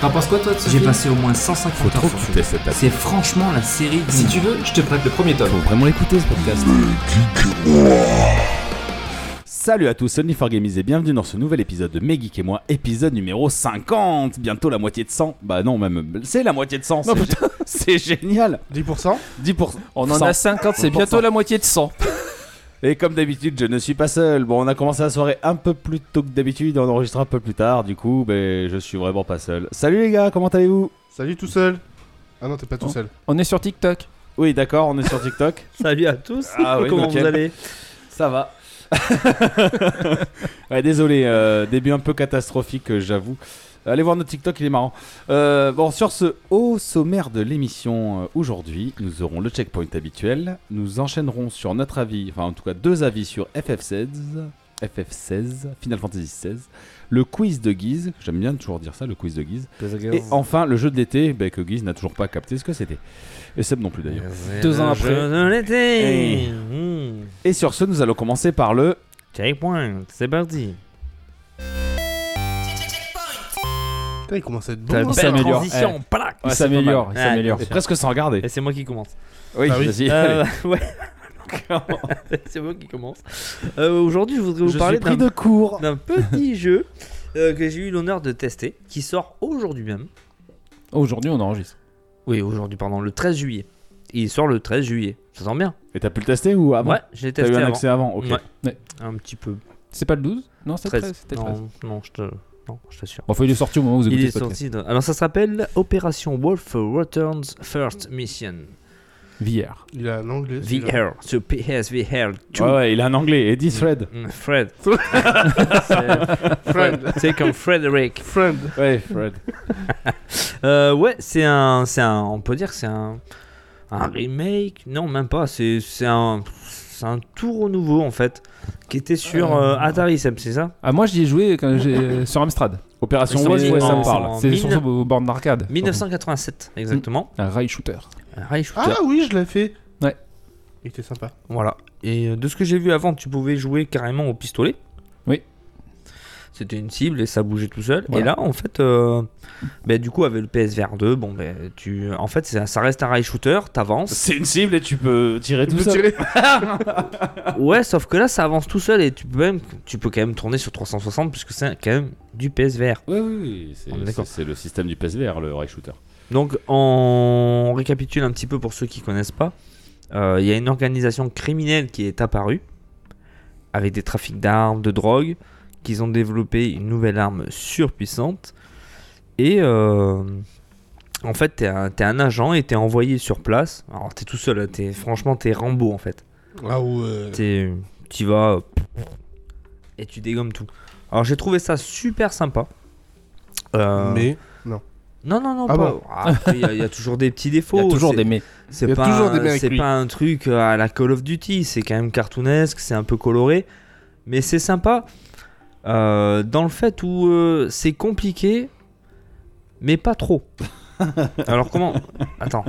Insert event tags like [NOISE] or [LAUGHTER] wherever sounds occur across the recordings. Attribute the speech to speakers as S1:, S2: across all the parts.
S1: T'en penses quoi toi de ce
S2: J'ai
S1: film
S2: passé au moins 150
S3: Faut
S2: heures.
S3: trop
S2: sur-
S3: que tu testes cette table.
S2: C'est franchement la série. du
S1: Si
S2: moment.
S1: tu veux, je te prête le premier tome.
S3: Faut vraiment l'écouter ce podcast. Salut à tous, only for Gamies et bienvenue dans ce nouvel épisode de Mes Geeks et moi, épisode numéro 50. Bientôt la moitié de 100. Bah non, même c'est la moitié de 100. c'est gé- C'est génial.
S4: 10%
S3: 10%.
S5: On en a 50, c'est bientôt la moitié de 100.
S3: [LAUGHS] Et comme d'habitude, je ne suis pas seul. Bon, on a commencé la soirée un peu plus tôt que d'habitude, on enregistre un peu plus tard. Du coup, ben, je suis vraiment pas seul. Salut les gars, comment allez-vous
S4: Salut tout seul Ah non, t'es pas tout
S5: Oh.
S4: seul.
S5: On est sur TikTok.
S3: Oui, d'accord, on est sur TikTok.
S6: [LAUGHS] Salut à tous.
S3: Ah oui,
S6: Comment
S3: nickel.
S6: vous allez [LAUGHS]
S3: Ça va. ouais, désolé, euh, début un peu catastrophique, euh, j'avoue. Allez voir notre TikTok, il est marrant. Euh, bon, sur ce haut sommaire de l'émission euh, aujourd'hui, nous aurons le checkpoint habituel. Nous enchaînerons sur notre avis, enfin en tout cas deux avis sur FF16, FF16, Final Fantasy XVI, le quiz de Guise. J'aime bien toujours dire ça, le quiz de Guise. Et enfin le jeu de l'été, ben, que Guise n'a toujours pas capté ce que c'était. Et Seb non plus d'ailleurs.
S5: Deux ans après.
S6: Je l'été.
S3: Hey. Et sur ce, nous allons commencer par le
S6: Checkpoint, c'est parti.
S4: Putain, il commence à être
S5: T'as
S4: bon. hein.
S5: Ça
S6: Belle
S5: améliore,
S6: transition,
S5: eh.
S6: plaque.
S5: Il
S3: Ouais, c'est
S5: s'améliore,
S6: pas
S5: il
S6: mal.
S5: s'améliore.
S6: Bien
S3: Et
S6: sûr.
S3: presque sans regarder.
S6: Et c'est moi qui
S3: [LAUGHS]
S6: commence.
S3: bah Oui,
S4: Ah oui.
S3: vas-y.
S6: Euh, [LAUGHS]
S3: allez.
S6: ouais. c'est moi qui commence. Euh, Aujourd'hui, je voudrais vous
S3: Je
S6: parler
S3: suis pris
S6: d'un
S3: de cours.
S6: d'un petit [LAUGHS] jeu euh, que j'ai eu l'honneur de tester, qui sort aujourd'hui même.
S5: Oh, Aujourd'hui, on enregistre.
S6: Oui, aujourd'hui, pardon, le 13 juillet. Il sort le 13 juillet. Ça sent bien.
S3: Et t'as pu le tester ou avant
S6: ouais, je l'ai
S3: Ah T'as eu
S6: testé
S3: un
S6: avant.
S3: accès avant, ok.
S6: Ouais.
S5: Ouais.
S6: Un petit peu.
S5: C'est pas le 12 Non, c'est le
S6: 13.
S5: 13. c'était le 13.
S6: Non, non, je te, non, je t'assure.
S5: Bon, enfin, il est sorti au moment où vous
S6: Il
S5: écoutez
S6: est
S5: ce podcast.
S6: sorti. dans- Alors ça s'appelle Opération Wolf Returns First Mission
S5: VR.
S4: hein. Il a l'anglais. celui-là.
S6: VR sur PS VR 2.
S3: Ouais, ouais, il a un anglais. Eddie Fred.
S6: Mm, Fred. C'est-
S4: Fred.
S6: C'est comme Frederick.
S4: Friend.
S3: Ouais, Fred.
S6: Euh, ouais, c'est un, c'est un, on peut dire que c'est un, un remake. Non, même pas. C'est, c'est un, c'est un tout renouveau en fait, qui était sur
S5: Euh,
S6: euh, Atari, Seb, c'est ça
S5: Ah, moi, j'y ai joué quand j'ai- euh, sur Amstrad.
S3: Opération
S6: Ils sont
S3: West,
S6: mis
S3: ouais, ça
S6: en-
S3: me parle.
S6: en
S5: C'est
S6: mille-
S5: surtout aux bornes d'arcade. surtout.
S6: 1987, exactement.
S5: Un rail shooter.
S6: Un rail shooter.
S4: Ah oui, je l'ai fait.
S5: Ouais.
S4: Il était sympa.
S6: Voilà. Et euh, de ce que j'ai vu avant, tu pouvais jouer carrément au pistolet.
S5: Oui.
S6: C'était une cible et ça bougeait tout seul.
S5: Voilà.
S6: Et là, en fait, euh, ben, du coup, avec le PSVR 2, bon, ben, tu, en fait, ça, ça reste un rail shooter,
S5: [LAUGHS]
S6: t'avances.
S3: C'est une cible et tu peux tirer
S4: Tu
S3: tout
S4: peux
S3: seul.
S4: tirer
S6: ouais, sauf que là, ça avance tout seul et tu peux même, tu peux quand même tourner sur 360 puisque c'est quand même du PSVR.
S3: Oui, oui, c'est-
S6: On est
S3: c'est
S6: d'accord.
S3: c'est le système du PSVR, le Ray Shooter.
S6: Donc, on récapitule un petit peu pour ceux qui connaissent pas. Euh, Il y a une organisation criminelle qui est apparue avec des trafics d'armes, de drogue, qu'ils ont développé une nouvelle arme surpuissante. Et euh, en fait, t'es un, t'es un agent et t'es envoyé sur place. Alors, t'es tout seul, hein, t'es- franchement, t'es Rambo en fait.
S4: Ah ouais.
S6: T'es- Tu vas euh, et tu dégommes tout. Alors, j'ai trouvé ça super sympa. Euh,
S4: Mais
S6: non, non, non,
S4: Ah
S6: pas.
S4: bon
S6: Ah, après, Il y, a- il y a toujours des
S4: [LAUGHS]
S6: petits défauts.
S5: Il
S1: Oh,
S5: y a toujours
S6: c'est-
S5: des mais.
S6: C'est
S4: il y a
S6: pas,
S4: toujours
S6: un-
S4: des mecs avec
S6: c'est
S4: lui.
S6: pas un truc euh, à la Call of Duty. C'est quand même cartoonesque, c'est un peu coloré. Mais c'est sympa. euh, dans le fait où euh, c'est compliqué, mais pas
S4: [LAUGHS]
S6: trop. Alors comment Attends.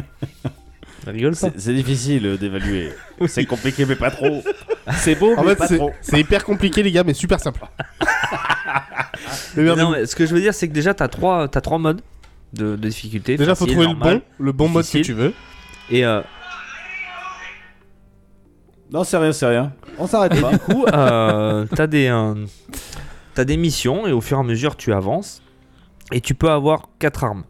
S6: Rigole pas.
S3: C'est c'est difficile [LAUGHS] d'évaluer. C'est compliqué, mais pas trop. C'est beau,
S4: en
S3: mais
S4: fait,
S3: pas
S4: c'est-
S3: trop.
S4: c'est hyper compliqué, les gars, mais super simple.
S6: Mais Non, mais ce que je veux dire, c'est que déjà, t'as trois, t'as trois modes de, de difficulté.
S4: Déjà, faut
S6: facile,
S4: trouver
S6: normal,
S4: le bon, le bon mode que
S6: difficile.
S4: tu veux.
S6: Et euh,
S3: Non, c'est rien, c'est rien. On s'arrête
S6: Et
S3: pas.
S6: du coup, euh, t'as des, euh, t'as des missions et au fur et à mesure tu avances et tu peux avoir quatre armes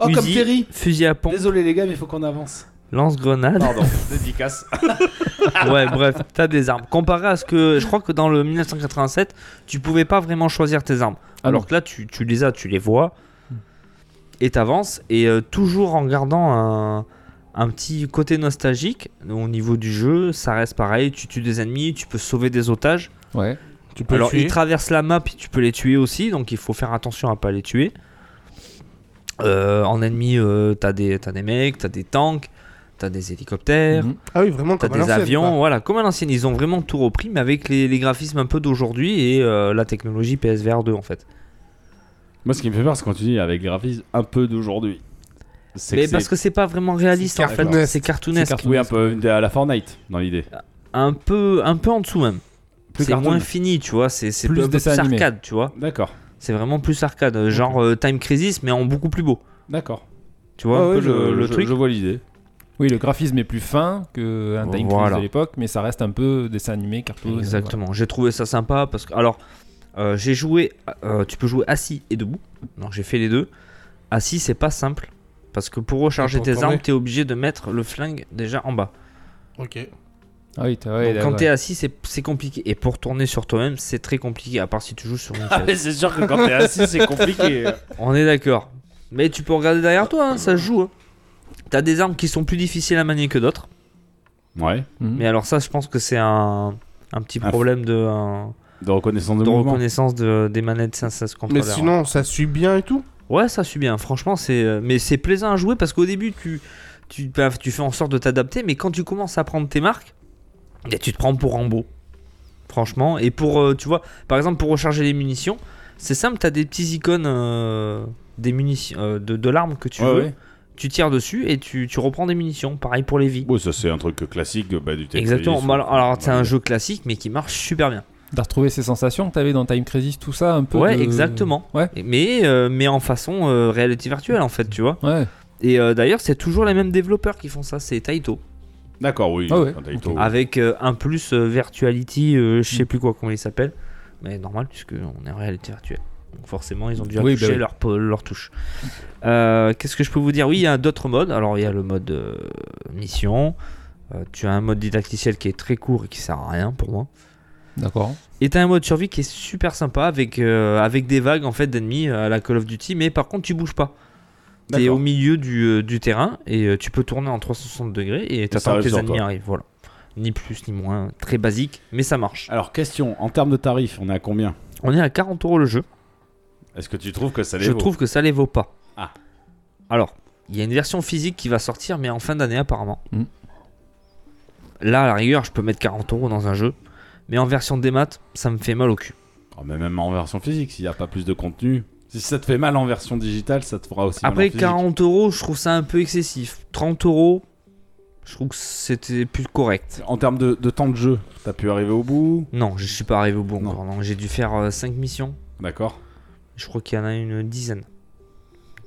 S3: Oh, comme
S6: Uzi.
S3: Terry.
S6: fusil à pompe,
S3: Désolé, les gars, mais il faut qu'on avance.
S6: lance-grenade.
S3: Pardon, dédicace.
S6: [LAUGHS] ouais, bref, t'as des armes. Comparé à ce que je crois que dans le 1987, tu pouvais pas vraiment choisir tes armes.
S5: Ah
S6: Alors
S5: non.
S6: que là, tu, tu les as, tu les vois
S3: Hmm.
S6: et t'avances et euh, toujours en gardant un. Un petit côté nostalgique au niveau du jeu, ça reste pareil. Tu tues des ennemis, tu peux sauver des otages.
S5: Ouais.
S4: Tu peux
S6: Alors,
S4: le
S6: ils traversent la map, tu peux les tuer aussi, donc il faut faire attention à pas les tuer. Euh, en ennemi, euh, t'as des, t'as des mecs, t'as des tanks, t'as des hélicoptères,
S5: Mhm.
S4: Ah oui, vraiment,
S6: t'as
S4: comme à
S6: des
S4: l'ancienne,
S6: avions,
S4: quoi.
S6: voilà, comme à l'ancienne, ils ont vraiment tout repris, mais avec les, les graphismes un peu d'aujourd'hui et euh, la technologie PSVR 2 en fait.
S3: Moi, ce qui me fait peur, c'est quand tu dis avec les graphismes un peu d'aujourd'hui. C'est
S6: Mais
S3: c'est-
S6: parce que c'est pas vraiment réaliste
S4: c'est
S6: en fait,
S4: cartoonesque.
S6: c'est
S3: c'est
S6: cartoonesque,
S3: cartoon- Oui, un peu à la Fortnite, dans l'idée.
S6: un peu, un peu en dessous même.
S3: Plus
S6: C'est
S3: cartoon.
S6: moins fini, tu vois, c'est c'est
S5: Plus
S6: un peu
S5: dessin
S6: plus
S5: animé.
S6: arcade, tu vois.
S3: D'accord.
S6: C'est vraiment plus arcade, euh, genre euh, Time Crisis, mais en beaucoup plus beau.
S3: D'accord.
S6: Tu vois un peu
S3: je,
S6: le, le
S3: je-
S6: truc
S3: Je vois l'idée.
S5: Oui, le graphisme est plus fin que un Time
S6: Voilà.
S5: Crisis à l'époque, mais ça reste un peu dessin animé,
S3: euh,
S5: cartoon. euh,
S6: Exactement. J'ai trouvé ça sympa parce que alors euh, j'ai joué. euh, tu peux jouer assis et debout. Donc j'ai fait les deux. Assis c'est pas simple parce que pour recharger
S4: Pour
S6: tes
S4: tomber.
S6: armes t'es obligé de mettre le flingue déjà en bas.
S4: Ok.
S5: voilà. Ah oui, t'as- ouais,
S6: Donc, quand
S5: d'accord.
S6: t'es assis c'est c'est compliqué et pour tourner sur toi-même c'est très compliqué à part si tu joues sur une chaise.
S3: c'est sûr que [LAUGHS] quand t'es assis, c'est compliqué.
S6: On est d'accord. Mais tu peux regarder derrière toi, hein, ça se joue. hein. T'as des armes qui sont plus difficiles à manier que d'autres.
S3: Ouais.
S5: Mhm.
S6: Mais alors ça je pense que c'est un, un petit
S3: Un f-
S6: problème de, un-
S3: De reconnaissance de,
S6: de
S3: mouvement.
S6: reconnaissance de- des manettes 516
S4: Mais
S6: contrôleurs.
S4: sinon, ça suit bien et tout
S6: Ouais, ça suit bien. Franchement, c'est euh, mais c'est plaisant à jouer parce qu'au début tu tu bah, tu fais en sorte de t'adapter, mais quand tu commences à prendre tes marques, eh, tu te prends pour Rambo. Franchement, et pour euh, tu vois, par exemple pour recharger les munitions, c'est simple, t'as des petits icônes euh, des munitions euh, de, de l'arme que tu
S3: Ouais,
S6: veux,
S3: ouais.
S6: tu tires dessus et tu, tu reprends des munitions. Pareil pour les vies.
S3: Bon, ça, c'est un truc classique bah, du Tetris.
S6: Exactement.
S3: ou-
S6: Bah, alors, alors, c'est
S3: Ouais.
S6: un jeu classique, mais qui marche super bien.
S5: T'as retrouvé ces sensations que t'avais dans Time Crisis, tout ça, un peu.
S6: Ouais,
S5: de-
S6: exactement.
S5: Ouais.
S6: Mais euh, mais en façon euh, reality virtuelle en fait, tu vois.
S5: Ouais.
S6: Et euh, d'ailleurs, c'est toujours les mêmes développeurs qui font ça, c'est Taito.
S3: D'accord, oui.
S5: Ah ouais.
S3: Quand t'as été au-
S6: Avec euh, un plus euh, Virtuality, euh, je sais plus quoi comment il s'appelle. Mais normal, puisque on est en réalité virtuelle. Donc forcément, ils ont dû
S5: Oui,
S6: afficher
S5: bah oui.
S6: leur, po- leur touche. Euh, Qu'est-ce que je peux vous dire Oui, il y a d'autres modes. Alors, il y a le mode euh, mission. Euh, tu as un mode didacticiel qui est très court et qui sert à rien pour moi.
S5: D'accord.
S6: Et t'as un mode survie qui est super sympa avec, euh, avec des vagues en fait d'ennemis euh, à la Call of Duty, mais par contre tu bouges pas. T'es
S3: D'accord.
S6: au milieu du, euh, du terrain et euh, tu peux tourner en 360 degrés et t'attends que
S3: arrive
S6: tes
S3: sur
S6: ennemis
S3: toi.
S6: arrivent. Voilà. Ni plus ni moins. Très basique, mais ça marche.
S3: Alors, question, en termes de tarifs, on est à combien
S6: On est à 40 euros le jeu.
S3: Est-ce que tu trouves que ça les
S6: Je
S3: vaut
S6: trouve que ça les vaut pas.
S3: Ah.
S6: Alors, il y a une version physique qui va sortir, mais en fin d'année apparemment.
S5: Mm.
S3: Hmm.
S6: Là, à la rigueur, je peux mettre 40 euros dans un jeu, mais en version démat, ça me fait mal au cul.
S3: Oh, mais même en version physique, s'il n'y a pas plus de contenu. Si ça te fait mal en version digitale, ça te fera aussi mal en
S6: Après
S3: physique.
S6: 40 euros, je trouve ça un peu excessif. 30 euros, je trouve que c'était plus correct.
S3: En termes de, de temps de jeu, t'as pu arriver au bout
S6: Non, je suis pas arrivé au bout
S3: Non.
S6: encore. non. J'ai dû faire 5 missions.
S3: D'accord.
S6: Je crois qu'il y en a une dizaine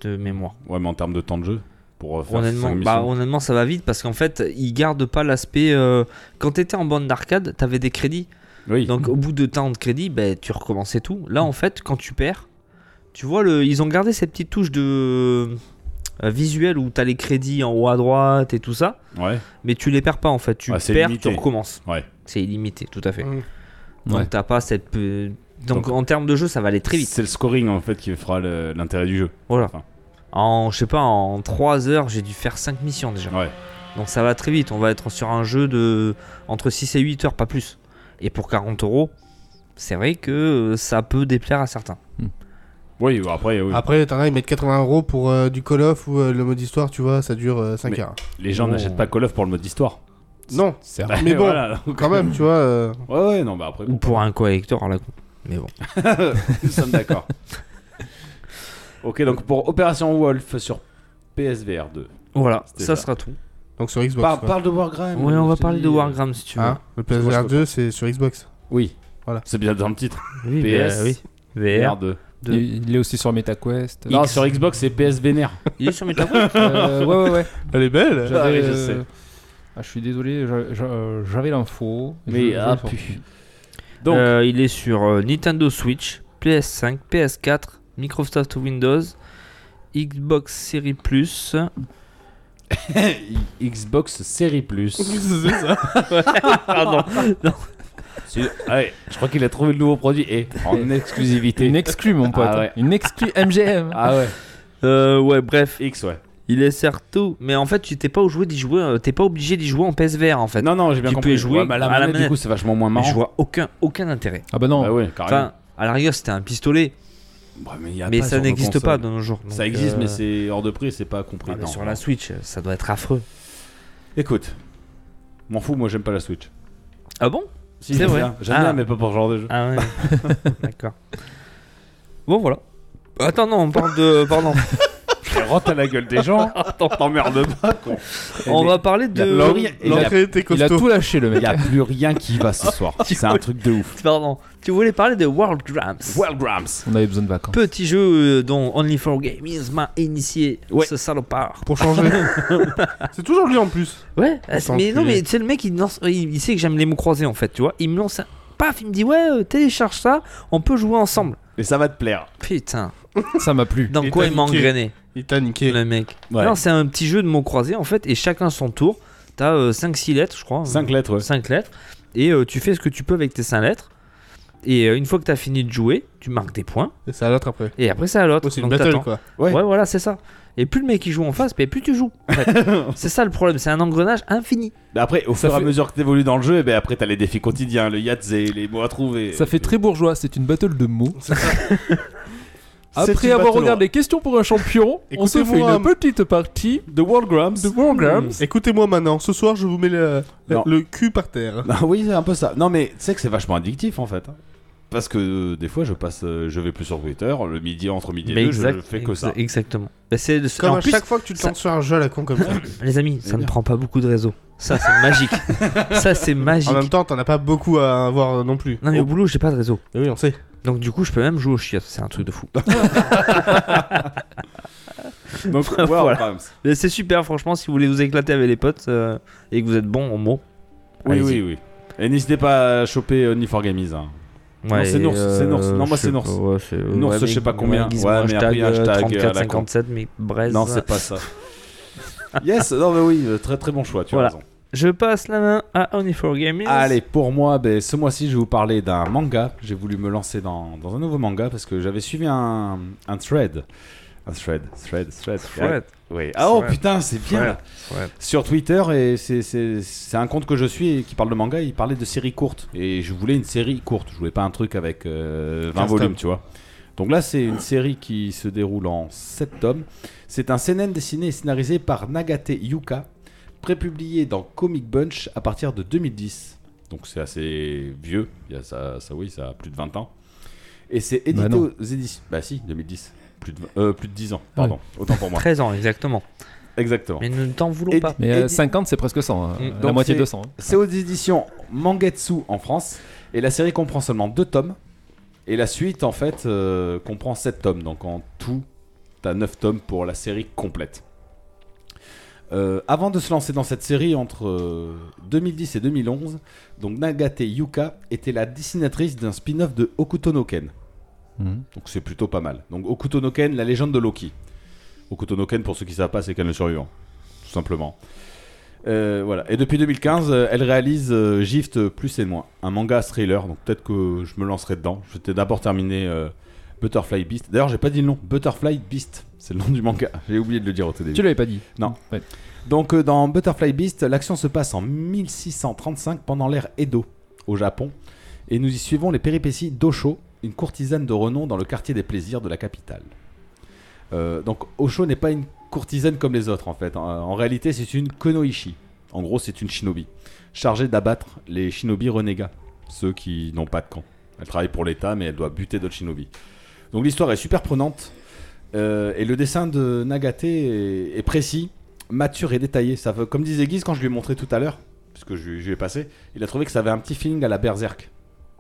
S6: de mémoire.
S3: Ouais, mais en termes de temps de jeu Pour euh, faire
S6: Honnêtement,
S3: cinq
S6: bah,
S3: missions.
S6: honnêtement, ça va vite parce qu'en fait, ils gardent pas l'aspect. euh, Quand t'étais en bande d'arcade, t'avais des crédits.
S3: Oui.
S6: Donc au bout de temps de crédit, bah, tu recommençais tout. Là, en fait, quand tu perds, tu vois, le... ils ont gardé cette petite touche de euh, visuel où t'as les crédits en haut à droite et tout ça.
S3: Ouais.
S6: mais tu les perds pas en fait. Tu
S3: Ouais, Ah, c'est
S6: perds,
S3: limité.
S6: tu recommences.
S3: Ouais.
S6: C'est illimité, tout à fait.
S4: Mm.
S6: Donc
S5: Ouais.
S6: t'as pas cette. pe- Donc,
S3: Donc-
S6: en termes de jeu, ça va aller très vite.
S3: C'est le scoring en fait qui fera le- l'intérêt du jeu.
S6: Voilà.
S3: Enfin.
S6: En, je sais pas, en 3 heures, j'ai dû faire 5 missions déjà.
S3: Ouais.
S6: Donc ça va très vite. On va être sur un jeu de. entre 6 et 8 heures, pas plus. Et pour 40 euros, c'est vrai que euh, ça peut déplaire à certains.
S3: Oui, bah, après, oui.
S4: Après, t'en as, ils mettent 80 euros pour euh, du Call of ou euh, le mode histoire, tu vois, ça dure 5
S3: Mais-
S4: heures.
S3: les gens
S6: bon.
S3: n'achètent pas Call of pour le mode histoire. Bah,
S4: Non,
S5: C'est
S4: mais bon,
S3: Voilà.
S4: quand même, tu vois. euh,
S3: Ouais, ouais, non, bah après,
S6: Ou
S3: bon,
S6: pour un collector à la con. Mais bon.
S3: nous sommes d'accord.
S6: [LAUGHS]
S3: ok, donc pour Opération Wolf sur PSVR 2.
S6: Voilà,
S3: C'était
S6: ça
S3: ça.
S6: sera tout.
S4: Donc sur Xbox.
S3: Par-
S4: quoi.
S3: parle de Wargram.
S6: Ouais, on
S3: je
S6: va
S3: te
S6: parler
S3: dis.
S6: de Wargram si tu veux.
S4: Hein le
S3: Parce que moi,
S4: PSVR
S3: je
S4: 2, c'est sur Xbox.
S3: Oui.
S4: Voilà.
S3: C'est bien dans le titre.
S6: Oui,
S3: PS,
S6: bah, oui.
S3: VR
S6: VR.
S3: 2.
S5: Il, il est aussi sur MetaQuest.
S3: Non, sur Xbox, c'est PS Vénère.
S6: Il est sur Meta
S3: [LAUGHS]
S5: Euh, ouais, ouais, ouais.
S4: Elle est belle
S5: J'avais,
S3: Ah oui, je
S5: euh,
S3: sais.
S5: ah, je suis désolé, j'a- j'a- euh, j'avais l'info.
S3: Mais,
S5: Je- je-
S3: ah,
S5: je-
S3: pu. Donc,
S6: Euh, il est sur euh, Nintendo Switch, PS5, PS4, Microsoft Windows, Xbox Series Plus.
S3: [COUGHS] Xbox Series Plus.
S4: C'est ça.
S6: Pardon.
S3: C'est- ouais, je crois qu'il a trouvé le nouveau produit et [LAUGHS] en exclusivité.
S5: Une exclue, mon pote.
S3: Ah ouais.
S5: Une exclue MGM.
S3: Ah ouais,
S6: Euh, ouais, bref,
S3: X ouais.
S6: il est surtout. Mais en fait, tu t'es pas, au jouer d'y jouer, euh, t'es pas obligé d'y jouer en PSVR en fait.
S3: Non non, j'ai bien
S6: Tu
S3: compris.
S6: peux y jouer
S3: Ouais, bah, la
S6: à la
S3: manette, du
S6: manette.
S3: coup, c'est vachement moins
S6: Mais
S3: marrant.
S6: je vois aucun, aucun intérêt.
S5: Ah bah non.
S3: Bah ouais, carrément.
S6: Enfin, à la rigueur, c'était un pistolet,
S3: Ouais, mais y a
S6: mais
S3: Ah, pas sur
S6: ça
S3: nos
S6: n'existe pas
S3: consoles.
S6: de nos jours. Donc,
S3: Ça existe,
S6: euh,
S3: mais c'est hors de prix, c'est pas compris.
S6: ah, mais
S3: Non.
S6: sur la Switch, ça doit être affreux.
S3: Écoute, m'en fous, moi j'aime pas la Switch.
S6: Ah bon
S3: Si,
S6: C'est
S3: j'aime
S6: vrai.
S3: bien, J'aime
S6: Ah.
S3: bien, mais pas pour ce genre de jeu.
S6: Ah ouais. [LAUGHS]
S3: [LAUGHS]
S6: D'accord. Bon, voilà. Attends, non, on parle de. Pardon.
S3: mais rentre à la gueule
S6: [LAUGHS]
S3: des gens. T'emmerdes pas, [LAUGHS] con.
S6: On va parler de.
S3: Laurie et la-
S4: L'entrée était
S5: Il a
S4: costaud.
S5: tout lâché le
S3: Il
S5: mec.
S3: [LAUGHS] n'y a plus rien qui
S6: [LAUGHS]
S3: va ce
S6: Ah,
S3: soir. C'est un truc de ouf.
S6: Pardon. Tu voulais parler de World Grams.
S3: Well, Grams.
S5: On avait besoin de vacances.
S6: Petit jeu euh, dont Only4Gamers m'a initié.
S3: Ouais.
S6: Ce salopard.
S4: Pour [LAUGHS] changer. c'est toujours lui en plus.
S6: Ouais, ah, c'est- mais non,
S4: enculé.
S6: mais tu sais, le mec, il, lance- il il sait que j'aime les mots croisés en fait, tu vois. Il me lance un. Paf, il me dit, ouais, euh, télécharge ça, on peut jouer ensemble.
S3: Et ça va te plaire.
S6: Putain,
S5: Ça m'a plu.
S6: dans
S4: Et
S6: quoi
S4: t'as
S6: il m'a
S4: niqué.
S6: engrainé,
S4: Il t'a niqué.
S6: le mec
S3: Ouais.
S6: Non, c'est un petit jeu de mots croisés en fait, et chacun son tour. T'as 5-6 lettres, je crois.
S3: Cinq lettres.
S6: 5 lettres. Et euh, tu fais ce que tu peux avec tes 5 lettres. Et euh, une fois que t'as fini de jouer, tu marques des points.
S4: Et c'est à l'autre après.
S6: Et après, c'est à l'autre.
S4: Oh, c'est une
S6: Donc,
S4: battle
S6: t'attends.
S4: quoi.
S3: Ouais.
S6: Ouais. voilà, c'est ça. Et plus le mec il joue en face, mais plus tu joues. en
S4: [LAUGHS]
S6: fait. c'est ça le problème, c'est un engrenage infini.
S3: Mais Après, au
S5: Ça
S3: fur et à
S5: fait-
S3: mesure que t'évolues dans le jeu, et ben après t'as les défis quotidiens, le Yahtzee, les mots à trouver.
S5: Ça fait très bourgeois, c'est une battle de mots.
S3: C'est
S5: Après
S3: une
S5: avoir
S3: battle euh,
S5: regardé les questions pour un
S3: [LAUGHS]
S5: champion, on se fait
S4: Écoutez-moi,
S5: une petite partie
S3: The World Grams.
S5: de Wargrams.
S4: Mmh. Écoutez-moi maintenant, ce soir je vous mets le,
S3: Non.
S4: le cul par terre.
S3: Ah oui, c'est un peu ça. Non, mais tu sais que c'est vachement addictif en fait. hein. Parce que euh, des fois, je passe, euh, je vais plus sur Twitter, le midi entre midi et
S6: Mais
S3: deux, je
S6: exact-
S3: fais que ça.
S6: exa- Exactement. Bah, c'est le-
S4: Comme
S6: en
S4: à
S6: plus,
S4: chaque fois que tu te
S6: ça-
S4: lances sur un jeu à la con comme ça.
S6: les amis, ça ne
S3: bien.
S6: prend pas beaucoup de réseau. Ça
S3: [LAUGHS]
S6: c'est magique. ça c'est magique.
S4: en même temps, t'en as pas beaucoup à avoir non plus.
S6: Non mais au boulot, j'ai pas de réseau.
S4: Mais oui, on sait.
S6: Donc du coup, je peux même jouer aux chiottes, c'est un truc de
S3: [LAUGHS]
S6: fou.
S3: [LAUGHS] Donc, World
S6: Voilà.
S3: Grams.
S6: Mais c'est super, franchement, si vous voulez vous éclater avec les potes euh, et que vous êtes bon en mots.
S3: Oui,
S6: allez-y.
S3: oui, oui. Et n'hésitez pas à choper Only for Gamies. hein. Non, c'est
S6: et,
S3: Nours, c'est Nours. Non,
S6: euh, je
S3: moi, c'est
S6: sais
S3: Nours.
S6: pas, ouais, c'est-
S3: Nours, je
S6: mais-
S3: sais pas combien.
S6: ouais,
S3: Ouais,
S6: mais
S3: mais
S6: hashtag,
S3: après,
S6: euh,
S3: hashtag, euh, à la
S6: 34,
S3: con.
S6: 57, mais braise.
S3: Non, c'est pas ça. yes, non, mais oui, euh, très très bon choix, tu
S6: Voilà.
S3: as raison.
S6: Je passe la main à Only4Gamers.
S3: Allez, pour moi, ben, ce mois-ci, je vais vous parler d'un manga. J'ai voulu me lancer dans, dans un nouveau manga parce que j'avais suivi un, un thread. Un thread, thread, thread.
S6: Fred.
S3: Oui. Ah oh
S6: Thread.
S3: putain, c'est bien.
S6: Thread. Thread.
S3: Sur Twitter, et c'est- c'est c'est un compte que je suis et qui parle de manga. Il parlait de séries courtes. Et je voulais une série courte. Je voulais pas un truc avec euh, 20
S4: 15
S3: volumes,
S4: tomes.
S3: tu vois. Donc là, c'est une série qui se déroule en 7 tomes. C'est un seinen dessiné et scénarisé par Nagate Yuka, prépublié dans Comic Bunch à partir de 2010. Donc c'est assez vieux, il y a ça, ça oui, ça a plus de 20 ans. Et c'est édité
S5: Bah non.
S3: aux éditions. Bah si, 2010. Plus de, vingt- euh, plus de 10 ans, pardon. Autant [LAUGHS] pour moi.
S6: 13 ans, exactement.
S3: Exactement.
S6: Mais ne t'en voulons
S3: Et-
S6: pas.
S5: Mais euh,
S3: Et-
S5: 50, c'est presque 100. hein.
S6: Mm.
S5: La
S3: Donc,
S5: moitié
S3: c'est-
S5: de 200. hein.
S3: C'est aux éditions Mangetsu en France. Et la série comprend seulement 2 tomes. Et la suite, en fait, euh, comprend 7 tomes. Donc en tout, t'as 9 tomes pour la série complète. Euh, avant de se lancer dans cette série, entre euh, 2010 et 2011, donc Nagate Yuka était la dessinatrice d'un spin-off de Hokuto no Ken.
S5: Mhm.
S3: Donc c'est plutôt pas mal. Donc Hokuto no Ken, la légende de Loki. Hokuto no Ken, pour ceux qui savent pas, c'est Ken le survivant. Tout simplement. Euh, voilà. Et depuis 2015, euh, elle réalise euh, Gift plus et moins, un manga thriller. Donc peut-être que je me lancerai dedans. Je vais d'abord terminer euh, Butterfly Beast. D'ailleurs, j'ai pas dit le nom. Butterfly Beast, c'est le nom du manga. [LAUGHS] J'ai oublié de le dire au tout début.
S5: Tu l'avais pas dit
S3: Non.
S5: Ouais.
S3: Donc euh, dans Butterfly Beast, l'action se passe en 1635 pendant l'ère Edo au Japon et nous y suivons les péripéties d'Osho, une courtisane de renom dans le quartier des plaisirs de la capitale. Euh, donc Osho n'est pas une courtisane comme les autres en fait. En, en réalité, c'est une konoishi. En gros, c'est une shinobi chargée d'abattre les shinobi renégats, ceux qui n'ont pas de camp. Elle travaille pour l'État, mais elle doit buter d'autres shinobi. Donc l'histoire est super prenante euh, et le dessin de Nagate est- est précis mature et détaillé. Ça veut, comme disait Guise quand je lui ai montré tout à l'heure, puisque je, lui- je lui ai passé, il a trouvé que ça avait un petit feeling à la Berserk.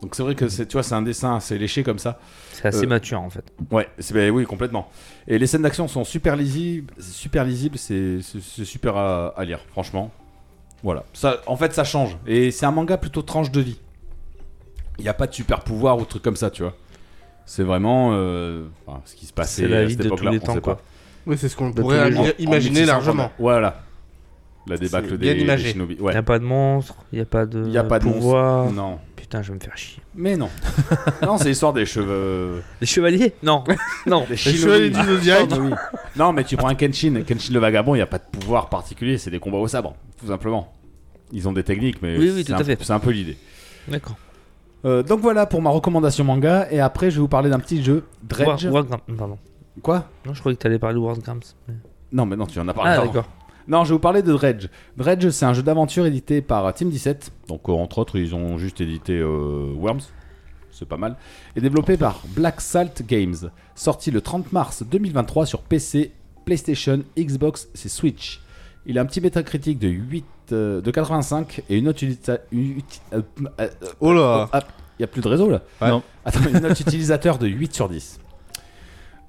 S3: Donc c'est vrai que c'est, tu vois, c'est un dessin assez léché comme ça.
S6: C'est assez
S3: Euh,
S6: mature en fait.
S3: Ouais, c'est, ben oui, complètement. Et les scènes d'action sont super lisibles, c'est super lisibles, c'est, c'est- c'est super à, à lire, franchement. Voilà. Ça, en fait, ça change. Et c'est un manga plutôt tranche de vie. Il n'y a pas de super pouvoir ou truc comme ça, tu vois. C'est vraiment euh, enfin, ce qui se passait
S6: C'est la
S3: à
S6: vie
S3: cette
S6: de tous
S3: époque-là,
S6: les
S3: on
S6: temps,
S3: sait
S6: quoi.
S3: pas.
S4: Oui, c'est ce qu'on
S6: De
S4: pourrait
S6: tous les
S4: am-
S6: jours.
S4: imaginer
S3: 1600,
S4: largement.
S3: Voilà. La débâcle
S4: C'est
S3: des,
S4: bien
S3: des
S4: imagé.
S3: shinobi.
S6: Il
S3: Ouais.
S6: a pas de monstre, il a pas de
S3: Y a pas de Mm.
S6: pouvoir.
S3: Non.
S6: Putain, je vais me faire chier.
S3: Mais non. [LAUGHS] non, c'est l'histoire des cheveux.
S6: Les chevaliers
S3: [LAUGHS]
S6: Non, non.
S3: Des
S4: Les chevaliers du Zodiac,
S3: Ah, oui. Non, mais tu prends un Kenshin. Kenshin le vagabond, il n'y a pas de pouvoir particulier, c'est des combats au sabre, tout simplement. Ils ont des techniques, mais
S6: Oui, oui,
S3: c'est
S6: tout à
S3: un-
S6: fait.
S3: c'est un peu l'idée.
S6: D'accord.
S3: Euh, donc voilà pour ma recommandation manga, et après je vais vous parler d'un petit jeu, Dredge.
S6: War- Wargram- pardon.
S3: Quoi
S6: Non, je croyais que t'allais parler de Wargrams.
S3: Non, mais non, tu en as parlé.
S6: Ah,
S3: avant.
S6: d'accord.
S3: Non, je vais vous parler de Dredge. Dredge, c'est un jeu d'aventure édité par Team 17. Donc, euh, entre autres, ils ont juste édité euh, Worms. C'est pas mal. Et développé par Black Salt Games. Sorti le 30 mars 2023 sur PC, PlayStation, Xbox, c'est Switch. Il a un petit métacritique de 8, euh, de 85 et une note utilita- uti- euh, euh, euh,
S4: Oh là
S3: ah, il y a plus de réseau là
S5: Ouais. Non.
S3: Attends, une [LAUGHS] note utilisateur de 8 sur 10.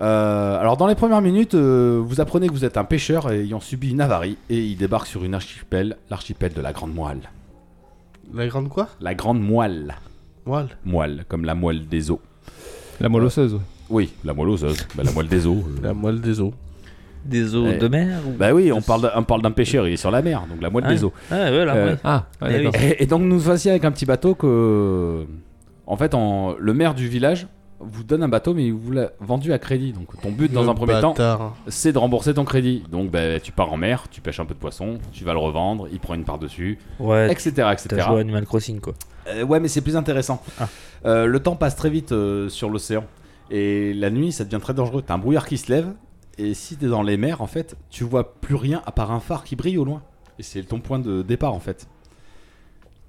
S3: Euh, alors dans les premières minutes, euh, vous apprenez que vous êtes un pêcheur ayant subi une avarie et il débarque sur une archipel, l'archipel de la Grande Moelle.
S4: La grande quoi
S3: La Grande Moelle,
S4: Moelle.
S3: moelle comme la moelle des eaux.
S5: La moelle osseuse. ouais.
S3: Oui, la moelle oseuse, Bah, la moelle des eaux. euh.
S4: La moelle des os.
S6: Des eaux
S3: Eh.
S6: de mer ou-
S3: [LAUGHS] Bah oui, on parle d'un- on parle d'un pêcheur, il est sur la mer, donc la moelle
S6: Ouais.
S3: des eaux.
S6: Ah, ouais, la
S3: Euh,
S6: moelle.
S5: Ah, ouais,
S6: Eh oui.
S5: d'accord.
S3: Et, et donc nous voici avec un petit bateau que, en fait, en- le maire du village vous donne un bateau, mais il vous l'a vendu à crédit. Donc ton but dans
S4: Le
S3: un premier temps,
S4: bâtard.
S3: c'est de rembourser ton crédit. Donc bah, tu pars en mer, tu pêches un peu de poisson, tu vas le revendre, il prend une part dessus,
S6: Ouais,
S3: etc.
S6: t'as
S3: etc.
S6: joué Ah. à Animal Crossing quoi.
S3: Euh, ouais, mais c'est plus intéressant. Euh, le temps passe très vite euh, sur l'océan. Et la nuit, ça devient très dangereux. T'as un brouillard qui se lève. Et si t'es dans les mers, en fait, tu vois plus rien à part un phare qui brille au loin. Et c'est ton point de départ, en fait.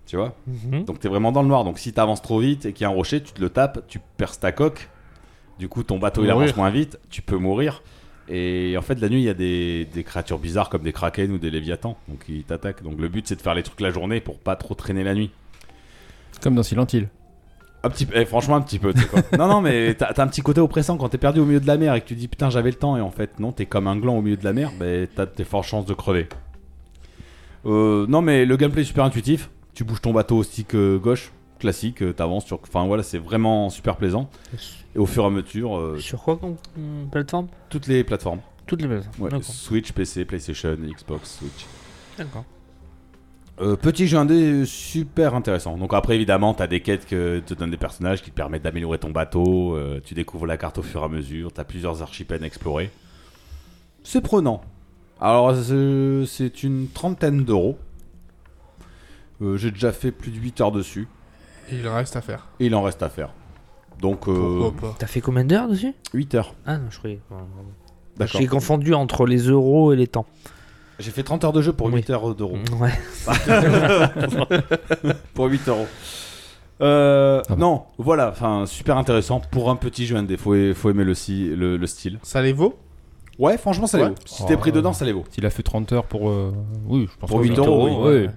S3: Tu vois
S6: Mhm.
S3: Donc t'es vraiment dans le noir. Donc si t'avances trop vite et qu'il y a un rocher, tu te le tapes, tu perces ta coque. Du coup, ton bateau il avance
S4: Mourir.
S3: moins vite, tu peux mourir. Et en fait, la nuit, il y a des, des créatures bizarres comme des kraken ou des léviathans. Donc ils t'attaquent. Donc le but, c'est de faire les trucs la journée pour pas trop traîner la nuit.
S5: Comme dans Silent Hill.
S3: Un petit, eh, franchement, un petit peu. tu sais quoi. non, non, mais t'as t'as un petit côté oppressant quand t'es perdu au milieu de la mer et que tu dis putain j'avais le temps et en fait non, t'es comme un gland au milieu de la mer, mais t'as tes fortes chances de crever. Euh, non, mais le gameplay est super intuitif. Tu bouges ton bateau au stick euh, gauche, classique, euh, t'avances sur. Enfin voilà, c'est vraiment super plaisant. Et au fur et à mesure, euh,
S6: Sur quoi comme comme plateforme
S3: toutes les plateformes
S6: Toutes les plateformes.
S3: Ouais,
S6: D'accord.
S3: Switch, PC, PlayStation, Xbox, Switch.
S6: D'accord.
S3: Euh, petit jeu indé euh, super intéressant. Donc après évidemment, t'as des quêtes que te donnent des personnages qui te permettent d'améliorer ton bateau. euh, tu découvres la carte au fur et à mesure. T'as plusieurs archipels à explorer. C'est prenant. Alors c'est- c'est une trentaine d'euros. Euh, J'ai déjà fait plus de 8 heures dessus.
S4: Et Il reste à faire.
S3: Et il en reste à faire. Donc euh,
S4: Pourquoi pas
S6: T'as fait combien d'heures dessus
S3: 8 heures.
S6: Ah non, je croyais. Bon, bon.
S3: D'accord.
S6: J'ai confondu entre les euros et les temps.
S3: J'ai fait 30 heures de jeu pour
S6: Oui. Mhm.
S3: 8 heures d'euros.
S6: [LAUGHS] Ouais.
S3: pour 8 euros. Euh,
S5: Ah bon.
S3: Non, voilà, enfin super intéressant pour un petit jeu indé. Faut, faut aimer le, si- le, le style.
S4: Ça les vaut
S3: Ouais, franchement, ça les
S4: Ouais.
S3: vaut. Si t'es pris
S5: Oh.
S3: dedans, ça les vaut.
S5: S'il a fait 30 heures pour. euh, Oui, je pense
S3: Pour
S5: que
S3: 8
S5: oui.
S3: euros, Oh, oui.
S5: Ouais.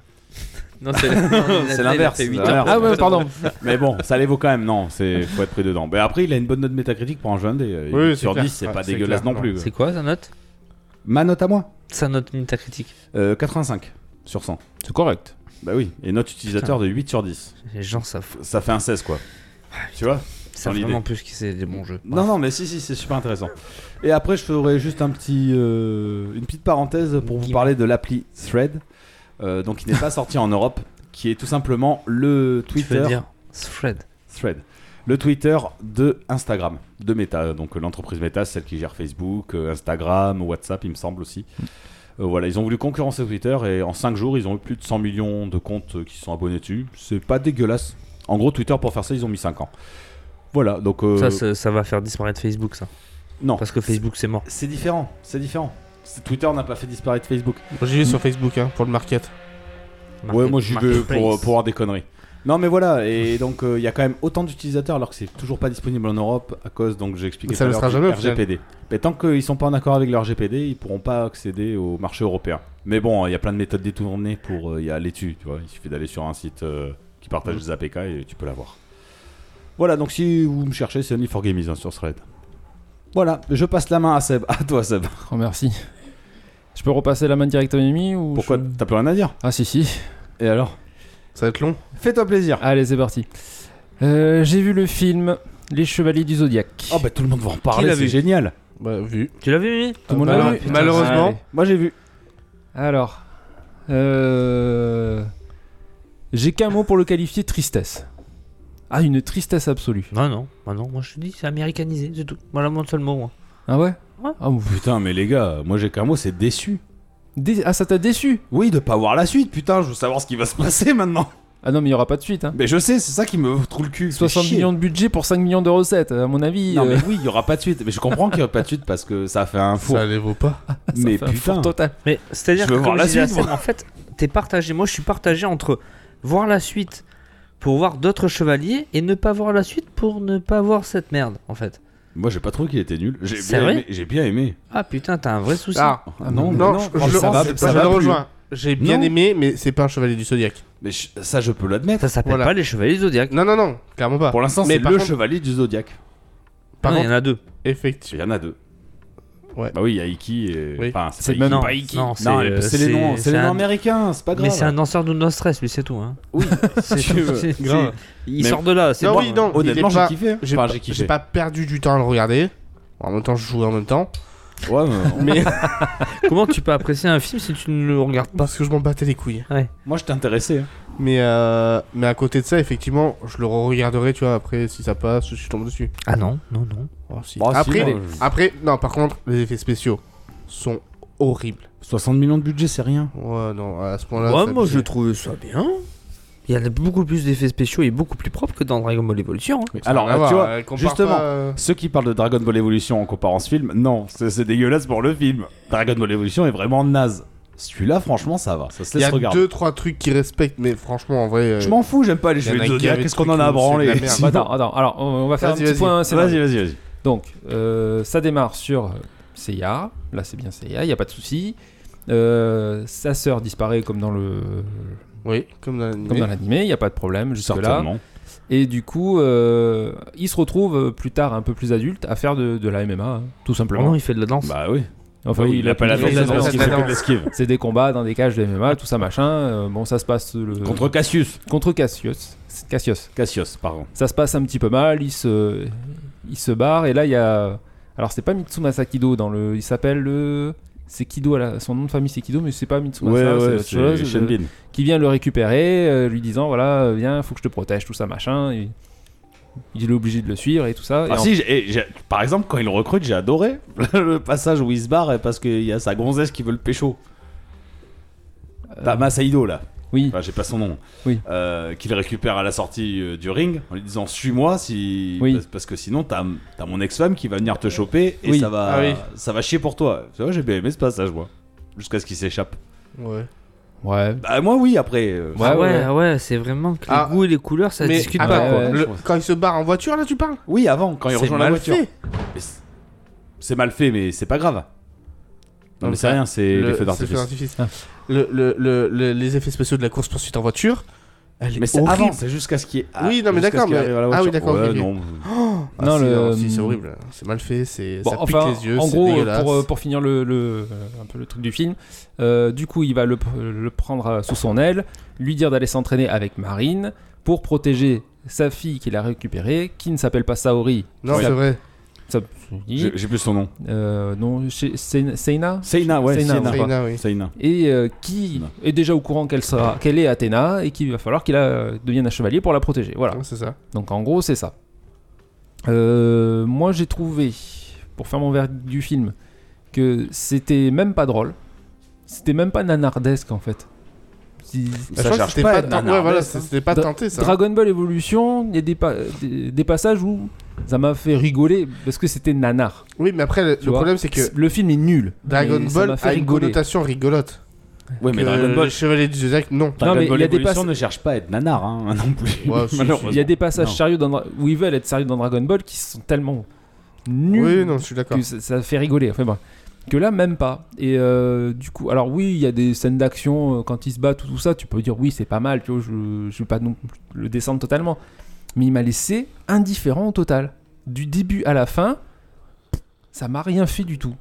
S6: Non,
S3: [LAUGHS]
S6: c'est l'inverse.
S3: C'est l'inverse, c'est l'inverse.
S5: Ah ouais, pardon.
S3: Mais bon, ça les vaut quand même. Non, c'est faut être pris dedans. Mais après, il a une bonne note métacritique pour un jeu indé. Euh,
S4: Oui,
S3: huit
S4: c'est
S3: sur
S4: clair.
S3: 10, c'est
S4: Ouais,
S3: pas
S4: c'est
S3: dégueulasse
S4: clair,
S3: non
S4: non.
S3: plus.
S6: C'est quoi sa note
S3: Ma note à moi
S6: Sa note métacritique.
S3: Euh, 85 sur 100.
S5: C'est correct.
S3: Bah oui, et note utilisateur de 8 sur 10.
S6: Les gens savent,
S3: Ça fait un 16 quoi. Tu vois
S6: savent
S3: l'idée.
S6: vraiment plus que c'est des bons jeux.
S3: Non, non, mais si, si, c'est super intéressant. Et après, je ferai juste un petit, euh, une petite parenthèse pour vous
S6: Dis-moi.
S3: parler de l'appli Thread, euh, donc
S6: [LAUGHS]
S3: qui n'est pas sorti en Europe, qui est tout simplement le
S6: Tu veux
S3: Twitter
S6: dire Fred.
S3: Thread, le Twitter de Instagram, de Meta, donc euh, l'entreprise Meta, celle qui gère Facebook, euh, Instagram, WhatsApp, il me semble aussi.
S6: Mm.
S3: Euh, voilà, ils ont voulu concurrencer Twitter et en 5 jours, ils ont eu plus de 100 millions de comptes euh, qui se sont abonnés dessus. C'est pas dégueulasse. En gros, Twitter, pour faire ça, ils ont mis 5 ans. Voilà, donc. euh,
S6: Ça, ça, ça va faire disparaître Facebook, ça.
S3: non.
S6: Parce que Facebook, c'est mort.
S3: C'est différent, c'est différent. C'est- Twitter n'a pas fait disparaître Facebook.
S4: Moi, J'y vais sur Facebook hein, pour le market.
S3: ouais, moi j'y vais
S6: Marketplace.
S3: pour, pour avoir des conneries. Non mais voilà, et donc euh, il y a quand même autant d'utilisateurs alors que c'est toujours pas disponible en Europe à cause, donc j'ai expliqué
S4: Ça
S3: tout à
S4: le
S3: l'heure,
S4: sera
S3: du
S4: jamais, au final.
S3: RGPD. Mais tant qu'ils sont pas en accord avec le RGPD, ils pourront pas accéder au marché européen. Mais bon, il y a plein de méthodes détournées pour euh, y aller dessus, tu vois. Il suffit d'aller sur un site euh, qui
S4: Mmh.
S3: partage des APK et tu peux l'avoir. Voilà, donc si vous me cherchez, c'est only for gamies hein, sur Thread. Voilà, je passe la main à Seb. [LAUGHS] À toi Seb.
S5: Oh, merci. Je peux repasser la main directe à Mimi ou
S3: Pourquoi
S5: je-
S3: t'as plus rien à dire
S5: Ah si, si.
S3: Et alors
S4: Ça va être long.
S3: Fais-toi plaisir.
S5: Allez, c'est parti. Euh, J'ai vu le film Les Chevaliers du Zodiaque.
S3: Oh bah tout le monde va en
S6: Qui
S3: parler,
S6: l'a
S3: c'est
S6: vu
S3: génial.
S4: Bah, vu.
S6: Tu l'as vu, Mimi
S5: Tout le monde l'a
S4: Malheure-
S5: vu Putain,
S4: Malheureusement.
S5: allez.
S3: Moi j'ai vu.
S5: Alors, euh, j'ai qu'un mot pour le qualifier tristesse. Ah, une tristesse absolue.
S6: Non, non, bah non, moi je te dis, c'est américanisé, c'est tout. Voilà mon seul mot, moi.
S5: Ah ouais,
S6: Ouais.
S5: Ah, ouf.
S3: Putain mais les gars, moi j'ai qu'un mot, c'est déçu.
S5: Dé- ah, ça t'a déçu
S3: Oui, de pas voir la suite, putain, je veux savoir ce qui va se passer maintenant.
S5: Ah non, mais il n'y aura pas de suite. Hein.
S3: Mais je sais, c'est ça qui me trouve le cul.
S5: 60 millions de budget pour 5 millions de recettes, à mon avis.
S3: Non
S5: euh,
S3: mais oui, il y aura pas de suite. Mais je comprends qu'il y aura pas de suite parce que ça a fait un four.
S4: Ça les vaut pas.
S5: ça
S3: mais
S5: fait un four
S3: putain.
S5: [LAUGHS] total.
S6: Mais c'est-à-dire
S3: Je
S6: que
S3: veux
S6: comme
S3: voir la
S6: je disais à
S3: suite, moi.
S6: Sam, en fait, t'es partagé. Moi, je suis partagé entre voir la suite pour voir d'autres chevaliers et ne pas voir la suite pour ne pas voir cette merde, en fait.
S3: Moi, j'ai pas trouvé qu'il était nul. J'ai
S6: C'est
S3: bien
S6: vrai
S3: aimé. J'ai bien aimé.
S6: Ah putain, t'as un vrai souci.
S4: Ah,
S3: Ah non,
S4: non,
S3: non,
S4: je,
S3: oh,
S4: je le,
S3: ça va-
S4: je
S3: ça
S4: le
S3: va plus. hein.
S4: rejoins. J'ai bien
S3: Non.
S4: aimé, mais c'est pas un chevalier du Zodiac.
S3: Mais je- ça, je peux l'admettre.
S6: Ça s'appelle
S4: Voilà.
S6: pas les Chevaliers Zodiac.
S4: Non, non, non, clairement pas.
S3: Pour l'instant,
S4: Mais
S3: c'est le
S4: par contre-
S3: chevalier du zodiaque.
S4: Par
S6: Non, il y
S4: contre,
S6: en a deux.
S3: Il
S4: effectivement.
S3: y en a deux.
S4: Ouais.
S3: Bah oui, il y a Iki et.
S4: Oui.
S3: Enfin,
S5: C'est
S3: c'est
S5: le
S3: pas
S5: même
S3: Iki.
S5: nom.
S6: Non, non,
S3: Non,
S6: euh,
S3: c'est les noms, c'est les
S6: un-
S3: noms américains, c'est pas grave.
S6: Mais c'est un danseur de No Stress, lui, c'est tout. Hein.
S3: Oui.
S6: [LAUGHS] c'est
S3: Tu veux.
S6: c'est-
S3: Grave.
S6: c'est- Il
S3: Mais-
S6: sort de là. c'est
S4: Non,
S6: bon.
S4: oui, non, il est
S3: Honnêtement, j'ai
S4: pas-
S3: kiffé. hein.
S4: J'ai
S3: Enfin,
S4: pas-
S3: j'ai kiffé.
S4: j'ai pas perdu du temps à le regarder. En même temps, je jouais en même temps.
S3: Ouais, mais-
S4: Mais
S6: Comment tu peux apprécier un film si tu ne le regardes pas
S4: parce que je m'en battais les couilles.
S3: [LAUGHS] moi, je t'intéressais. hein.
S4: Mais, euh, mais à côté de ça, effectivement, je le regarderai, tu vois, après, si ça passe, je tombe dessus.
S6: Ah non, non, non.
S4: Oh, si.
S3: Bah, si,
S4: après,
S3: moi,
S4: les-
S3: je-
S4: après, non, par contre, les effets spéciaux sont horribles.
S3: 60 millions de budget, c'est rien.
S4: Ouais, non, à ce point-là.
S6: Ouais,
S4: ça-
S6: moi, je trouvais ça bien. Il y en a beaucoup plus d'effets spéciaux et beaucoup plus propres que dans Dragon Ball Evolution. hein.
S4: ça n'a
S3: Alors,
S4: rien à voir,
S3: tu vois,
S4: elle compare
S3: justement,
S4: pas, euh,
S3: ceux qui parlent de Dragon Ball Evolution en comparant ce film, non, c'est c'est dégueulasse pour le film. Dragon Ball Evolution est vraiment naze. Celui-là, franchement, ça va, ça se
S4: Il y
S3: laisse
S4: a
S3: regarder.
S4: deux, trois trucs qui respectent, mais franchement, en vrai. euh,
S3: Je m'en fous, j'aime pas les
S4: y en
S3: jeux
S4: a
S3: de
S4: qui
S3: Zodiac,
S4: avaient
S3: qu'est-ce
S4: des
S3: qu'on en
S4: trucs
S3: a à
S4: où c'est de la
S3: branler
S4: merde.
S5: Si, attends, attends, alors on on va faire un
S4: Vas-y,
S5: petit
S4: vas-y.
S5: point scénario.
S3: Vas-y, vas-y, vas-y.
S5: Donc, euh, ça démarre sur euh, Seiya. Là, c'est bien Seiya, il n'y a pas de souci. Euh, sa sœur disparaît comme dans le
S4: Oui, comme dans l'animé.
S5: comme dans l'animé, il n'y a pas de problème jusque là.
S3: Certainement.
S5: Et du coup, euh, il se retrouve euh, plus tard, un peu plus adulte, à faire de, de la MMA, hein, tout
S6: Oh non,
S5: simplement.
S6: il fait de la danse.
S3: Bah oui.
S5: Enfin,
S3: Oui,
S5: oui,
S3: il a pas la
S5: il fait
S3: force
S5: de
S4: la danse,
S3: il
S4: la
S3: fait que de
S4: danse.
S3: l'esquive.
S5: C'est des combats dans des cages de MMA, tout ça machin. Euh, bon, ça se passe le...
S3: Contre Cassius.
S5: contre Cassius. Cassius.
S3: Cassius, pardon.
S5: ça se passe un petit peu mal, il se, il se barre, et là il y a... Alors c'est pas Mitsumasa Kido dans le... Il s'appelle le... C'est Kido, à la- son nom de famille c'est Kido, mais c'est pas Mitsumasa, c'est autre chose. euh,
S3: Shenbin.
S5: qui vient le récupérer, euh, lui disant voilà, euh, viens, faut que je te protège, tout ça, machin. Et il est obligé de le suivre et tout ça. et
S3: Ah
S5: en-
S3: si, j'ai- j'ai- par exemple, quand il le recrute, j'ai adoré [LAUGHS] le passage où il se barre parce qu'il y a sa gonzesse qui veut le pécho. T'as Masaido là,
S5: Oui,
S3: enfin, j'ai pas son nom,
S5: Oui.
S3: Euh, qu'il récupère à la sortie euh, du ring en lui disant suis-moi si
S5: Oui.
S3: parce, parce que sinon t'as t'as mon ex-femme qui va venir te choper et
S5: Oui.
S3: ça va
S4: Ah oui.
S3: ça va chier pour toi. Tu vois, j'ai bien aimé ce passage moi, jusqu'à ce qu'il s'échappe.
S4: Ouais.
S5: ouais.
S3: Bah moi oui après. euh,
S5: Ouais,
S6: Ah ouais,
S5: ouais.
S6: ah ouais, c'est vraiment que les
S4: Ah.
S6: goûts et les couleurs, ça
S4: Mais
S6: discute
S4: attends,
S6: pas. quoi.
S5: ouais.
S4: le- quand il se barre en voiture, là, tu parles
S3: Oui avant quand il
S6: C'est
S3: rejoint la
S6: mal
S3: voiture.
S4: fait.
S3: Mais c'est- C'est mal fait mais c'est pas grave. Non
S4: Non,
S3: mais
S4: mais
S3: c'est
S4: ça-
S3: rien, c'est
S4: Le-
S3: les feux
S4: c'est le feu
S3: d'artifice.
S4: d'artifice.
S5: Ah.
S4: Le- le- le- le- les effets spéciaux de la course poursuite en voiture. Elle est
S3: Mais c'est
S4: horrible.
S3: avant, c'est jusqu'à ce qu'il y ait.
S4: Oui, non,
S3: jusqu'à ce
S4: mais d'accord,
S3: qu'il
S4: mais-
S3: arrive à la
S4: ah oui,
S3: voiture.
S4: d'accord,
S3: Ouais,
S4: ok, ok.
S3: non.
S4: Ah,
S5: Non,
S4: si,
S5: le- euh,
S4: si, c'est horrible. C'est mal fait, c'est
S5: Bon,
S4: ça
S5: enfin,
S4: pique les yeux.
S5: en
S4: c'est
S5: gros, euh,
S4: dégueulasse.
S5: pour, euh, pour finir le, le- euh, un peu le truc du film, euh, du coup, il va le, pr- le prendre euh, sous son aile, lui dire d'aller s'entraîner avec Marine pour protéger sa fille qu'il a récupérée, qui ne s'appelle pas Saori.
S4: non,
S5: qui
S4: c'est vrai.
S5: s'appelle-
S3: J'ai j'ai plus son nom.
S5: Euh, non, chez- Sein- Seina
S3: Seina, ouais,
S5: Seina,
S3: Seina.
S5: ouais.
S4: Reina, oui.
S3: Seina.
S5: et euh, qui
S3: Non.
S5: est déjà au courant qu'elle sera, qu'elle est Athéna et qu'il va falloir qu'il euh, devienne un chevalier pour la protéger. Voilà.
S4: Ouais, C'est ça.
S5: Donc en gros, c'est ça. Euh, moi, j'ai trouvé, pour faire mon verdict du film, que c'était même pas drôle. C'était même pas nanardesque en fait. Si-
S4: Je crois que
S3: cherche
S4: c'était
S3: pas à
S4: pas
S3: être
S4: tenté-
S3: nanardesque,
S4: ouais, voilà,
S3: hein.
S4: c'était pas
S5: Dra-
S4: tenté ça.
S5: Dragon Ball Evolution, il y a des, pa- des, des passages où ça m'a fait rigoler parce que c'était nanar.
S4: Oui, mais après, le,
S5: Tu
S4: le
S5: vois.
S4: problème c'est que
S5: Le film est nul.
S4: Dragon
S5: mais ça
S4: Ball
S5: m'a fait
S4: a une
S5: rigoler.
S4: connotation rigolote.
S3: Ouais, mais
S4: Que
S3: Dragon Ball.
S4: Le Chevalier du Zodiac, non.
S5: Non, mais
S3: Dragon Ball
S5: il y a des
S3: Evolution
S5: passes-
S3: ne cherche pas à être nanar, hein, [LAUGHS] non plus.
S4: Ouais, si,
S3: Malheureusement.
S5: Il y a des passages
S3: Non.
S5: sérieux dans Dra- où ils veulent être sérieux dans Dragon Ball qui sont tellement nuls
S4: Oui, non, je suis d'accord.
S5: que ça, ça fait rigoler. Enfin, bref. Que là, même pas. Et euh, du coup, alors oui, il y a des scènes d'action euh, quand ils se battent ou tout ça. Tu peux dire oui, c'est pas mal. Tu vois, je, je vais pas non plus le descendre totalement. Mais il m'a laissé indifférent au total. Du début à la fin, ça m'a rien fait du tout.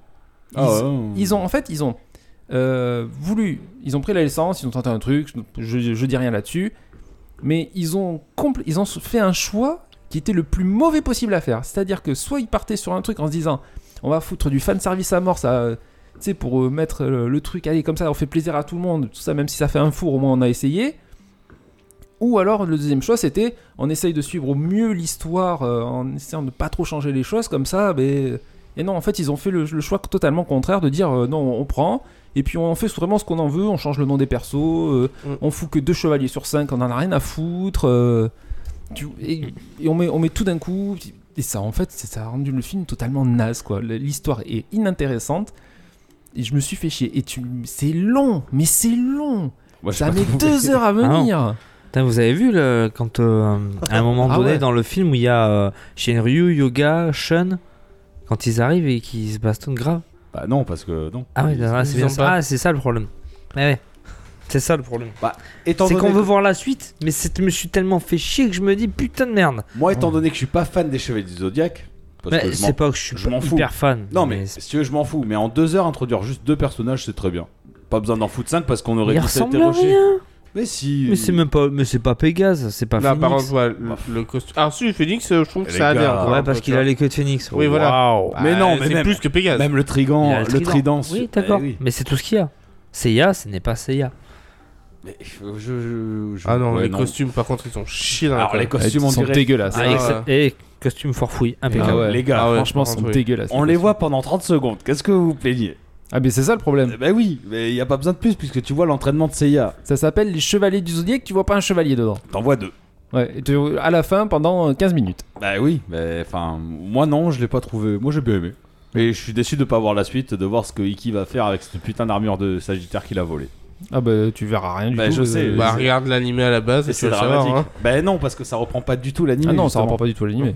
S5: Ils,
S3: Ah, ouais, ouais.
S5: ils ont en fait, ils ont euh, voulu, ils ont pris la licence, ils ont tenté un truc. Je, je dis rien là-dessus, mais ils ont compl- ils ont fait un choix qui était le plus mauvais possible à faire. C'est-à-dire que soit ils partaient sur un truc en se disant, on va foutre du fan service à mort, ça, euh, tu sais, pour euh, mettre euh, le truc, allez comme ça, on fait plaisir à tout le monde, tout ça, même si ça fait un four, au moins on a essayé. Ou alors le deuxième choix, c'était on essaye de suivre au mieux l'histoire euh, en essayant de pas trop changer les choses comme ça, ben, mais et non, en fait, ils ont fait le, le choix totalement contraire de dire euh, non, on prend, et puis on fait vraiment ce qu'on en veut, on change le nom des persos, euh,
S4: Mm.
S5: on fout que deux chevaliers sur cinq, on en a rien à foutre, euh, tu- et, et on, met, on met tout d'un coup. Et ça, en fait, c'est- ça a rendu le film totalement naze, quoi. Le- L'histoire est inintéressante, et je me suis fait chier. Et tu, c'est long, mais c'est long
S3: Moi, j'ai
S5: Ça
S3: pas
S5: met
S3: trouvé.
S5: deux heures à
S6: non.
S5: venir
S6: Putain, vous avez vu le- quand euh, à un moment
S5: Ah
S6: donné
S5: ouais.
S6: dans le film où il y a euh, Shenryu, Yoga, Shun quand ils arrivent et qu'ils se bastonnent grave.
S3: Bah non, parce que non.
S6: Ah ouais, ah, c'est
S4: ils
S6: bien
S4: ont
S6: ça.
S4: pas.
S6: Ah, c'est ça le problème. Ouais, ouais. C'est ça le problème.
S3: Étant
S6: C'est
S3: donné
S6: qu'on veut
S3: que-
S6: voir la suite, mais c'est- je me suis tellement fait chier que je me dis putain de merde.
S3: Moi, étant donné que je suis pas fan des Chevaliers du Zodiac, parce
S6: Mais
S3: que je m'en-
S6: c'est pas que je suis
S3: je
S6: pas
S3: m'en fous.
S6: hyper fan.
S3: Non, mais,
S6: c'est-
S3: si tu veux, je m'en fous. Mais en deux heures, introduire juste deux personnages, c'est très bien. Pas besoin d'en foutre cinq parce qu'on aurait
S6: il
S3: dit ça a été
S6: ressemble à
S3: rushé.
S6: rien.
S3: Mais si.
S6: Mais c'est même pas, mais c'est pas Pégase, c'est pas
S4: Là,
S6: Phoenix.
S4: par contre, ouais, le, le costume. Ah, si, Phoenix, euh, je trouve que
S3: Les
S4: ça
S3: gars,
S4: adhère. quand
S6: Ah, Ouais,
S4: même,
S6: parce
S4: tu
S6: qu'il
S4: vois.
S6: a les queues de Phoenix.
S4: Oui,
S6: Oh,
S4: voilà.
S3: Waouh.
S4: Bah,
S3: mais non, mais
S4: c'est
S3: même,
S4: plus que Pégase.
S3: même le
S6: il
S3: Trigan,
S6: a
S3: le Trident.
S6: Oui,
S3: sur-
S6: d'accord.
S3: Eh oui.
S6: Mais c'est tout ce qu'il y a. Seiya, ce n'est pas Seiya.
S3: Mais je- je- je-
S4: Ah non,
S3: ouais,
S4: les costumes, par contre, ils sont chiés dans la
S3: Alors
S4: gueule.
S3: les costumes, on
S5: Bah, sont
S3: dirait.
S5: dégueulasses.
S4: Ah,
S6: Ah, et,
S4: ouais.
S6: et costume fort fouille, impeccable.
S3: Ah ouais,
S5: ouais.
S3: Les gars,
S4: Ah ouais.
S5: Franchement,
S4: par
S5: sont
S4: contre, oui.
S5: dégueulasses.
S3: on les voit pendant 30 secondes. Qu'est-ce que vous vous plaignez
S5: Ah, mais c'est ça le problème.
S3: Eh Ben oui, mais il n'y a pas besoin de plus puisque tu vois l'entraînement de Seiya.
S5: Ça s'appelle les chevaliers du zodiaque, tu vois pas un chevalier dedans.
S3: T'en vois deux.
S5: Ouais, et tu- à la fin pendant 15 minutes.
S3: Bah oui, mais enfin, moi non, je l'ai pas trouvé. Moi j'ai bien aimé. Et je suis déçu de pas voir la suite, de voir ce que Iki va faire avec cette putain d'armure de Sagittaire qu'il a volée.
S5: Ah bah tu verras rien du
S3: Bah,
S5: tout.
S3: je sais.
S4: Bah, regarde l'animé à la base
S3: Et
S4: et tu
S3: c'est
S4: vas
S3: dramatique.
S4: savoir. hein.
S3: Ben non, parce que ça reprend pas du tout l'anime.
S5: ah non, ça reprend pas du tout à l'animé.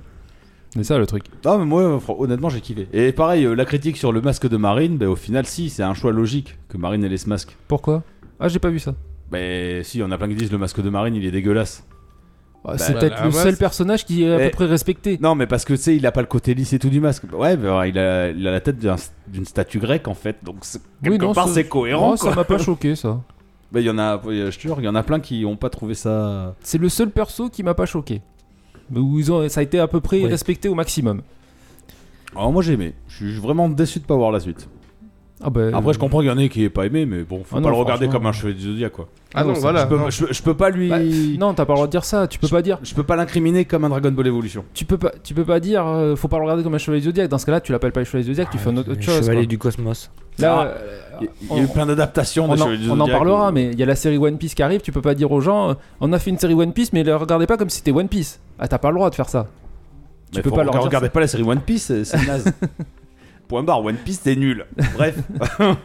S5: C'est ça le truc.
S3: Non, mais moi, fr- honnêtement, j'ai kiffé. Et pareil, euh, la critique sur le masque de Marine, ben au final, si, c'est un choix logique que Marine ait ce masque.
S5: Pourquoi Ah, j'ai pas vu ça.
S3: Ben si, on a plein qui disent le masque de Marine, il est dégueulasse.
S5: Ah, c'est
S4: bah,
S5: peut-être
S4: bah,
S5: le
S4: ouais,
S5: seul
S4: c'est-
S5: personnage qui est à
S3: Mais-
S5: peu près respecté.
S3: Non, mais parce que tu sais, il a pas le côté lisse et tout du masque. Ouais, ben, il, a, il a la tête d'un- d'une statue grecque en fait, donc c'est- quelque
S5: non,
S3: part
S5: ça-
S3: c'est cohérent.
S5: Oh, ça
S3: quoi.
S5: m'a pas choqué ça.
S3: Ben, il y en a, je te jure, il y en a plein qui ont pas trouvé ça.
S5: C'est le seul perso qui m'a pas choqué. Mais Où ils ont, ça a été à peu près
S6: Ouais.
S5: respecté au maximum.
S3: Alors moi j'ai aimé. Je suis vraiment déçu de pas voir la suite.
S5: Ah bah,
S3: Après, je comprends qu'il y en ait qui aient pas aimé, mais bon, faut
S5: Ah
S3: pas
S5: non,
S3: le regarder
S5: franchement.
S3: comme un cheveu du zodiaque quoi.
S4: Ah non,
S5: ça-
S4: voilà.
S3: je, peux,
S4: non.
S3: je, je peux pas lui.
S5: Bah, Non, t'as pas le droit de dire ça. Tu peux pas dire.
S3: Je peux pas l'incriminer comme un Dragon Ball Evolution.
S5: Tu peux pas. Tu peux pas dire. euh, faut pas le regarder comme un chevalier zodiaque. Dans ce cas-là, tu l'appelles pas le chevalier zodiaque. tu fais un autre, autre chose.
S6: Ah, Chevalier
S5: quoi.
S6: du cosmos.
S5: Là,
S3: Ah,
S5: euh,
S3: Il il y,
S5: on-
S3: a eu plein d'adaptations.
S5: on
S3: des
S5: en,
S3: Chevaliers du
S5: on en
S3: Zodiac,
S5: parlera,
S3: ou-
S5: mais il y a la série One Piece qui arrive. Tu peux pas dire aux gens, euh, on a fait une série One Piece, mais le regardez pas comme si c'était One Piece. Ah, t'as pas le droit de faire
S3: [LAUGHS]
S5: ça.
S3: Mais
S5: peux
S3: faut-
S5: pas leur dire
S3: Regardez pas la série One Piece, c'est- c'est naze. [LAUGHS] Point barre, One Piece c'est nul. [LAUGHS] Bref,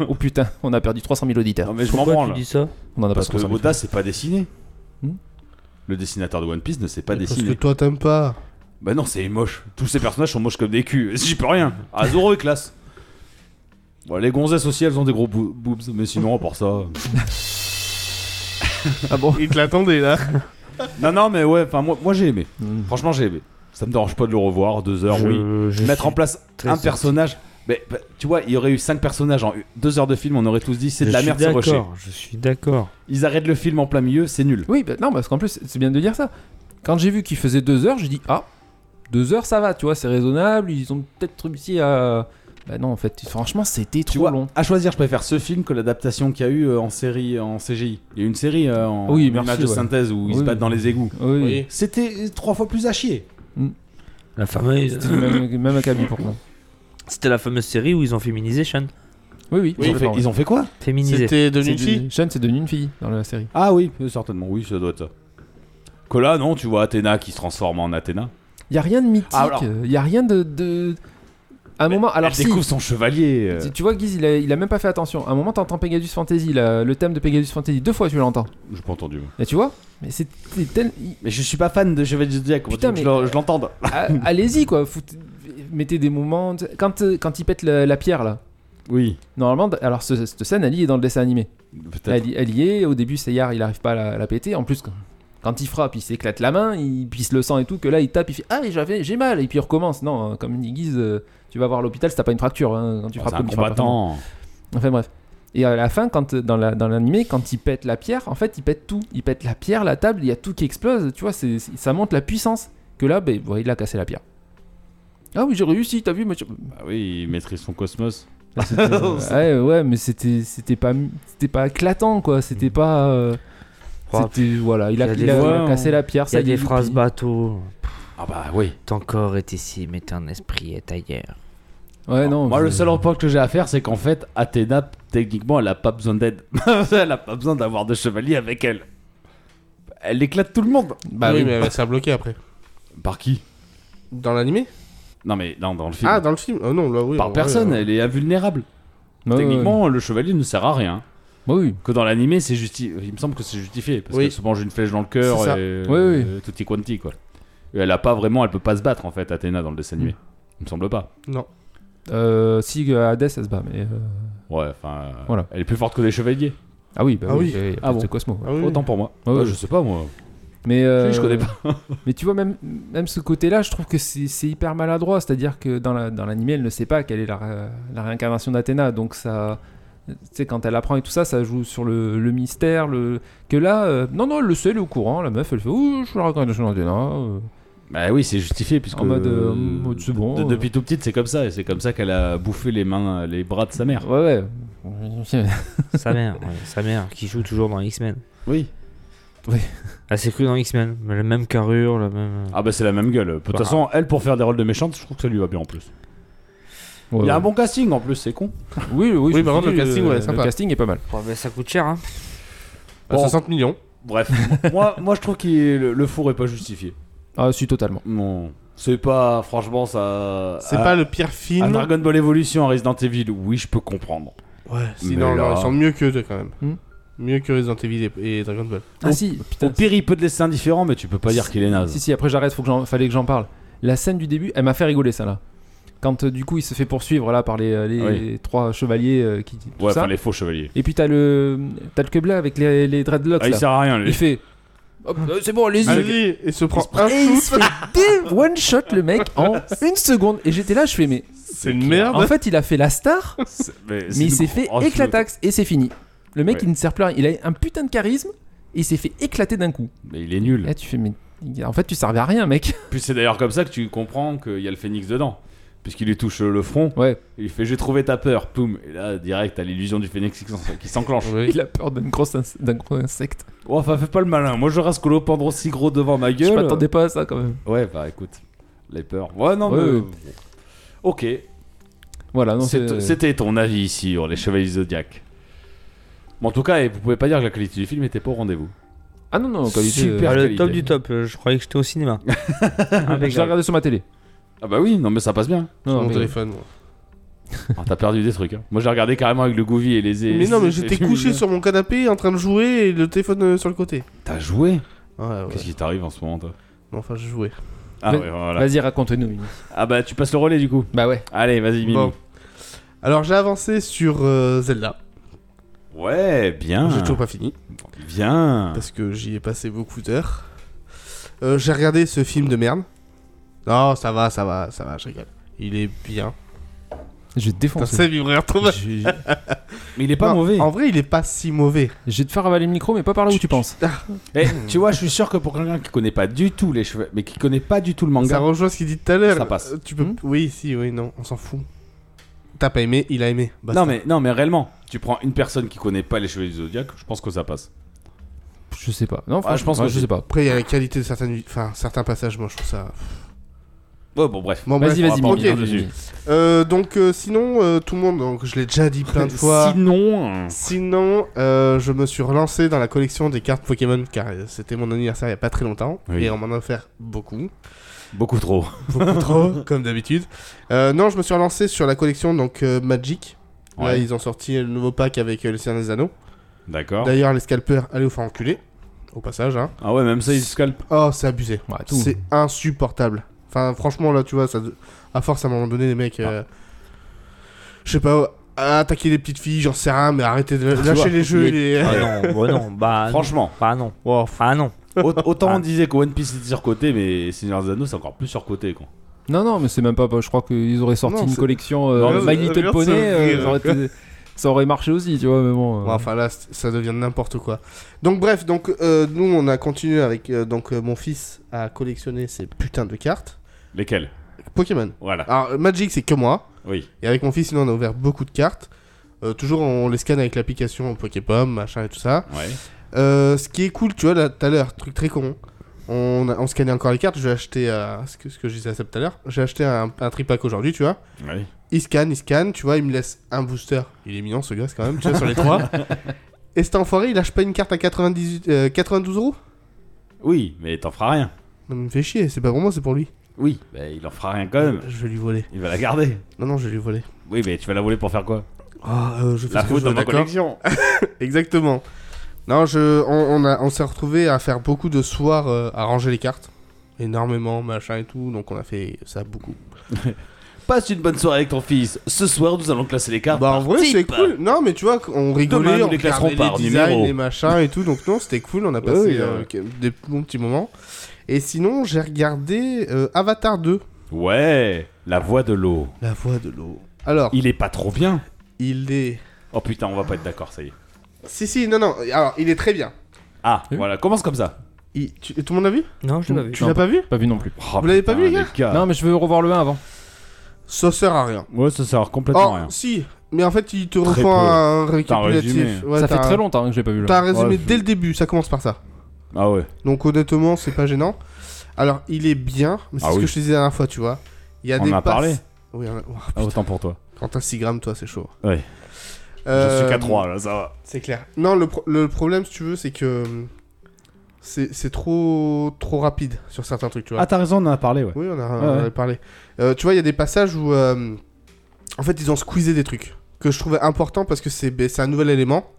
S5: oh putain, on a perdu 300 000 auditeurs.
S3: non mais je m'en
S6: Pourquoi
S3: branle.
S6: tu dis ça
S5: On en a
S3: Parce
S5: pas
S3: que
S5: 300 000.
S3: Oda c'est pas dessiné.
S5: Hmm
S3: Le dessinateur de One Piece ne sait pas
S4: Parce que
S3: dessiner.
S4: toi, t'aimes pas.
S3: Bah non, c'est moche. Tous ces personnages sont moches comme des culs. J'y peux rien. Ah, Zoro est classe. Bon, les gonzesses aussi, elles ont des gros boo- boobs, mais sinon, à part ça.
S5: Ah bon
S4: Ils Oh. te l'attendaient là.
S3: Non, non, mais ouais, enfin, moi, moi j'ai aimé.
S5: Hmm.
S3: Franchement, j'ai aimé. Ça me dérange pas de le revoir, deux heures, oui. Mettre en place
S6: très
S3: un
S6: sorti.
S3: personnage. Mais bah, tu vois, il y aurait eu cinq personnages en deux heures de film, on aurait tous dit c'est de la merde, c'est rocher.
S6: D'accord, je suis d'accord.
S3: Ils arrêtent le film en plein milieu, c'est nul.
S5: Oui, bah, non, parce qu'en plus, c'est bien de dire ça. Quand j'ai vu qu'il faisait deux heures, j'ai dit ah, deux heures, ça va, tu vois, c'est raisonnable. Ils ont peut-être réussi à. Bah non, en fait, franchement, c'était
S3: Tu
S5: trop
S3: vois,
S5: long.
S3: à choisir, je préfère ce film que l'adaptation qu'il y a eu euh, en série, en CGI. Il y a eu une série euh, en
S5: Oui,
S3: en
S5: merci,
S3: image de
S5: ouais.
S3: synthèse où ils se
S5: Oui.
S3: battent dans les égouts.
S5: Oui,
S4: Oui.
S3: C'était trois fois plus à chier.
S6: La fameuse.
S5: c'était le même, même acabit pour moi.
S6: euh, C'était la fameuse série où ils ont féminisé Sean.
S5: Oui, oui,
S3: Ils, ont fait,
S5: complètement,
S3: ils ont fait quoi
S6: Féminisé.
S4: C'était de
S5: C'est
S4: Nunchi.
S5: devenu- Sean, c'est devenu une fille dans la série.
S3: Ah oui, euh, certainement, oui, ça doit être ça. Que là, non, tu vois Athéna qui se transforme en Athéna.
S5: Il y a rien de mythique,
S3: Ah, alors-
S5: il y a rien de, de- À un moment, alors
S3: Elle
S5: si,
S3: découvre son chevalier. euh,
S5: tu, tu vois Guise, il a, il a même pas fait attention. À un moment, t'entends Pegasus Fantasy, là, le thème de Pegasus Fantasy, deux fois tu l'entends.
S3: J'ai pas entendu. moi.
S5: Et tu vois Mais c'est c'est tel... il-
S3: Mais je suis pas fan de Chevalier du Zodiac, comment tu
S5: Putain,
S3: veux que
S5: mais-
S3: je l'en- je l'entende.
S5: a- Allez-y quoi, foutez- mettez des moments... de- Quand, euh, quand il pète la, la pierre là,
S3: Oui,
S5: normalement, d- alors ce- cette scène, elle y est dans le dessin animé.
S3: peut-être.
S5: Elle, y- elle y est, au début Seyar, il arrive pas à la, la péter, en plus... quand- Quand il frappe, il s'éclate la main, il pisse le sang et tout, que là il tape, il fait Ah, j'avais- j'ai mal, et puis il recommence. Non, comme dit Guise, euh, tu vas voir l'hôpital, si t'as pas une fracture hein, quand tu
S3: Oh,
S5: frappes
S3: c'est un
S5: comme tu frappes.
S3: combattant.
S5: Enfin bref. Et à la fin, quand, euh, dans l'animé, la, dans l'animé, quand il pète la pierre, en fait, il pète tout. Il pète la pierre, la table, il y a tout qui explose. Tu vois, c'est, c'est- ça montre la puissance. Que là, ben, ouais, il a cassé la pierre. Ah oui, j'ai réussi, t'as vu, monsieur.
S3: Bah oui, il maîtrise son cosmos.
S5: [LAUGHS] C'était, euh, ouais, ouais, mais c'était, c'était, pas, c'était pas éclatant, quoi. C'était pas. euh,
S6: Oh,
S5: c'était, voilà, il
S6: y
S5: a,
S6: a des
S5: il a- il a
S3: fois,
S5: cassé la pierre.
S6: Il y
S5: ça
S6: a des
S5: est,
S6: phrases
S5: youpi.
S6: bateau.
S3: Ah bah oui.
S6: Ton corps est ici, mais ton esprit est [LAUGHS] ailleurs.
S5: Ouais, non.
S3: Moi,
S5: vous-
S3: le seul reproche que j'ai à faire, c'est qu'en fait, Athéna, techniquement, elle a pas besoin d'aide. [LAUGHS] elle a pas besoin d'avoir de chevalier avec elle. Elle éclate tout le monde.
S5: Bah oui,
S4: oui, mais euh, ça a bloqué après.
S3: Par qui
S4: Dans l'animé
S3: Non, mais non, dans le film.
S4: Ah, dans le film Oh non, là oui. en
S3: Par
S4: vrai,
S3: personne,
S4: euh,
S3: elle est invulnérable.
S5: Ouais, ouais,
S3: Techniquement, le chevalier ne sert à rien.
S5: ouais. Ouais, bah oui.
S3: Que dans l'animé, c'est justifié. Il me semble que c'est justifié parce
S4: Oui.
S3: qu'elle se mange une flèche dans le cœur
S4: C'est
S3: et
S4: ça.
S5: Oui,
S3: euh, tout est quanti quoi. Et elle a pas vraiment, elle peut pas se battre en fait, Athéna dans le dessin animé. Il me semble pas.
S4: Non.
S5: Euh, si euh, Hades, elle se bat, mais. euh,
S3: Ouais, enfin. euh,
S5: Voilà.
S3: Elle est plus forte que les chevaliers.
S5: Ah oui, bah
S4: Ah
S5: oui,
S4: oui.
S5: il y a
S3: Ah
S5: plus
S3: bon.
S5: de Cosmo. ouais.
S4: Ah oui.
S3: Autant pour moi.
S5: Ah ouais.
S3: Euh, je sais pas moi.
S5: Mais
S3: Je- je
S5: euh,
S3: connais pas.
S5: [LAUGHS] Mais tu vois, même, même ce côté-là, je trouve que c'est c'est hyper maladroit. C'est-à-dire que dans l'anime, la, dans l'animé, elle ne sait pas quelle est la, ré- la réincarnation d'Athéna. Donc, ça. Tu sais, quand elle apprend et tout ça, ça joue sur le, le mystère. Le... Que là, euh, non, non, elle le sait, elle est au courant. La meuf, elle fait Ouh, je suis la réincarnation d'Athéna. euh.
S3: Bah oui, c'est justifié puisque.
S5: En mode, euh,
S3: euh,
S5: mode, c'est bon,
S3: de-
S5: euh.
S3: Depuis tout petite, c'est comme ça. Et c'est comme ça qu'elle a bouffé les mains, les bras de sa mère.
S5: Ouais, [LAUGHS] ouais.
S6: sa mère, ouais, sa mère, qui joue toujours dans X-Men.
S3: Oui.
S6: Elle s'est crue dans X-Men, mais la même carrure, la même. euh.
S3: Ah bah c'est la même gueule. De toute
S6: Bah.
S3: façon, elle pour faire des rôles de méchante, je trouve que ça lui va bien en plus.
S5: Ouais,
S3: Il y a un
S5: ouais.
S3: bon casting en plus, c'est con.
S5: Oui, oui, je me
S4: par
S5: suis
S4: contre, le
S5: dit,
S4: casting, ouais,
S5: le
S4: sympa.
S5: casting est pas mal.
S6: Ouais, bah, ça coûte cher, hein.
S4: À
S3: Bon.
S4: 60 Bah, millions.
S5: [LAUGHS]
S3: Bref, moi, moi je trouve que le, le four est pas justifié.
S5: Ah, si, totalement.
S3: Non, c'est pas franchement ça.
S4: C'est
S3: Ah,
S4: pas le pire
S3: un
S4: film.
S3: Dragon Ball Evolution à Resident Evil, oui, je peux comprendre.
S4: Ouais,
S3: mais
S4: sinon,
S3: là-
S4: ils sont mieux que eux quand même.
S5: Hmm.
S4: Mieux que Resident Evil et, et Dragon Ball.
S5: Ah, si,
S3: Au
S5: putain.
S3: pire, il peut te laisser indifférent, mais tu peux pas dire qu'il est naze.
S5: Si, si, après j'arrête, faut que j'en- fallait que j'en parle. La scène du début, elle m'a fait rigoler, ça là. Quand euh, du coup il se fait poursuivre là par les, euh, les
S3: Oui.
S5: trois chevaliers euh, qui tout
S3: ouais,
S5: ça.
S3: enfin les faux chevaliers.
S5: Et puis t'as le t'as le quebla avec les, les dreadlocks
S3: Ah, il
S5: là.
S3: sert à rien. lui.
S5: Il fait Hop, euh, c'est bon, allez-y.
S4: Allez, et se prend un
S5: Et il
S4: shoot.
S5: se fait
S3: [LAUGHS]
S5: des one shot le mec en une seconde. Et j'étais là, je fais mais
S4: C'est une merde.
S5: en fait il a fait la star,
S3: C'est- Ah, bah. c'est
S5: mais il
S3: une
S5: s'est fait
S3: grosse-
S5: éclataxe et c'est fini. Le mec
S3: Ouais.
S5: il ne sert plus à rien. Il a un putain de charisme et il s'est fait éclater d'un coup.
S3: Mais il est nul.
S5: Là tu fais mais en fait tu servais à rien mec. [LAUGHS]
S3: Puis c'est d'ailleurs comme ça que tu comprends qu'il y a le phénix dedans. Puisqu'il lui touche le front,
S5: Ouais,
S3: il fait J'ai trouvé ta peur, poum. Et là, direct, t'as l'illusion du phénix qui s'en- qui s'enclenche.
S5: [LAUGHS] il a peur d'une grosse ins- d'un gros insecte.
S3: Oh, enfin, fais pas le malin. Moi, je reste colopendre aussi gros devant ma gueule.
S5: Je m'attendais pas à ça quand même.
S3: Ouais, bah écoute, les peurs. Ouais, non,
S5: Ouais,
S3: mais.
S5: ouais.
S3: bon. Ok,
S5: Voilà, non,
S3: c'est-
S5: c'est- euh,
S3: c'était ton avis ici sur les Chevaliers Zodiac. Mais en tout cas, eh, vous pouvez pas dire que la qualité du film était pas au rendez-vous.
S5: Ah non, non, qualité,
S3: Super.
S5: euh,
S6: Ah, le
S3: qualité.
S6: top du top, euh, je croyais que j'étais au cinéma.
S5: Je l'ai
S6: Impeccable.
S5: regardé sur ma télé.
S3: Ah bah oui, non, mais ça passe bien.
S5: Non, non,
S4: Mon
S5: mais-
S4: téléphone. moi.
S3: Ah, T'as perdu des trucs. hein. Moi, j'ai regardé carrément avec le Gouvy et les.
S4: Mais non, mais j'étais couché sur mon canapé en train de jouer et le téléphone euh, sur le côté.
S3: T'as joué
S4: Ouais, ouais.
S3: Qu'est-ce qui t'arrive en ce moment, toi
S4: Non, enfin, je jouais.
S3: Ah
S5: Mais-
S3: ouais, voilà.
S5: Vas-y, raconte-nous. Mimi.
S3: Ah bah, tu passes le relais du coup.
S5: Bah ouais.
S3: Allez, vas-y, Mimi.
S4: Bon. Alors, j'ai avancé sur euh, Zelda.
S3: Ouais, bien.
S4: J'ai toujours pas fini
S3: Bien.
S4: parce que j'y ai passé beaucoup d'heures. Euh, j'ai regardé ce film de merde. Non, ça va, ça va, ça va, je rigole. Il est bien.
S5: Je vais te
S4: Putain,
S5: défoncer.
S4: ça vibreur trop mal.
S5: Je
S3: Mais il est pas
S4: Non,
S3: mauvais.
S4: En vrai, il est pas si mauvais. Ah,
S5: je vais te faire avaler le micro, mais pas par là Ah, où tu penses.
S3: Eh, tu vois, je suis sûr que pour quelqu'un qui connaît pas du tout les cheveux, mais qui connaît pas du tout le
S4: Ça
S3: manga,
S4: rejoint ce qu'il dit tout à l'heure.
S3: Ça passe.
S4: Euh, Tu peux.
S5: Hmm
S4: oui, si, oui, non, on s'en fout. T'as pas aimé, il a aimé. Bah, Basta.
S3: non mais non mais réellement, tu prends une personne qui connaît pas les cheveux du zodiaque, je pense que ça passe.
S5: Je sais pas. Non,
S3: Ah, je pense
S5: ouais,
S3: que
S5: je
S3: c'est-
S5: sais pas.
S4: Après, il y a la qualité de certaines, enfin, certains passages. Moi, je trouve ça.
S3: Ouais, bon bref.
S4: Bon,
S5: Vas-y,
S4: bref.
S5: vas-y,
S3: on va
S5: Mimi,
S3: partir
S5: vas-y,
S3: dessus.
S5: Mimi.
S4: Euh, donc, euh, sinon, euh, tout le monde. Donc, je l'ai déjà dit plein
S5: [LAUGHS]
S4: de fois.
S3: Sinon, hein.
S4: Sinon, euh, je me suis relancé dans la collection des cartes Pokémon car euh, c'était mon anniversaire il y a pas très longtemps
S3: Oui.
S4: et on m'en a offert beaucoup,
S5: [LAUGHS]
S3: beaucoup trop.
S4: beaucoup trop comme d'habitude. Euh, non, je me suis relancé sur la collection donc euh, Magic. Là,
S3: Ouais.
S4: ils ont sorti le nouveau pack avec euh, le Seigneur des Anneaux.
S5: Oh.
S3: D'accord.
S4: D'ailleurs, les scalpers, allez vous faire enculer. Au passage, hein.
S3: Ah ouais, même ça il se scalpe.
S4: Oh, c'est abusé.
S5: Ouais, tout.
S4: C'est insupportable. Enfin, franchement, là, tu vois, ça... à force, à un moment donné, les mecs. euh, Je sais pas, à attaquer les petites filles, j'en sais rien, mais arrêtez de lâcher
S3: vois,
S4: les jeux.
S6: mais-
S4: les-
S6: [LAUGHS] Ah non, bah non, bah
S4: Ah
S6: non.
S3: Franchement,
S6: Bah non.
S4: Wow.
S6: Ah non.
S3: [LAUGHS] au- autant
S6: Ah.
S3: on disait que One Piece était surcoté, mais Seigneur des Anneaux c'est encore plus surcoté quoi.
S5: Non, non, mais c'est même pas. Je crois qu'ils auraient sorti
S4: Non,
S5: une
S4: c'est-
S5: collection euh,
S4: Non, mais-
S5: My Little
S4: regarde,
S5: Pony.
S4: ça
S5: euh,
S4: rire.
S5: ça, aurait été- ça aurait marché aussi, tu vois. Mais bon. euh,
S4: Bon, enfin, là, c'est- ça devient n'importe quoi. Donc, bref, donc, euh, nous, on a continué avec euh, donc, euh, mon fils à collectionner ces putains de cartes
S3: Lesquels
S4: Pokémon.
S3: Voilà.
S4: Alors, Magic, c'est que moi.
S3: Oui.
S4: Et avec mon fils, nous, on a ouvert beaucoup de cartes. Euh, toujours, on les scanne avec l'application Poképom, machin et tout ça.
S3: Ouais.
S4: Euh, ce qui est cool, tu vois, là, tout à l'heure, truc très con. On, a- on scannait encore les cartes. Je vais acheter, euh, ce, que, ce que je disais à Seb tout à l'heure, j'ai acheté un, un tripack aujourd'hui, tu vois.
S3: Ouais.
S4: Il scanne, il scanne, tu vois, il me laisse un booster. Il est mignon ce gosse quand même, tu vois, [LAUGHS] sur les trois. Et cet enfoiré, il lâche pas une carte à 98, euh, 92 euros
S3: [LAUGHS] Oui, mais t'en feras rien.
S4: Non, mais il me fait chier, c'est pas pour moi, c'est pour lui.
S3: Oui. Bah, il en fera rien quand même.
S4: Je vais lui voler.
S3: Il va la garder.
S4: Non, non, je vais lui voler.
S3: Oui, mais tu vas la voler pour faire quoi
S4: Ah, euh, je fais
S3: La
S4: ce que
S3: faute
S4: je
S3: dans
S4: veux,
S3: ma
S4: d'accord
S3: collection.
S4: Exactement. Non, je, on, on a- on s'est retrouvé à faire beaucoup de soirs euh, à ranger les cartes. Énormément, machin et tout. Donc on a fait ça beaucoup.
S3: Passe une bonne soirée avec ton fils. Ce soir, nous allons classer les cartes.
S4: Bah en
S3: par
S4: vrai
S3: type.
S4: c'est cool. Non mais tu vois on
S3: Demain,
S4: rigolait,
S3: nous
S4: on
S3: les classerons
S4: regardait
S3: par
S4: les designs,
S3: numéro.
S4: les machins et tout. Donc non c'était cool, on a passé
S3: oui,
S4: euh, des bons petits moments. Et sinon j'ai regardé euh, Avatar 2.
S3: Ouais, la voix de l'eau.
S4: La voix de l'eau. Alors
S3: Il est pas trop bien.
S4: il est...
S3: Oh putain, on va pas être d'accord, ça y est.
S4: Si si non non, alors il est très bien.
S3: Ah,
S5: Oui.
S3: voilà, commence comme ça.
S4: Il- tu- Tout le monde l'a vu
S6: Non, je l'ai pas vu.
S4: Tu l'as pas vu
S5: Pas vu non plus.
S3: Oh,
S4: Vous l'avez pas
S3: putain,
S4: vu, les gars
S5: Non, mais je veux revoir le 1 avant.
S4: Ça sert à rien.
S3: Ouais, ça sert complètement
S4: Oh,
S3: à rien.
S4: si, mais en fait, il te
S3: Très
S4: refont
S3: peu.
S4: un
S3: T'as un
S4: récapitulatif.
S3: résumé.
S4: Ouais,
S5: ça fait
S4: t'as-
S5: très longtemps que je l'ai pas vu le 1.
S4: T'as un résumé
S3: Ouais,
S4: dès le début, ça commence par ça.
S3: Ah ouais.
S4: Donc honnêtement, c'est pas gênant. Alors, il est bien, mais c'est
S3: Ah
S4: ce
S3: oui.
S4: que je te disais la dernière fois, tu vois. Il y a
S3: On
S4: des
S3: en a
S4: passes-
S3: parlé.
S4: Oui, on a- Ouah,
S3: Ah, autant pour toi.
S4: Quand t'as 6 grammes, toi, c'est chaud.
S3: Ouais.
S4: Euh,
S3: Je suis qu'à 3, là, ça va.
S4: C'est clair. Non, le, pro- le problème, si tu veux, c'est que hum, c'est c'est trop trop rapide sur certains trucs, tu vois.
S3: Ah, t'as raison, on en a parlé, ouais.
S4: Oui, on a,
S3: Ouais,
S4: on en a
S3: ouais.
S4: parlé. Euh, tu vois, il y a des passages où, euh, en fait, ils ont squeezé des trucs que je trouvais important parce que c'est ben, c'est un nouvel élément.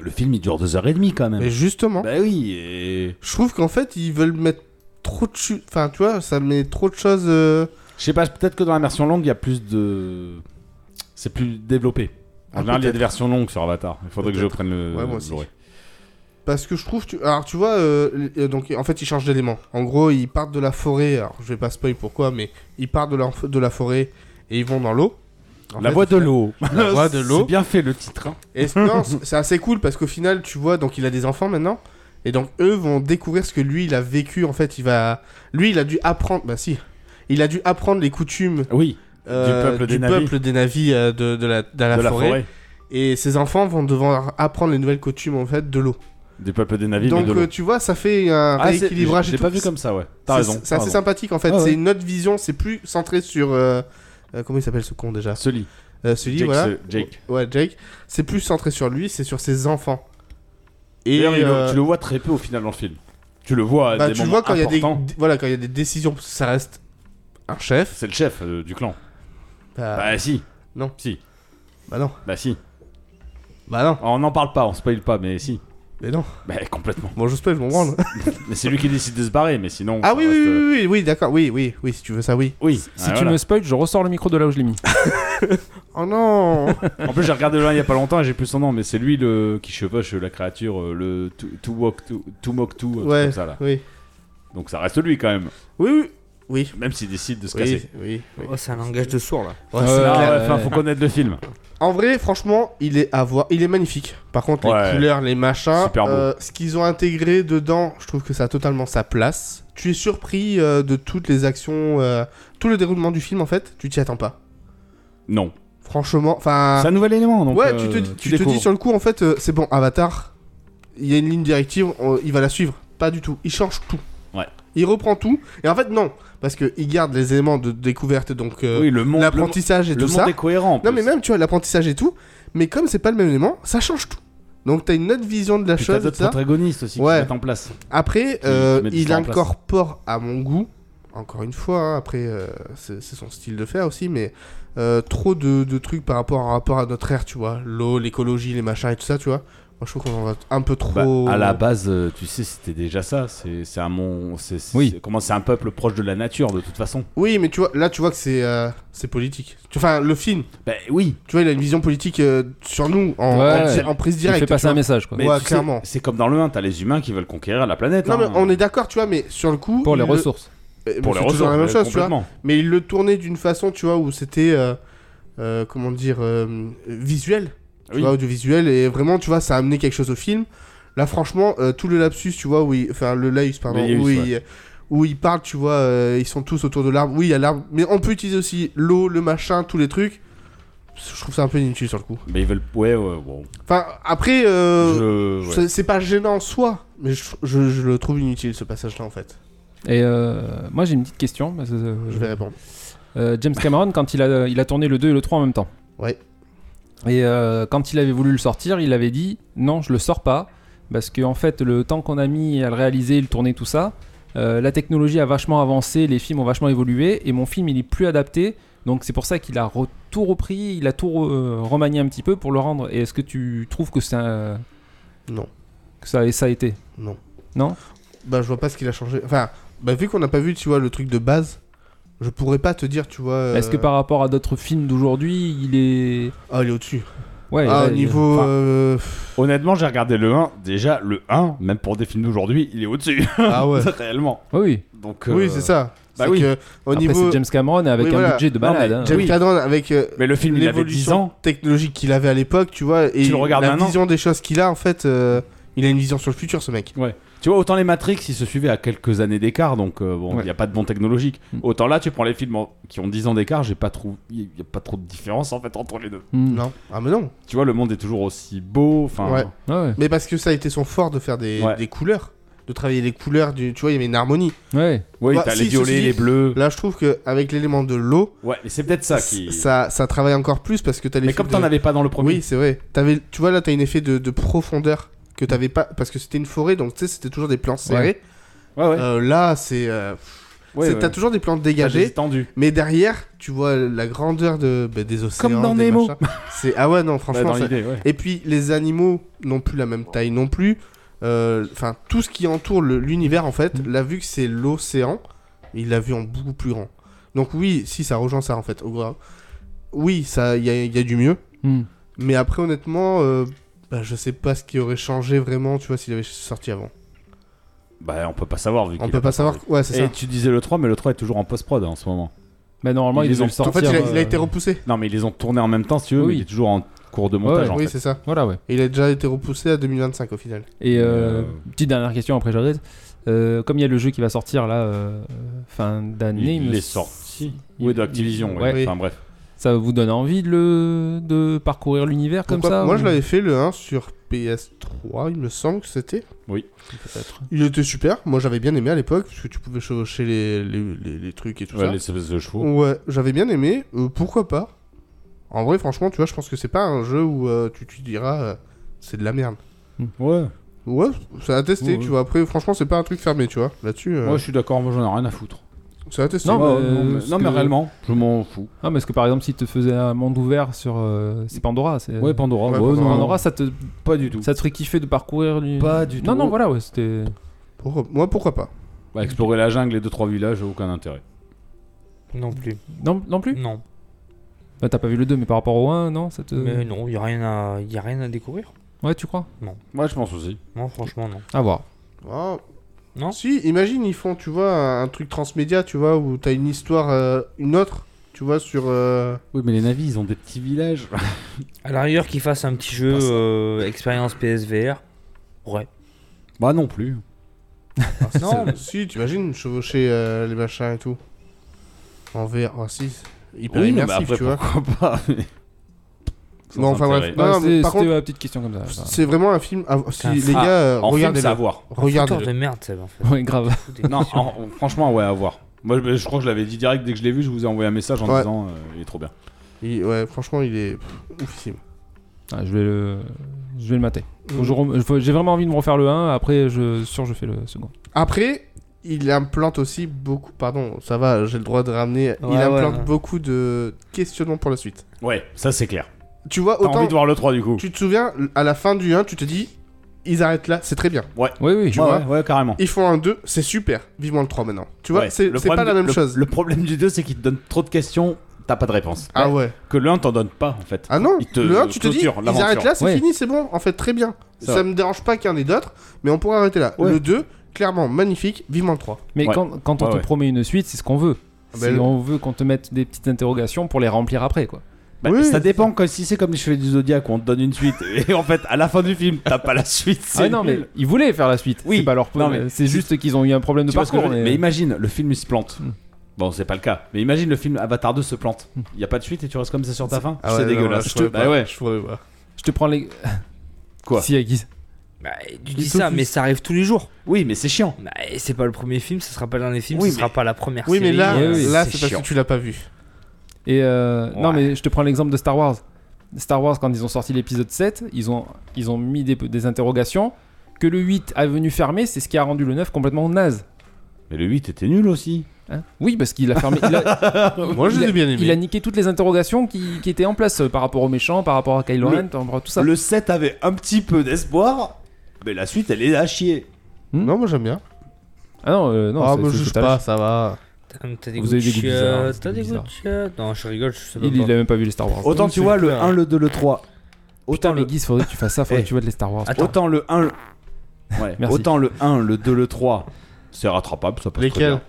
S3: Le film, il dure 2h30 quand même.
S4: Mais justement,
S3: Bah oui, et...
S4: je trouve qu'en fait, ils veulent mettre trop de chu- Enfin, tu vois, ça met trop de choses. euh,
S3: Je sais pas, peut-être que dans la version longue, il y a plus de... C'est plus développé. En
S4: Ah,
S3: général, il y a
S4: peut-être.
S3: des versions longues sur Avatar. Il faudrait que je
S4: Peut-être.
S3: prenne le...
S4: Ouais, moi aussi.
S3: Blu-ray.
S4: Parce que je trouve, tu... alors tu vois, euh, euh, donc en fait ils changent d'élément. En gros, ils partent de la forêt. Alors je vais pas spoil pourquoi, mais ils partent de la, de la forêt et ils vont dans l'eau. En
S3: La
S4: fait,
S3: voix
S4: au
S3: de
S4: final-
S3: l'eau.
S4: [LAUGHS] La voix de l'eau.
S3: C'est bien fait, le titre. hein.
S4: Et
S3: [LAUGHS]
S4: c- non, c- c'est assez cool parce qu'au final, tu vois, donc il a des enfants maintenant. Et donc eux vont découvrir ce que lui il a vécu. En fait, il va. Lui, il a dû apprendre. Bah si. Il a dû apprendre les coutumes
S3: Oui,
S4: euh,
S3: peuple des Navis.
S4: peuple des navis euh, de, de la, de la
S3: de la
S4: forêt.
S3: forêt.
S4: Et ses enfants vont devoir apprendre les nouvelles coutumes en fait de l'eau.
S3: Du peuple des navires, mais
S4: Donc
S3: de l'eau.
S4: euh, tu vois, ça fait un
S3: Ah, c'est-
S4: rééquilibrage.
S3: j'ai-
S4: et
S3: J'ai
S4: tout.
S3: pas vu comme ça, ouais. T'as
S4: C'est-
S3: raison.
S4: C'est assez
S3: t'as raison.
S4: sympathique en fait.
S3: Ah ouais.
S4: C'est une autre vision. C'est plus centré sur. euh, euh, comment il s'appelle ce con déjà
S3: Ce lit.
S4: Euh, Sully,
S3: Ah, Jake,
S4: voilà.
S3: ce- Jake.
S4: Ouais, Jake. C'est plus centré sur lui, c'est sur ses enfants. Et
S3: D'ailleurs, il le-
S4: euh,
S3: tu le vois très peu au final dans le film. Tu le vois à
S4: bah,
S3: des
S4: tu
S3: moments
S4: vois quand il y a des
S3: importants.
S4: d- voilà quand il y a des décisions, parce que ça reste un chef.
S3: C'est le chef euh, du clan.
S4: Bah,
S3: Bah si.
S4: Non.
S3: Si.
S4: bah non,
S3: Bah si.
S4: bah non,
S3: On n'en parle pas, on spoil pas, mais si.
S4: mais non.
S3: Bah complètement.
S4: Bon, je spoil, je
S3: [LAUGHS]
S4: m'en branle.
S3: mais c'est lui qui décide de se barrer, mais sinon.
S4: ah
S3: ça
S4: oui, oui,
S3: reste,
S4: oui,
S3: euh,
S4: oui, oui, oui, d'accord, oui, oui, oui, si tu veux ça, oui.
S3: oui.
S5: Si
S3: Ah,
S5: tu
S3: voilà.
S5: me spoil, je ressors le micro de là où je l'ai mis.
S4: Oh non
S3: En plus, j'ai regardé le 1 il y a pas longtemps et j'ai plus son nom, mais c'est lui le qui chevauche la créature, euh, le To to Walk To, to Mock To, un truc
S4: Ouais.
S3: comme ça là.
S4: [LAUGHS] Oui,
S3: Donc ça reste lui quand même,
S4: oui, oui, oui,
S3: même s'il décide de se
S4: oui,
S3: casser.
S4: oui. oui.
S6: Oh, c'est un langage de sourd là.
S4: Ouais,
S5: Ouais,
S4: c'est
S5: ouais,
S3: Ah,
S4: clair.
S3: ouais, enfin,
S5: ouais.
S3: faut connaître le film.
S4: En vrai, franchement, il est à voir. Il est magnifique. Par contre,
S3: Ouais.
S4: les couleurs, les machins,
S3: Super beau.
S4: euh, ce qu'ils ont intégré dedans, je trouve que ça a totalement sa place. Tu es surpris euh, de toutes les actions, euh, tout le déroulement du film en fait. Tu t'y attends pas.
S3: Non.
S4: Franchement, enfin.
S3: C'est un nouvel élément, donc.
S4: Ah. ouais,
S3: euh,
S4: tu te, dis- tu te
S3: découvres.
S4: dis sur le coup en fait, euh, c'est bon, Avatar. Il y a une ligne directive, on- il va la suivre. Pas du tout. Il change tout.
S3: Ouais.
S4: Il reprend tout. Et en fait, non, parce que il garde les éléments de découverte, donc euh,
S3: Oui, le monde. le monde-
S4: l'apprentissage et
S3: Le
S4: tout
S3: monde
S4: ça.
S3: est cohérent. en
S4: Non,
S3: plus.
S4: mais même, tu vois, l'apprentissage et tout, mais comme c'est pas le même élément, ça change tout. Donc, t'as une autre vision de la
S3: Puis t'as
S4: chose, et tout
S3: d'autres
S4: ça.
S3: protagonistes aussi qui
S4: Ouais.
S3: se mettent en place.
S4: Après,
S3: qui
S4: euh,
S3: mettent
S4: il
S3: ça en place.
S4: incorpore à mon goût, encore une fois, hein, après, euh, c'est c'est son style de faire aussi, mais euh, trop de, de trucs par rapport, en rapport à notre ère, tu vois. L'eau, l'écologie, les machins et tout ça, tu vois. Moi, je trouve qu'on en va un peu
S3: Bah,
S4: trop.
S3: à la base, euh, tu sais, c'était déjà ça. C'est c'est un mon, c'est c'est-
S5: Oui.
S3: c'est- comment c'est un peuple proche de la nature de toute façon.
S4: Oui, mais tu vois, là, tu vois que c'est euh, c'est politique. Tu- Enfin, le film,
S3: Bah oui,
S4: tu vois, il a une vision politique euh, sur nous, en,
S5: Ouais.
S4: en- en prise
S5: Il
S4: directe.
S5: fait
S4: tu
S5: passer
S4: vois.
S5: un message quoi.
S3: mais
S4: Ouais,
S3: tu sais,
S4: clairement.
S3: c'est comme dans le 1, t'as les humains qui veulent conquérir la planète.
S4: Non, mais
S3: hein.
S4: on est d'accord, tu vois, mais sur le coup.
S5: Pour les
S4: il le-
S5: ressources.
S4: Euh,
S3: pour
S4: c'est
S3: les
S4: toujours
S3: ressources,
S4: la même
S3: euh,
S4: chose, tu vois.
S3: complètement.
S4: Mais il le tournait d'une façon, tu vois, où c'était, euh, euh, comment dire, euh, visuel, tu
S3: Oui.
S4: vois, audiovisuel, et vraiment, tu vois, ça a amené quelque chose au film. Là, franchement, euh, tout le lapsus, tu vois, où il- enfin, le laïus, pardon,
S3: Le laïus,
S4: où, il, où il parle, tu vois, euh, ils sont tous autour de l'arbre. Oui, il y a l'arbre, mais on peut utiliser aussi l'eau, le machin, tous les trucs. Je trouve ça un peu inutile sur le coup.
S3: Mais ils veulent. Ouais, ouais, bon.
S4: Enfin, après, euh,
S3: Je- ouais.
S4: c'est- c'est pas gênant en soi, mais je, je- je le trouve inutile ce passage-là en fait.
S5: Et euh, moi j'ai une petite question. parce que, euh,
S4: Je vais répondre.
S5: euh, James Cameron, quand il a, il a tourné le 2 et le 3 en même temps.
S4: Ouais.
S5: Et euh, quand il avait voulu le sortir, il avait dit non, je le sors pas. Parce que, en fait, le temps qu'on a mis à le réaliser, le tourner, tout ça, euh, la technologie a vachement avancé, les films ont vachement évolué, et mon film, il est plus adapté. Donc, c'est pour ça qu'il a re- tout repris, il a tout re- euh, remanié un petit peu pour le rendre. Et est-ce que tu trouves que, c'est un-
S4: Non,
S5: que ça, ça a été
S4: non.
S5: Non
S4: Bah, je vois pas ce qu'il a changé. Enfin, bah, vu qu'on n'a pas vu, tu vois, le truc de base, Je pourrais pas te dire, tu vois.
S3: Bah,
S4: euh,
S5: Est-ce que par rapport à d'autres films d'aujourd'hui, il est.
S4: Ah, il est au-dessus.
S5: Ouais,
S4: ah,
S5: là,
S4: au
S5: il-
S4: niveau.
S3: enfin-
S4: euh,
S3: Honnêtement, j'ai regardé le 1. Déjà, le 1, même pour des films d'aujourd'hui, il est au-dessus. [LAUGHS]
S4: Ah ouais.
S3: Réellement.
S5: Ouais, oui.
S3: Donc,
S4: Oui,
S3: euh,
S4: c'est ça.
S3: bah
S4: C'est
S3: oui.
S4: que, au
S5: Après,
S4: niveau.
S5: c'est James Cameron avec
S4: Oui,
S5: un
S4: voilà.
S5: budget de
S3: Non, mais
S5: balade. hein.
S3: James-
S4: James
S3: oui.
S4: Cameron, avec euh,
S3: Mais le film, il avait 10
S4: l'évolution
S3: ans.
S4: technologique qu'il avait à l'époque, tu vois, et
S3: Tu le regardes
S4: la
S3: maintenant
S4: vision des choses qu'il a, en fait, euh, il a une vision sur le futur, ce mec.
S3: Tu vois, autant les Matrix, ils se suivaient à quelques années d'écart, donc euh, bon, il
S5: Ouais.
S3: n'y a pas de bon technologique.
S5: Mm.
S3: Autant là, tu prends les films en- qui ont 10 ans d'écart, j'ai pas trop, il n'y a pas trop de différence en fait entre les deux.
S5: Hmm.
S4: Non. Ah, mais non.
S3: Tu vois, le monde est toujours aussi beau. Enfin,
S4: Ouais.
S5: Ah ouais.
S4: Mais parce que ça a été son fort de faire des,
S3: Ouais.
S4: des couleurs. De travailler les couleurs, du, tu vois, il y avait une harmonie.
S5: Ouais.
S3: oui,
S4: Bah,
S3: t'as
S4: si,
S3: les violets,
S4: ceci
S3: les
S4: dit-
S3: bleus.
S4: Là, je trouve qu'avec l'élément de l'eau,
S3: Ouais, mais c'est peut-être ça qui.
S4: ça, ça travaille encore plus parce que t'as les
S3: mais comme
S4: films
S3: t'en
S4: de-
S3: avais pas dans le premier.
S4: Oui, c'est vrai. T'avais- tu vois, là, t'as une effet de, de profondeur que t'avais pas. Parce que c'était une forêt, donc tu sais, c'était toujours des plans serrés.
S3: Ouais, ouais.
S4: Euh, là, c'est. euh,
S3: ouais,
S4: c'est-
S3: ouais.
S4: T'as toujours des plans
S3: T'as des
S4: dégagés,
S3: étendues.
S4: mais derrière, tu vois la grandeur de, bah, des océans.
S3: Comme dans
S4: des
S3: Nemo.
S4: machins. C'est Ah ouais, non,
S3: Ouais,
S4: franchement.
S3: dans
S4: ça-
S3: l'idée, ouais.
S4: Et puis, les animaux n'ont plus la même taille non plus. Euh, Enfin, tout ce qui entoure le- l'univers, en fait,
S3: Mm.
S4: l'a vu que c'est l'océan, il l'a vu en beaucoup plus grand. Donc, oui, si, ça rejoint ça, en fait. au grave. Oui, ça, il y a- il y a du mieux.
S5: Hmm.
S4: Mais après, honnêtement, euh, bah, je sais pas ce qui aurait changé vraiment, tu vois, s'il avait sorti avant.
S3: Bah, on peut pas savoir vu
S4: On
S3: qu'il
S4: peut
S3: a
S4: pas savoir.
S3: parlé.
S4: Ouais, c'est
S3: Et
S4: ça.
S3: tu disais le 3, mais le 3 est toujours en post-prod hein, en ce moment.
S5: Bah, normalement,
S3: Ils
S5: il
S3: les
S5: devait
S3: ont-
S5: le
S4: En fait,
S5: sortir.
S4: il a, il a
S5: euh,
S4: été repoussé.
S3: Non, mais ils les ont tournés en même temps, si tu veux, mais
S5: Oui.
S3: il est toujours en cours de montage
S5: Ouais,
S3: en
S4: oui,
S3: fait.
S4: c'est ça.
S5: Voilà, ouais.
S4: Et il a déjà été repoussé à 2025 au final.
S5: Et euh,
S3: Euh,
S5: petite dernière question après j'arrête. Euh, comme il y a le jeu qui va sortir là euh, fin d'année,
S3: Il
S5: me-
S3: les sorti. Oui, de Activision, ouais.
S4: Ouais.
S3: Enfin, bref.
S5: ça vous donne envie de, le... de parcourir l'univers comme
S4: Pourquoi-
S5: ça
S4: Moi,
S5: ou-
S4: je l'avais fait le 1 sur PS3, il me semble que c'était.
S5: Peut-être.
S4: Il était super. Moi, j'avais bien aimé à l'époque, parce que tu pouvais chevaucher les, les, les- les trucs et tout
S3: Ouais,
S4: ça.
S3: les espèces de chevaux.
S4: Ouais, j'avais bien aimé. euh, pourquoi pas En vrai, franchement, tu vois, je pense que c'est pas un jeu où euh, tu tu te diras euh, c'est de la merde.
S5: Hmm.
S3: Ouais.
S4: Ouais, ça a testé,
S5: Ouais, ouais.
S4: tu vois. Après, franchement, c'est pas un truc fermé, tu vois. Là-dessus, euh,
S3: Moi, je suis d'accord, moi, j'en ai rien à foutre.
S4: ça a testé.
S5: Non,
S3: Ouais,
S5: mais,
S3: non, mais,
S5: parce
S3: non, mais
S5: que-
S3: réellement, je m'en fous.
S5: Ah, mais est-ce que par exemple, si te faisais un monde ouvert sur. euh, C'est Pandora. c'est-
S3: Ouais, Pandora,
S4: Ouais,
S3: ouais,
S4: Pandora.
S3: non,
S5: Pandora, ça te,
S3: pas du tout.
S5: ça te ferait kiffer de parcourir l'univers
S3: Pas du
S5: Non,
S3: tout.
S5: non, voilà, ouais, c'était.
S4: Pourquoi- Moi, pourquoi pas
S3: Ouais, explorer la jungle et deux trois villages, aucun intérêt.
S6: Non plus.
S5: Non, non
S3: Mm.
S5: plus
S6: Non.
S5: Bah, T'as pas vu le 2, mais par rapport au 1, non ça te...
S6: Mais non, il n'y a, rien à- y a rien à découvrir.
S5: Ouais, tu crois
S3: Moi, je pense aussi.
S6: Non, franchement, non.
S5: À voir.
S4: Oh.
S6: Non
S4: Si, imagine, ils font, tu vois, un un truc transmédia, tu vois, où t'as une histoire, euh, une autre, tu vois, sur. euh,
S3: Oui, mais les navis, ils ont des petits villages.
S6: À la rigueur, qu'ils fassent un petit jeu euh, expérience PSVR. Ouais.
S3: [LAUGHS] bah non plus.
S5: Ah,
S4: [LAUGHS] non, mais si, t'imagines, chevaucher euh, les machins et tout. En VR, oh, si. Hyper
S3: Oui, non, mais
S4: immersif,
S3: après,
S4: tu vois.
S3: pourquoi pas mais- Sans
S4: Bon, enfin, bref.
S3: intérêt.
S4: Non,
S5: Ouais,
S4: non, mais
S5: c'est-
S4: par
S5: Bah, C'était
S4: contre-
S5: ma petite question comme ça.
S4: C'est vraiment un film. à- Si,
S6: Putain,
S4: les
S3: ah,
S4: gars, euh,
S3: En film, c'est à
S4: regardez-le.
S3: voir.
S6: Fouteur
S4: Regardez-le.
S6: de merde, ça, en fait.
S5: Ouais, grave.
S6: Tout est-
S3: [LAUGHS] Non, en- franchement, ouais, à voir. Moi, je, je crois que je l'avais dit direct dès que je l'ai vu, je vous ai envoyé un message en
S4: Ouais.
S3: disant euh, il est trop bien.
S4: Il- Ouais, franchement, il est pff, oufissime.
S5: Ah, je vais le. Je vais le mater. Faut
S4: Mm.
S5: que je rem- faut- J'ai vraiment envie de me refaire le 1, après, je sûr, je fais le second.
S4: Après, il implante aussi beaucoup. Pardon, ça va, j'ai le droit de ramener. il
S6: ouais,
S4: implante
S6: ouais.
S4: beaucoup de questionnements pour la suite.
S3: Ouais, ça c'est clair.
S4: Tu vois,
S3: T'as
S4: autant.
S3: envie de voir le 3 du coup
S4: Tu te souviens, à la fin du 1, tu te dis, ils arrêtent là, c'est très bien.
S5: Oui, oui.
S4: Tu
S3: ouais,
S4: vois
S3: ouais, ouais, carrément.
S4: Ils font un 2, c'est super. Vivement le 3 maintenant. Tu vois,
S3: Ouais,
S4: c'est
S3: le
S4: c'est pas
S3: problème
S4: la
S3: de-
S4: même
S3: le-
S4: chose.
S3: Le problème du 2, c'est qu'il te donne trop de questions, t'as pas de réponse.
S4: Ah ouais.
S3: Que le 1 t'en donne pas en fait.
S4: Ah non,
S3: il te
S4: le 1, tu te dis,
S3: clôture
S4: ils
S3: l'aventure.
S4: arrêtent là, c'est
S5: Ouais.
S4: fini, c'est bon. En fait, très bien.
S3: Ça
S4: Ça,
S3: va.
S4: me dérange pas qu'il y en ait d'autres, mais on pourrait arrêter là.
S3: Ouais.
S4: Le 2, clairement, magnifique. Vivement le 3.
S5: Mais
S3: Ouais.
S5: quand, quand on
S3: Ouais,
S5: te
S3: ouais.
S5: promet une suite, c'est ce qu'on veut.
S4: Ah
S5: C'est-
S4: ben,
S5: On veut qu'on te mette des petites interrogations pour les remplir après, quoi.
S3: Bah,
S4: Oui,
S3: ça
S4: c'est
S3: dépend que si c'est comme les cheveux du zodiaque où on te donne une suite [LAUGHS] et en fait à la fin du film t'as pas la suite.
S5: Ah
S3: c'est
S5: ouais, non,
S3: nul.
S5: mais ils voulaient faire la suite.
S3: Oui.
S5: C'est pas leur
S3: Non, mais-
S5: problème. C'est juste qu'ils ont eu un problème de
S3: Tu vois ce que je
S5: parcours.
S3: veux dire mais...
S5: mais-
S3: imagine le film il se plante.
S5: Hmm.
S3: Bon c'est pas le cas. Mais imagine le film Avatar 2 se plante.
S5: Hmm.
S3: Y a pas de suite et tu restes comme ça sur ta fin.
S4: Ah
S3: c'est
S4: ouais, non,
S3: dégueulasse.
S4: là, je pourrais
S3: Bah
S4: pas.
S3: ouais.
S4: Je pourrais voir.
S5: Je te prends les. [LAUGHS]
S3: Quoi
S5: Si, à Guise.
S6: Bah, tu dis
S4: tout
S6: ça,
S4: juste.
S6: mais ça arrive tous les jours.
S3: Oui mais c'est chiant.
S6: Bah, c'est pas le premier film, ce sera pas l'un des films,
S3: Oui,
S6: ce sera pas la première
S4: Oui, mais
S6: série,
S4: là,
S5: oui,
S6: euh,
S5: oui,
S4: là c'est parce
S3: chiant.
S4: que tu l'as pas vu.
S5: Et euh,
S6: Ouais.
S5: non, mais je te prends l'exemple de Star Wars. Star Wars, quand ils ont sorti l'épisode 7, ils ont, ils ont mis des, des interrogations que le 8 a venu fermer, c'est ce qui a rendu le 9 complètement naze.
S3: Mais le 8 était nul aussi.
S5: Hein oui, parce qu'il a fermé. il a-
S4: Moi, je
S5: il a-
S4: l'ai bien aimé.
S5: Il a niqué toutes les interrogations qui, qui étaient en place euh, par rapport aux méchants, par rapport à Kylo
S3: Le-
S5: Ren, par rapport à tout ça.
S3: Le 7 avait un petit peu d'espoir. Mais la suite elle est à chier.
S4: Non, moi j'aime bien.
S5: Ah non, euh, non,
S4: ah,
S5: c'est-
S4: me
S5: c'est
S4: juge
S5: total.
S4: pas, ça va.
S6: T'as des
S5: Vous avez
S6: goûts
S5: des
S6: de
S5: goûts bizarres,
S6: chiottes,
S5: des
S6: T'as
S5: goûts
S6: des goûts de
S5: bizarres.
S6: chiottes. Non, je rigole, je sais pas.
S5: Il, il a même pas vu les Star Wars.
S3: Autant tu vois le 1, le 2, le 3.
S5: Putain,
S3: Autant
S5: mais
S3: le,
S5: Guise, faudrait que tu fasses ça, faudrait
S3: Eh.
S5: que tu vois les Star Wars.
S6: Attends.
S3: autant le 1. le- Ouais,
S5: Merci.
S3: autant le 1, le 2, le 3. C'est rattrapable, ça passe très
S4: Lesquels
S3: bien.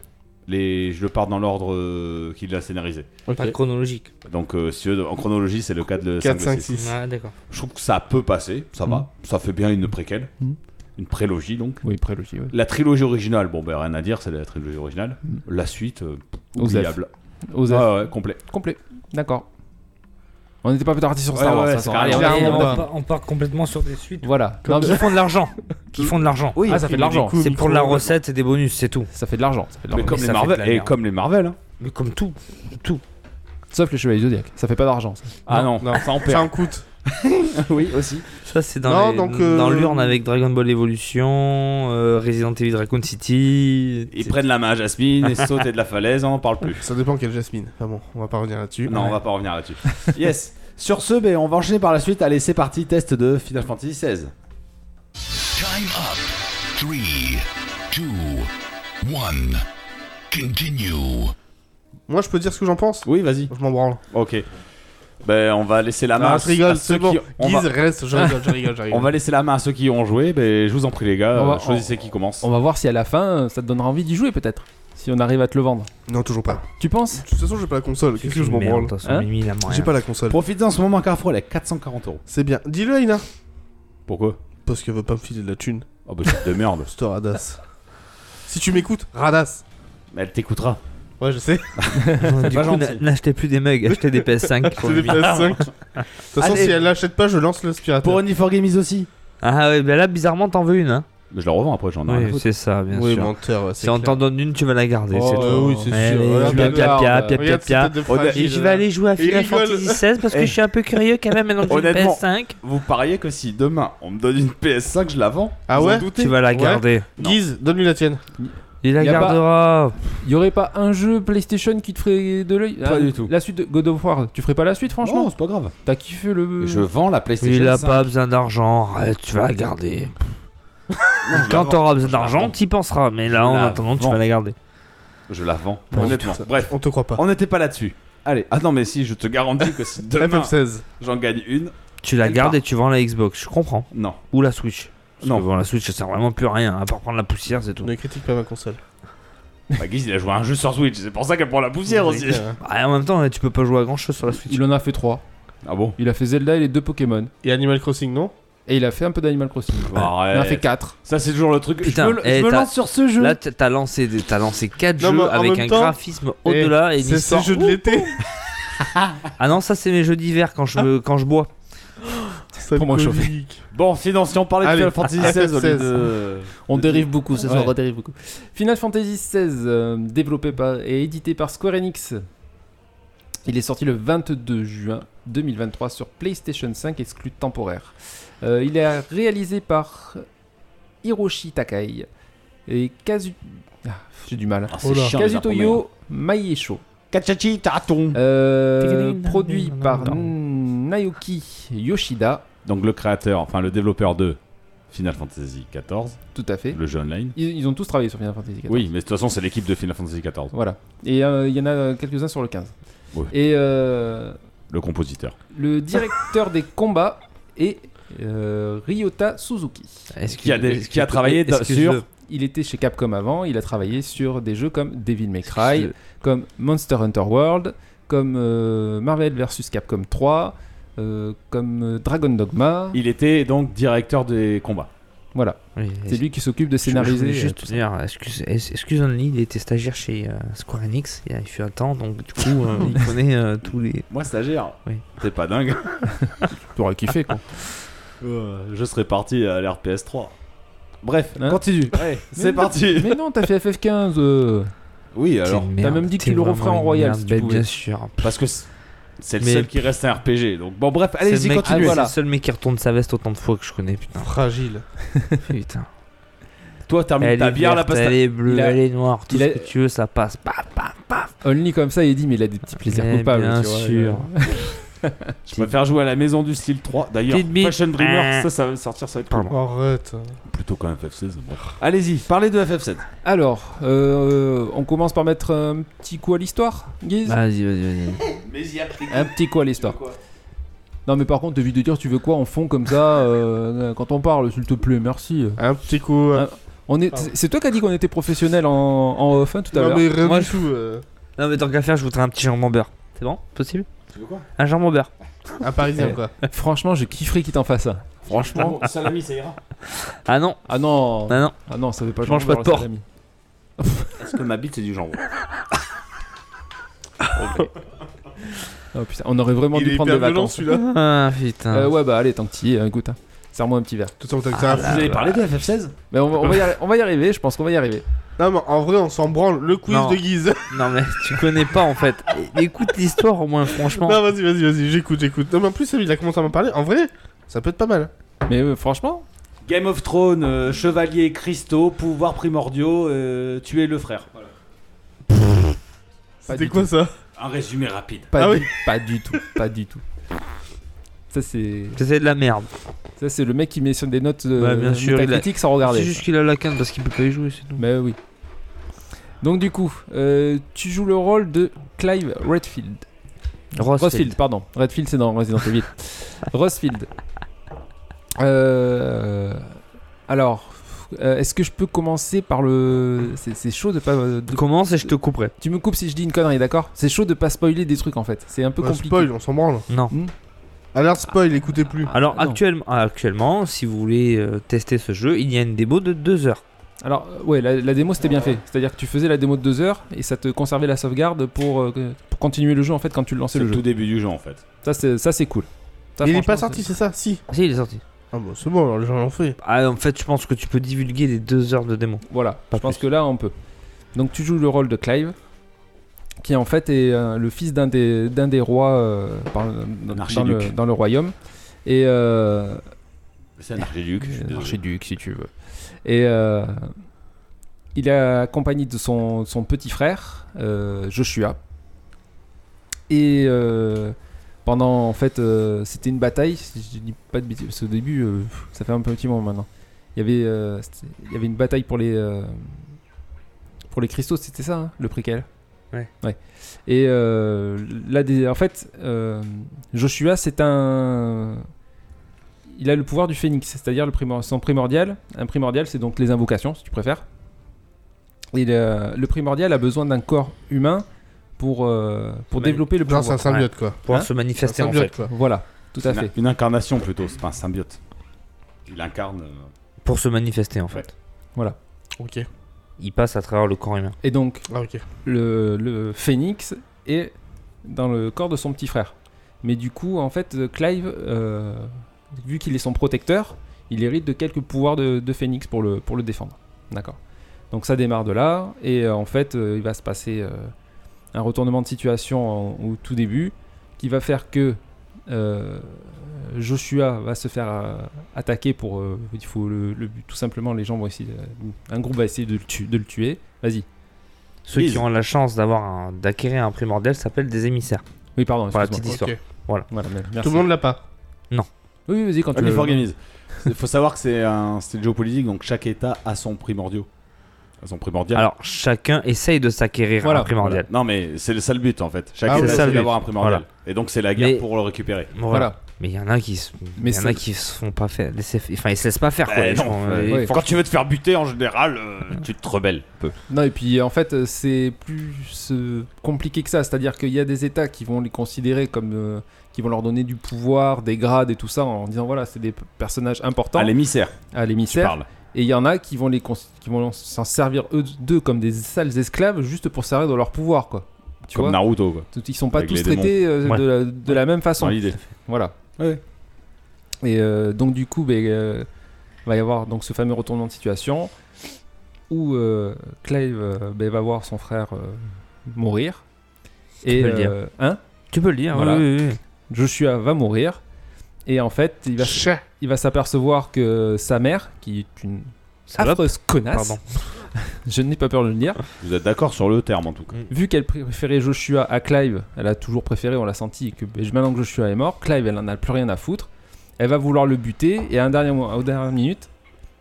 S3: Les, je le pars dans l'ordre euh, qu'il a scénarisé.
S6: Pas chronologique.
S3: Donc, euh, si eux- en chronologie, c'est le cas de
S4: 4,
S3: 5,
S4: 5, 6.
S6: Ah, d'accord.
S3: Je trouve que ça peut passer, ça
S5: Mm.
S3: va. Ça fait bien une préquelle.
S5: Mhm.
S3: Une prélogie, donc.
S5: Oui, prélogie, ouais.
S3: La trilogie originale, bon, ben rien à dire, c'est la trilogie originale.
S5: Mhm.
S3: La suite, euh,
S5: Osef.
S3: oubliable.
S5: Osef.
S3: Ouais, ouais, complet.
S5: Complet. D'accord. On n'était pas parti sur
S3: Ouais,
S5: Star
S3: ouais,
S5: Wars.
S3: c'est
S5: ça sent- Allez,
S3: carrément-
S5: on-
S4: Ah, Clairement
S6: on,
S4: pas.
S6: part- on part complètement sur des suites
S5: Voilà. Non,
S6: Non, qui font de
S4: [LAUGHS]
S6: l'argent. qui font de l'argent.
S5: mais- ah, ça fait de l'argent.
S6: C'est pour de la recette et des bonus, c'est tout.
S5: Ça fait de l'argent. ça fait de
S3: Mais
S5: l'argent.
S3: comme
S6: mais
S3: les
S6: ça fait de
S3: Marvel.
S6: la
S3: Et
S6: merde.
S3: comme les Marvel. hein.
S6: Mais comme tout.
S5: Sauf les Chevaliers du Zodiac. Ça fait pas d'argent. ça.
S3: Ah non,
S4: non.
S3: ça en
S4: Ça
S3: perd.
S4: en coûte.
S3: oui, aussi.
S6: Ça, c'est dans,
S4: Non,
S6: les-
S4: donc, euh,
S6: dans l'urne avec Dragon Ball Evolution, euh, Resident Evil Raccoon City.
S3: [LAUGHS] Ils prennent la main à Jasmine et sautent de la falaise, on n'en parle plus.
S4: Ça dépend quelle Jasmine. Ah bon, on va pas revenir là-dessus.
S3: Non, on va pas revenir là-dessus. [LAUGHS] yes. Sur ce, ben, on va enchaîner par la suite. Allez, c'est parti, test de Final Fantasy XVI.
S1: Time up. Three, two, one. Continue.
S4: Moi, je peux dire ce que j'en pense
S3: Oui, vas-y.
S4: Je m'en branle.
S3: Ok. Ben, on va laisser la main
S4: Ah, je rigole,
S3: à ceux
S4: c'est bon.
S3: qui. On
S4: Guise,
S3: va...
S4: reste, je rigole, je rigole, je rigole.
S3: on va laisser la main à ceux qui y ont joué. Ben, je vous en prie, les gars.
S5: On va-
S3: euh, Choisissez qui commence.
S5: On va voir si à la fin, euh, ça te donnera envie d'y jouer peut-être. Si on arrive à te le vendre.
S4: [LAUGHS] Non, toujours pas.
S5: Tu penses
S4: De toute façon, j'ai pas la console. Qu'est-ce que je m'en
S6: Merde,
S4: branle
S6: de toute façon,
S5: Hein
S6: Mimi, il a moyen.
S4: J'ai
S6: [LAUGHS]
S4: pas la console.
S3: Profitez en ce moment, Carrefour, elle est à 440 euros.
S4: C'est bien. Dis-le, Aina.
S3: Pourquoi
S4: Parce qu'elle veut pas me filer de la thune.
S3: Oh, ben, c'est de merde.
S4: Cette radasse. si tu m'écoutes, radasse.
S3: Mais [LAUGHS] elle t'écoutera.
S4: Ouais, je sais.
S6: Du
S3: Pas
S6: coup,
S3: gentil.
S6: n'a- n'achetez plus des mugs, achetez des
S4: [LAUGHS]
S6: PS5. pour
S4: C'est des
S6: Mimi.
S4: PS5. De toute façon,
S6: Allez.
S4: si elle l'achète pas, je lance l'aspirateur.
S3: Pour Unifor Games aussi.
S6: ah ouais, ben là, bizarrement, t'en veux une. Hein.
S3: Mais je la revends après, j'en ai rien. à
S6: Oui,
S3: foutre.
S6: c'est ça, bien
S4: Oui,
S6: sûr.
S4: menteur, ouais,
S6: Si
S4: c'est
S6: on
S4: clair.
S6: t'en donne une, tu vas la garder. c'est
S4: Oh,
S6: tout.
S4: euh, oui, c'est
S6: Allez,
S4: sûr. Regarde,
S6: pia, pia, pia,
S4: regarde,
S6: pia, pia,
S4: regarde cette
S6: pia.
S4: tête de
S3: Oh, ben,
S6: Et
S4: fragile,
S6: je vais aller jouer à Final
S4: rigole.
S6: Fantasy XVI parce que
S3: Eh.
S6: je suis un peu curieux quand même maintenant que j'ai une
S3: Honnêtement.
S6: PS5.
S3: Vous pariez que si demain on me donne une PS5, je la vends
S4: Ah
S3: Vous en
S4: ouais
S3: doutez
S6: Tu vas la
S4: Ouais.
S6: garder.
S3: Non.
S4: Guise, donne-lui la tienne.
S6: Il la
S5: Y a pas-
S6: gardera.
S5: Y aurait pas un jeu PlayStation qui te ferait de l'œil
S3: Pas
S5: Ah,
S3: du tout.
S5: La suite de God of War, tu ferais pas la suite franchement
S3: Non, c'est pas grave.
S5: T'as kiffé le.
S3: Je vends la PlayStation.
S6: Il a
S3: 5.
S6: pas besoin d'argent. Arrête, tu vas la garder. [LAUGHS]
S3: Non, je la
S6: Quand
S3: vends.
S6: t'auras besoin
S3: Je la
S6: d'argent,
S3: vends.
S6: t'y penseras. Mais là, en
S3: La
S6: attendant, tu
S3: vends.
S6: vas la garder.
S3: Je la vends.
S4: Non,
S3: honnêtement.
S4: ça-
S3: Bref,
S4: On te croit pas.
S3: on n'était pas là-dessus. Allez, ah non, mais si, je te garantis que si demain
S4: FF16.
S3: j'en gagne une,
S6: Tu la
S3: Elle
S6: gardes
S3: part.
S6: et tu vends la Xbox. Je comprends.
S3: non.
S6: Ou la Switch. Parce
S3: Non.
S6: que bon, la Switch, ça sert vraiment plus à rien. À part prendre la poussière, c'est tout.
S4: Ne critique pas ma console.
S3: Bah, Guise, il a joué à un jeu sur Switch, c'est pour ça qu'elle prend la poussière aussi.
S6: Ah, et en même temps, tu peux pas jouer à grand chose sur la Switch.
S5: Il en a fait trois.
S3: Ah bon
S5: Il a fait Zelda et les deux Pokémon.
S4: Et Animal Crossing, non
S5: Et il a fait un peu d'Animal Crossing. Il en a
S3: Bah, Arrête.
S5: fait quatre.
S3: Ça, c'est toujours le truc.
S6: Putain,
S3: je me, je
S6: eh,
S3: me
S6: t'as-
S3: lance sur ce jeu.
S6: Là, t- t'as lancé, des- t'as lancé 4
S4: Non, mais en
S6: jeux avec
S4: même
S6: un
S4: temps,
S6: graphisme
S3: eh,
S6: au-delà et une
S4: C'est ces
S6: histoire.
S4: jeux de l'été.
S6: Ah non, ça, c'est mes jeux d'hiver quand
S3: Ah.
S6: je, me- quand je bois.
S4: Ça
S5: Pour
S4: me
S5: m'échauffer.
S4: colique.
S3: Bon, sinon, si on parlait
S4: Allez.
S3: de Final Fantasy XVI au lieu
S4: FF16.
S3: de.
S5: On dérive beaucoup ce soir,
S4: Ouais.
S5: on dérive beaucoup. Final Fantasy XVI, euh, développé par et édité par Square Enix. Il est sorti le 22 juin 2023 sur PlayStation 5, exclu temporaire. Euh, il est réalisé par Hiroshi Takai et Kazu... Ah, J'ai du mal.
S3: Ah, c'est
S4: Oh là.
S3: chiant, les Japonais.
S5: Kazutoyo Maiesho.
S3: Kachachi Taton.
S5: Euh,
S6: Tigidin,
S5: produit
S6: tigidin,
S5: par
S6: tigidin.
S5: Naoki Yoshida,
S3: Donc, le créateur, enfin, le développeur de Final Fantasy XIV,
S5: tout à fait.
S3: le jeu online.
S5: Ils, ils ont tous travaillé sur Final Fantasy XIV.
S3: Oui, mais de toute façon, c'est l'équipe de Final Fantasy XIV,
S5: Voilà. Et euh, il y en a quelques-uns sur le 15.
S3: Ouais.
S5: Et euh,
S3: le compositeur.
S5: le directeur des combats est euh, Ryota Suzuki.
S6: Est-ce
S3: Qui a
S6: que-
S3: des-
S6: est-ce
S3: qui a
S6: que-
S3: travaillé
S6: est-ce que
S3: sur-
S6: je-
S5: Il était chez Capcom avant, il a travaillé sur des jeux comme Devil May Cry, comme Monster Hunter World, comme euh, Marvel vs Capcom 3, euh, comme euh, Dragon Dogma.
S3: Il était donc directeur des combats.
S5: Voilà,
S6: Oui, est-ce-
S5: c'est lui qui s'occupe de
S6: je- je voulais
S5: scénariser. euh,
S6: Juste dire, excuse, es- excuse only, il était stagiaire chez euh, Square Enix il, y a, il fut un temps, donc du coup, euh, [LAUGHS] il connaît euh, tous les.
S3: Moi, stagiaire.
S6: Oui.
S3: C'est pas [LAUGHS] dingue.
S5: T'aurais kiffé quoi.
S3: Euh, je serais parti à l'ère PS3. Bref,
S5: Hein
S3: continue. Allez, c'est
S5: Mais-
S3: parti.
S5: Mais non, t'as fait FF15. euh,
S3: Oui, alors.
S6: T'es une
S5: t'as
S6: merde,
S5: même dit
S6: t'es
S5: qu'il le
S6: vraiment
S5: referait en
S6: une
S5: royal,
S6: merde,
S5: si tu
S6: ben,
S5: pouvais.
S6: bien sûr.
S3: Parce que c'est c'est le
S6: Mais-
S3: seul qui reste un RPG. Donc, bon, bref,
S6: C'est
S3: allez-y,
S6: le mec- ah,
S3: continuez.
S6: C'est le
S3: Voilà.
S6: seul mec qui retourne sa veste autant de fois que je connais,
S5: [LAUGHS]
S6: putain.
S5: Ah,
S4: Fragile.
S6: putain.
S3: Toi, termine
S6: Elle
S3: ta
S6: est
S3: bière, la
S6: verte, elle
S3: pastèque.
S6: est bleue,
S5: il a-
S6: elle est noire, tout
S5: il
S6: ce
S5: a-
S6: que tu veux, ça passe. Paf, paf, paf.
S5: Only comme ça, il dit, mais il a des petits plaisirs
S6: Mais
S5: coupables.
S6: bien
S5: tu vois, euh.
S6: sûr.
S5: il a-
S3: Je préfère jouer à la maison du style 3. D'ailleurs,
S6: Petite bite.
S3: Fashion Dreamer,
S6: Ah.
S3: ça, ça va sortir, ça va être cool.
S6: Pardon.
S4: Arrête.
S3: Plus plutôt qu'un FF16. bon. Allez-y, parlez de FF7.
S5: Alors, euh, on commence par mettre un petit coup à l'histoire, Guise
S6: Vas-y, vas-y, vas-y.
S5: Un petit coup à l'histoire. Non, mais par contre, évite de dire tu veux quoi en fond comme ça euh, quand on parle, s'il te plaît, merci.
S4: Un petit coup. euh.
S5: Ah, On est, c'est- c'est toi qui as dit qu'on était professionnel en, en off hein, tout à
S4: non,
S5: l'heure.
S4: mais rien
S6: Moi,
S4: du
S6: je-
S4: tout. euh,
S6: Non, mais tant qu'à faire, je voudrais un petit jambon beurre. C'est bon Possible
S3: Tu veux quoi
S6: Un jambon beurre.
S4: Un parisien,
S5: Eh.
S4: quoi.
S5: Franchement, je kifferais qu'il t'en fasse ça.
S3: Franchement, salami, ça ira.
S6: Ah non,
S5: Ah non,
S6: ah non.
S5: ah non, ça fait pas.
S6: Je mange
S5: genre
S6: pas de
S5: le
S6: porc.
S5: salami.
S3: Est-ce que ma bite, c'est du jambon
S5: Ah, putain, on aurait vraiment
S4: Il
S5: dû
S4: est
S5: prendre des
S4: hyper violent,
S5: vacances.
S4: celui-là.
S6: Ah putain.
S5: Euh, ouais, bah allez, tant que t'y es, écoute, hein, serre-moi un petit verre.
S4: Tout le temps, t'as que ça.
S3: Vous
S6: Ah.
S3: avez parlé de FF16
S5: Mais on va, on va y, arri- on va y arriver, je pense qu'on va y arriver.
S4: Non, mais en vrai, on s'en branle. Le quiz
S6: Non.
S4: de Guise.
S6: Non, mais tu connais pas en fait. É- Écoute l'histoire au moins, franchement.
S4: Non, vas-y, vas-y, vas-y, j'écoute, j'écoute. Non, mais en plus, il a commencé à m'en parler. En vrai, ça peut être pas mal.
S5: Mais euh, franchement,
S3: Game of Thrones, euh, chevalier, cristaux, pouvoirs primordiaux, euh, tuer le frère. Voilà.
S5: du
S4: C'était quoi ça
S3: Un résumé rapide.
S5: pas,
S4: Ah
S5: du,
S4: oui.
S5: pas du tout, pas du tout. Ça c'est,
S6: C'est de la merde.
S5: ça c'est le mec qui met sur des notes de
S6: Ouais, Bah, bien sûr, il a-
S5: sans regarder.
S6: C'est juste qu'il a la canne parce qu'il peut pas y jouer, c'est tout.
S5: Mais oui. Donc du coup, euh, tu joues le rôle de Clive Redfield. Rosefield, pardon. Redfield, c'est dans Resident Evil. Rosefield. Euh, alors, euh, est-ce que je peux commencer par le. C'est c'est chaud de pas. de-
S6: Commence et je te couperai.
S5: Tu me coupes si je dis une connerie, d'accord C'est chaud de pas spoiler des trucs en fait. C'est un peu
S4: Ouais,
S5: compliqué.
S4: Spoil, on s'en branle.
S6: Non.
S4: Alerte spoil, écoutez plus.
S6: Alors
S5: Ah, non.
S6: actuellement, ah, actuellement, si vous voulez euh, tester ce jeu, il y a une démo de 2 heures.
S5: Alors, euh, ouais, la, la démo c'était bien fait. C'est-à-dire que tu faisais la démo de 2 heures et ça te conservait la sauvegarde pour, euh, que- pour continuer le jeu en fait quand tu le lançais
S3: C'est
S5: le
S3: le tout
S5: jeu.
S3: début du jeu en fait.
S5: Ça, c'est ça, c'est cool. Ça,
S4: Mais il est
S5: franchement,
S4: pas sorti, c'est ça Si.
S6: Si, il est sorti.
S4: Ah bah c'est bon, alors les gens l'ont fait.
S6: Ah, en fait, je pense que tu peux divulguer les 2 heures de démo.
S5: Voilà,
S6: Pas
S5: je pense
S6: plus.
S5: que là on peut. Donc tu joues le rôle de Clive, qui en fait est euh, le fils d'un des, d'un des rois euh, par- dans, dans
S3: archiduc.
S5: le, dans le royaume. Et euh,
S3: C'est un archiduc. je suis désolé.
S5: archiduc si tu veux. Et euh, il est accompagné de son, son petit frère, euh, Joshua. Et euh, pendant, en fait, euh, c'était une bataille, si je dis pas de bêtises, parce qu'au début, euh, pff, ça fait un petit moment maintenant. Il y avait, euh, c'était- il y avait une bataille pour les, euh, pour les cristaux, c'était ça, hein, le préquel
S6: Ouais.
S5: Et euh, là, des- en fait, euh, Joshua, c'est un, il a le pouvoir du phénix, c'est-à-dire le primor- son primordial. Un primordial, c'est donc les invocations, si tu préfères. Il, euh, le primordial a besoin d'un corps humain pour, euh, pour
S6: Mais-
S5: développer le
S4: Genre
S5: pouvoir.
S4: c'est un symbiote quoi.
S6: Pour
S5: Hein
S6: se
S4: C'est un
S6: manifester en
S4: symbiote
S6: fait.
S4: quoi.
S5: Voilà, tout à
S3: Une-
S5: fait.
S3: Une incarnation plutôt, c'est pas un symbiote. Il incarne. euh,
S6: Pour se manifester en fait.
S5: Voilà.
S4: Ok.
S6: Il passe à travers le corps humain.
S5: Et donc,
S4: Ah ok.
S5: le, le phénix est dans le corps de son petit frère. Mais du coup, en fait, euh, Clive, euh, vu qu'il est son protecteur, il hérite de quelques pouvoirs de, de phénix pour le, pour le défendre. D'accord. Donc ça démarre de là, et euh, en fait, euh, il va se passer euh, un retournement de situation en- au tout début, qui va faire que euh, Joshua va se faire euh, attaquer pour... euh, il faut le, le- tout simplement, les gens vont essayer... de- un groupe va essayer de le, tu- de le tuer. Vas-y.
S6: Ceux
S3: Lise.
S6: qui ont la chance d'avoir un- d'acquérir un primordial s'appellent des émissaires.
S5: Oui, pardon.
S6: Pour la
S5: excuse-moi.
S6: petite histoire.
S4: Ok.
S5: Voilà, mais merci.
S4: Tout le monde l'a pas.
S5: Oui, oui, vas-y, quand tu
S3: Only
S5: veux.
S3: for Gamies. Il faut savoir que c'est un style géopolitique, donc chaque État a son primordial. A son primordial.
S6: Alors chacun essaye de s'acquérir
S5: Voilà,
S6: un primordial.
S3: Non mais c'est le sale but en fait. Chaque
S4: Ah,
S6: oui.
S3: État
S6: C'est le
S3: essaie
S6: but.
S3: d'avoir un primordial.
S6: Voilà.
S3: Et donc c'est la guerre
S6: Mais-
S3: pour le récupérer.
S6: Voilà.
S5: Voilà.
S6: Mais il y en a qui se, il
S5: Mais
S6: y en
S5: c'est-
S6: a qui se font pas faire, laisser- enfin ils se laissent pas faire quoi.
S3: Eh
S6: les
S3: non,
S6: gens, euh,
S3: ouais.
S6: et
S5: Ouais.
S3: Quand tu veux te faire buter en général, euh, tu te rebelles. Peu.
S5: Non, et puis en fait, euh, c'est plus euh, compliqué que ça. C'est-à-dire qu'il y a des États qui vont les considérer comme. euh, qui vont leur donner du pouvoir, des grades et tout ça, en disant voilà, c'est des p- personnages importants
S3: À l'émissaire,
S5: à
S3: tu
S5: l'émissaire.
S3: parles.
S5: Et il y en a qui vont les cons- qui vont s'en servir eux d'eux comme des sales esclaves juste pour servir de leur pouvoir, quoi. Tu
S3: Comme
S5: vois
S3: Naruto quoi.
S5: Tout- Ils sont pas
S3: Avec
S5: tous
S3: les démons.
S5: traités euh,
S6: Ouais.
S5: de, la, de la même façon.
S3: Dans l'idée.
S5: Voilà.
S3: Ouais.
S5: Et euh, donc du coup, ben, euh, va y avoir donc ce fameux retournement de situation où euh, Clive euh, ben, va voir son frère euh, mourir. Et
S6: peux le dire.
S5: euh, hein,
S6: Tu peux le dire.
S5: Voilà.
S6: oui, oui, oui.
S5: Joshua va mourir. Et en fait, il va,
S4: Chat.
S5: il va s'apercevoir que sa mère, qui est une
S6: Salope.
S5: affreuse connasse,
S6: Pardon.
S5: [LAUGHS] je n'ai pas peur de le dire,
S3: Vous êtes d'accord sur le terme en tout cas.
S5: vu qu'elle préférait Joshua à Clive, elle a toujours préféré, on l'a senti, que ben, maintenant que Joshua est mort, Clive, elle en a plus rien à foutre. Elle va vouloir le buter et à un dernier moment, à une dernière minute,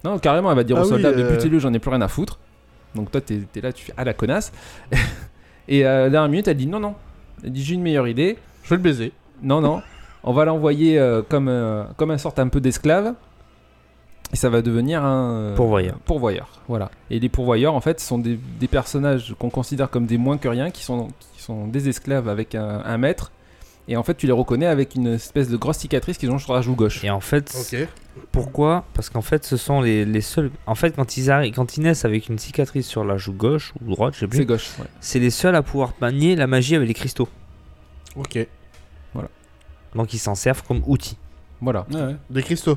S5: Non, carrément, elle va dire
S4: Ah
S5: aux
S4: oui,
S5: soldats
S4: euh.
S5: débutez-le, j'en ai plus rien à foutre. Donc toi, t'es es là, tu fais ah la connasse. [LAUGHS] Et à la dernière minute, elle dit non, non. Elle dit j'ai une meilleure idée.
S4: Je vais le baiser.
S5: Non, non. On va l'envoyer euh, comme, euh, comme un sorte un peu d'esclave. Et ça va devenir un. euh,
S6: Pourvoyeur.
S5: Pourvoyeur, voilà. Et les pourvoyeurs, en fait, sont des, des personnages qu'on considère comme des moins que rien, qui sont, qui sont des esclaves avec un, un maître. Et en fait, tu les reconnais avec une espèce de grosse cicatrice qu'ils ont sur la joue gauche.
S6: Et en fait,
S4: Ok.
S6: Pourquoi Parce qu'en fait, ce sont les, les seuls. En fait, quand ils, arrivent, quand ils naissent avec une cicatrice sur la joue gauche ou droite, je sais
S5: C'est
S6: plus,
S5: gauche, ouais.
S6: c'est les seuls à pouvoir manier la magie avec les cristaux.
S4: Ok.
S6: Donc ils s'en servent comme outil.
S5: Voilà.
S4: Des cristaux.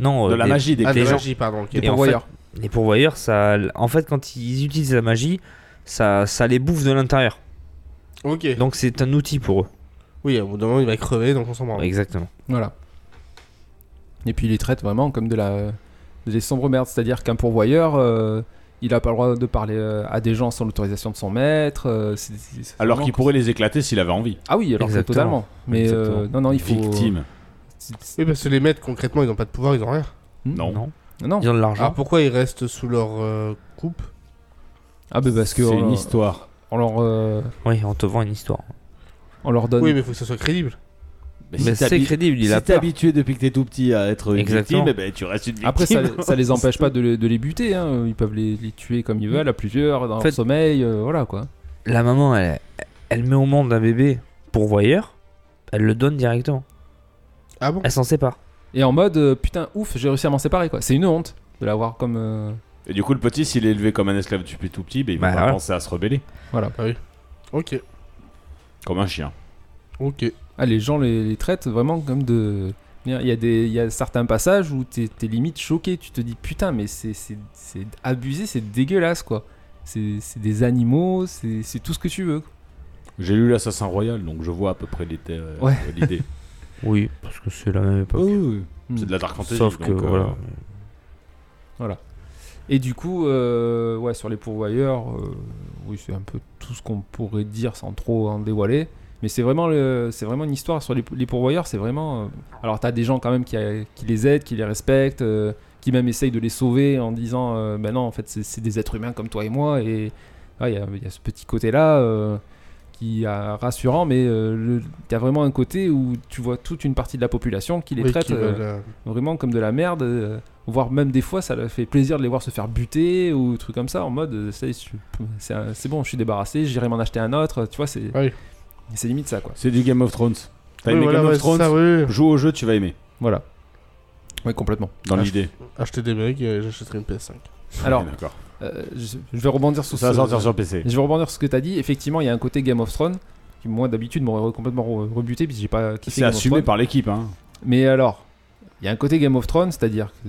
S6: Non,
S3: De
S6: euh,
S3: la
S6: les,
S3: magie des
S4: Ah, de
S6: gens-
S4: magie, pardon. ok.
S6: Et en
S5: pourvoyeurs.
S6: les pourvoyeurs, ça, en fait, quand ils utilisent la magie, ça, ça les bouffe de l'intérieur.
S4: Ok.
S6: Donc c'est un outil pour eux.
S4: Oui, au bout d'un moment, il va crever, donc on s'en branle.
S6: Exactement.
S5: Voilà. Et puis il les traite vraiment comme de la des sombres merdes, c'est-à-dire qu'un pourvoyeur, euh, il a pas le droit de parler euh, à des gens sans l'autorisation de son maître. euh, c'est- c'est- c'est
S3: Alors
S5: vraiment-
S3: qu'il pourrait les éclater s'il avait envie.
S5: Ah oui, alors ça,
S6: Exactement.
S5: totalement. Mais euh,
S6: Exactement.
S5: non, non, il faut.
S3: Victime.
S5: C'est- c'est-
S4: Oui, parce que les maîtres, concrètement, ils n'ont pas de pouvoir, ils n'ont rien.
S3: Non.
S5: Non.
S6: Ils ont de l'argent.
S3: Ah.
S4: Alors pourquoi ils restent sous leur euh, coupe
S5: Ah bah parce que
S3: c'est
S5: on,
S3: une
S5: leur-
S3: histoire.
S5: on leur euh,
S6: Oui, on te vend une histoire.
S5: on leur donne.
S4: Oui, mais il faut que ça soit crédible.
S6: Mais
S3: si t'es
S6: c'est
S3: habi-
S6: crédible, il
S3: si
S6: a
S3: t'es
S6: peur.
S3: habitué depuis que t'es tout petit à être une
S6: Exactement.
S3: victime, eh ben, tu restes une victime.
S5: Après, ça, ça
S4: [LAUGHS]
S5: les empêche pas de, les- de les buter. hein, Ils peuvent les, les tuer comme ils veulent, à plusieurs, dans
S6: En
S5: leur
S6: fait-
S5: sommeil, euh, voilà quoi.
S6: La maman, elle, elle met au monde un bébé pourvoyeur, elle le donne directement.
S4: Ah bon
S6: Elle s'en sépare.
S5: Et en mode euh, putain, ouf, j'ai réussi à m'en séparer quoi. C'est une honte de l'avoir comme. euh,
S3: Et du coup, le petit, s'il est élevé comme un esclave depuis tout petit, ben, il va
S6: Bah,
S3: pas
S6: ouais.
S3: penser à se rebeller.
S5: Voilà.
S4: Ok.
S3: Comme un chien.
S4: Ok.
S5: Ah, les gens les, les traitent vraiment comme de. Il y, a des, il y a certains passages où t'es es limite choqué, tu te dis putain, mais c'est c'est- c'est abusé, c'est dégueulasse quoi. C'est c'est des animaux, c'est c'est tout ce que tu veux.
S3: J'ai lu l'Assassin Royal, donc je vois à peu près l'idée. euh,
S5: Ouais.
S3: l'idée.
S6: Oui, parce que c'est la même
S5: Oh,
S6: époque.
S3: C'est de la Dark Fantasy.
S6: Sauf que
S3: donc, euh,
S6: voilà.
S5: Et du coup, euh, ouais, sur les pourvoyeurs, euh, oui, c'est un peu tout ce qu'on pourrait dire sans trop en dévoiler. Mais c'est vraiment, le- c'est vraiment une histoire sur les, les pourvoyeurs. C'est vraiment. euh, alors, t'as des gens quand même qui, euh, qui les aident, qui les respectent, euh, qui même essayent de les sauver en disant euh, Ben non, en fait, c'est- c'est des êtres humains comme toi et moi. Et ah, il y, a- il y a ce petit côté-là euh, qui est rassurant, mais il y a vraiment un côté où tu vois toute une partie de la population qui les
S4: Oui,
S5: traite.
S4: qu'ils
S5: euh,
S4: veulent, euh,
S5: vraiment comme de la merde, euh, voire même des fois ça leur fait plaisir de les voir se faire buter ou trucs comme ça en mode euh, ça y est, je suis- c'est un- c'est bon, je suis débarrassé, j'irai m'en acheter un autre, tu vois, c'est
S4: Oui.
S5: c'est limite ça quoi.
S3: C'est du Game of Thrones. T'as
S4: oui,
S3: aimé
S4: voilà,
S3: Game
S4: ouais,
S3: of
S4: c'est
S3: Thrones
S4: ça, oui, oui.
S3: Joue au jeu, tu vas aimer.
S5: Voilà. Ouais, complètement.
S3: Dans
S4: Ah,
S3: l'idée.
S4: Acheter des bugs et j'achèterai une PS5.
S5: Alors,
S3: Ouais, d'accord.
S5: euh, je, je vais rebondir sur
S3: Ça va
S5: ce-
S3: sortir sur PC.
S5: Je vais rebondir sur ce que tu as dit. Effectivement, il y a un côté Game of Thrones qui, moi, d'habitude, m'aurait complètement re- rebuté puisque j'ai pas kiffé
S3: C'est
S5: Game of
S3: assumé
S5: Thrones.
S3: par l'équipe. Hein.
S5: Mais alors, il y a un côté Game of Thrones, c'est-à-dire que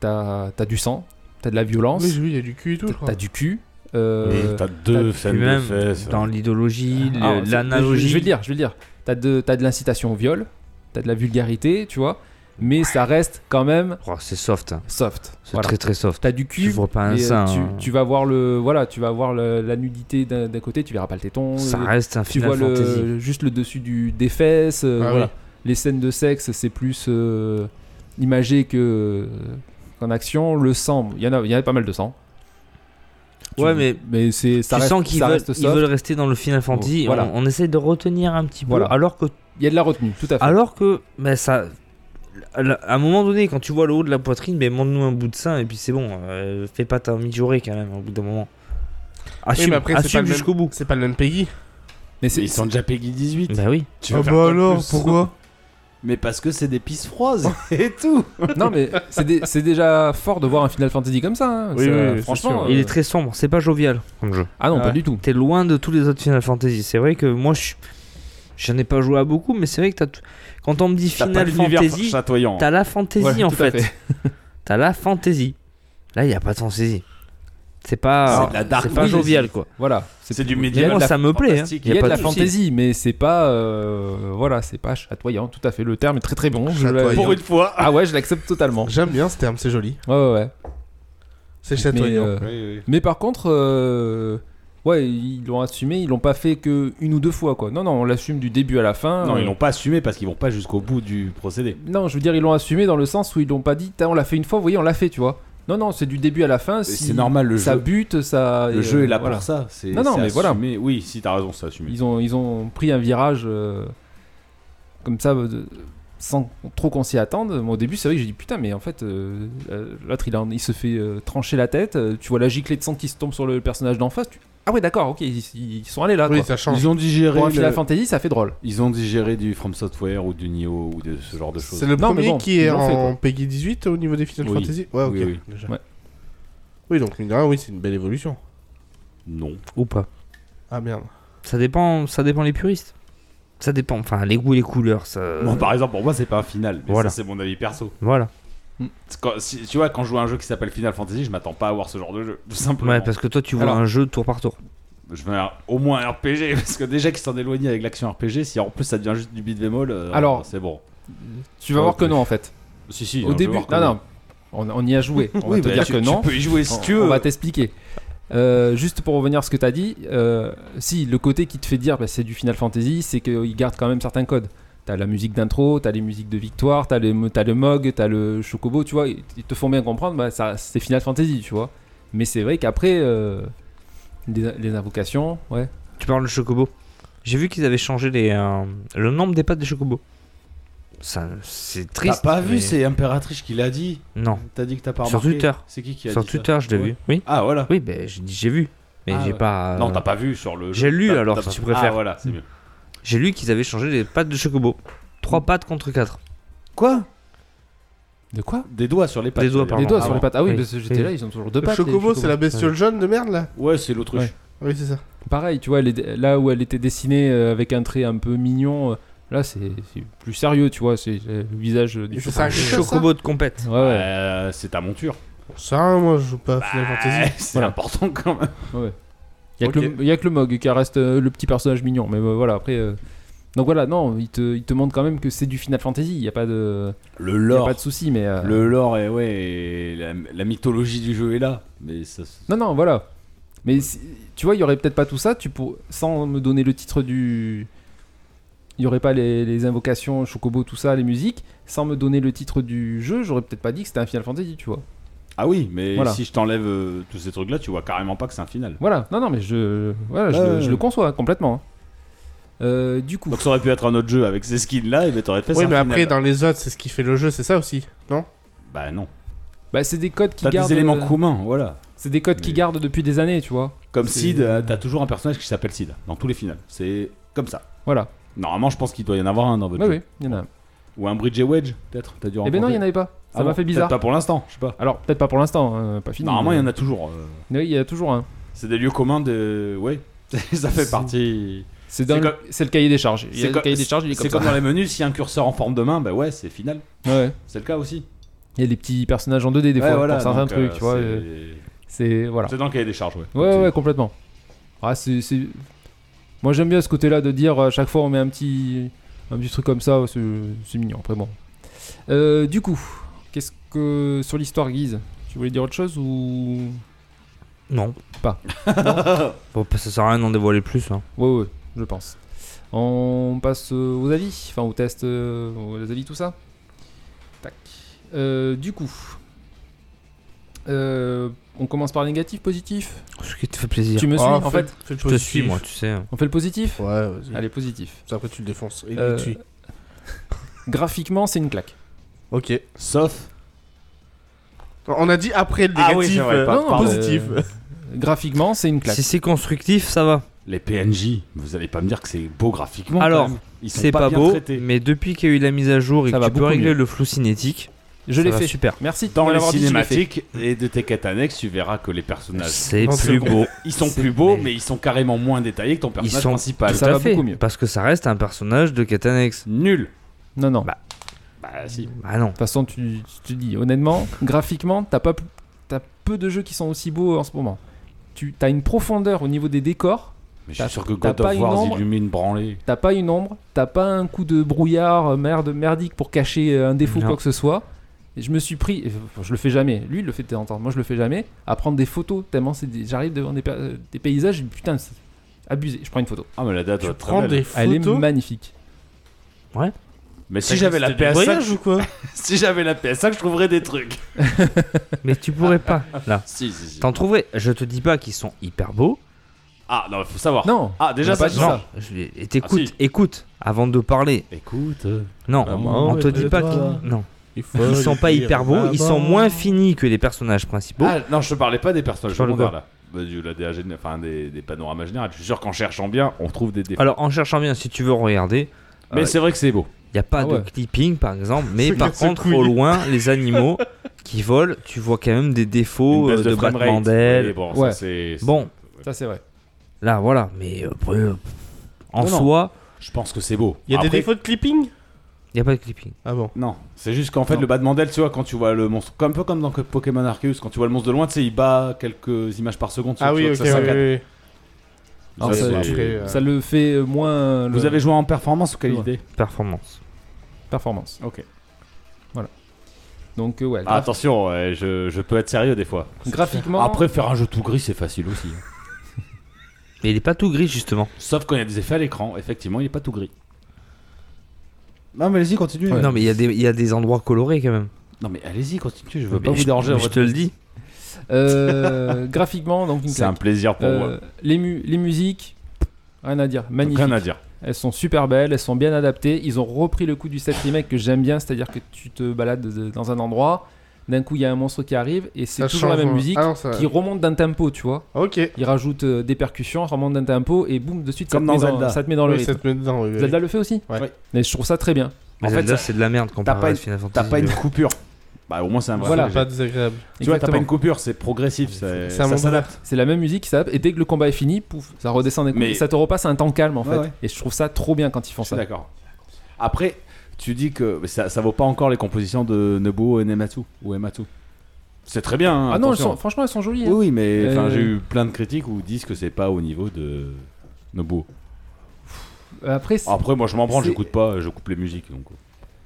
S5: t'as as du sang, t'as de la violence,
S4: Oui, j'ai vu, il y a du cul et tout. je hein. crois.
S5: t'as du cul. euh,
S3: T'as deux scènes
S6: Puis
S3: de
S6: même
S3: fesses. hein.
S6: dans l'idéologie, le-
S5: Ah,
S4: euh,
S5: c'est- Je,
S6: l'analogie.
S5: je vais le dire, je vais le dire. T'as de, t'as de l'incitation au viol, t'as de la vulgarité, tu vois, mais ça reste quand même
S6: Oh, c'est soft, hein.
S5: soft.
S6: c'est
S5: Voilà.
S6: très très soft.
S5: T'as du
S6: Tu
S5: cul,
S6: vois pas un
S5: mais, euh,
S6: sein.
S5: tu,
S6: hein.
S5: tu vas voir le, voilà, tu vas voir le- la nudité d'un, d'un côté, tu verras pas le téton.
S6: Ça
S5: euh,
S6: reste un
S5: tu
S6: Final
S5: vois
S6: Fantasy.
S5: le, juste le dessus du, des fesses. euh,
S4: Ah
S5: voilà.
S4: oui.
S5: Les scènes de sexe, c'est plus euh, imagé que qu'en action. Le sang, il y en a, il y en a pas mal de sang. Tu-
S6: Ouais, mais
S5: mais c'est, ça
S6: tu
S5: reste,
S6: sens qu'ils
S5: ça
S6: veulent,
S5: reste
S6: ils
S5: soft.
S6: veulent rester dans le Final Fantasy.
S5: Voilà.
S6: On, on essaye de retenir un petit peu.
S5: Voilà.
S6: Alors que,
S5: Il y a de la retenue, tout à fait.
S6: alors que ben, ça. À la- à un moment donné, quand tu vois le haut de la poitrine, ben, montre-nous un bout de sein et puis c'est bon. euh, fais pas ta mijaurée quand même au bout d'un moment. Assume,
S4: mais après, c'est pas
S6: assume
S4: le même-
S6: jusqu'au bout.
S4: C'est pas le même pays.
S5: mais
S3: Mais Ils sont déjà Peggy 18.
S6: Bah oui.
S3: Tu
S4: ah
S3: veux faire
S4: bah
S3: quoi de
S4: alors,
S3: plus
S4: pourquoi
S3: Mais parce que c'est des pisses froides et tout.
S5: Non, mais c'est dé- c'est déjà fort de voir un Final Fantasy comme ça. hein.
S4: Oui,
S5: Ça,
S4: oui, c'est
S5: franchement.
S4: sûr.
S5: euh,
S6: Il est très sombre, c'est pas jovial comme jeu.
S5: Ah non, pas
S4: Ouais.
S5: du tout.
S6: T'es loin de tous les autres Final Fantasy. C'est vrai que moi, je suis- j'en ai pas joué à beaucoup, mais c'est vrai que t'as tout- quand on me dit
S3: T'as pas
S6: Final
S3: l'univers
S6: Fantasy,
S3: chatoyant. hein.
S6: t'as la fantasy
S5: Ouais,
S6: en
S5: tout à
S6: fait. T'as la fantasy. Là, il y a pas de fantasy. C'est pas,
S3: C'est de la dark
S6: c'est pas
S5: fantasy.
S6: jovial quoi.
S5: Voilà.
S3: C'est du
S5: il y a de
S6: Mais
S3: médiéval
S6: moi,
S5: la-
S6: ça me plaît. hein.
S3: fantastique.
S5: Il y a de la
S6: pas souci.
S5: fantaisie, mais c'est pas. euh, voilà, c'est pas chatoyant, tout à fait. Le terme est très très bon. je l'ai-
S4: Chatoyant.
S3: Pour une fois.
S5: Ah ouais, je l'accepte totalement.
S4: J'aime bien ce terme, c'est joli.
S5: Ouais, ouais, ouais.
S4: C'est
S5: Mais,
S4: chatoyant.
S5: euh, mais par contre, euh, ouais, ils l'ont assumé, ils l'ont pas fait que une ou deux fois, quoi. Non, non, on l'assume du début à la fin.
S3: Non,
S5: Euh,
S3: ils l'ont pas assumé parce qu'ils vont pas jusqu'au bout du procédé.
S5: Non, je veux dire, ils l'ont assumé dans le sens où ils l'ont pas dit, Tain, on l'a fait une fois, vous voyez, on l'a fait, tu vois. Non, non, c'est du début à la fin.
S3: Et
S5: si
S3: c'est normal, le
S5: ça
S3: jeu-
S5: bute, ça.
S3: Le
S5: et,
S3: jeu
S5: euh,
S3: est là
S5: voilà.
S3: pour ça. c'est-
S5: Non, non,
S3: c'est
S5: mais voilà.
S3: assumé. Oui, si t'as raison, c'est assumé.
S5: Ils ont, ils ont pris un virage euh, comme ça, euh, de- sans trop qu'on s'y attende. Moi, au début, c'est vrai que j'ai dit putain, mais en fait, euh, euh, l'autre, il, en- il se fait euh, trancher la tête. Euh, Tu vois la giclée de sang qui se tombe sur le personnage d'en face. tu- Ah ouais, d'accord, ok, ils, ils sont allés là.
S4: Oui,
S5: quoi.
S4: ça change.
S3: Ils ont digéré.
S5: Pour un
S3: le-
S5: Final Fantasy, ça fait drôle.
S3: Ils ont digéré du From Software ou du Nioh ou de ce genre de choses.
S4: C'est le
S5: Non, mais
S4: premier
S5: bon,
S4: qui
S5: ils
S4: est
S5: l'ont fait,
S4: en PEGI 18 au niveau des Final
S3: Oui.
S4: Fantasy Ouais, ok.
S3: Oui, oui.
S4: Déjà.
S5: Ouais.
S4: Oui, donc, mine de rien, oui, c'est une belle évolution.
S3: Non.
S6: Ou pas.
S4: Ah merde.
S6: Ça dépend, ça dépend les puristes. Ça dépend, enfin les goûts et les couleurs, ça.
S3: Bon, par exemple, pour moi, c'est pas un final. Mais
S6: Euh, Voilà.
S3: ça, c'est mon avis perso.
S6: Voilà.
S3: C'est quand- si- tu vois, quand je joue à un jeu qui s'appelle Final Fantasy, je m'attends pas à voir ce genre de jeu. Tout simplement.
S6: Ouais, parce que toi tu vois
S3: Alors-
S6: un jeu tour par tour.
S3: Je veux un- au moins un RPG. [LAUGHS] Parce que déjà qu'ils s'en éloignent avec l'action RPG, si en plus ça devient juste du beat bémol, euh,
S5: Alors-
S3: c'est bon.
S5: Tu vas
S3: Ouais,
S5: voir que
S3: plus.
S5: non, en fait.
S3: Si, si.
S5: Au début, non, non, on, on y a joué. On va te dire
S3: bah, tu,
S5: que non.
S3: Tu peux y jouer si
S5: On-
S3: tu veux.
S5: Oh, On va t'expliquer. Euh, juste pour revenir à ce que tu as dit, euh, si le côté qui te fait dire bah, c'est du Final Fantasy, c'est qu'il garde quand même certains codes. T'as la musique d'intro, t'as les musiques de victoire, t'as les mo- t'as le Mog, t'as le Chocobo, tu vois, ils ils te font bien comprendre, bah, ça, c'est Final Fantasy, tu vois. Mais c'est vrai qu'après, euh, les, les invocations, ouais.
S6: Tu parles de chocobo. J'ai vu qu'ils avaient changé les, euh, le nombre des pattes des chocobos. Ça, c'est
S3: T'as
S6: triste.
S3: pas vu,
S6: mais-
S3: c'est Impératrice qui l'a dit.
S6: Non.
S3: T'as dit que t'as pas
S6: Sur
S3: remarqué.
S6: Twitter.
S3: C'est qui qui a
S6: Sur
S3: dit ça
S6: Twitter, je l'ai
S3: Ouais.
S6: vu. Oui.
S3: Ah, voilà.
S6: Oui, ben j'ai dit j'ai vu, mais
S3: Ah
S6: j'ai
S3: ouais.
S6: pas. euh,
S3: Non, t'as pas vu sur le. jeu.
S6: j'ai lu,
S3: T'as-
S6: alors,
S3: t'as-
S6: si tu préfères. Mm.
S3: Ah, voilà, c'est mieux.
S6: euh, J'ai lu qu'ils avaient changé les pattes de chocobo. 3 pattes contre 4.
S3: Quoi
S5: De quoi
S3: Des doigts sur les pattes.
S6: Des doigts,
S3: tu veux
S6: pardon.
S5: Les
S3: dire.
S5: doigts
S6: ah
S5: sur
S6: bon.
S5: les pattes. Ah oui,
S6: Oui.
S5: parce que j'étais
S6: Oui.
S5: là, ils ont toujours deux
S4: Le
S5: pattes. les
S4: Chocobo,
S5: Chocobos.
S4: c'est la bestiole jaune de merde là
S3: Ah, Ouais, c'est l'autruche.
S5: Ouais.
S4: Oui, c'est ça.
S5: Pareil, tu vois, elle est- là où elle était dessinée euh, avec un trait un peu mignon, euh, là c'est c'est plus sérieux, tu vois, c'est euh, le visage euh, du
S4: Et c'est
S5: chauffeur.
S4: ça, Ah, c'est
S6: Chocobo de compète.
S5: Ouais, ouais.
S3: Euh, c'est ta monture.
S4: Ça, moi, je joue pas à Final
S3: Bah,
S4: Fantasy.
S3: [LAUGHS] c'est
S5: Voilà.
S3: important quand même.
S5: Il
S4: ok.
S5: n'y a, que le Mog qui reste euh, le petit personnage mignon, mais euh, voilà, après. euh, Donc voilà, non, il te, il te montre quand même que c'est du Final Fantasy, il n'y a pas de,
S3: Le
S5: y a
S3: lore.
S5: pas de souci, mais. euh,
S3: Le lore est ouais, et la, la mythologie du jeu est là, mais ça. se-
S5: Non, non, voilà. Mais si- tu vois, il y aurait peut-être pas tout ça, tu pour... sans me donner le titre du. Il y aurait pas les, les invocations, Chocobo, tout ça, les musiques. Sans me donner le titre du jeu, j'aurais peut-être pas dit que c'était un Final Fantasy, tu vois.
S3: Ah oui, mais
S5: Voilà.
S3: si je t'enlève euh, tous ces trucs-là, tu vois carrément pas que c'est un final.
S5: Voilà, non, non, mais je, voilà, je,
S3: Ouais,
S5: le-
S3: ouais,
S5: je
S3: ouais.
S5: le conçois complètement. hein. Euh, du coup,
S3: Donc ça aurait pu être un autre jeu avec ces skins-là, et ben t'aurais fait ça.
S4: Oui, mais après, dans les autres, c'est ce qui fait le jeu, c'est ça aussi, non
S3: Bah non.
S5: bah, c'est des codes qui
S3: T'as
S5: gardent.
S3: des éléments
S5: euh,
S3: communs, voilà.
S5: C'est des codes qui
S3: Mais-
S5: gardent depuis des années, tu vois.
S3: Comme
S5: C'est-
S3: Sid, euh, t'as toujours un personnage qui s'appelle Sid dans tous les finales. C'est comme ça.
S5: Voilà.
S3: Normalement, je pense qu'il doit y en avoir un dans votre
S5: Oui,
S3: jeu.
S5: oui, il y en a. un.
S3: Ou un Bridge et Wedge, peut-être. T'as dû
S5: Eh ben non, il y en
S3: rencontrer.
S5: avait pas. Ça
S3: Ah
S5: m'a
S3: bon,
S5: fait
S3: peut-être
S5: bizarre.
S3: Pas pour l'instant, je sais pas.
S5: Alors, peut-être pas pour l'instant, hein, pas fini.
S3: Normalement, il y en a toujours. euh,
S5: Oui, il y a toujours hein. un.
S3: C'est des lieux communs de. Ouais. [LAUGHS] ça fait
S5: C'est-
S3: partie.
S5: C'est dans
S3: C'est
S5: le-
S3: comme-
S5: c'est le cahier des charges. Il y a
S3: C'est
S5: le
S3: co-
S5: cahier des charges, il est
S3: C'est
S5: comme
S3: comme
S5: ça.
S3: dans les menus, s'il y a un curseur en forme de main, bah ouais, c'est final.
S5: Ouais.
S3: C'est le cas aussi.
S5: Il y a des petits personnages en 2D des
S3: Ouais,
S5: fois
S3: voilà,
S5: pour certains
S3: donc, euh,
S5: trucs, tu vois.
S3: c'est-
S5: euh, C'est voilà.
S3: C'est dans le cahier des charges, ouais.
S5: Ouais, ouais, complètement. Ah, c'est, c'est- Moi, j'aime bien ce côté-là de dire à chaque fois on met un petit, un petit truc comme ça, c'est, c'est mignon. Après, bon. Euh, du coup, qu'est-ce que sur l'histoire Guise Tu voulais dire autre chose ou
S6: Non.
S5: Pas.
S6: [LAUGHS] Bon, bah, ça sert à rien d'en dévoiler plus. hein.
S5: Ouais, ouais, je pense. On passe euh, aux avis, enfin aux tests, euh, aux avis, tout ça. Tac. Euh, du coup, Euh, on commence par négatif, positif.
S6: Ce qui te fait plaisir.
S5: Tu me suis,
S4: Ah,
S5: en fait.
S4: fais le
S6: Je te
S4: positif.
S6: suis, moi, tu sais.
S5: On fait le positif.
S4: Ouais, vas-y.
S5: Allez, positif.
S4: Ça, Après, tu le défonces. Et
S5: Euh,
S4: tu suis.
S5: Graphiquement, c'est une claque.
S4: Ok.
S3: Sauf.
S4: On a dit après le
S3: Ah oui,
S4: négatif.
S3: c'est vrai,
S4: euh,
S3: pardon.
S5: euh,
S4: positif.
S5: graphiquement, c'est une claque.
S6: Si c'est constructif, ça va.
S3: Les PNJ, vous allez pas me dire que c'est beau graphiquement.
S6: Alors,
S3: quand même. ils sont
S6: C'est pas,
S3: bien
S6: beau,
S3: traités.
S6: mais depuis qu'il y a eu la mise à jour et
S5: Ça
S6: que
S5: va
S6: tu peux
S5: beaucoup
S6: régler
S5: mieux.
S6: le flou cinétique,
S5: Je
S6: ça
S5: l'ai
S6: va
S5: fait.
S6: super.
S5: Merci de
S3: Dans
S5: me
S3: les
S5: l'avoir dit, je l'ai fait.
S3: cinématiques et de tes quêtes annexes, tu verras que les personnages,
S6: c'est
S4: Non, c'est
S6: plus
S4: bon.
S6: beau.
S3: ils sont
S6: C'est-
S3: plus beaux,
S6: mais-
S3: mais ils sont carrément moins détaillés que ton personnage
S6: sont-
S3: principal.
S5: Ça
S6: Tout
S5: va
S6: à fait,
S5: beaucoup mieux.
S6: Parce que ça reste un personnage de quête annexe.
S3: Nul.
S5: Non, non. De
S6: Bah.
S3: Bah si.
S6: Ah non.
S5: toute façon, tu, tu dis honnêtement, graphiquement, t'as pas, plus- t'as peu de jeux qui sont aussi beaux en ce moment. Tu as une profondeur au niveau des décors.
S3: Mais je
S5: T'as-
S3: suis sûr que
S5: t'as
S3: God
S5: pas
S3: of
S5: une
S3: War
S5: ombre.
S3: illumine branlée.
S5: T'as pas une ombre, t'as pas un coup de brouillard euh, merde, merdique pour cacher euh, un défaut,
S6: Non.
S5: quoi que ce soit. Et je me suis pris, et, euh, je le fais jamais, lui il le fait de temps en temps, moi je le fais jamais, à prendre des photos, tellement c'est des- j'arrive devant des, pa- euh, des paysages, je dis, putain, c'est abusé, je prends une photo.
S3: Ah mais la date
S4: Tu
S3: doit être très
S4: prends
S3: belle.
S4: des
S5: Elle est
S4: photos.
S5: magnifique.
S3: Mais si j'avais la
S7: C'était du voyage
S3: PS5,
S7: ou quoi
S3: [LAUGHS] si j'avais la PS5, je trouverais des trucs. [LAUGHS]
S6: Mais tu pourrais pas, là.
S3: Si, si, si.
S6: T'en trouverais. Je te dis pas qu'ils sont hyper beaux.
S3: Ah non, il faut savoir.
S5: Non.
S3: Ah déjà
S5: On a
S3: ça.
S5: pas dit
S3: non.
S5: ça.
S6: Je- Et t'écoutes,
S3: Ah, si.
S6: écoute, avant de parler.
S3: Écoute,
S6: Non,
S7: Ah, moi,
S6: on
S7: ouais,
S6: te dit
S7: peut-être
S6: pas
S7: pas.
S6: qu'ils. Non.
S7: Il faut
S6: Ils sont
S7: lui
S6: pas
S7: dire,
S6: hyper beaux, ils
S7: maman.
S4: Ah,
S6: sont moins finis que les personnages principaux.
S3: Ah, non, je te parlais pas des personnages
S6: Je parle de
S3: secondaires
S6: quoi
S3: là. Bah, du, la DAG, enfin des, des panoramas généraux. Je suis sûr qu'en cherchant bien, on trouve des défauts. Euh,
S6: Alors en cherchant bien, si tu veux regarder,
S3: Mais
S6: ouais.
S3: c'est vrai que c'est beau.
S6: il n'y a pas
S5: Ah ouais.
S6: de clipping par exemple,
S3: [LAUGHS]
S6: mais
S4: Ce
S6: par
S4: gars se
S6: contre
S4: couille.
S6: au loin, les animaux qui volent, tu vois quand même des défauts
S3: Une
S6: euh,
S3: baisse
S6: de,
S3: de frame
S6: battement
S3: rate.
S6: d'ailes.
S3: Oui, Bon,
S5: Ouais.
S3: ça, c'est- c'est-
S6: Bon,
S5: Ça, c'est vrai.
S6: là voilà, mais euh, après, euh, en
S3: Non, non.
S6: soi,
S3: je pense que c'est beau.
S7: Il y a
S3: Après-
S7: des défauts de clipping
S6: il n'y a pas de clipping.
S4: Ah bon
S3: Non, c'est juste qu'en fait, le bas de Mandel, tu vois, quand tu vois le monstre, comme un peu comme dans Pokémon Arceus, quand tu vois le monstre de loin, tu sais, il bat quelques images par seconde.
S4: Ah
S3: tu
S4: oui,
S3: vois
S4: ok,
S3: que
S4: oui,
S3: ça saccade.
S4: oui, oui.
S3: Ça,
S5: Ah, ça,
S3: c'est-
S4: après, euh,
S5: Ça le fait euh, moins.
S3: Vous
S5: le-
S3: avez joué en performance ou qualité
S6: Performance.
S5: performance.
S3: Ok.
S5: Donc, euh, ouais.
S3: Ah,
S5: graph-
S3: attention, ouais, je, je peux être sérieux des fois.
S5: graphiquement.
S3: Après, faire un jeu tout gris, c'est facile aussi. hein.
S6: Mais il n'est pas tout gris justement.
S3: Sauf quand il y a des effets à l'écran, effectivement, il est pas tout gris. Non, mais allez-y, continue.
S6: Non mais il y, a des- il y a des endroits colorés quand même.
S3: Non, mais allez-y, continue, je veux
S6: Mais
S3: pas vous
S6: je-
S3: déranger.
S6: mais
S3: dans
S6: Je
S3: votre-
S6: te le dis.
S3: [LAUGHS]
S5: euh, graphiquement, donc une
S3: C'est un
S5: claque.
S3: plaisir pour moi.
S5: Euh, les, mu- les musiques, rien à dire, magnifique.
S3: Rien à dire.
S5: Elles sont super belles, elles sont bien adaptées. Ils ont repris le coup du 7 remake que j'aime bien, c'est-à-dire que tu te balades de- dans un endroit, d'un coup il y a un monstre qui arrive et c'est
S4: ça
S5: toujours la
S4: change,
S5: même
S4: hein.
S5: musique
S4: Ah non, ça-
S5: qui remonte d'un tempo, tu vois.
S4: Ok.
S5: Ils rajoutent euh, des percussions, remonte d'un tempo et boum, de suite ça,
S3: Comme
S5: te, met
S3: dans
S5: dans,
S3: Zelda.
S5: ça te met dans le
S4: Oui,
S5: rythme.
S4: ça te met dedans. oui, oui.
S5: Zelda le fait aussi.
S4: Ouais.
S3: Ouais.
S5: Mais je trouve ça très bien.
S6: En
S3: En fait,
S6: Zelda,
S3: ça-
S6: c'est de la merde comparé
S3: pas
S6: à
S3: une-
S6: Final Fantasy.
S3: T'as pas une coupure. Bah, au moins, c'est un vrai.
S5: Voilà.
S3: projet.
S4: Pas désagréable.
S3: Tu vois, t'as pas
S5: Exactement.
S3: une coupure, c'est progressif. c'est-
S4: C'est un
S3: Ça
S4: monde
S3: s'adapte.
S5: C'est la même musique qui s'adapte et dès que le combat est fini, pouf, ça redescend d'un coup.
S3: Mais-
S5: Et ça te repasse à un temps calme en
S3: Ouais,
S5: fait.
S3: ouais.
S5: Et je trouve ça trop bien quand ils font
S3: Je suis
S5: ça.
S3: d'accord. Après, tu dis que ça, ça vaut pas encore les compositions de Nobuo Enematsu ou Ematsu. C'est très bien. hein,
S5: Ah non, elles
S3: attention.
S5: sont- franchement elles sont jolies. hein.
S3: Oui, oui, mais enfin,
S5: Euh,
S3: j'ai eu plein de critiques où disent que c'est pas au niveau de Nobuo.
S5: Euh, Après, c'est-
S3: Après, moi, je m'en branle,
S5: c'est-
S3: j'écoute pas, je coupe les musiques. Donc.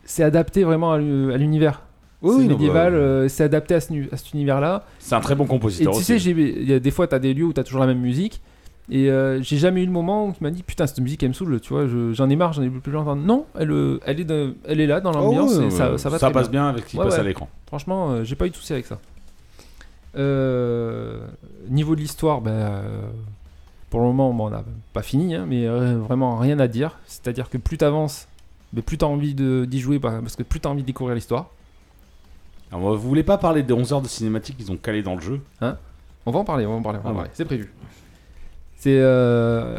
S5: c'est adapté vraiment à l'u- à l'univers.
S3: Oui,
S5: c'est
S3: oui, non,
S5: médiéval,
S3: bah,
S5: euh, c'est adapté à, ce nu- à cet univers-là.
S3: C'est un très bon
S5: Et
S3: compositeur
S5: tu
S3: aussi.
S5: sais, j'ai- il y a des fois, tu as des lieux où tu as toujours la même musique. Et euh, j'ai jamais eu le moment où tu m'as dit putain cette musique elle me saoule tu vois je- j'en ai marre j'en ai plus l'entendre non elle euh, elle est de- elle est là dans
S3: Oh,
S5: l'ambiance
S3: ouais,
S5: et ça,
S3: ouais,
S5: ça va très
S3: passe
S5: bien.
S3: bien, avec ce qui
S5: Ouais,
S3: passe à
S5: ouais.
S3: l'écran.
S5: franchement euh, j'ai pas eu de souci avec ça Euh, niveau de l'histoire ben, euh, pour le moment bon, on n'a pas fini hein, mais euh, vraiment rien à dire c'est à dire que plus t'avances mais plus t'as envie de- d'y jouer bah, parce que plus t'as envie de découvrir l'histoire
S3: Alors, vous voulez pas parler des 11 heures de cinématique qu'ils ont calées dans le jeu
S5: On va en parler, on va en parler, on va en
S3: Ah
S5: parler. C'est prévu. C'est euh,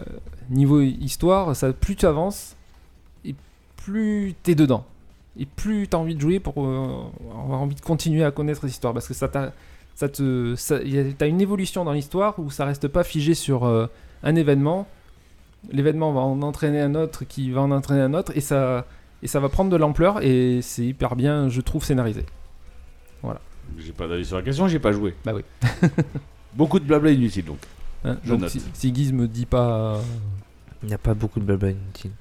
S5: niveau histoire, ça plus tu avances et plus t'es dedans et plus t'as envie de jouer pour euh, avoir envie de continuer à connaître l'histoire parce que ça t'a ça te ça- y a- t'as une évolution dans l'histoire où ça reste pas figé sur euh, un événement. L'événement va en entraîner un autre qui va en entraîner un autre et ça et ça va prendre de l'ampleur et c'est hyper bien, je trouve, scénarisé.
S3: J'ai pas d'avis sur la question, j'ai pas joué.
S5: Bah oui.
S3: [LAUGHS] Beaucoup de blabla inutile donc.
S5: Hein,
S3: Je
S5: donc
S3: note.
S5: si, si Guise me dit pas. euh,
S6: Il n'y a pas beaucoup de blabla inutile.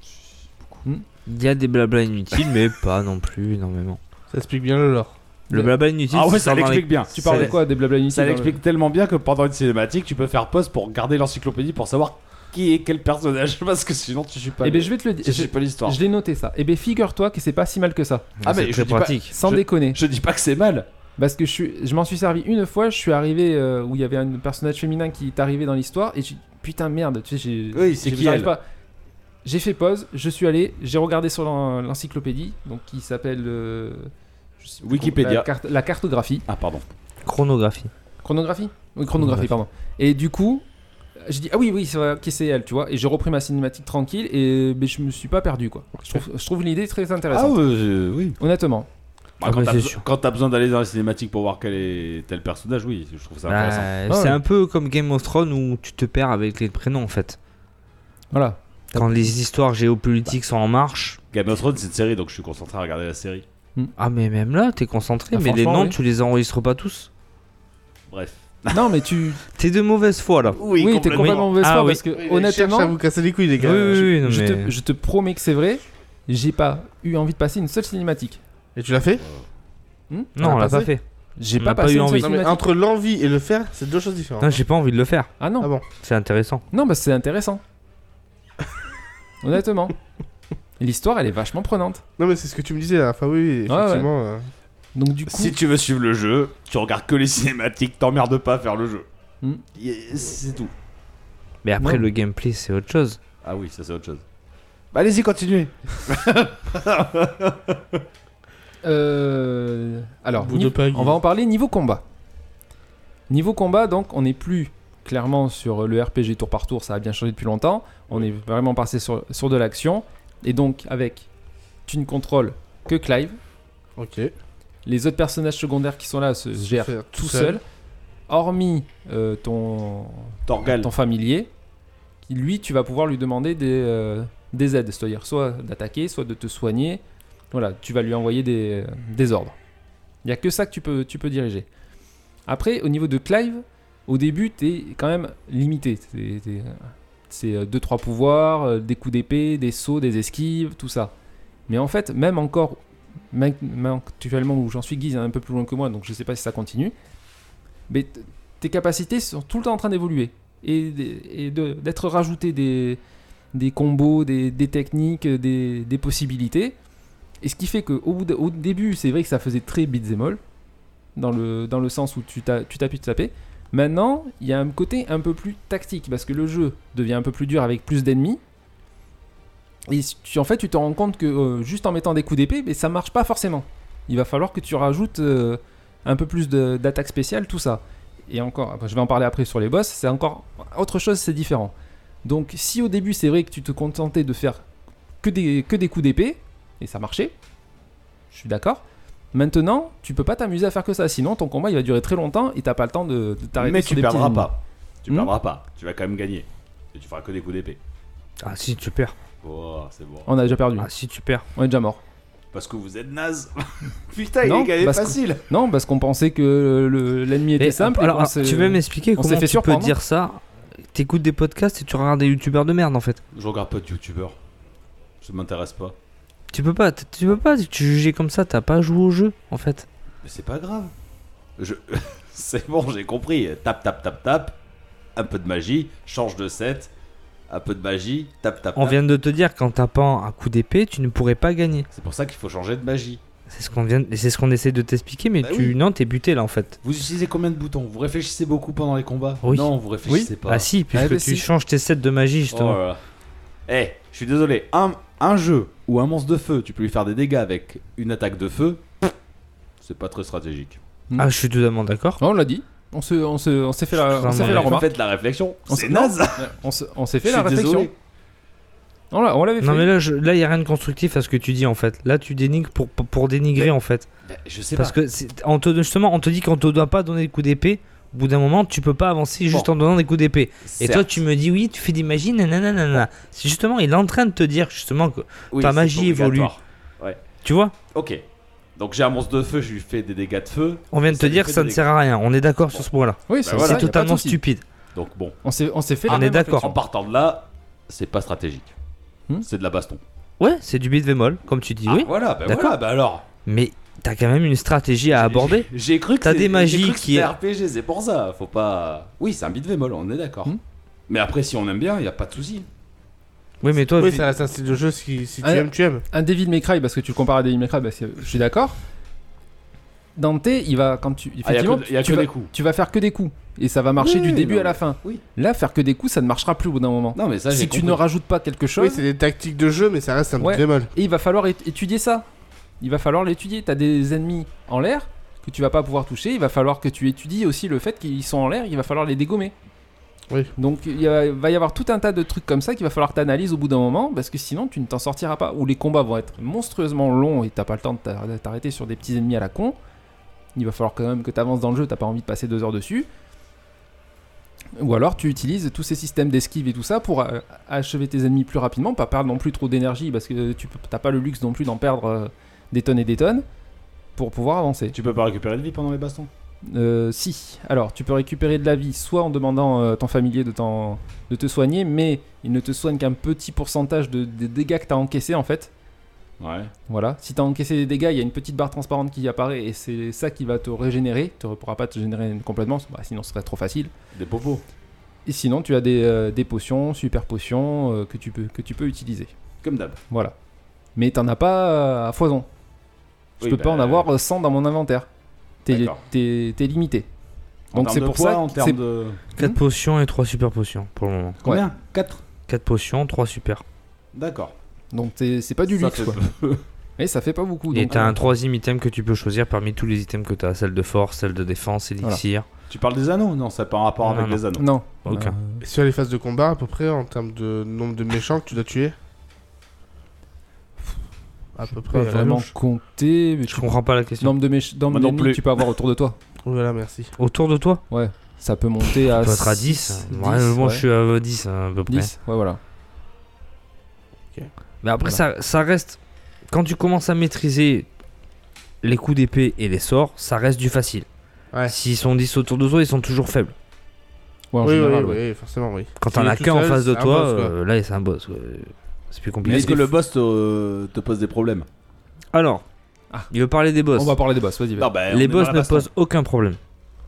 S5: Hmm
S6: Il y a des blabla inutiles, mais pas non plus énormément.
S4: Ça explique bien le lore.
S6: Le
S5: Mais-
S6: blabla inutile,
S3: Ah ouais,
S6: c'est
S3: ça
S6: quand dans
S3: l'explique bien.
S5: Tu parles de
S6: C'est-
S5: quoi Des blabla inutiles
S3: Ça
S5: dans le-
S3: l'explique tellement bien que pendant une cinématique, tu peux faire pause pour regarder l'encyclopédie pour savoir qui est quel personnage, [LAUGHS] parce que sinon tu suis pas.
S5: Eh
S3: le-
S5: ben, je vais te le dire.
S3: tu suis
S5: Je,
S3: pas l'histoire.
S5: je l'ai noté ça. Eh ben, figure-toi que c'est pas si mal que ça.
S6: les-
S3: Ah,
S6: c'est
S3: mais je
S6: très
S3: dis pas-
S6: pratique.
S5: Sans
S3: Je-
S5: déconner.
S3: Je dis pas que c'est mal.
S5: Parce que je, suis- je m'en suis servi une fois. Je suis arrivé euh, où il y avait un personnage féminin qui est arrivé dans l'histoire. Et j'ai dit, putain, merde. Tu sais, j'ai.
S3: Oui, c'est
S5: j'ai-
S3: qui,
S5: j'arrive
S3: elle
S5: pas. J'ai fait pause. Je suis allé. J'ai regardé sur l'en- l'encyclopédie. Donc, qui s'appelle. euh, je sais plus
S3: Wikipédia.
S5: comment- La, carte- la cartographie.
S3: Ah pardon.
S6: Chronographie.
S5: Chronographie Oui, chronographie,
S6: Chronographie.
S5: pardon. Et du coup. J'ai dit, ah oui, oui, c'est vrai, ok, c'est elle, tu vois. Et j'ai repris ma cinématique tranquille et ben, je me suis pas perdu, quoi. Je trouve, je trouve l'idée
S3: Ah
S5: très intéressante.
S3: oui.
S5: Honnêtement.
S6: Ah,
S3: quand
S6: bah,
S3: t'as
S6: c'est
S3: beso-
S6: sûr.
S3: quand t'as besoin d'aller dans la cinématique pour voir quel est tel personnage, oui, je trouve ça
S6: Bah,
S3: intéressant.
S5: Ah
S6: c'est
S5: ouais.
S6: un peu comme Game of Thrones où tu te perds avec les prénoms en fait.
S5: Voilà.
S6: Quand les histoires géopolitiques sont en marche,
S3: Game of Thrones, c'est une série, donc je suis concentré à regarder la série.
S6: ah mais même là, t'es concentré,
S5: Ah,
S6: mais les
S5: franchement,
S6: noms,
S5: oui.
S6: tu les enregistres pas tous.
S3: Bref.
S5: [LAUGHS] Non, mais tu.
S6: T'es de mauvaise foi là.
S5: Oui, t'es complètement mauvaise
S6: Ah
S5: foi
S6: oui.
S5: parce que,
S4: Oui, mais ils cherchent à
S5: honnêtement,
S4: vous casser les couilles, les
S6: Oui,
S4: gars.
S6: oui, oui, non,
S5: je,
S6: mais-
S5: te, je te promets que c'est vrai, j'ai pas eu envie de passer une seule cinématique.
S4: Et tu l'as fait
S5: Hmm
S6: Non, on l'a pas fait.
S5: J'ai
S6: On
S5: pas
S6: n'a pas
S5: passé
S6: eu
S5: une seule
S6: envie.
S4: Non, mais
S5: cinématique.
S4: entre l'envie et le faire, c'est deux choses différentes.
S6: Non, j'ai pas envie de le faire.
S5: Ah non,
S4: Ah bon
S6: C'est intéressant.
S5: non, bah c'est intéressant. honnêtement. Et L'histoire, elle est vachement prenante.
S4: Non, mais c'est ce que tu me disais, là. Enfin, oui, oui,
S5: Ouais, ouais.
S4: effectivement. euh,
S5: Donc du coup,
S3: Si tu veux suivre le jeu, tu regardes que les cinématiques, t'emmerdes pas à faire le jeu.
S5: Hmm.
S3: Et C'est tout.
S6: Mais après,
S5: Ouais.
S6: le gameplay, c'est autre chose.
S3: Ah oui, ça c'est autre chose. Bah allez-y, continuez.
S5: euh, alors,
S4: Bout de
S5: niveau-
S4: paille.
S5: on va en parler niveau combat. Niveau combat, donc, on n'est plus clairement sur le RPG tour par tour, ça a bien changé depuis longtemps. On est vraiment passé sur, sur de l'action. Et donc, avec, tu ne contrôles que Clive.
S4: Ok.
S5: Les autres personnages secondaires qui sont là se gèrent
S4: Faire
S5: tout seul. Hormis euh, ton,
S3: Torgal.
S5: ton familier, qui, lui, tu vas pouvoir lui demander des, euh, des aides, c'est-à-dire soit d'attaquer, soit de te soigner. Voilà, tu vas lui envoyer des, euh, des ordres. Il n'y a que ça que tu peux, tu peux diriger. Après, au niveau de Clive, au début, tu es quand même limité. T'es- t'es- C'est 2-3 pouvoirs, euh, des coups d'épée, des sauts, des esquives, tout ça. Mais en fait, même encore, même- même actuellement où j'en suis, Guise est un peu plus loin que moi, donc je ne sais pas si ça continue. Mais t- tes capacités sont tout le temps en train d'évoluer et, d- et de- d'être rajouté des, des combos, des, des techniques, des, des possibilités. Et ce qui fait qu'au bout de- au début, c'est vrai que ça faisait très beat'em all, dans le, dans le sens où tu t'a- tu t'appuies de taper. Maintenant, il y a un côté un peu plus tactique, parce que le jeu devient un peu plus dur avec plus d'ennemis. Et si tu, en fait, tu te rends compte que euh, juste en mettant des coups d'épée, mais ça marche pas forcément. Il va falloir que tu rajoutes euh, un peu plus de- d'attaque spéciale, tout ça et encore, après, je vais en parler après sur les boss, c'est encore autre chose, c'est différent. Donc si au début c'est vrai que tu te contentais de faire que des, que des coups d'épée, et ça marchait, je suis d'accord, maintenant tu peux pas t'amuser à faire que ça, sinon ton combat il va durer très longtemps et t'as pas le temps de, de t'arrêter.
S3: Mais
S5: sur
S3: tu
S5: des petits
S3: perdras
S5: ennemis.
S3: pas. Tu
S5: Hmm
S3: perdras pas. Tu vas quand même gagner. Et tu feras que des coups d'épée.
S6: Ah, si tu perds.
S3: Oh, c'est bon.
S5: On a déjà perdu,
S6: Ah, si tu perds.
S5: on est déjà mort.
S3: Parce que vous êtes naze. [LAUGHS] Putain, il
S5: Non,
S3: est gagné
S5: parce que-
S3: facile.
S5: Non, parce qu'on pensait que le- l'ennemi était
S6: Mais,
S5: simple. et
S6: alors,
S5: qu'on s'est-
S6: tu veux m'expliquer
S5: on
S6: comment
S5: s'est fait
S6: tu peux
S5: surprendre.
S6: dire ça T'écoutes des podcasts et tu regardes des youtubeurs de merde en fait.
S3: Je regarde pas de youtubeur. Ça m'intéresse pas.
S6: Tu peux pas, t- tu peux pas, tu juger comme ça, t'as pas joué au jeu en fait.
S3: Mais c'est pas grave. Je... [LAUGHS] c'est bon, j'ai compris. Tap, tap, tap, tap. Un peu de magie. Change de set. Un peu de magie. Tap, tap,
S6: On
S3: tap.
S6: vient de te dire qu'en tapant un coup d'épée, tu ne pourrais pas gagner.
S3: C'est pour ça qu'il faut changer de magie.
S6: C'est ce qu'on vient, et c'est ce qu'on essaie de t'expliquer, mais
S3: Bah
S6: tu,
S3: oui.
S6: non, t'es buté là en fait.
S3: Vous utilisez combien de boutons Vous réfléchissez beaucoup pendant les combats
S6: Oui.
S3: Non, vous réfléchissez pas.
S6: Ah si, puisque
S5: bah
S6: tu
S5: si.
S6: changes tes sets de magie
S3: Oh
S6: justement.
S3: là là. Eh, je suis désolé. Un, un jeu ou un monstre de feu, tu peux lui faire des dégâts avec une attaque de feu. C'est pas très stratégique.
S6: Ah, je suis totalement d'accord.
S5: Non, on l'a dit, on se- on se- on s'est fait la, on s'est fait la
S6: Vraiment,
S5: remarque,
S3: Faites la réflexion.
S5: On
S3: C'est
S5: s'est- non,
S3: naze.
S5: on se- on s'est
S3: Je
S5: fait la
S3: suis
S5: réflexion.
S3: désolé.
S5: On l'a- on l'avait fait.
S6: Non mais là, je, là, y a rien de constructif à ce que tu dis en fait. Là, tu dénigres pour, pour, pour dénigrer en fait.
S3: Ben, je sais
S6: Parce
S3: pas.
S6: que c'est- on te, justement, on te dit qu'on te doit pas donner des coups d'épée. Au bout d'un moment, tu peux pas avancer juste en donnant des coups d'épée. Et toi, tu me dis oui, tu fais des magies, nanana. nanana. C'est justement, il est en train de te dire justement que
S3: Oui,
S6: ta
S3: c'est
S6: magie
S3: obligatoire.
S6: tu vois.
S3: Ok. Donc j'ai un monstre de feu, je lui fais des dégâts de feu.
S6: On vient de
S3: Ça
S6: te
S3: lui
S6: dire
S3: fait
S6: que ça
S3: des
S6: ne sert à rien. On est d'accord sur ce point-là.
S5: Oui, ça-
S3: Bah
S5: ça, y a pas
S6: C'est
S3: voilà,
S5: de
S6: totalement
S5: souci.
S6: stupide.
S3: Donc bon,
S5: On s'est on s'est fait
S6: On
S5: la
S6: est
S5: même
S6: d'accord.
S5: réflexion.
S3: en partant de là, c'est pas stratégique.
S5: Hmm
S3: c'est de la baston.
S6: Ouais, c'est du beat bémol, comme tu dis, oui.
S3: Ah, voilà, ben
S6: D'accord.
S3: voilà, ben alors.
S6: Mais t'as quand même une stratégie à aborder.
S3: J'ai- J'ai cru que
S6: T'as
S3: c'est-
S6: des
S3: j'ai
S6: magies
S3: cru que
S6: qui-
S3: c'était RPG, c'est pour ça. Faut pas. Oui, c'est un bit bémol, on est d'accord.
S5: Hmm.
S3: Mais après, si on aime bien, y a pas de souci.
S6: Oui, mais toi,
S4: Oui,
S6: vu-
S4: ça reste un style de jeu. Si, si tu
S5: Ah,
S4: aimes, tu aimes.
S5: un Devil May Cry, parce que tu le compares à Devil May Cry, parce que bah, je suis d'accord. Dante, il va quand tu
S3: Ah, y a que-
S5: effectivement,
S3: y a
S5: tu,
S3: que
S5: vas,
S3: des coups.
S5: tu vas faire que des coups et ça va marcher
S3: Oui,
S5: du
S3: oui,
S5: début
S3: non,
S5: à la
S3: mais-
S5: fin.
S3: oui.
S5: Là, faire que des coups, ça ne marchera plus au bout d'un moment.
S3: Non, mais ça, j'ai
S5: si tu
S3: compris.
S5: ne rajoutes pas quelque chose,
S4: Oui, c'est des tactiques de jeu, mais ça reste un
S5: Ouais.
S4: petit bémol.
S5: et il va falloir é- étudier ça. Il va falloir l'étudier. T'as des ennemis en l'air que tu vas pas pouvoir toucher. Il va falloir que tu étudies aussi le fait qu'ils sont en l'air. Il va falloir les dégommer.
S4: Oui.
S5: Donc il y a- il va y avoir tout un tas de trucs comme ça qu'il va falloir que t'analyses au bout d'un moment parce que sinon tu ne t'en sortiras pas. Ou les combats vont être monstrueusement longs et t'as pas le temps de t'ar- de t'arrêter sur des petits ennemis à la con. Il va falloir quand même que t'avances dans le jeu. T'as pas envie de passer deux heures dessus. Ou alors tu utilises tous ces systèmes d'esquive et tout ça pour euh, achever tes ennemis plus rapidement, pas perdre non plus trop d'énergie parce que euh, tu peux- t'as pas le luxe non plus d'en perdre euh, des tonnes et des tonnes pour pouvoir avancer.
S3: Tu peux pas récupérer de vie pendant les bastons
S5: Euh, si, alors tu peux récupérer de la vie soit en demandant euh, à ton familier de, t'en- de te soigner, mais il ne te soigne qu'un petit pourcentage de, des dégâts que t'as encaissés en fait.
S3: Ouais.
S5: Voilà, si t'as encaissé des dégâts, il y a une petite barre transparente qui apparaît et c'est ça qui va te régénérer. Tu ne pourras pas te générer complètement, bah, sinon ce serait trop facile.
S3: Des popos.
S5: Et sinon, tu as des, euh, des potions, super potions euh, que, tu peux, que tu peux utiliser.
S3: Comme d'hab.
S5: Voilà. mais t'en as pas euh, à foison. Je
S3: Oui,
S5: peux pas
S3: bah,
S5: en avoir 100 dans mon inventaire. T'es
S3: D'accord.
S5: t'es- t'es limité.
S3: En
S5: Donc
S3: termes
S5: c'est
S3: de
S5: pour
S3: poids,
S5: ça
S3: En
S5: que
S3: termes
S5: c'est-
S3: de.
S5: Hmm
S6: 4 potions et 3 super potions pour le moment.
S3: Combien 4
S6: 4 potions, 3 super.
S3: D'accord.
S5: Donc t'es- c'est pas du
S3: Ça
S5: luxe
S3: fait
S5: quoi. Et ça fait pas beaucoup.
S6: Et
S5: donc- euh,
S6: t'as un troisième item que tu peux choisir parmi tous les items que t'as celle de force, celle de défense, élixir.
S3: Tu parles des anneaux Non, ça n'a pas un rapport
S6: Non,
S3: avec
S6: non.
S3: les anneaux.
S5: Non.
S6: Aucun.
S4: Et Sur les phases de combat, à peu près, en termes de nombre de méchants que tu dois tuer À peu
S5: Pas
S4: près. à la
S5: vraiment
S4: louche.
S5: compter. Mais
S6: Je
S5: tu-
S6: comprends pas la question.
S5: Nombre de méch- nombre
S3: Moi non
S5: d'ennemis
S3: plus.
S5: que tu peux avoir autour de toi.
S4: Oh là là, merci.
S6: Autour de toi
S5: Ça peut monter à.
S6: Tu dois être à 10.
S5: Ah, six-
S6: Ouais, moi
S5: ouais.
S6: je suis à 10 à peu près.
S5: 10, ouais, voilà.
S6: Mais après, ça, ça reste. Quand tu commences à maîtriser les coups d'épée et les sorts, ça reste du facile.
S4: Ouais.
S6: S'ils sont 10 autour de toi, ils sont toujours faibles.
S5: Ouais, en
S4: oui,
S5: général,
S4: oui,
S5: ouais.
S4: oui, forcément, oui.
S6: Quand
S4: Si
S6: t'en
S4: il est
S6: as
S4: tout
S6: qu'un en
S4: seul,
S6: face de
S4: c'est un
S6: toi,
S4: boss, quoi.
S6: euh, là, c'est un boss. ouais. C'est plus
S3: Mais
S6: compliqué.
S3: est-ce que le boss te, te pose des problèmes
S6: Alors,
S5: Ah.
S6: il veut parler des boss.
S5: On va parler des boss, vas-y. vas-y.
S3: Non, bah, on est
S6: les
S3: dans
S6: boss
S3: la
S6: ne
S3: baston.
S6: posent aucun problème.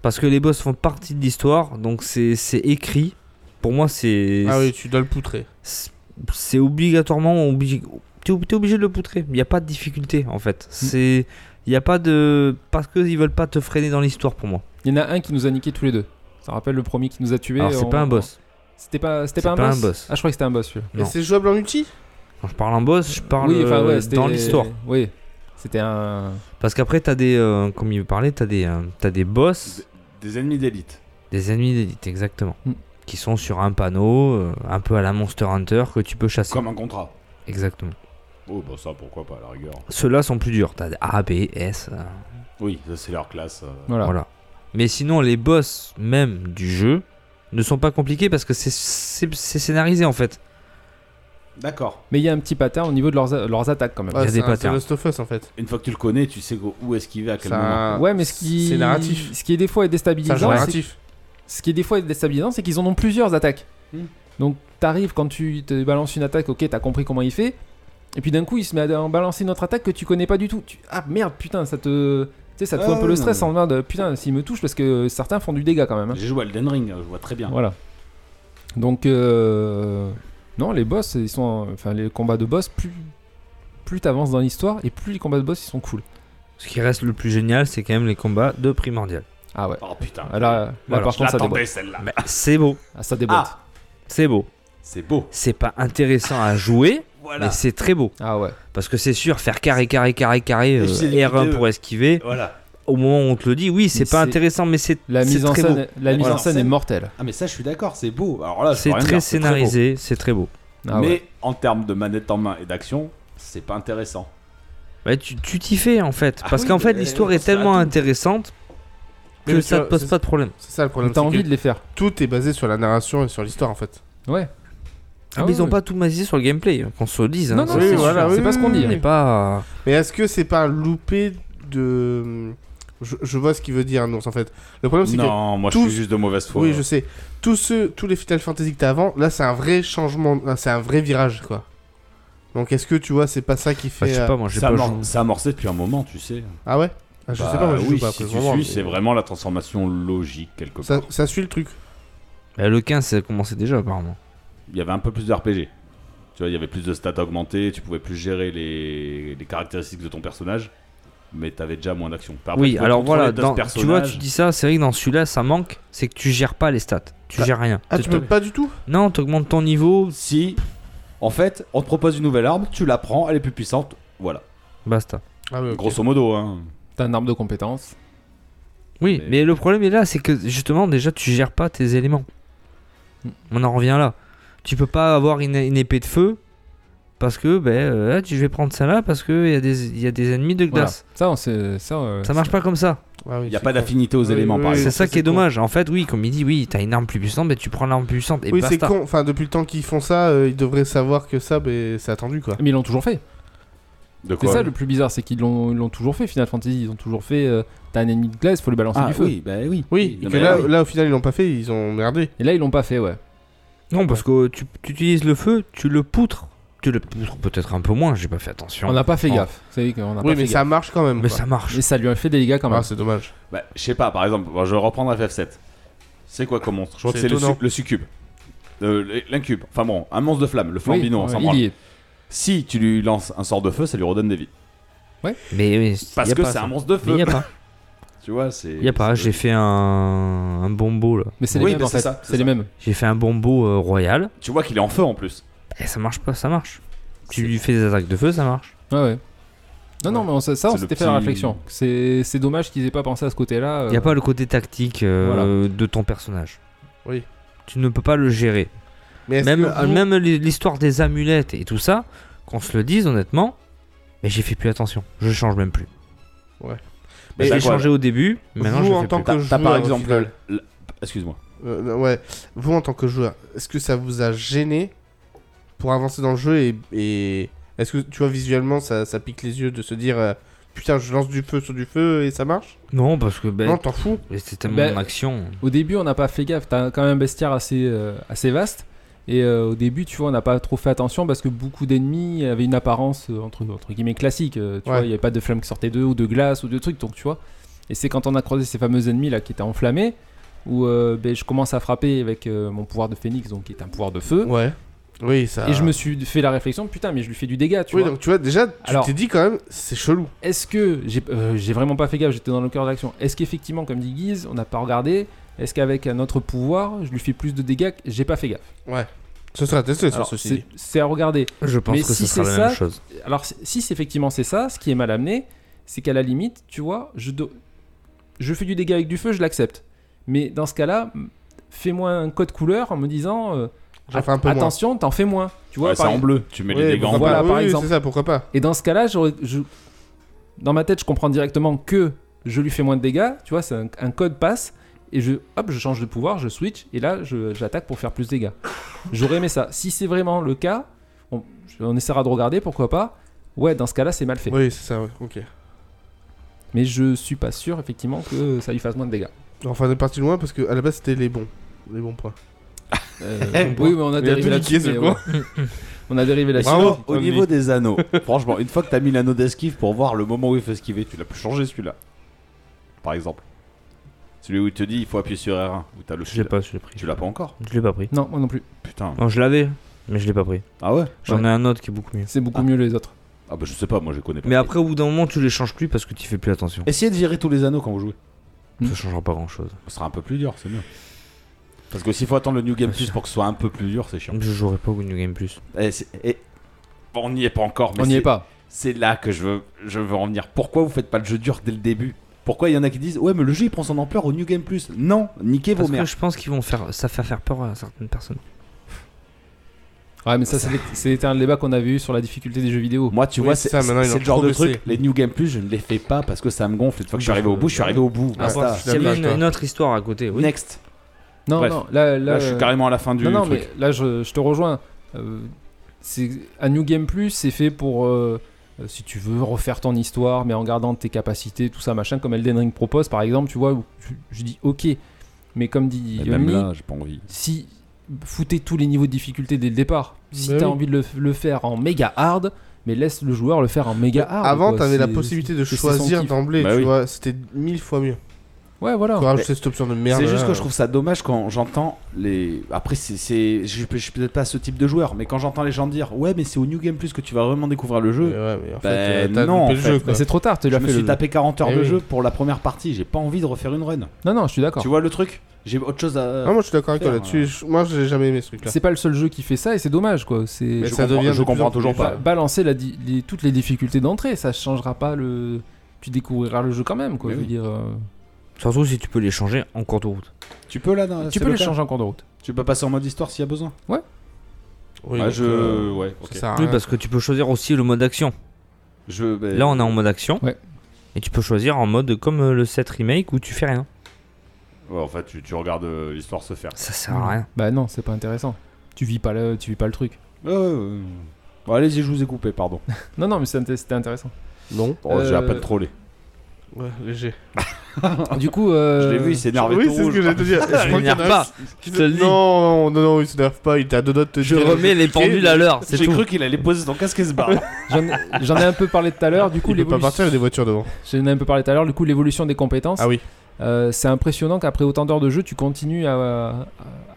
S6: Parce que les boss font partie de l'histoire, donc c'est c'est écrit. Pour moi, c'est.
S4: Ah oui, tu dois le poutrer.
S6: c'est- c'est obligatoirement obligé. T'es ob- t'es obligé de le poutrer. Il n'y a pas de difficulté en fait. C'est il n'y a pas de parce que ils veulent pas te freiner dans l'histoire pour moi.
S5: Il y en a un qui nous a niqué tous les deux. Ça rappelle le premier qui nous a tués.
S6: Alors c'est
S5: on-
S6: pas un boss.
S5: C'était pas, c'était
S6: C'est
S5: pas, un,
S6: pas un
S5: boss
S6: boss.
S5: Ah, je crois que c'était un boss celui-là.
S4: Et
S6: Non.
S4: c'est jouable en multi
S6: Quand je parle en boss, je parle euh,
S5: c'était-
S6: dans l'histoire.
S5: Oui, c'était un.
S6: Parce qu'après t'as des euh, comme il parlait, t'as des euh, t'as des boss,
S3: Des ennemis d'élite.
S6: des ennemis d'élite exactement,
S5: Mm.
S6: qui sont sur un panneau, euh, un peu à la Monster Hunter que tu peux chasser.
S3: Comme un contrat.
S6: Exactement.
S3: Oh, bah ça, pourquoi pas, à la rigueur.
S6: Ceux-là sont plus durs. T'as des A, B, S. euh,
S3: Oui, ça, c'est leur classe. euh.
S5: Voilà.
S6: Voilà. Mais sinon, les boss même du jeu ne sont pas compliqués parce que c'est- c'est c'est scénarisé en fait.
S3: D'accord.
S5: Mais il y a un petit pattern au niveau de leurs, leurs attaques quand même.
S4: Ouais,
S6: des
S4: c'est un- C'est
S6: patterns.
S4: Last of Us en fait.
S3: Une fois que tu le connais, tu sais où esquiver, à quel
S4: C'est
S3: moment.
S4: un-
S5: Ouais, mais ce qui.
S4: C'est narratif.
S5: Ce qui est des fois est
S4: C'est un jeu
S5: déstabilisant. c'est-
S4: narratif.
S5: Ce qui est des fois déstabilisant, c'est qu'ils en ont plusieurs attaques.
S3: Hmm.
S5: Donc t'arrives quand tu te balances une attaque, ok, t'as compris comment il fait. Et puis d'un coup, il se met à en balancer une autre attaque que tu connais pas du tout. Tu- Ah merde, putain, ça te. Tu sais, ça te fout un peu le stress
S3: Ah.
S5: en mode putain, s'il me touche, parce que certains font du dégât quand même. hein.
S3: J'ai joué à Elden Ring, je vois très bien.
S5: Voilà. Donc, euh, non, les boss, ils sont. Enfin, les combats de boss, plus, plus t'avances dans l'histoire et plus les combats de boss, ils sont cool.
S6: Ce qui reste le plus génial, c'est quand même les combats de Primordial.
S5: Ah ouais.
S3: Oh putain.
S5: Là, là,
S6: Voilà,
S5: par
S3: je
S5: contre, ça
S3: l'attendais,
S5: déboîte.
S3: celle-là.
S6: Mais c'est beau,
S5: Ah, ça déboîte.
S3: Ah,
S6: c'est beau.
S3: c'est beau.
S6: C'est pas intéressant à jouer,
S3: Voilà.
S6: mais c'est très beau.
S5: Ah ouais.
S6: Parce que c'est sûr, faire carré, carré, carré, carré, euh,
S3: Et c'est les
S6: R1
S3: vidéos.
S6: pour esquiver,
S3: Voilà.
S6: au moment où on te le dit, oui,
S5: Mais
S6: c'est pas
S5: c'est-
S6: intéressant, mais c'est
S5: La
S6: c'est
S5: mise en
S6: très beau.
S5: scène, la mise
S3: Voilà.
S5: en scène est mortelle.
S3: Ah, mais ça, je suis d'accord, c'est beau. Alors là, je peux
S6: C'est
S3: Ah, rien
S6: très
S3: dire, c'est beau.
S6: scénarisé, c'est très beau.
S5: Ah
S3: mais
S5: ouais.
S3: en termes de manette en main et d'action, c'est pas intéressant.
S6: Ouais, tu tu t'y fais en fait.
S3: Ah
S6: Parce
S3: oui,
S6: qu'en fait,
S3: mais
S6: l'histoire est
S3: c'est un
S6: tellement
S3: tout.
S6: intéressante
S4: Mais
S6: que
S4: tu
S6: ça te
S4: vois,
S6: pose
S4: c'est-
S6: pas de problème.
S4: C'est ça le
S5: Mais
S4: problème.
S5: T'as
S4: c'est
S5: envie
S4: que
S5: de les faire.
S4: Tout est basé sur la narration et sur l'histoire en fait.
S5: Ouais.
S6: Ah,
S5: Ah
S6: mais
S5: oui,
S6: ils ont
S5: oui.
S6: pas tout basé sur le gameplay, qu'on se le dise. hein,
S5: Non, non,
S6: ça,
S4: oui,
S6: c'est
S4: voilà,
S6: sûr.
S4: oui,
S5: c'est pas ce qu'on dit. hein.
S6: On n'est pas.
S4: Mais est-ce que c'est pas un loupé de. Je, je vois ce qu'il veut dire, non, en fait. Le problème c'est que.
S3: Non, moi, je
S4: tous-
S3: suis juste de mauvaise foi.
S4: Oui, je sais. Tous ceux, tous les Final Fantasy que t'as avant, là, c'est un vrai changement, là, c'est un vrai virage, quoi. Donc, est-ce que tu vois, c'est pas ça qui
S6: Enfin,
S4: fait.
S6: je sais
S4: euh,
S6: pas, moi j'ai
S3: Ça
S6: pas
S3: amor-
S6: joué.
S3: ça a amorcé depuis un moment, tu sais.
S4: Ah ouais Ah, Je
S3: Bah,
S4: sais pas, moi, je
S3: oui,
S4: joue pas.
S3: si
S4: après,
S3: tu
S4: vraiment,
S3: suis,
S4: mais-
S3: c'est vraiment la transformation logique quelque part.
S4: Ça, ça suit le truc.
S6: Eh, Le 15, ça a commencé déjà apparemment.
S3: Il y avait un peu plus de RPG. Tu vois, il y avait plus de stats augmentées, tu pouvais plus gérer les, les caractéristiques de ton personnage, mais t'avais déjà moins d'action. Par après, tu
S6: oui,
S3: pouvais
S6: alors
S3: contrôler
S6: voilà,
S3: d'autres
S6: dans- tu vois,
S3: personnages.
S6: tu dis ça, c'est vrai que dans celui-là, ça manque, c'est que tu gères pas les stats. Tu
S3: Bah,
S4: Ah.
S6: gères rien.
S4: Ah,
S6: T'es-
S4: tu peux pas du tout
S6: Non, t'augmentes ton niveau,
S3: Si, en fait, on te propose une nouvelle arme, tu la prends, elle est plus puissante, voilà.
S6: basta.
S4: Ah, ouais, ok.
S3: Grosso modo, hein.
S5: T'as un arbre de compétences.
S6: Oui,
S3: Mais-
S6: mais, le problème est là, c'est que justement, déjà, tu gères pas tes éléments. On en revient là. Tu peux pas avoir une, une épée de feu parce que, ben, euh, ah, tu- je vais prendre ça là parce qu'il y, a des- il y a des ennemis de
S5: Voilà.
S6: glace.
S5: Ça, on sait- ça. euh,
S6: Ça marche pas comme ça.
S4: Ah oui,
S3: il n'y a
S4: c'est
S3: pas
S4: con.
S3: d'affinité aux
S4: Oui,
S3: éléments,
S4: oui,
S3: par
S4: oui.
S6: C'est
S3: exemple.
S6: ça
S4: ça,
S6: qui est
S4: c'est con.
S6: dommage. En fait, oui, comme il dit, oui, t'as une arme plus puissante, mais tu prends l'arme plus puissante et
S4: Oui, c'est
S6: basta.
S4: con. Enfin, depuis le temps qu'ils font ça, euh, ils devraient savoir que ça, ben, c'est attendu, quoi.
S5: Mais ils l'ont toujours fait.
S3: De
S5: C'est
S3: quoi
S5: ça le plus bizarre, c'est qu'ils l'ont ils l'ont toujours fait. Final Fantasy, ils ont toujours fait. euh, T'as un ennemi de glace, faut lui balancer
S3: Ah
S5: du feu.
S3: oui, bah oui.
S4: Oui,
S3: Non,
S4: et que
S3: mais
S4: là,
S3: oui.
S4: là, au final, ils l'ont pas fait, ils ont merdé.
S5: Et là, ils l'ont pas fait, ouais.
S6: Non, parce que tu, tu utilises le feu, tu le poutres. Tu le poutres peut-être un peu moins, j'ai pas fait attention.
S5: On n'a pas fait
S6: Oh.
S5: gaffe. C'est vrai qu'on n'a pas
S4: Oui, mais
S5: fait gaffe.
S4: ça marche quand même.
S6: Mais
S4: quoi.
S6: ça marche.
S5: Et ça lui a fait des dégâts quand même.
S4: Ah, c'est dommage.
S3: Bah, je sais pas, par exemple, bon, je vais reprendre FF7. C'est quoi comme monstre Je crois que c'est
S4: C'est
S3: le,
S4: étonnant.
S3: su- le succube. Euh, L'incube. Enfin bon, un monstre de flamme, le
S5: Oui,
S3: flambino, on
S5: ouais,
S3: s'en
S5: il
S3: branle.
S5: y est.
S3: Si tu lui lances un sort de feu, ça lui redonne des vies.
S6: Mais oui, y
S3: Parce
S6: a
S3: que
S6: pas
S3: c'est
S6: ça.
S3: un monstre de
S6: Mais
S3: feu.
S6: y a pas.
S3: Tu vois, c'est.
S6: Y a pas. J'ai fait un, un bombo là.
S5: Mais c'est les
S3: Oui,
S5: mêmes
S3: mais
S5: en
S3: c'est
S5: fait.
S3: ça, c'est
S5: C'est les
S3: ça.
S5: mêmes.
S6: J'ai fait un bombo euh, royal.
S3: Tu vois qu'il est en feu en plus.
S6: Et ça marche pas, ça marche. Tu
S3: C'est-
S6: lui fais des attaques de feu, ça marche.
S5: Ouais, ouais. Non, non,
S4: Ouais.
S5: mais on, ça, ça, on
S3: C'est le
S5: s'était fait la
S3: petit-
S5: réflexion. C'est c'est dommage qu'ils aient pas pensé à ce côté-là. euh.
S6: Il Y a pas le côté tactique euh, de ton personnage.
S4: Oui.
S6: Tu ne peux pas le gérer.
S4: Mais est-ce
S6: Même, euh,
S4: que vous-
S6: même l'hi- l'histoire des amulettes et tout ça, qu'on se le dise honnêtement, mais j'ai fait plus attention. Je change même plus.
S3: Mais
S6: j'ai
S3: bah, quoi,
S6: changé au début, maintenant
S4: vous,
S6: je le
S4: en
S6: fais
S4: tant
S6: plus.
S4: que
S3: T'as t'as par
S4: joueur, au
S3: exemple.
S4: final,
S3: l- Excuse-moi.
S4: euh, ouais, vous en tant que joueur, est-ce que ça vous a gêné pour avancer dans le jeu et, et est-ce que tu vois visuellement ça, ça pique les yeux de se dire euh, putain je lance du feu sur du feu et ça marche
S6: Non, parce que ben,
S4: Non, t'en fous
S6: c'était mon
S5: Ben-
S6: action.
S5: Au début, on n'a pas fait gaffe. T'as quand même un bestiaire assez, euh, assez vaste. Et euh, au début, tu vois, on n'a pas trop fait attention parce que beaucoup d'ennemis avaient une apparence euh, entre, entre guillemets classique. euh, tu
S4: Ouais.
S5: vois, il n'y avait pas de flammes qui sortaient d'eux ou de glace ou de trucs. Donc, tu vois. Et c'est quand on a croisé ces fameux ennemis là qui étaient enflammés où euh, ben, je commence à frapper avec euh, mon pouvoir de phénix, donc qui est un pouvoir de feu.
S4: Ouais. Oui, ça.
S5: Et je me suis fait la réflexion, putain, mais je lui fais du dégât, tu
S4: oui,
S5: vois.
S4: donc tu vois, déjà, tu
S5: Alors-
S4: t'es dit quand même, c'est chelou.
S5: Est-ce que j'ai euh, j'ai vraiment pas fait gaffe, j'étais dans le cœur de l'action. Est-ce qu'effectivement, comme dit Guise, on n'a pas regardé Est-ce qu'avec un autre pouvoir, je lui fais plus de dégâts que- J'ai pas fait gaffe.
S4: Ce sera testé sur
S5: Alors,
S4: ceci.
S5: c'est-
S4: dit.
S5: c'est à regarder.
S6: Je pense
S5: Mais
S6: que
S5: si
S6: ce sera
S5: c'est
S6: la même
S5: ça-
S6: chose.
S5: Alors si- si c'est effectivement c'est ça, ce qui est mal amené, c'est qu'à la limite, tu vois, je do- je fais du dégât avec du feu, je l'accepte. Mais dans ce cas-là, m- fais-moi un code couleur en me disant euh,
S4: J'en fais un peu moins.
S5: attention, t'en fais moins. Tu vois,
S3: Ouais, c'est
S5: par
S3: en bleu. Tu mets
S4: Oui,
S3: les dégâts en bleu.
S4: pourquoi
S5: voilà,
S4: pas. Oui,
S5: par
S4: oui,
S5: exemple.
S4: C'est ça, pourquoi pas
S5: Et dans ce cas-là, j'aurais- je... dans ma tête, je comprends directement que je lui fais moins de dégâts. Tu vois, c'est un, un code passe. Et je, hop, je change de pouvoir, je switch. Et là, je- j'attaque pour faire plus de dégâts. J'aurais aimé ça. Si c'est vraiment le cas, on, on essaiera de regarder, pourquoi pas. Ouais, dans ce cas-là, c'est mal fait.
S4: Oui, c'est ça, ouais, ok.
S5: Mais je suis pas sûr, effectivement, que ça lui fasse moins de dégâts.
S4: Enfin, de partie loin, parce que à la base, c'était les bons. Les bons points.
S5: Euh, oui, mais on a
S4: Il a
S5: dérivé
S4: tout
S5: là-dessus.
S4: niqué, ce
S5: mais
S4: con.
S5: ouais. [LAUGHS] on a dérivé là-dessus.
S4: Bravo.
S3: Oh, Au
S4: Dominique.
S3: niveau des [LAUGHS] anneaux, franchement, une fois que t'as mis l'anneau d'esquive pour voir le moment où il faut esquiver, tu l'as pu changer celui-là. Par exemple. Celui où il te dit il faut appuyer sur R1, où t'as le
S6: Je l'ai pas, je l'ai pris.
S3: Tu l'as pas encore
S6: Je l'ai pas pris.
S5: Non, moi non plus.
S3: Putain.
S6: Non, je l'avais, mais je l'ai pas pris.
S3: Ah ouais
S6: J'en
S5: Ouais.
S6: ai un autre qui est beaucoup mieux.
S5: C'est beaucoup mieux les autres.
S3: Ah bah je sais pas, moi je connais pas.
S6: Mais après, au bout d'un moment, tu les changes plus parce que tu fais plus attention.
S3: Essayez de virer tous les anneaux quand vous jouez.
S6: Ça changera pas grand chose.
S3: Ce sera un peu plus dur, c'est mieux. Parce que s'il faut attendre le New Game Plus pour que ce soit un peu plus dur, c'est chiant.
S6: Je jouerai pas au New Game Plus.
S3: Eh, c'est- eh, bon, on n'y est pas encore, mais
S5: on n'y est
S3: c'est-
S5: pas.
S3: c'est là que je veux, je veux en venir. Pourquoi vous faites pas le jeu dur dès le début Pourquoi il y en a qui disent Ouais, mais le jeu il prend son ampleur au New Game Plus Non, niquez vos
S6: Parce que
S3: mères.
S6: je pense qu'ils vont faire. Ça fait faire peur à certaines personnes.
S5: Ouais, mais ça, c'est- c'était un débat qu'on avait eu sur la difficulté des jeux vidéo.
S3: Moi, tu
S4: Oui,
S3: vois,
S4: c'est
S3: c'est
S4: ça, maintenant, ils
S3: c'est
S4: ont
S3: le genre de
S4: progressé.
S3: truc. Les New Game Plus, je ne les fais pas parce que ça me gonfle. Une fois que je suis arrivé au bout, je suis arrivé au bout.
S4: Ah,
S3: Basta.
S4: bon, je
S6: Il
S4: suis
S6: y
S4: d'accord
S6: avait
S4: avec
S6: une,
S4: toi.
S6: une autre histoire à côté, oui.
S3: Next.
S5: Non,
S3: Bref.
S5: non, là, là,
S3: Là, je
S5: euh,
S3: suis carrément à la fin du
S5: non, non,
S3: truc.
S5: mais là, je, je te rejoins. Euh, c'est un New Game Plus, c'est fait pour euh, euh, si tu veux refaire ton histoire, mais en gardant tes capacités, tout ça, machin, comme Elden Ring propose, par exemple, tu vois. où Je, je dis ok, mais comme dit
S3: Et même
S5: Yoni,
S3: là, j'ai pas envie.
S5: si foutez tous les niveaux de difficulté dès le départ. Si
S4: Mais
S5: t'as
S4: Bah oui.
S5: envie de le, le faire en méga hard, mais laisse le joueur le faire en méga hard.
S4: Avant,
S5: ah, quoi.
S4: t'avais la
S5: C'est-
S4: possibilité de
S5: c'est- c'est son
S4: choisir
S5: kiff.
S4: d'emblée,
S3: Bah
S4: tu
S3: oui.
S4: vois. C'était mille fois mieux.
S5: Ouais, voilà.
S4: Faut rajouter cette option de merde.
S3: C'est juste
S4: là.
S3: que je trouve ça dommage quand j'entends les. Après, c'est, c'est... Je, je suis peut-être pas ce type de joueur, mais quand j'entends les gens dire ouais, mais c'est au New Game Plus que tu vas vraiment découvrir le
S4: Mais
S3: jeu.
S4: ouais, mais en
S3: Bah,
S4: fait, euh, t'as
S3: non,
S4: loupé
S3: en
S4: le
S3: fait.
S4: jeu,
S5: Mais
S4: quoi.
S5: Bah, c'est trop tard, tu
S3: je
S5: l'as
S3: me
S5: fait.
S3: suis
S5: le-
S3: tapé 40 heures
S4: Eh
S3: de
S4: oui.
S3: jeu pour la première partie. J'ai pas envie de refaire une run.
S5: Non, non, je suis d'accord.
S3: Tu vois le truc J'ai autre chose à.
S4: Non, Ah, moi, je suis d'accord avec toi
S3: Faire,
S4: là-dessus. Je- Moi, j'ai jamais aimé ce truc-là.
S5: C'est pas le seul jeu qui fait ça et c'est dommage quoi.
S4: Mais
S5: C'est
S3: je
S4: ça
S3: comprends,
S4: devient de
S3: je
S4: plus en
S3: comprends
S4: plus
S3: toujours
S4: dur.
S3: pas.
S5: Ba- balancer la di- les- toutes les difficultés d'entrée, ça changera pas le. Tu découvriras le jeu quand même quoi.
S3: Mais
S5: je veux
S3: oui.
S5: dire, euh,
S6: Surtout si tu peux les changer en cours de route.
S3: Tu peux là dans-
S5: tu
S3: Ah, c'est
S5: peux
S3: le
S5: les
S3: cas
S5: changer en cours de route.
S3: Tu peux passer en mode histoire s'il y a besoin.
S4: Oui,
S3: Ah,
S4: donc,
S3: je.
S4: euh,
S3: Ouais, ok.
S4: ça sert à
S6: Oui,
S4: rien.
S6: parce que tu peux choisir aussi le mode action.
S3: Je, ben,
S6: Là, on est en mode action.
S5: Ouais.
S6: Et tu peux choisir en mode comme euh, le set remake où tu fais rien.
S3: ouais, en fait, tu, tu regardes euh, l'histoire se faire.
S6: Ça sert à Ah, rien.
S5: Bah non, c'est pas intéressant. Tu vis pas le, tu vis pas le truc.
S3: Ouais, ouais, ouais. Bon, allez-y, je vous ai coupé, [LAUGHS] pardon.
S5: Non non, mais c'est int- c'était intéressant.
S4: Non.
S3: Oh, J'ai à
S5: Euh,
S3: peine trollé.
S4: Ouais, léger.
S5: du coup, euh,
S3: Je l'ai vu, il s'est énervé
S4: Oui,
S3: tout
S4: c'est ce
S3: rouge.
S4: que j'allais te dire. [LAUGHS] Je crois qu'il y en a un
S6: pas.
S4: qui-
S6: je te le dis.
S4: Non, non, non, il s'énerve pas. Il était à deux doigts de te
S6: Je
S4: dire-
S6: remets les pendules à l'heure, c'est
S3: J'ai
S6: tout.
S3: cru qu'il allait poser son casque et se barrer.
S5: j'en ai- j'en ai un peu parlé tout à l'heure. Du coup,
S4: Il peut pas
S5: l'évolution-
S4: partir, il y a des voitures devant.
S5: J'en ai un peu parlé tout à l'heure, du coup, l'évolution des compétences.
S4: Ah oui.
S5: Euh, c'est impressionnant qu'après autant d'heures de jeu, tu continues à, à- à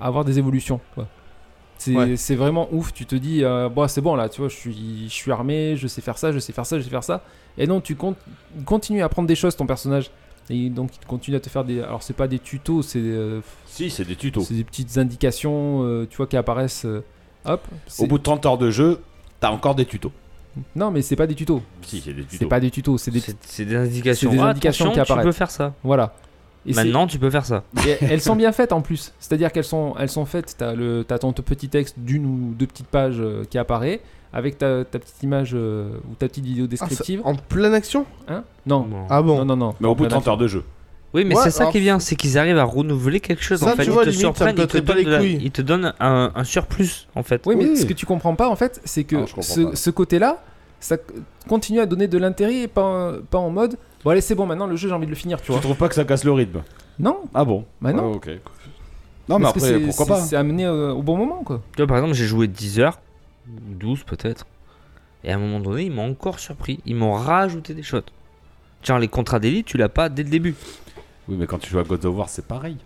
S5: avoir des évolutions. quoi. C'est
S4: Ouais.
S5: c'est vraiment ouf. Tu te dis, euh, Bah, c'est bon là, tu vois, je suis, je suis armé, je sais faire ça, je sais faire ça, je sais faire ça. Et non, tu con- continues à apprendre des choses, ton personnage. Et donc, il continue à te faire des. Alors, c'est pas des tutos, c'est euh,
S3: [LAUGHS] Si, c'est des tutos.
S5: c'est des petites indications, euh, tu vois, qui apparaissent. euh, hop.
S3: Au
S5: c'est-
S3: bout de 30 heures de jeu, t'as encore des tutos.
S5: Non, mais c'est pas des tutos.
S3: Si, c'est des
S5: C'est
S3: tutos.
S5: pas des tutos, c'est des.
S6: C'est c'est des indications.
S5: C'est des
S6: Ah,
S5: indications
S6: attention,
S5: qui apparaissent.
S6: Tu peux faire ça.
S5: Voilà. Et c'est-
S6: Maintenant, tu peux faire ça.
S3: [LAUGHS]
S5: et elles sont bien faites en plus. C'est-à-dire qu'elles sont, elles sont faites. T'as le, t'as ton t- petit texte d'une ou deux petites pages euh, qui apparaît avec ta, ta petite image euh, ou ta petite vidéo
S4: Ah, ça-
S5: descriptive.
S4: en pleine action
S5: Hein non.
S6: Bon.
S4: Ah bon
S5: non, non, non.
S3: Mais au bout de
S5: Madame-
S3: 30 heures de jeu.
S6: Oui, mais
S4: Ouais,
S6: c'est ça
S4: alors-
S6: qui est bien, c'est qu'ils arrivent à renouveler quelque chose.
S4: Ça,
S6: en fait,
S4: tu vois,
S6: ils te
S4: limite, ça me
S6: surprennent, ils te,
S4: cotterait pas
S6: donnent de
S4: les
S6: la-
S4: couilles.
S6: ils te donnent un, un surplus, en fait.
S5: Oui, mais
S4: Oui.
S5: ce que tu comprends pas en fait, c'est que
S3: Ah, je comprends
S5: ce,
S3: pas.
S5: ce côté-là, ça c- continue à donner de l'intérêt et pas, en- pas en mode. Bon allez, c'est bon. Maintenant, le jeu, j'ai envie de le finir, tu
S3: Tu
S5: vois.
S3: trouves pas que ça casse le rythme
S5: Non.
S3: Ah bon
S5: Bah non.
S3: Ah, ok. Non, mais
S5: Parce que
S3: après,
S5: c'est-
S3: pourquoi
S5: c'est-
S3: pas
S5: C'est amené euh, au bon moment, quoi.
S6: Tu vois, par exemple, j'ai joué 10 heures, 12 peut-être, et à un moment donné, ils m'ont encore surpris. Ils m'ont rajouté des choses. Tiens, les contrats d'élite, tu l'as pas dès le début.
S3: Oui, mais quand tu joues à God of War, c'est pareil.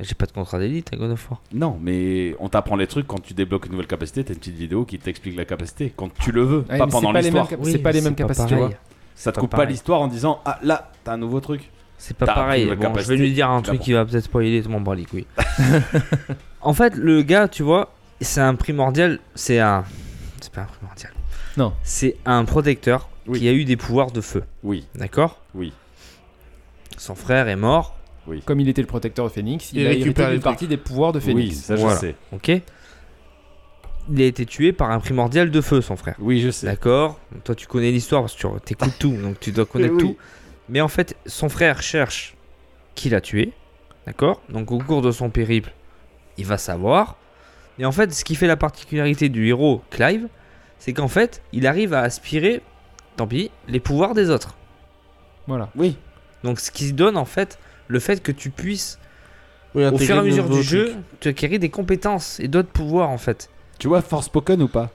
S6: J'ai pas de contrat d'élite à God of War.
S3: Non, mais on t'apprend les trucs quand tu débloques une nouvelle capacité. T'as une petite vidéo qui t'explique la capacité quand tu le veux,
S5: Ouais,
S3: pas
S5: mais
S3: pendant
S5: c'est pas les mêmes
S3: l'histoire.
S5: cap-
S6: Oui,
S5: c'est pas les
S6: mais
S5: mêmes
S6: c'est pas
S5: capacités.
S6: pareil.
S3: Ça te
S6: pas
S3: coupe pas
S6: pareil.
S3: l'histoire en disant Ah là, t'as un nouveau truc.
S6: C'est pas
S3: T'as
S6: pareil.
S3: plus de
S6: Bon, je
S3: capacité,
S6: vais lui dire un
S3: tu
S6: truc
S3: l'apprends.
S6: qui va peut-être pas aider, m'en bat les
S3: [LAUGHS]
S6: couilles. en fait, le gars, tu vois, c'est un primordial. C'est un. C'est pas un primordial.
S5: Non.
S6: C'est un protecteur
S3: Oui.
S6: qui a eu des pouvoirs de feu.
S3: Oui,
S6: D'accord
S3: oui.
S6: Son frère est mort.
S5: Comme il était le protecteur de Phoenix, il,
S4: Il
S5: a
S4: récupère
S5: hérité
S4: les
S5: une
S4: trucs.
S5: partie des pouvoirs de Phoenix.
S3: Oui, ça
S6: Voilà.
S3: je sais.
S6: Ok Il a été tué par un primordial de feu, son frère.
S3: Oui, je sais.
S6: D'accord Donc Toi, tu connais l'histoire parce que tu écoutes tout. Donc tu dois connaître
S4: [LAUGHS] oui.
S6: tout. Mais en fait, son frère cherche qui l'a tué. D'accord Donc au cours de son périple, il va savoir. Et en fait, ce qui fait la particularité du héros Clive, c'est qu'en fait, il arrive à aspirer, tant pis, les pouvoirs des autres.
S5: Voilà.
S3: Oui.
S6: Donc ce qui donne en fait le fait que tu puisses,
S4: Oui,
S6: au
S4: intégrer
S6: fur et à
S4: de
S6: mesure
S4: nouveaux
S6: du
S4: trucs.
S6: jeu, tu acquérir des compétences et d'autres pouvoirs en fait.
S3: Tu vois Forspoken ou pas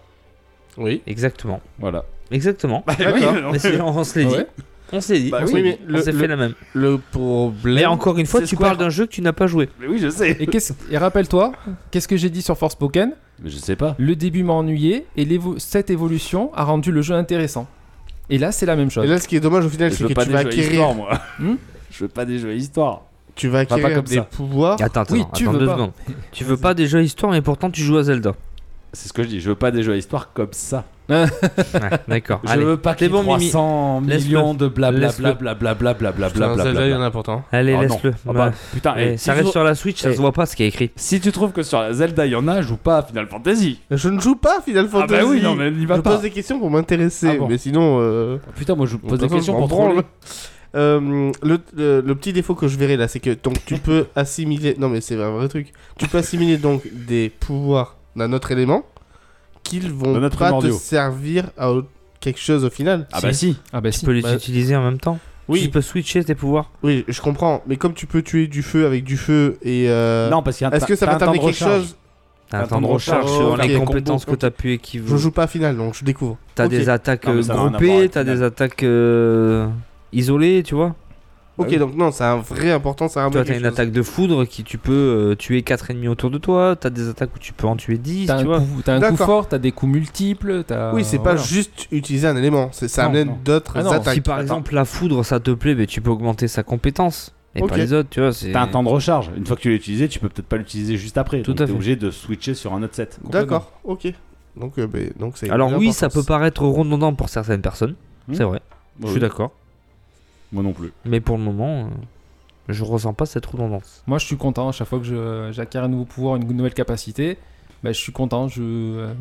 S4: Oui.
S6: Exactement.
S3: Voilà.
S6: Exactement.
S3: Eh
S4: D'accord.
S6: Mais c'est- on se l'est
S4: Ah
S6: dit.
S5: Ouais.
S6: On se l'est dit.
S3: Bah
S6: on
S3: oui,
S6: s'est
S4: mais
S6: dit,
S4: le-
S6: on s'est
S4: le-
S6: fait la même.
S4: Le
S6: Mais
S4: problème.
S6: encore une fois,
S4: c'est
S6: tu
S4: Square.
S6: parles d'un jeu que tu n'as pas joué.
S3: Mais oui, je sais.
S5: Et, qu'est-ce- et rappelle-toi, qu'est-ce que j'ai dit sur Force Forspoken
S3: Mais je sais pas.
S5: Le début m'a ennuyé et l'évo- cette évolution a rendu le jeu intéressant. Et là, c'est la même
S4: Et
S5: chose.
S4: là, ce qui est dommage au final,
S3: Je
S4: c'est
S3: veux
S4: que
S3: pas
S4: tu
S3: des
S4: vas
S3: jeux à
S4: acquérir,
S3: histoire, moi.
S5: Hmm
S3: Je veux pas des jeux à histoire.
S4: tu vas
S3: pas
S4: acquérir
S3: comme
S4: des
S3: ça.
S4: pouvoirs.
S6: Attends, attends,
S5: oui,
S6: attends
S5: tu veux
S6: deux
S5: pas.
S6: secondes. Tu veux pas des jeux à histoire, mais pourtant tu joues à Zelda.
S3: C'est ce que je dis. Je veux pas des jeux à histoire comme ça.
S6: Ouais, D'accord.
S3: Je
S6: Allez.
S3: veux pas
S6: t'es
S3: qu'il y ait
S6: bon, Mimi.
S3: 300
S6: Laisse-le.
S3: millions de blablabla
S6: Laisse-le.
S3: blablabla blablabla
S4: Putain, Zelda, il y en
S3: blablabla.
S4: a hein. pourtant.
S6: Allez,
S3: Ah non.
S6: laisse-le. Bah,
S3: Ah bah, Putain,
S6: eh,
S3: eh, si
S6: ça reste
S3: tu-
S6: sur la Switch, ça
S3: eh.
S6: se voit pas ce qui est écrit.
S3: Si tu trouves que sur la Zelda il y en a, joue pas à Final Fantasy.
S4: Je ne joue pas à Final Fantasy.
S3: Ah bah oui, non mais n'y va
S4: je
S3: pas.
S4: pose des questions pour m'intéresser,
S3: Ah bon.
S4: mais sinon. euh,
S3: Putain, moi je
S4: bon,
S3: pose des
S4: perso,
S3: questions
S4: je
S3: pour
S4: m'en branle.
S3: drôle.
S4: Euh, le, le- le petit défaut que je verrai là, c'est que donc tu peux [LAUGHS] assimiler. Non mais c'est un vrai truc. Tu peux assimiler donc des pouvoirs d'un autre élément qu'ils
S3: D'un
S4: vont
S3: autre
S4: pas te
S3: primordial.
S4: servir à au- quelque chose au final.
S3: Ah bah si.
S5: Ah bah
S6: Tu
S5: si.
S6: peux les
S4: bah-
S6: utiliser en même temps. Tu
S4: Oui,
S6: peux switcher tes pouvoirs.
S4: oui, je comprends. Mais comme tu peux tuer du feu avec du feu et euh,
S3: Non parce qu'il y a un
S4: est-ce que ça
S3: t'as
S4: va
S3: un temps
S4: t'amener
S3: de
S4: quelque
S3: recharge.
S4: chose
S6: T'as un
S3: T'as
S6: temps de recharge
S3: oh,
S4: recharge,
S6: sur
S4: ok,
S6: les compétences
S4: combo,
S6: que t'as pu
S4: Je
S6: équivaler.
S4: joue pas à final, donc je découvre.
S6: T'as
S4: Ok.
S6: des attaques
S3: Non, mais
S6: euh,
S3: ça n'a rien à voir
S6: groupées,
S3: avec
S6: t'as des
S3: Final.
S6: attaques euh, isolées, tu vois.
S4: Ok,
S3: Ah oui.
S4: donc non, c'est un vrai important, ça ramène
S6: Toi, t'as
S4: quelque
S6: une
S4: chose.
S6: attaque de foudre qui tu peux euh, tuer 4 ennemis autour de toi. T'as des attaques où tu peux en tuer 10,
S5: T'as un,
S6: tu vois.
S5: coup, t'as un coup
S4: D'accord.
S5: fort, t'as des coups multiples, t'as.
S4: Oui, c'est pas
S5: voilà.
S4: juste utiliser un élément, c'est ça
S5: Non,
S4: amène
S5: non.
S4: d'autres
S5: Ah non,
S4: attaques.
S6: Si par
S4: Attends.
S6: exemple la foudre ça te plaît, mais tu peux augmenter sa compétence et
S4: Ok.
S6: pas les autres, tu vois. c'est-
S3: T'as un temps de recharge. Une fois que tu l'as utilisé, tu peux peut-être pas l'utiliser juste après.
S6: Tout
S3: donc
S6: à
S3: t'es
S6: fait.
S3: obligé de switcher sur un autre set.
S4: D'accord, ok. Donc, euh, ben, donc c'est.
S6: Alors oui, ça peut
S4: pas.
S6: paraître redondant pour certaines personnes,
S3: Hmm.
S6: c'est vrai. je suis d'accord.
S3: Moi non plus.
S6: Mais pour le moment, euh, je ressens pas cette redondance.
S5: Moi, je suis content. à Chaque fois que je- j'acquiers un nouveau pouvoir, une nouvelle capacité, bah, je suis content. Je. euh,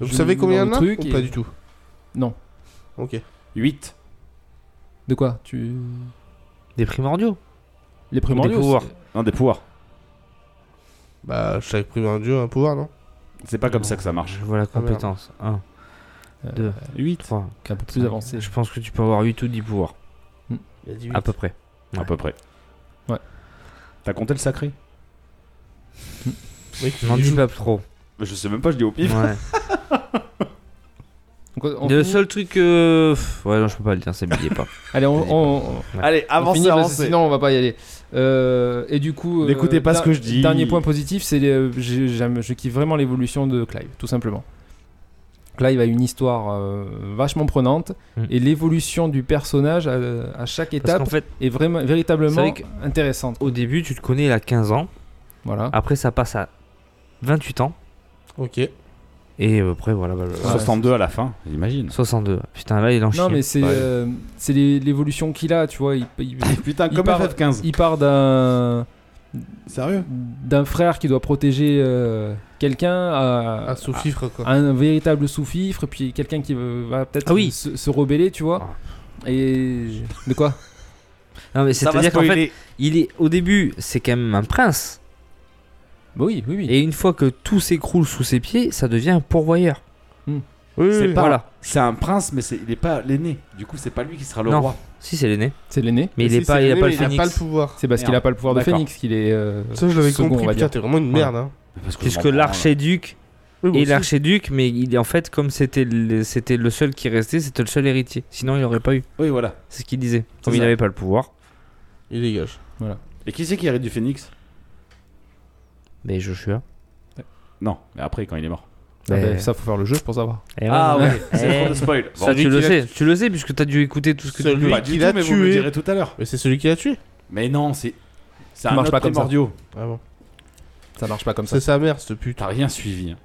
S4: Vous
S5: je
S4: savez
S5: me
S4: combien il y en
S5: mets
S4: a
S5: dans le truc
S4: ou
S5: et-
S4: pas du tout
S5: Non.
S4: Ok.
S3: 8.
S5: De quoi Tu.
S6: Des primordiaux.
S5: Les primordiaux.
S6: Des pouvoirs.
S5: c'est-
S3: Non, des pouvoirs.
S4: Bah, chaque prime un dieu a un pouvoir, non
S3: C'est pas comme ça que ça marche.
S6: Je vois la
S4: merde.
S6: compétence. 1,
S5: Euh,
S6: 2,
S3: 8
S6: 3,
S5: Un peu plus avancé.
S6: Je pense que tu peux avoir 8 ou 10 pouvoirs, à peu près.
S3: à peu près.
S5: Ouais.
S3: T'as compté le sacré
S4: Oui,
S6: N'en dis pas trop.
S3: Je sais même pas, je dis au pif.
S6: Ouais.
S5: Donc, on- on
S6: Le
S5: finit-
S6: seul truc que. pff, Ouais, non, je peux pas le dire, ça m'oubliez pas.
S5: Allez, on, on- on-
S3: Allez,
S5: on finit parce
S3: avancez,
S5: que
S3: avancez.
S5: sinon on va pas y aller. Euh, et du coup, euh,
S3: N'écoutez pas ce
S5: der-
S3: que je dis.
S5: Dernier point positif, c'est euh, j'ai- j'aime- je kiffe vraiment l'évolution de Clive, tout simplement. Clive a une histoire euh, vachement prenante
S6: Mm.
S5: et l'évolution du personnage à, à chaque
S6: Parce
S5: étape
S6: qu'en fait,
S5: est vraiment
S6: C'est
S5: véritablement
S6: vrai que-
S5: intéressante.
S6: au début, tu te connais à 15 ans.
S5: Voilà.
S6: Après, ça passe à 28 ans.
S4: Ok.
S6: Et euh, après, voilà. bah, le-
S5: Ouais.
S3: 62 à la fin, j'imagine.
S6: 62. Putain, là, il en chie.
S5: Non, mais c'est
S3: Ouais.
S5: euh, c'est les- l'évolution qu'il a, tu vois. Il, il-
S3: Putain,
S5: Il
S3: comme
S5: part-
S3: FF15.
S5: il part d'un
S3: Sérieux
S5: d'un frère qui doit protéger euh, quelqu'un à,
S4: À sous-fifre, quoi.
S5: un véritable sous-fifre, puis quelqu'un qui veut- va peut-être
S6: Ah oui.
S5: se, se rebeller, tu vois.
S4: Ah.
S5: Et je- de quoi
S6: Non, mais
S3: Ça va
S6: c'est-à-dire qu'en fait,
S3: spoiler.
S6: il est, au début, c'est quand même un prince.
S5: Bah oui, oui, oui.
S6: Et une fois que tout s'écroule sous ses pieds, ça devient un pourvoyeur.
S5: Hmm.
S6: Oui,
S3: C'est
S6: oui,
S3: pas-
S6: Euh, Voilà.
S3: C'est un prince, mais c'est- il est pas l'aîné. Du coup, c'est pas lui qui sera le
S6: Non.
S3: roi.
S6: Si, c'est l'aîné.
S5: C'est l'aîné.
S6: Mais il,
S4: Si,
S6: est pas,
S4: c'est
S6: il a
S4: lui,
S6: pas
S4: mais
S6: le
S4: Il a pas le
S6: phénix.
S4: pouvoir.
S5: C'est parce qu'il a
S3: Merde.
S5: pas le pouvoir de
S3: D'accord.
S5: phoenix qu'il est. euh,
S4: Ça, je l'avais
S5: second,
S4: compris.
S5: on va
S4: Putain,
S5: dire.
S4: t'es vraiment une
S5: Voilà.
S4: merde. hein.
S3: Parce que je
S6: Puisque
S3: m'en prends,
S6: l'archéduc
S4: Oui, moi
S6: et
S4: aussi.
S6: l'archéduc, mais il est en fait, comme c'était le, c'était le seul qui restait, c'était le seul héritier. Sinon, il aurait pas eu.
S3: là. Oui, voilà.
S6: C'est ce qu'il disait.
S3: C'est
S6: Comme il
S3: ça.
S6: n'avait pas le pouvoir.
S4: Il dégage.
S3: Et qui c'est qui hérite du phénix
S6: Mais ben, Joshua.
S3: Non, mais après, quand il est mort.
S5: ah
S6: Eh.
S5: ben, ça, faut faire le jeu pour savoir.
S6: Eh
S3: Ah
S6: ouais.
S3: ouais, c'est
S6: Eh.
S3: trop de spoil.
S6: Ça, tu le sais, tu le sais, puisque t'as dû écouter tout ce que tu
S4: Celui-
S6: voulais.
S3: Pas du
S4: qu'il
S3: tout,
S4: a
S3: Bah, mais vous me le
S4: tué.
S3: direz tout à l'heure.
S4: Mais c'est celui qui l'a tué.
S3: Mais non, c'est. C'est
S5: Ça
S3: un
S5: marche
S3: autre
S5: pas comme ça.
S3: primordiaux.
S4: Ah bon.
S5: Ça marche pas comme ça.
S4: C'est sa mère, cette pute.
S3: T'as rien suivi. hein.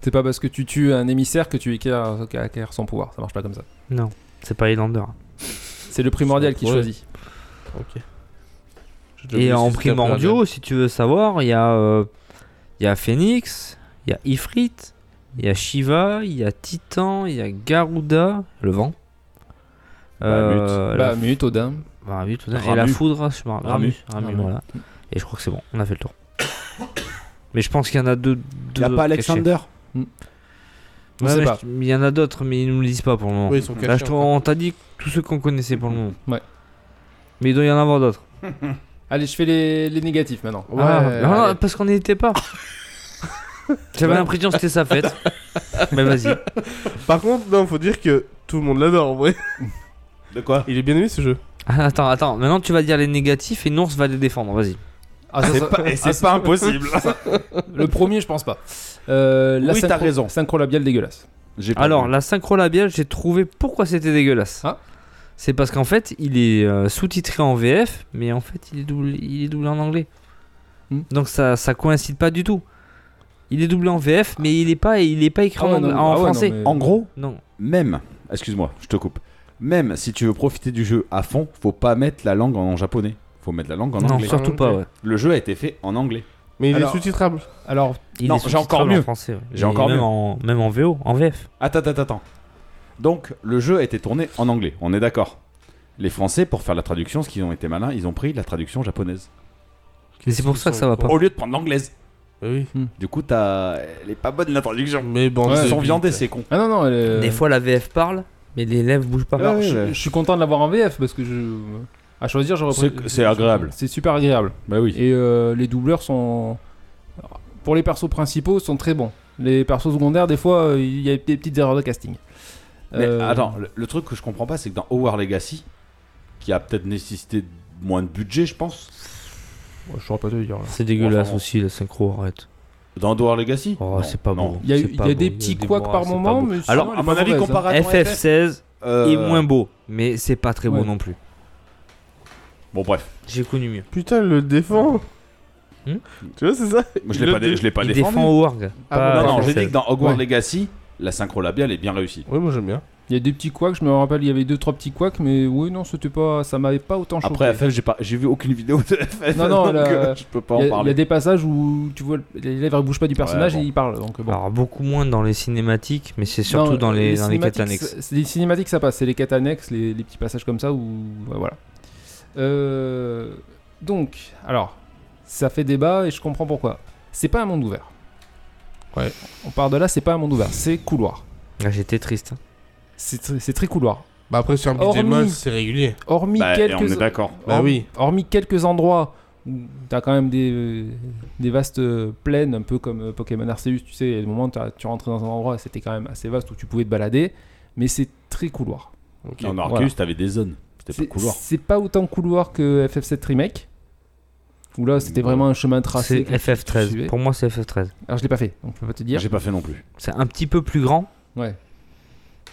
S5: C'est pas parce que tu tues un émissaire que tu acquiers, acquiers son pouvoir. Ça marche pas comme ça.
S6: Non, c'est pas Highlander.
S5: C'est le primordial qui
S4: Ouais.
S5: choisit.
S4: Ok.
S6: Et en primordiaux, si tu veux savoir, il y a euh, il y a Phoenix, il y a Ifrit, il y a Shiva, il y a Titan, il y a Garuda, le vent. Euh, la-
S5: Bah, mute, Odin.
S6: Bahamut, tout ça. et
S3: Ramu.
S6: la foudre, je sais pas, Ramu, Ramu,
S5: Ramu.
S6: voilà. Et je crois que c'est bon, on a fait le tour. Mais je pense qu'il y en a deux. deux
S3: Y a
S6: autres
S3: pas Alexander
S5: On
S6: cachés. Ouais,
S5: sait
S6: mais
S5: pas.
S6: je- Il y en a d'autres, mais ils nous le disent pas pour le moment.
S4: Oui, ils sont
S6: Là, je
S4: cachés.
S6: te-
S4: encore.
S6: on t'a dit tous ceux qu'on connaissait pour le moment.
S5: Ouais.
S6: Mais il doit y en avoir d'autres.
S5: Allez, je fais les, les négatifs maintenant.
S4: Ouais,
S6: Ah, non,
S4: allez.
S6: parce qu'on n'y était pas. [LAUGHS] J'avais l'impression que c'était sa fête. mais vas-y.
S4: Par contre, non, faut dire que tout le monde l'adore en vrai.
S3: De quoi
S4: Il est bien aimé ce jeu.
S6: Ah, Attends, attends. Maintenant, tu vas dire les négatifs et Nours va les défendre. Vas-y.
S5: Ah, ça, ça-
S3: Et
S5: ah, [LAUGHS]
S3: c'est
S5: ça-
S3: pas impossible.
S5: Le premier, je pense pas. Euh, la
S3: Oui, t'as
S5: synchro-
S3: raison.
S5: Synchro-labiale dégueulasse.
S3: J'ai pas
S6: Alors,
S3: vu.
S6: la synchro labiale, j'ai trouvé pourquoi c'était dégueulasse.
S5: Ah.
S6: C'est parce qu'en fait, il est euh, sous-titré en VF, mais en fait, il est doublé, il est doublé en anglais.
S5: Hmm.
S6: Donc ça, ça coïncide pas du tout. Il est doublé en VF, mais il est pas, il est pas écrit
S5: Ah ouais,
S6: en,
S5: non,
S6: en
S5: ah ouais, non,
S6: français.
S5: mais-
S3: en gros,
S6: Non.
S3: même. Excuse-moi, je te coupe. Même si tu veux profiter du jeu à fond, faut pas mettre la langue en japonais. Faut mettre la langue en
S6: Non,
S3: anglais.
S6: surtout pas. ouais.
S3: Le jeu a été fait en anglais.
S4: Mais il
S5: Alors-
S4: est sous-titrable.
S5: Alors,
S6: Il
S3: Non,
S6: est
S3: j'ai
S6: sous-titré
S3: encore
S6: en
S3: mieux.
S6: français, ouais.
S3: J'ai
S6: Et
S3: encore
S6: même
S3: mieux.
S6: En, même en VO, en VF.
S3: Attends, attends, attends. Donc, le jeu a été tourné en anglais, on est d'accord. Les Français, pour faire la traduction, ce qu'ils ont été malins, ils ont pris la traduction japonaise.
S6: Mais c'est pour ça que ça va pas.
S3: Au lieu de prendre l'anglaise.
S4: Bah oui.
S3: Du coup, t'as. Elle est pas bonne la traduction.
S4: Mais bon,
S5: Ouais,
S3: ils
S5: c'est
S3: sont viandés, c'est con.
S5: ah non, non, elle est-
S6: Des fois, la VF parle, mais les lèvres bougent pas.
S5: Alors,
S3: Ouais,
S5: je,
S3: ouais.
S5: je suis content de l'avoir en VF parce que je. À choisir, j'aurais
S3: C'est-
S5: pris-
S3: c'est agréable.
S5: C'est super agréable.
S3: Bah oui.
S5: Et euh, les doubleurs sont. Pour les persos principaux, sont très bons. Les persos secondaires, des fois, euh, il y a des petites erreurs de casting.
S3: Mais
S5: Euh,
S3: attends, le, le truc que je comprends pas, c'est que dans Howard Legacy, qui a peut-être nécessité de- moins de budget, je pense.
S5: moi, Je saurais pas te dire. là.
S6: C'est dégueulasse
S3: Franchement.
S6: aussi, la synchro, arrête.
S3: Dans Howard Legacy
S6: Oh,
S3: Non,
S6: c'est pas
S3: non.
S6: bon.
S5: Il y a,
S6: c'est
S5: eu- il y
S6: pas
S5: a
S6: bon,
S5: des petits couacs
S6: bras,
S5: par
S6: hein, c'est pas
S5: moment,
S6: bon.
S5: mais sinon,
S3: Alors,
S5: elle
S3: à
S5: est
S3: mon
S5: pas
S3: avis,
S5: mauvaise, hein.
S3: comparativement.
S6: FF16
S3: Euh,
S6: est moins beau, mais c'est pas très beau
S5: Ouais.
S6: non plus.
S3: Bon, bref.
S6: J'ai connu mieux.
S4: Putain, il le défend.
S6: Hmm
S4: tu vois, c'est ça
S3: Moi, je
S4: Il
S3: l'ai
S4: le
S3: pas, dé-
S4: dé-
S3: je l'ai pas
S6: il
S3: défendu.
S6: défend Warg.
S4: Ah
S6: pas
S4: bon,
S3: non, non,
S6: FF16.
S3: j'ai dit que dans Hogwarts
S4: Ouais.
S3: Legacy, la synchro labiale est bien réussie.
S4: Oui, moi j'aime bien.
S5: Il y a des petits couacs, je me rappelle, il y avait deux trois petits couacs, mais oui, non, c'était pas, ça m'avait pas autant choqué.
S3: Après, FF, j'ai pas, j'ai vu aucune vidéo de FF.
S5: Non, non,
S3: donc,
S5: la-
S3: euh, je peux
S5: il
S3: pas
S5: y,
S3: en
S5: a- il y a
S3: parler.
S5: des passages où tu vois les lèvres ne bougent pas du personnage
S3: Ouais, bon.
S5: et il parle. Donc bon.
S6: Alors, beaucoup moins dans les cinématiques, mais c'est surtout
S5: Non,
S6: dans les, dans les quêtes
S5: cinématiques,
S6: annexes.
S5: c'est- c'est- Les cinématiques, ça passe. C'est les quêtes annexes, les, les petits passages comme ça où. ouais, voilà. Euh, donc, alors, ça fait débat et je comprends pourquoi. C'est pas un monde ouvert.
S4: Ouais.
S5: On part de là, c'est pas un monde ouvert, c'est couloir.
S6: Ah, J'étais triste. hein.
S5: C'est tr- c'est très couloir.
S4: Bah après, sur un
S5: Hormis-
S4: Pokémon, c'est régulier.
S5: Hormis
S3: Bah, et on
S5: quelques.
S3: est d'accord.
S4: Bah
S5: horm-
S4: oui.
S5: Hormis quelques endroits où t'as quand même des, des vastes euh, plaines, un peu comme euh, Pokémon Arceus, tu sais, il y a des moments où t'as- tu rentrais dans un endroit, c'était quand même assez vaste où tu pouvais te balader, mais c'est très couloir.
S3: En Arcus,
S5: voilà.
S3: t'avais des zones. C'était pas couloir.
S5: C'est pas autant couloir que FF7 Remake, où là c'était
S3: Non.
S5: vraiment un chemin
S6: C'est
S5: tracé. que tu- tu
S6: FF13.
S5: suivais.
S6: Pour moi, c'est FF13.
S5: Alors je l'ai pas fait, donc je peux pas te dire.
S3: J'ai pas fait non plus.
S6: C'est un petit peu plus grand.
S5: Ouais.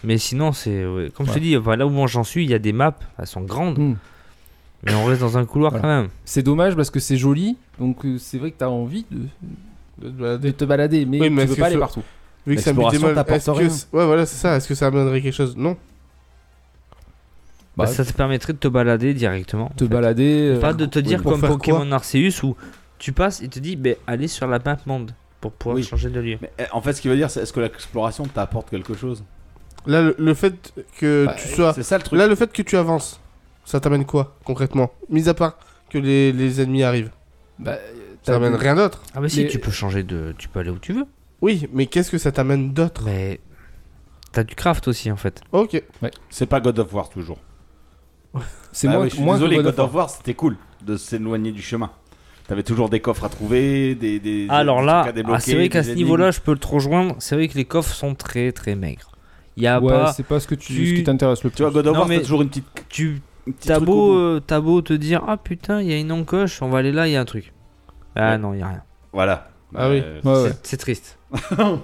S6: Mais sinon, c'est. ouais, Comme je te
S5: Ouais.
S6: dis, enfin, là où moi j'en suis, il y a des maps. Elles sont grandes.
S5: Hmm.
S6: Mais on reste dans un couloir
S5: Voilà.
S6: quand même.
S5: C'est dommage parce que c'est joli, donc euh, c'est vrai que t'as envie de, de te balader, mais,
S4: Oui,
S5: tu
S4: mais est-ce
S5: veux
S4: que
S5: pas aller
S4: ce-
S5: partout.
S4: Bah, Vu que ça me
S3: L'exploration
S4: démol,
S3: t'apporte
S4: est-ce que
S3: rien.
S4: c- Ouais, voilà, c'est ça. Est-ce que ça amènerait quelque chose Non.
S5: Bah,
S6: Bah, ça te permettrait de te balader directement. en
S5: te
S6: fait.
S5: balader. euh,
S6: Pas de te
S4: oui.
S6: dire
S4: Pour
S6: comme
S4: faire
S6: Pokémon Arceus où tu passes et te dis, ben allez sur la map monde pour pouvoir
S3: Oui.
S6: changer de lieu.
S3: Mais eh, en fait, ce qui veut dire, c'est est-ce que l'exploration t'apporte quelque chose
S4: Là, le, le fait que
S3: Bah,
S4: tu
S5: Ah.
S4: sois.
S3: C'est ça le truc.
S4: Là, le fait que tu avances, ça t'amène quoi, concrètement Mis à part que les, les ennemis arrivent.
S5: bah, euh,
S4: Ça
S5: t'as
S4: t'amène
S5: des-
S4: rien d'autre.
S6: Ah, mais si,
S5: Les-
S6: tu peux changer de. Tu peux aller où tu veux.
S4: Oui, mais qu'est-ce que ça t'amène d'autre
S6: Mais. T'as du craft aussi en fait.
S4: Ok.
S3: C'est pas God of War toujours.
S5: C'est
S3: Bah
S5: moins,
S3: oui, je suis
S5: moins
S3: désolé,
S5: que God of War.
S3: War, c'était cool de s'éloigner du chemin. T'avais toujours des coffres à trouver, des. des
S6: Alors
S3: des
S6: là,
S3: trucs à
S6: ah,
S3: débloquer,
S6: c'est vrai qu'à
S3: des
S6: ce
S3: énigmes.
S6: niveau-là, je peux le te rejoindre. C'est vrai que les coffres sont très très maigres. Il y a
S5: ouais,
S6: Ah, pas.
S5: c'est pas ce, que tu,
S6: tu-
S5: ce qui t'intéresse le plus.
S3: Tu vois, God of
S6: Non,
S3: War,
S6: mais-
S3: t'as toujours une petite.
S6: Tu
S3: une petite
S6: T'as
S3: truc
S6: beau,
S3: au bout.
S6: euh, t'as beau te dire ah putain il y a une encoche on va aller là il y a un truc ah
S3: Ouais.
S6: non il y a rien
S3: Voilà.
S4: Ah oui.
S3: Euh,
S5: Ouais, ouais.
S6: C'est- c'est triste là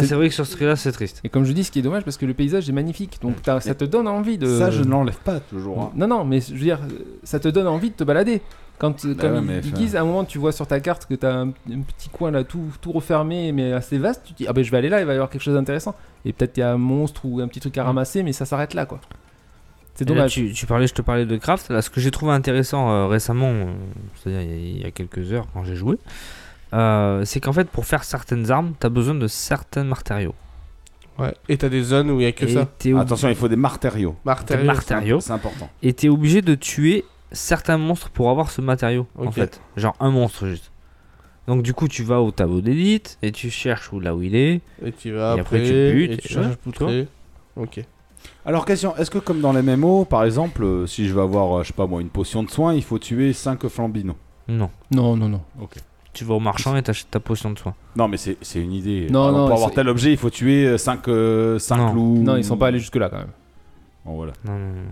S5: C'est-
S6: c'est vrai que sur ce là c'est triste
S5: Et comme je dis, ce qui est dommage parce que le paysage est magnifique, donc t'as- ça te donne envie de.
S3: Ça, je ne l'enlève pas toujours. hein.
S5: Non, non, mais je veux dire, euh, ça te donne envie de te balader. Quand, euh,
S3: Bah
S5: comme
S3: ouais,
S5: ils-
S3: mais
S5: ils
S3: enfin-
S5: disent, à un moment, tu vois sur ta carte que t'as un, un petit coin là tout, tout refermé, mais assez vaste, tu te dis, ah ben je vais aller là, il va y avoir quelque chose d'intéressant. Et peut-être il y a un monstre ou un petit truc à ramasser, mais ça s'arrête là, quoi. C'est
S6: Et là,
S5: dommage.
S6: tu, tu parlais je te parlais de craft là ce que j'ai trouvé intéressant euh, récemment euh, c'est-à-dire il y a- il y, a quelques heures quand j'ai joué euh, c'est qu'en fait pour faire certaines armes t'as besoin de certains matériaux
S4: Ouais. Et t'as des zones où il y a que
S6: et
S4: ça.
S6: t'es ob-
S3: Attention, il faut des matériaux.
S6: t'as
S4: Martel.
S6: des matériaux
S3: C'est important.
S6: et t'es obligé de tuer certains monstres pour avoir ce matériau en
S4: Ok.
S6: fait genre un monstre juste donc du coup tu vas au tableau d'élite et tu cherches où là où il est
S4: Et tu vas
S6: Et après,
S4: après.
S6: tu butes,
S4: et
S6: et
S4: tu cherches
S6: voilà,
S4: pour
S6: tu vois.
S4: trouver. Ok.
S3: Alors, question est-ce que, comme dans les MMO, par exemple, euh, si je veux avoir, euh, je sais pas moi, une potion de soin, il faut tuer 5 flambinos
S6: non
S5: Non, non, non.
S6: Tu vas au marchand et t'achètes ta potion de soin.
S3: Non, mais c'est c'est une idée.
S5: Non,
S3: Par exemple,
S5: non,
S3: pour avoir
S5: c'est-
S3: tel objet, il faut tuer euh, 5
S6: Non.
S3: loups.
S5: Non, ils sont pas allés jusque-là quand même.
S3: Bon, voilà.
S6: Non, non, non.
S5: Non,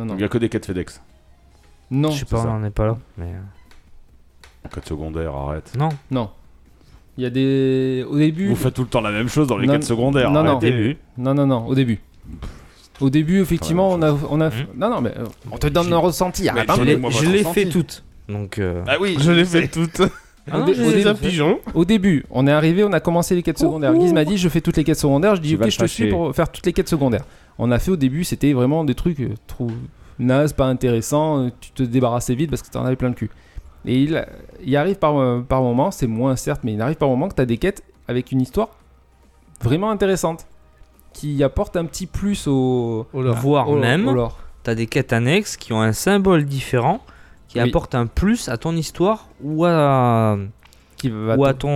S5: non.
S3: Donc, il n'y a que des quêtes FedEx.
S5: Non,
S6: je sais
S5: c'est
S6: pas,
S5: ça.
S6: on n'est pas là. Mais... euh,
S3: Quêtes secondaires, arrête.
S6: Non,
S5: Non. Il y a des. Au début.
S3: Vous faites tout le temps la même chose dans les
S5: Non,
S3: quêtes secondaires.
S5: non, non.
S3: arrêtez.
S6: début.
S5: Non, non, non, au début. Au début, effectivement, on a. On a...
S6: Mhm.
S5: Non, non, mais. euh, On te donne
S6: J'ai-
S5: un ressenti.
S3: Mais
S5: arrête, hein.
S3: j'ai-
S6: Je l'ai-
S3: Donnez-moi
S6: je
S3: votre
S6: l'ai
S3: ressenti.
S6: fait toutes. Donc, euh,
S3: Ah oui,
S4: Je l'ai fait [LAUGHS] toutes.
S6: ah non,
S5: dé-
S6: je
S5: au
S6: les ai
S5: dé-
S4: Les
S6: toutes.
S4: pigeon.
S5: Au début, on est arrivé, on a commencé les quêtes secondaires. Guise m'a dit je fais toutes les quêtes secondaires. Je dis
S3: Tu vas
S5: ok,
S3: le
S5: je te suis
S3: fâcher.
S5: pour faire toutes les quêtes secondaires. On a fait au début, c'était vraiment des trucs euh, trop nazes, pas intéressants. euh, Tu te débarrassais vite parce que t'en avais plein le cul. Et il, il arrive par, euh, par moment, c'est moins certes, mais il arrive par moment que t'as des quêtes avec une histoire vraiment intéressante qui apporte un petit plus au.
S4: Oh là.
S6: Voire
S5: au-
S6: même,
S5: au lore.
S6: t'as des quêtes annexes qui ont un symbole différent qui
S5: Oui.
S6: apporte un plus à ton histoire ou à,
S5: qui va
S6: ou à
S5: Bah, ton-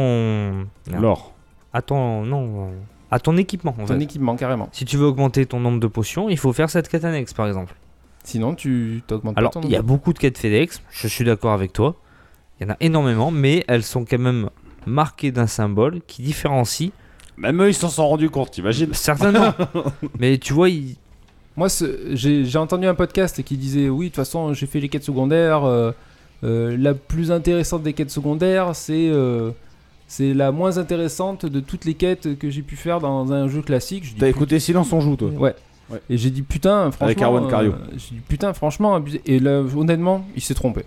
S6: ton. Merde.
S3: l'or.
S6: À ton. Non. euh, À ton équipement, en
S5: ton
S6: fait.
S5: équipement carrément.
S6: Si tu veux augmenter ton nombre de potions, il faut faire cette quête annexe, par exemple.
S5: Sinon, tu t'augmentes
S6: Alors,
S5: pas ton
S6: il y a
S5: nombre.
S6: beaucoup de quêtes FedEx, je suis d'accord avec toi. Il y en a énormément, mais elles sont quand même marquées d'un symbole qui différencie.
S3: Même eux, ils s'en sont rendus compte, t'imagines
S5: [LAUGHS]
S6: Certains non. mais tu vois, il-
S5: Moi, ce- j'ai j'ai entendu un podcast qui disait oui, de toute façon, j'ai fait les quêtes secondaires. euh, euh, la plus intéressante des quêtes secondaires, c'est euh, c'est la moins intéressante de toutes les quêtes que j'ai pu faire dans un jeu classique. Je dis,
S3: T'as écouté Silence on joue, toi
S5: Ouais.
S3: Ouais.
S5: Et j'ai dit putain, franchement.
S3: Arwan
S5: euh,
S3: Cario.
S5: j'ai dit putain, franchement, abusé. Et là, honnêtement, il s'est trompé.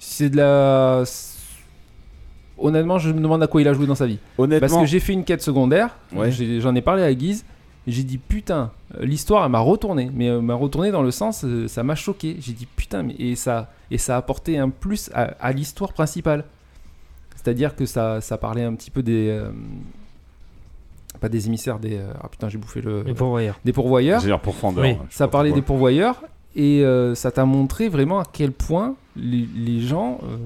S5: C'est de la. Honnêtement, je me demande à quoi il a joué dans sa vie. Parce
S3: Honnêtement,
S5: que j'ai fait une quête secondaire,
S3: Ouais.
S5: j'ai- j'en ai parlé à Guise, et j'ai dit putain, euh, l'histoire elle m'a retourné, mais elle m'a retourné dans le sens, euh, ça m'a choqué. J'ai dit putain, mais et ça, et ça a apporté un plus à, à l'histoire principale. C'est-à-dire que ça, ça parlait un petit peu des. euh, pas des émissaires, des. euh, ah putain, j'ai bouffé le.
S6: les pourvoyeurs.
S5: Des pourvoyeurs.
S3: j'ai l'air pour Fender,
S6: Oui,
S3: hein, je sais
S5: Ça
S3: pas
S5: parlait des
S3: pourquoi.
S5: pourvoyeurs et euh, ça t'a montré vraiment à quel point les, les gens euh,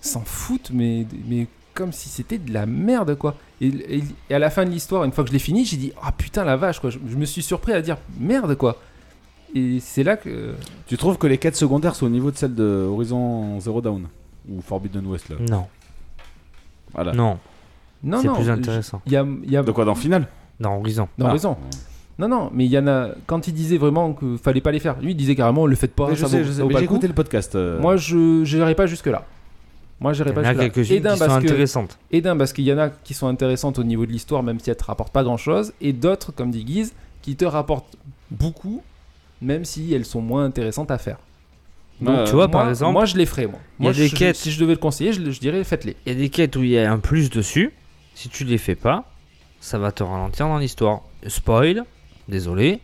S5: s'en foutent, mais, mais comme si c'était de la merde, quoi. Et, et- et à la fin de l'histoire, une fois que je l'ai fini, j'ai dit Ah putain, la vache, quoi. Je, je me suis surpris à dire Merde, quoi. Et c'est là que.
S3: Tu trouves que les quêtes secondaires sont au niveau de celles de Horizon Zero Dawn ou Forbidden West là
S6: Non,
S3: Voilà.
S6: Mm. non,
S5: Non,
S6: c'est
S5: Bah. non.
S6: plus
S5: je-
S6: intéressant.
S5: Il y a, il y a-
S3: De quoi dans Final
S6: Dans Horizon.
S5: Non,
S3: Ah.
S5: raison. Non, non, mais il y en a. Quand il disait vraiment qu'il fallait pas les faire, lui il disait carrément le faites pas,
S3: Mais
S5: ça vaut, ça vaut
S3: mais
S5: pas
S3: j'ai
S5: le coup.
S3: écouté le podcast. euh,
S5: Moi je n'irai pas jusque-là. Moi j'irai
S6: Il y en
S5: pas
S6: a
S5: jusque-là.
S6: quelques-unes
S5: d'un,
S6: qui sont
S5: parce que-
S6: intéressantes.
S5: Et d'un, parce qu'il y en a qui sont intéressantes au niveau de l'histoire, même si elles te rapportent pas grand chose. Et d'autres, comme dit Guise, qui te rapportent beaucoup, même si elles sont moins intéressantes à faire. Euh,
S3: moi,
S6: tu
S5: moi,
S6: vois, par exemple,
S5: Moi je les ferais, moi.
S6: il y a
S5: Moi,
S6: des
S5: je-
S6: quêtes.
S5: Si je devais le conseiller, je, le- je dirais faites-les.
S6: il y a des quêtes où il y a un plus dessus. Si tu les fais pas, ça va te ralentir dans l'histoire. Spoil,
S3: [LAUGHS]
S6: désolé.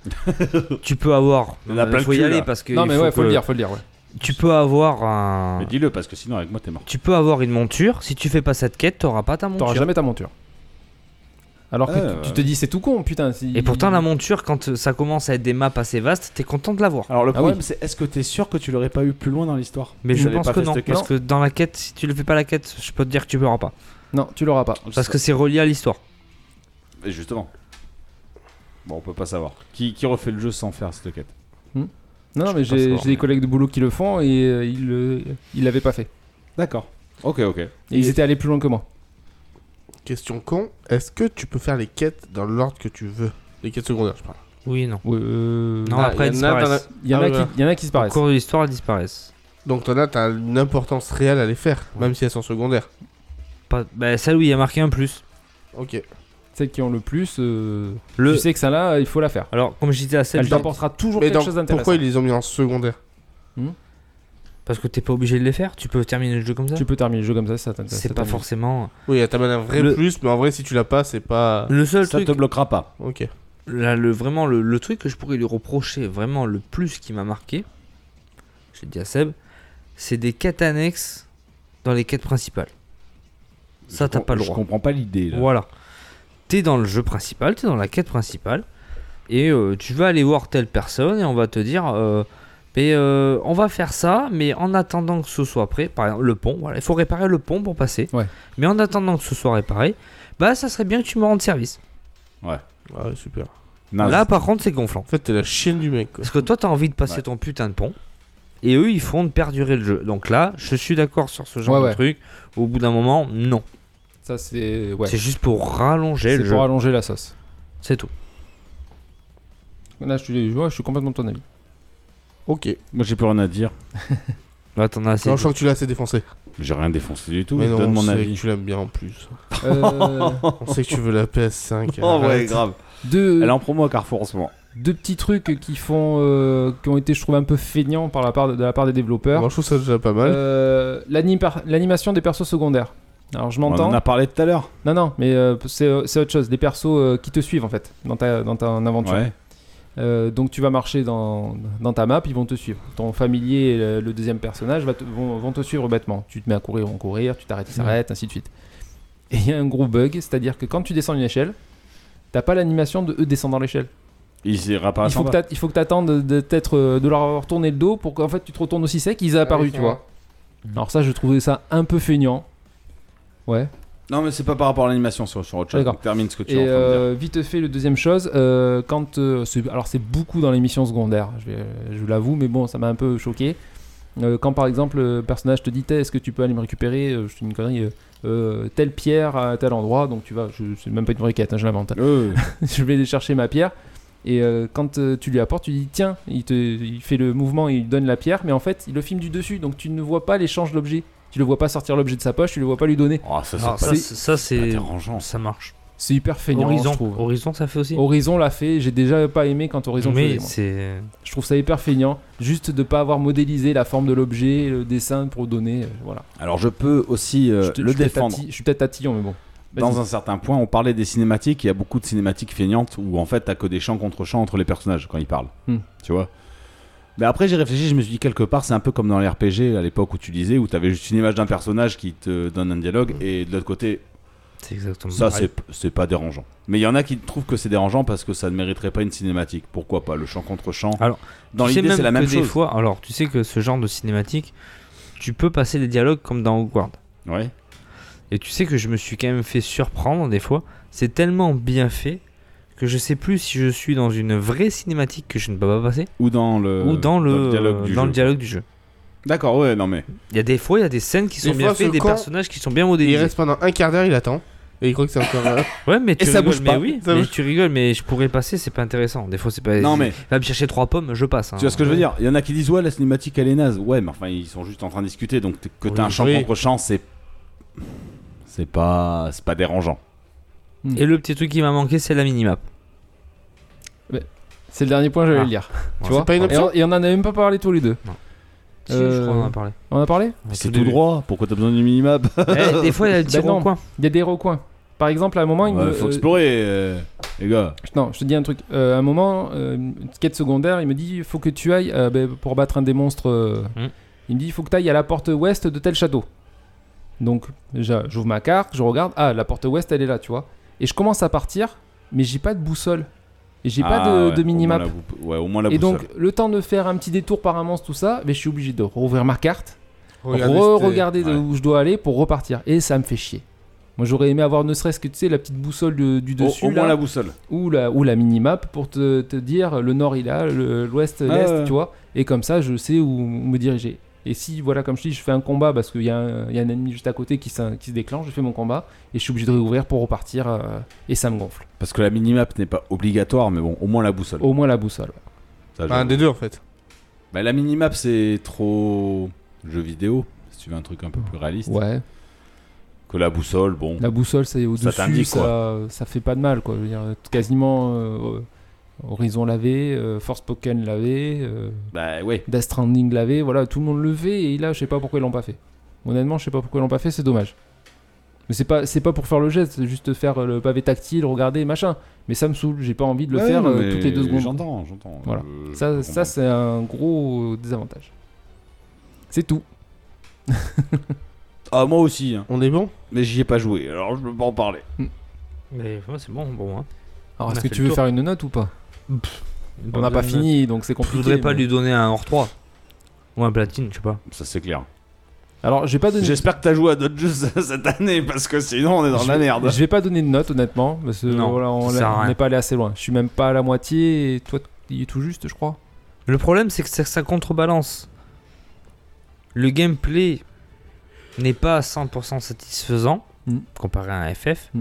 S6: tu peux avoir.
S3: Il y en a plein le
S6: faut y
S3: cul,
S6: aller
S3: là.
S6: parce que.
S5: Non,
S6: il
S5: mais
S6: faut
S5: ouais, faut le
S6: que-
S5: dire, faut le dire, ouais.
S6: Tu peux avoir un.
S3: Mais dis-le parce que sinon avec moi t'es mort.
S6: Tu peux avoir une monture. Si tu fais pas cette quête, t'auras pas ta
S5: T'auras
S6: monture.
S5: jamais ta monture. Alors que
S3: Ah,
S5: tu, tu
S3: ouais.
S5: te dis, c'est tout con, putain. si-
S6: Et pourtant, la monture, quand ça commence à être des maps assez vastes, t'es content de l'avoir.
S3: Alors le
S5: Ah oui.
S3: problème c'est est-ce que t'es sûr que tu l'aurais pas eu plus loin dans l'histoire
S6: Mais
S3: Vous
S6: je
S3: avez
S6: pense
S3: pas
S6: que
S3: fait
S6: non,
S3: cette
S6: parce
S3: quête
S6: que dans la quête, si tu le fais pas la quête, je peux te dire que tu l'auras pas.
S5: Non, tu l'auras pas.
S6: Parce que c'est relié à l'histoire.
S3: Et justement. Bon on peut pas savoir. Qui, qui refait le jeu sans faire cette quête
S5: Non, non, mais
S6: Je peux pas
S5: j'ai
S6: savoir,
S5: j'ai des
S6: mais-
S5: collègues de boulot qui le font et euh, ils le- ils l'avaient pas fait.
S3: D'accord. Ok ok.
S5: Et ils étaient allés plus loin que moi.
S4: Question con, est-ce que tu peux faire les quêtes dans l'ordre que tu veux Les quêtes secondaires, je parle.
S6: Oui, non.
S5: Euh,
S6: Non,
S4: Ah,
S6: après,
S4: y
S6: elles
S4: en a dans la-
S6: disparaissent.
S5: Il y, en
S4: Ah
S5: a
S4: ouais,
S5: qui-
S4: ouais.
S5: il y en a qui se
S6: Au
S5: paraissent.
S6: cours de l'histoire, elles disparaissent.
S4: Donc t'en as, t'as une importance réelle à les faire, même si elles sont secondaires.
S6: Pas... Bah, celle où il y a marqué un plus.
S4: Ok.
S5: Celles qui ont le plus, euh,
S6: Le...
S5: tu sais que ça là, il faut la faire.
S6: Alors, comme je disais à celle
S5: Elle
S6: du-
S5: t'apportera toujours
S4: Mais
S5: quelque
S4: donc,
S5: chose d'intéressant.
S4: pourquoi ils les ont mis en secondaire
S6: Parce que t'es pas obligé de les faire, tu peux terminer le jeu comme ça.
S5: Tu peux terminer le jeu comme ça, si ça t'intéresse.
S6: C'est
S5: ça
S6: pas
S5: t'intéresse.
S6: forcément.
S4: Oui, t'amènes un vrai
S6: Le-
S4: plus, mais en vrai, si tu l'as pas, c'est pas.
S6: Le seul
S3: Ça
S6: truc,
S3: te bloquera pas.
S4: Ok.
S6: là, le, vraiment, le, le truc que je pourrais lui reprocher, vraiment le plus qui m'a marqué, j'ai dit à Seb, c'est des quêtes annexes dans les quêtes principales. Ça,
S3: Je
S6: t'as
S3: com-
S6: pas le
S3: Je
S6: droit.
S3: comprends pas l'idée là.
S6: Voilà. T'es dans le jeu principal, t'es dans la quête principale, et euh, tu vas aller voir telle personne, et on va te dire, euh, mais euh, on va faire ça, mais en attendant que ce soit prêt, par exemple le pont, voilà, il faut réparer le pont pour passer.
S5: Ouais.
S6: Mais en attendant que ce soit réparé, bah ça serait bien que tu me rendes service.
S4: Ah ouais, super.
S3: Naze.
S6: Là par contre c'est gonflant.
S4: En fait, t'es la chienne du mec, quoi.
S6: Parce que toi t'as envie de passer
S3: Ouais.
S6: ton putain de pont, et eux ils font de perdurer le jeu. Donc là, je suis d'accord sur ce genre
S5: Ouais,
S6: de
S5: ouais.
S6: truc. Au bout d'un moment, non.
S5: Ça c'est ouais.
S6: C'est juste pour rallonger
S5: C'est
S6: le
S5: pour
S6: jeu.
S5: allonger la sauce.
S6: C'est tout.
S5: Là, je suis, ouais, je suis complètement de ton avis.
S4: Ok.
S3: Moi j'ai plus rien à dire.
S6: Là t'en as assez.
S4: Non, je crois que tu l'as assez défoncé.
S3: J'ai rien défoncé du tout.
S4: mais non,
S3: Donne
S4: on
S3: mon
S4: sait
S3: avis.
S4: que tu l'aimes bien en plus.
S5: Euh,
S4: On sait que tu veux la
S6: [LAUGHS]
S4: PS5.
S6: Oh,
S4: arrête.
S3: grave.
S5: deux,
S3: Elle est en promo à Carrefour en ce moment.
S5: deux petits trucs qui font, euh, qui ont été, je trouve, un peu feignants par la part de, de la part des développeurs.
S4: Moi, je trouve ça déjà pas mal.
S5: Euh, l'anim- L'animation des persos secondaires. Alors je
S3: On
S5: m'entends.
S3: en a parlé tout à l'heure.
S5: Non, non, mais euh, c'est c'est autre chose. Des persos euh, qui te suivent en fait dans ta, dans ta aventure.
S3: Ouais.
S5: Euh, donc tu vas marcher dans, dans ta map, ils vont te suivre. Ton familier et le, le deuxième personnage va te- vont, vont te suivre bêtement. Tu te mets à courir, ils vont courir, tu t'arrêtes, ils s'arrêtent, ainsi de suite. Et il y a un gros bug, c'est-à-dire que quand tu descends une échelle, t'as pas l'animation de eux descendant l'échelle.
S3: Ils ira pas
S5: Il faut, que t'a- il faut que t'attendes de, t'être, euh, de leur avoir tourné le dos pour qu'en fait tu te retournes aussi sec, ils aient apparu,
S4: oui,
S5: tu
S4: ça
S5: vois. Alors ça, je trouvais ça un peu feignant. Ouais.
S3: Non, mais c'est pas par rapport à l'animation sur, sur autre chose.
S5: D'accord.
S3: Donc, Termine ce que tu es en
S5: Et
S3: train de dire.
S5: euh, vite fait, le deuxième chose, euh, quand euh, c'est- alors c'est beaucoup dans les missions secondaires, je, vais- je l'avoue, mais bon, ça m'a un peu choqué. Euh, quand par exemple le personnage te dit T'es, est-ce que tu peux aller me récupérer, euh, je te dis une connerie, euh, euh, telle pierre à tel endroit, donc tu vas, je c'est même pas une vraie quête, hein, [LAUGHS] je l'invente.
S3: Euh, [LAUGHS]
S5: je vais aller chercher ma pierre. Et euh, quand euh, tu lui apportes, tu dis tiens, il, te, il fait le mouvement, il donne la pierre, mais en fait, il le filme du dessus, donc tu ne vois pas l'échange d'objets. Tu le vois pas sortir l'objet de sa poche, tu le vois pas lui donner.
S3: oh, ça, c'est
S6: Ah,
S3: pas
S6: ça,
S5: c'est-
S6: c'est- ça, c'est
S3: dérangeant.
S6: ça marche.
S5: C'est hyper feignant,
S6: Horizon,
S5: je trouve.
S6: Horizon, ça fait
S4: Oh,
S6: aussi.
S5: Horizon l'a fait, j'ai déjà pas aimé quand Horizon le
S6: mais
S5: faisait, moi.
S6: c'est
S5: Je trouve ça hyper feignant, juste de pas avoir modélisé la forme de l'objet, le dessin pour donner, euh, voilà.
S3: Alors, je peux aussi euh,
S5: Je te-
S3: le
S5: je suis peut-être
S3: défendre.
S5: tati- Je suis peut-être tatillon, mais bon. Vas-y.
S3: Dans un certain point, on parlait des cinématiques. Il y a beaucoup de cinématiques feignantes où en fait, t'as que des chants contre chants entre les personnages quand ils parlent.
S5: Hmm.
S3: Tu vois mais après, j'ai réfléchi, je me suis dit quelque part, c'est un peu comme dans les RPG à l'époque où tu disais, où t'avais juste une image d'un personnage qui te donne un dialogue, et de l'autre côté,
S6: c'est exactement
S3: Ça,
S6: pareil.
S3: c'est, c'est pas dérangeant. Mais il y en a qui trouvent que c'est dérangeant parce que ça ne mériterait pas une cinématique. Pourquoi pas Le chant contre chant.
S6: Alors,
S3: dans
S6: Tu sais
S3: l'idée,
S6: même
S3: c'est la
S6: que
S3: même
S6: des
S3: chose.
S6: fois, alors tu sais que ce genre de cinématique, tu peux passer les dialogues comme dans Hogwarts.
S3: Ouais.
S6: Et tu sais que je me suis quand même fait surprendre des fois. C'est tellement bien fait que je sais plus si je suis dans une vraie cinématique que je ne peux pas passer
S3: Ou Euh, dans le,
S6: ou dans le
S3: dialogue du
S6: dans
S3: jeu.
S6: le dialogue du jeu.
S3: D'accord, ouais, non mais.
S6: Il y a des fois, il y a des scènes qui sont
S4: Des
S6: bien
S4: fois,
S6: faites,
S4: ce
S6: des
S4: camp,
S6: personnages qui sont bien
S4: Et il
S6: modélisés.
S4: reste pendant un quart d'heure, il attend. Et il croit que c'est encore.
S3: [LAUGHS]
S4: euh,
S6: Ouais, mais tu
S4: ça
S6: rigoles,
S4: bouge
S6: mais
S4: pas.
S6: oui,
S4: Ça
S6: mais
S4: bouge
S6: tu rigoles, mais je pourrais passer, c'est pas intéressant. Des fois, c'est pas.
S3: Non mais.
S6: Va me chercher trois pommes, je passe. hein.
S3: Tu vois ce que je veux dire Il y en a qui disent ouais la cinématique elle est naze. Ouais mais enfin ils sont juste en train de discuter donc t- que t'as
S4: Oui,
S3: un champ
S4: oui.
S3: contre champ c'est c'est pas c'est pas dérangeant.
S6: Et le petit truc qui m'a manqué, c'est la minimap.
S5: C'est le dernier point, j'allais
S6: Ah.
S5: le lire.
S6: Ouais,
S5: tu vois
S4: pas une
S5: et,
S4: option
S5: on, et on en a même pas parlé tous les deux.
S6: Si, Je crois qu'on en
S5: Euh,
S6: a parlé.
S5: On en a parlé
S3: C'est
S6: Au
S3: tout
S6: début.
S3: droit. Pourquoi t'as besoin d'une minimap
S6: Eh, des fois, il y
S5: [LAUGHS]
S6: a le
S5: Bah
S6: tir au
S5: non.
S6: coin.
S5: Il y a des recoins. Par exemple, à un moment, il
S3: [LAUGHS] Ouais,
S5: me-
S3: Faut
S5: euh,
S3: explorer euh, les gars.
S5: Non, je te dis un truc. Euh, à un moment, euh, une quête secondaire, il me dit il faut que tu ailles euh, ben, pour battre un des monstres. euh,
S6: Hmm.
S5: Il me dit il faut que tu ailles à la porte ouest de tel château. Donc, déjà, j'ouvre ma carte, je regarde. Ah, la porte ouest, elle est là, tu vois. Et je commence à partir, mais j'ai pas de boussole. Et j'ai pas
S3: Ah,
S5: de,
S3: ouais,
S5: de
S3: au moins
S5: minimap.
S3: la boup- Ouais au moins la
S5: Et
S3: boussole.
S5: donc, le temps de faire un petit détour par un monstre, tout ça, mais je suis obligé de rouvrir ma carte,
S4: Regardez, c'était-
S5: re-regarder de
S3: ouais.
S5: où je dois aller pour repartir. Et ça me fait chier. Moi, j'aurais aimé avoir ne serait-ce que, tu sais, la petite boussole de- du
S3: Au-
S5: dessus.
S3: au, moins
S5: là
S3: la boussole.
S5: ou la, ou la minimap pour te, te dire le nord il a, le- l'ouest,
S3: Ah
S5: l'est,
S3: ouais.
S5: tu vois. Et comme ça, je sais où me diriger. Et si, voilà, comme je dis, je fais un combat parce qu'il y, a un- il y a un ennemi juste à côté qui, s'in- qui se déclenche, je fais mon combat et je suis obligé de réouvrir pour repartir euh, et ça me gonfle.
S3: Parce que la minimap n'est pas obligatoire mais bon au moins la boussole.
S5: Au moins la boussole.
S3: Ça,
S4: Bah, un
S3: j'avoue.
S4: des deux en fait.
S3: Bah, la minimap c'est trop jeu vidéo. Si tu veux un truc un peu plus réaliste
S5: Ouais.
S3: que la boussole bon.
S5: La boussole, c'est
S3: Ça
S5: au-dessus,
S3: t'indique,
S5: ça, ça fait pas de mal, quoi. Je veux dire, quasiment euh, Horizon lavé, euh, Force Pokémon lavé, euh,
S3: Bah ouais.
S5: Death Stranding lavé, voilà, tout le monde le fait et là, je sais pas pourquoi ils l'ont pas fait. Honnêtement, je sais pas pourquoi ils l'ont pas fait, c'est dommage. Mais c'est pas, c'est pas pour faire le geste, c'est juste faire le pavé tactile, regarder, machin. Mais ça me saoule, j'ai pas envie de le
S3: Ouais,
S5: faire
S3: non,
S5: euh,
S3: mais
S5: toutes les deux secondes.
S3: J'entends, j'entends.
S5: Voilà.
S3: Euh, je
S5: Ça,
S3: peux
S5: ça
S3: comprendre.
S5: c'est un gros euh, désavantage. C'est tout.
S3: Ah, moi aussi, hein.
S4: On est bon
S3: mais j'y ai pas joué, alors je peux pas en parler.
S6: Mais ouais, c'est bon, bon. hein.
S5: Alors,
S6: On
S5: est-ce
S6: a
S5: que
S6: fait
S5: tu
S6: le
S5: veux
S6: tour.
S5: faire une note ou pas On n'a pas fini, donc c'est
S6: Je
S5: compliqué.
S6: voudrais pas
S5: mais-
S6: lui donner un hors 3 ou un platine, je sais pas.
S3: Ça, c'est clair.
S5: Alors, je vais pas donner.
S3: J'espère que t'as joué à d'autres jeux [LAUGHS] cette année, parce que sinon, on est dans
S5: Je
S3: la
S5: vais-
S3: merde.
S5: Je vais pas donner de note honnêtement parce que
S6: Non,
S5: voilà, on
S6: ça sert à
S5: on
S6: rien.
S5: n'est pas allé assez loin. Je suis même pas à la moitié et toi il est tout juste je crois.
S6: Le problème, c'est que ça, ça contrebalance. Le gameplay n'est pas à 100% satisfaisant
S5: Mm.
S6: comparé à un FF,
S5: Mm.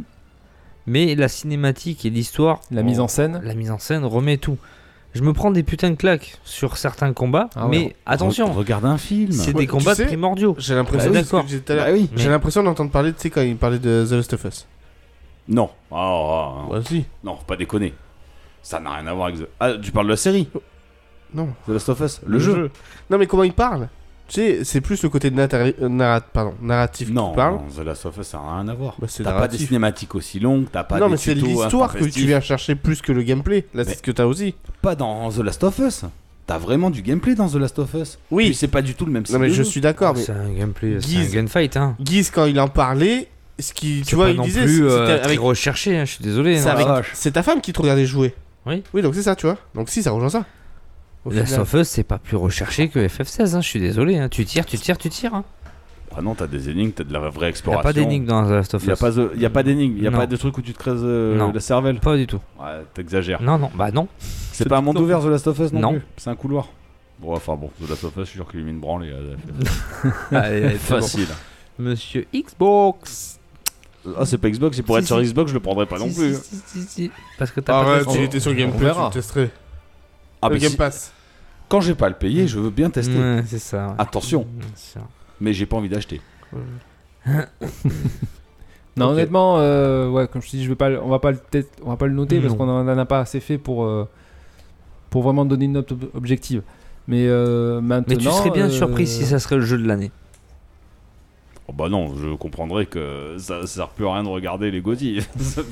S6: mais la cinématique et l'histoire,
S5: La mise en scène.
S6: la mise en scène remet tout. Je me prends des putains de claques sur certains combats,
S5: Ah ouais.
S6: mais attention,
S3: regarde un film.
S6: c'est
S4: Ouais,
S6: des
S4: tu
S6: combats
S4: sais-
S6: primordiaux.
S4: J'ai l'impression.
S6: Bah,
S4: c'est ce que
S6: d'accord.
S4: je disais tout à l'heure.
S3: Bah oui.
S4: J'ai l'impression d'entendre parler, tu sais, quand il parlait de The Last of Us.
S3: Non. Ah, ah, ah.
S4: Bah, si.
S3: Non, faut pas déconner. Ça n'a rien à voir avec The... Ah, tu parles de la série
S4: Non.
S3: The Last of Us Le, jeu.
S4: Non, mais comment il parle Tu sais, c'est plus le côté de natari- euh, narrat- pardon, narratif
S3: Non,
S4: qui parle.
S3: non, The Last of Us, ça n'a rien à voir.
S4: Bah, c'est
S3: T'as pas des
S4: narratif.
S3: cinématiques aussi longues, t'as pas
S4: non,
S3: des
S4: mais c'est
S3: tutos
S4: l'histoire que tu
S3: intempestifs.
S4: viens chercher plus que le gameplay.
S3: Mais-
S4: Là, c'est ce que t'as aussi.
S3: Pas dans The Last of Us. T'as vraiment du gameplay dans The Last of Us.
S4: Oui.
S3: Puis c'est pas du tout le même
S4: Non,
S3: style
S4: mais
S3: de
S4: je
S3: jeu. Ah,
S4: suis d'accord. Mais
S6: C'est un gameplay, c'est un
S4: Guise.
S6: gunfight. Hein.
S4: Guise, quand il en parlait, ce qui,
S6: C'est
S4: tu vois,
S6: pas
S4: il
S6: non
S4: disait,
S6: plus
S4: c'était
S6: euh, très
S4: avec-
S6: recherché, hein, je suis désolé.
S4: c'est
S6: non.
S4: avec-
S6: Ah,
S4: c'est ta femme qui te regardait jouer.
S6: Oui.
S4: Oui, donc c'est ça, tu vois. Donc si, ça rejoint ça. Au
S6: Last
S4: final.
S6: of Us, c'est pas plus recherché que FF16, hein, je suis désolé. hein. Tu tires, tu tires, tu tires. Hein.
S3: Ah non, t'as des énigmes, t'as de la vraie
S6: Il n'y
S3: exploration.
S6: a pas d'énigme dans The Last of
S3: Il n'y a
S6: Us.
S3: pas, de- y a pas d'énigme, il n'y a
S6: Non.
S3: pas de truc où tu te creuses euh,
S6: Non.
S3: la cervelle.
S6: Pas du tout.
S3: Ouais, t'exagères.
S6: Non, non, bah
S4: [LAUGHS]
S6: non.
S3: C'est pas un monde ouvert The Last of Us non,
S6: Non.
S3: plus. C'est un couloir. Bon, enfin bon, The Last of Us, je suis sûr qu'il lui met une branle. et, euh, [LAUGHS] facile.
S6: Monsieur Xbox.
S3: Ah, c'est pas Xbox, et pour
S6: Si,
S3: être sur
S6: si.
S3: Xbox, je le prendrais pas non
S6: Si,
S3: plus.
S6: si, si, si, si. Parce que t'as
S4: Arrête,
S6: pas
S4: il
S6: de-
S4: était sur Game
S5: on
S4: Pass,
S5: verra.
S4: tu testerais.
S3: Ah,
S4: le
S3: mais
S4: Game
S3: si-
S4: Pass.
S3: quand j'ai pas à le payer, je veux bien tester.
S6: Ouais, c'est ça.
S4: Ah.
S6: ouais.
S3: Attention,
S6: Bien sûr.
S3: mais j'ai pas envie d'acheter.
S5: Non
S3: Ok.
S5: honnêtement euh, ouais comme je te dis je vais pas le- on va pas le test- on va pas le noter parce
S6: Non.
S5: qu'on en en a pas assez fait pour euh, pour vraiment donner une note ob- objective. Mais euh, maintenant
S6: Mais tu serais bien
S5: euh,
S6: surpris si ça serait le jeu de l'année.
S3: Oh, bah non, je comprendrais que ça, ça sert plus à rien de regarder les [LAUGHS] godilles.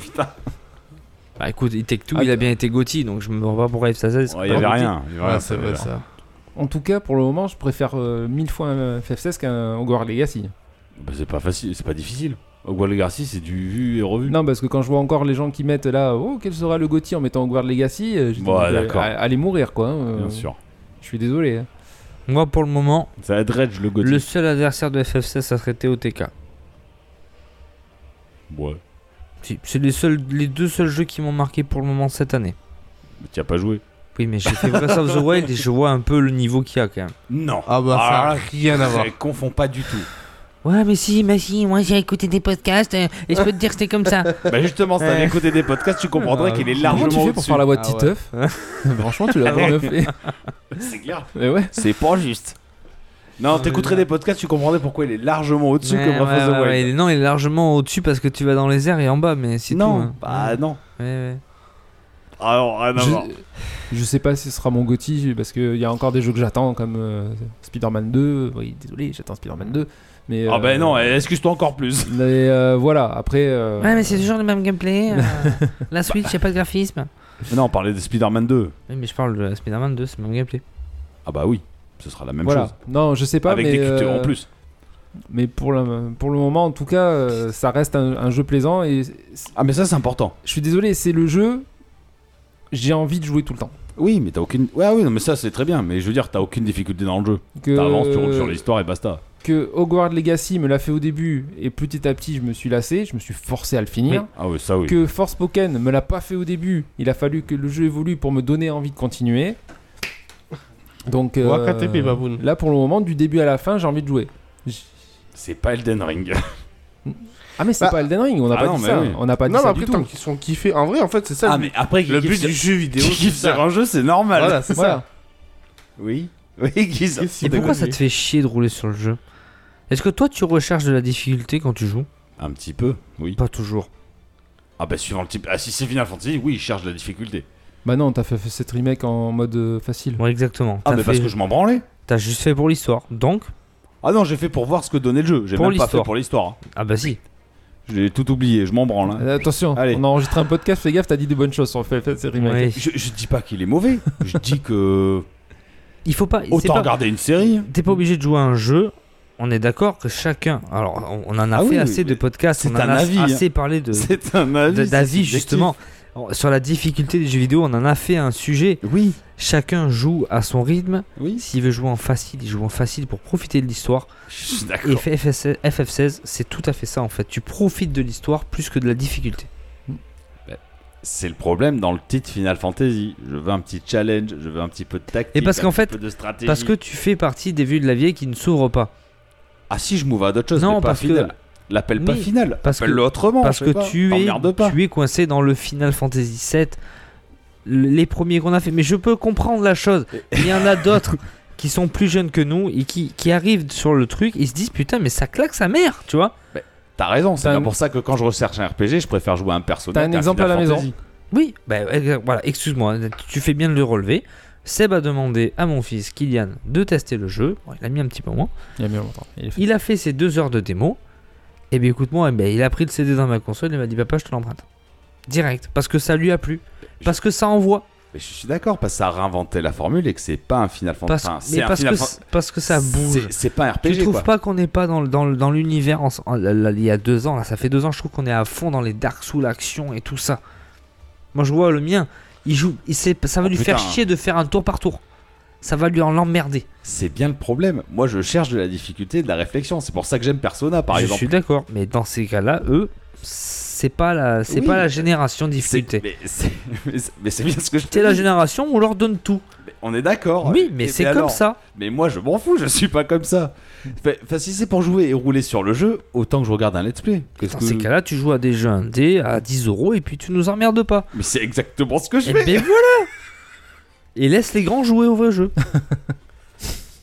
S3: Putain,
S6: Bah écoute, il Take Two,
S5: Ah,
S6: il a bien été Gotti, donc je me vois pas pour FF16.
S3: il
S6: c'est
S3: y
S6: pas
S3: avait
S6: Gotti.
S3: rien. y avait rien,
S4: Ouais, c'est
S3: ça-
S4: vrai ça.
S5: En tout cas pour le moment, je préfère euh, mille fois un FF16 qu'un Hogwarts Legacy.
S3: Bah, c'est pas facile, c'est pas difficile. Hogwarts Legacy, c'est du vu et revu.
S5: Non, parce que quand je vois encore les gens qui mettent là, oh, quel sera le Gotti en mettant Hogwarts Legacy, euh, j'ai
S3: Bon,
S5: dit,
S3: ouais,
S5: euh,
S3: d'accord.
S5: a- allez mourir quoi. hein, euh,
S3: Bien sûr.
S5: Je suis désolé. hein.
S6: Moi, pour le moment,
S3: Ça va être Dredge le Gotti.
S6: le seul adversaire de FF16, ça serait TOTK.
S3: Ouais.
S6: Si, C'est les, seuls, les deux seuls jeux qui m'ont marqué pour le moment cette année.
S3: Mais t'y as pas joué.
S6: Oui, mais j'ai fait Breath of the Wild et je vois un peu le niveau qu'il y a quand même.
S3: Non.
S4: Ah bah ça
S3: Ah,
S4: a rien à voir.
S3: Je confonds pas du tout.
S7: Ouais, mais si, mais si, moi j'ai écouté des podcasts euh, et je peux te dire que c'est comme
S3: [LAUGHS]
S7: ça.
S3: bah justement, si t'avais écouté des podcasts, tu comprendrais
S6: Ah,
S3: qu'il est
S5: Comment
S3: largement
S5: tu fais pour
S3: au-dessus.
S5: faire la voix de
S6: Ah ouais.
S5: Titeuf [LAUGHS] Franchement, tu l'as vraiment fait.
S3: C'est clair.
S5: Mais ouais.
S3: C'est pas juste. Non, t'écouterais des podcasts, tu comprendrais pourquoi il est largement au-dessus
S6: Ouais,
S3: que Breath
S6: ouais,
S3: of the
S6: ouais,
S3: Wild.
S6: ouais, il est- Non, il est largement au-dessus parce que tu vas dans les airs et en bas, mais c'est
S3: non,
S6: tout. hein.
S3: bah non.
S6: Ouais, ouais.
S3: Ah non, rien à
S5: Je-
S3: voir.
S5: Je sais pas si ce sera mon Gotti parce qu'il y a encore des jeux que j'attends comme euh, Spider-Man 2. Oui, désolé, j'attends Spider-Man 2. Mais,
S3: Ah
S5: euh,
S3: bah non, eh, excuse-toi encore plus.
S5: mais, euh, voilà, après. euh,
S7: Ouais, mais c'est toujours le même gameplay. euh,
S3: [LAUGHS]
S7: la Switch, y a pas de graphisme.
S3: [LAUGHS] non, on parlait de Spider-Man 2.
S6: Oui, mais je parle de Spider-Man 2, c'est le même gameplay.
S3: Ah bah oui, ce sera la même
S5: voilà.
S3: chose.
S5: Non, je sais pas,
S3: Avec
S5: mais.
S3: des cultures
S5: euh,
S3: en plus.
S5: Mais pour le, pour le moment, en tout cas, euh, ça reste un, un jeu plaisant et c-
S3: Ah mais ça c'est important.
S5: je suis désolé, c'est le jeu. J'ai envie de jouer tout le temps.
S3: Oui, mais t'as aucune. Ouais, oui, non, mais ça c'est très bien. Mais je veux dire, t'as aucune difficulté dans le jeu.
S5: Que,
S3: T'avances, tu roules sur l'histoire et basta.
S5: que Hogwarts Legacy me l'a fait au début et petit à petit je me suis lassé, je me suis forcé à le finir.
S3: Ah oui, ça oui.
S5: Que Force Pokémon me l'a pas fait au début, il a fallu que le jeu évolue pour me donner envie de continuer. Donc euh,
S4: Wakate pe baboun.
S5: là pour le moment, du début à la fin, j'ai envie de jouer.
S3: C'est pas Elden Ring.
S5: Ah mais c'est
S4: Bah-
S5: pas Elden Ring, on n'a
S3: Ah
S5: pas,
S3: non,
S5: dit
S3: mais
S5: ça,
S3: oui.
S5: on n'a pas dit
S4: non, mais
S5: ça
S4: après,
S5: du
S4: tant
S5: tout.
S4: qu'ils sont kiffés. En vrai, en fait, c'est ça le,
S3: Ah, après,
S4: le but du jeu vidéo.
S3: qui kiffe
S4: c'est ça.
S3: sur un jeu, c'est normal.
S4: Voilà, Ah, c'est ça.
S5: Voilà.
S3: Oui. Oui, qui
S4: Qu'est-ce qu'il
S6: Et
S4: fait
S6: pourquoi
S4: de
S6: ça te fait chier de rouler sur le jeu Est-ce que toi tu recherches de la difficulté quand tu joues
S3: Un petit peu, oui.
S6: Pas toujours.
S3: Ah bah suivant le type. Ah si c'est Final Fantasy, oui, il cherche la difficulté.
S5: Bah non, t'as fait fait cette remake en mode euh, facile.
S6: Ouais, exactement.
S3: Ah
S6: T'as
S3: mais parce
S6: fait-
S3: que je m'en branlais.
S6: T'as juste fait pour l'histoire. Donc,
S3: Ah non, j'ai fait pour voir ce que donnait le jeu. J'ai
S6: Pour
S3: même pas fait
S6: l'histoire.
S3: pour l'histoire. hein.
S6: ah bah si.
S3: J'ai tout oublié, je m'en branle. hein.
S5: Euh, attention,
S3: Allez.
S5: on a enregistré un podcast, fais gaffe, t'as dit des bonnes choses sur fait cette remake.
S6: Ouais.
S3: Je, je dis pas qu'il est mauvais. je dis que
S6: Il faut pas. c'est
S3: autant
S6: pas-
S3: regarder une série.
S6: T'es pas obligé de jouer à un jeu. On est d'accord que chacun. Alors, on on en a
S3: Ah
S6: fait
S3: oui,
S6: assez
S3: oui,
S6: de
S3: mais
S6: podcasts.
S3: c'est
S6: On en
S3: un
S6: a
S3: avis, hein.
S6: assez parlé de
S3: C'est un avis.
S6: de-
S3: c'est
S6: d'avis
S3: subjectif.
S6: justement sur la difficulté des jeux vidéo. On en a fait un sujet.
S3: Oui,
S6: Chacun joue à son rythme.
S3: oui.
S6: S'il veut jouer en facile, il joue en facile pour profiter de l'histoire.
S3: Je suis
S6: Et
S3: d'accord.
S6: FF16, FF16, c'est tout à fait ça en fait. Tu profites de l'histoire plus que de la difficulté.
S3: C'est le problème dans le titre Final Fantasy. Je veux un petit challenge, je veux un petit peu de tactique,
S6: Et parce qu'en
S3: un petit
S6: fait,
S3: peu de stratégie.
S6: Parce que tu fais partie des vues de la vieille qui ne s'ouvrent pas.
S3: ah si, je m'ouvre à d'autres choses.
S6: Non,
S3: mais pas
S6: parce que-
S3: final. L'appelle pas
S6: Oui,
S3: final.
S6: parce que-
S3: Appelle-le autrement.
S6: Parce
S3: je sais
S6: que
S3: pas.
S6: tu es,
S3: T'emmerdes pas.
S6: tu es coincé dans le Final Fantasy VII, l- les premiers qu'on a fait. Mais je peux comprendre la chose. Il y en
S3: [LAUGHS]
S6: a d'autres qui sont plus jeunes que nous et qui, qui arrivent sur le truc. Ils se disent putain, mais ça claque sa mère, tu vois.
S3: T'as raison, c'est
S5: T'as
S3: bien
S5: un-
S3: pour ça que quand je recherche un RPG, je préfère jouer à un personnage.
S5: T'as un exemple à la maison.
S6: Oui, bah, euh, voilà, excuse-moi, tu fais bien de le relever. Seb a demandé à mon fils Kylian de tester le jeu. Bon, il a mis un petit peu moins.
S5: Il y a bien longtemps. Il est fait.
S6: Il a fait ses deux heures de démo. Et bien écoute-moi, eh ben, il a pris le CD dans ma console et m'a dit papa, je te l'emprunte. Direct, parce que ça lui a plu. Parce que ça envoie.
S3: Mais je suis d'accord, parce que ça a réinventé la formule et que c'est pas un Final
S6: Parce,
S3: Fantasy. Enfin,
S6: mais
S3: c'est un
S6: parce,
S3: Final
S6: que,
S3: Fan-
S6: c'est- parce que ça bouge.
S3: C'est- C'est pas un
S6: Tu
S3: RPG
S6: trouves
S3: quoi.
S6: pas qu'on n'est pas dans, le- dans, le- dans l'univers en- en- là, là, il y a deux ans, là ça fait deux ans, je trouve qu'on est à fond dans les Dark Souls action et tout ça. Moi je vois le mien, il joue, il sait, ça va
S3: Oh,
S6: lui faire
S3: putain.
S6: chier de faire un tour par tour. Ça va lui en l'emmerder.
S3: C'est bien le problème. Moi, je cherche de la difficulté, et de la réflexion. C'est pour ça que j'aime Persona, par
S6: je
S3: exemple.
S6: suis d'accord, mais dans ces cas-là, eux, c'est pas la, c'est
S3: Oui.
S6: pas la génération difficulté.
S3: C'est- Mais c'est [LAUGHS] mais c'est- mais c'est bien ce que je
S6: C'est
S3: t'ai
S6: la
S3: dit.
S6: génération où on leur donne tout.
S3: Mais On est d'accord.
S6: oui, mais
S3: Et
S6: c'est
S3: ben
S6: comme
S3: alors
S6: ça.
S3: Mais moi, je m'en fous. Je suis pas comme ça. Fait- Enfin, si c'est pour jouer et rouler sur le jeu, autant que je regarde un let's play. Qu'est-ce
S6: Dans
S3: que-
S6: ces cas-là, tu joues à des jeux indés à 10 euros et puis tu nous emmerdes pas.
S3: Mais c'est exactement ce que je
S6: Et
S3: fais.
S6: ben voilà Et laisse les grands jouer au vrai jeu.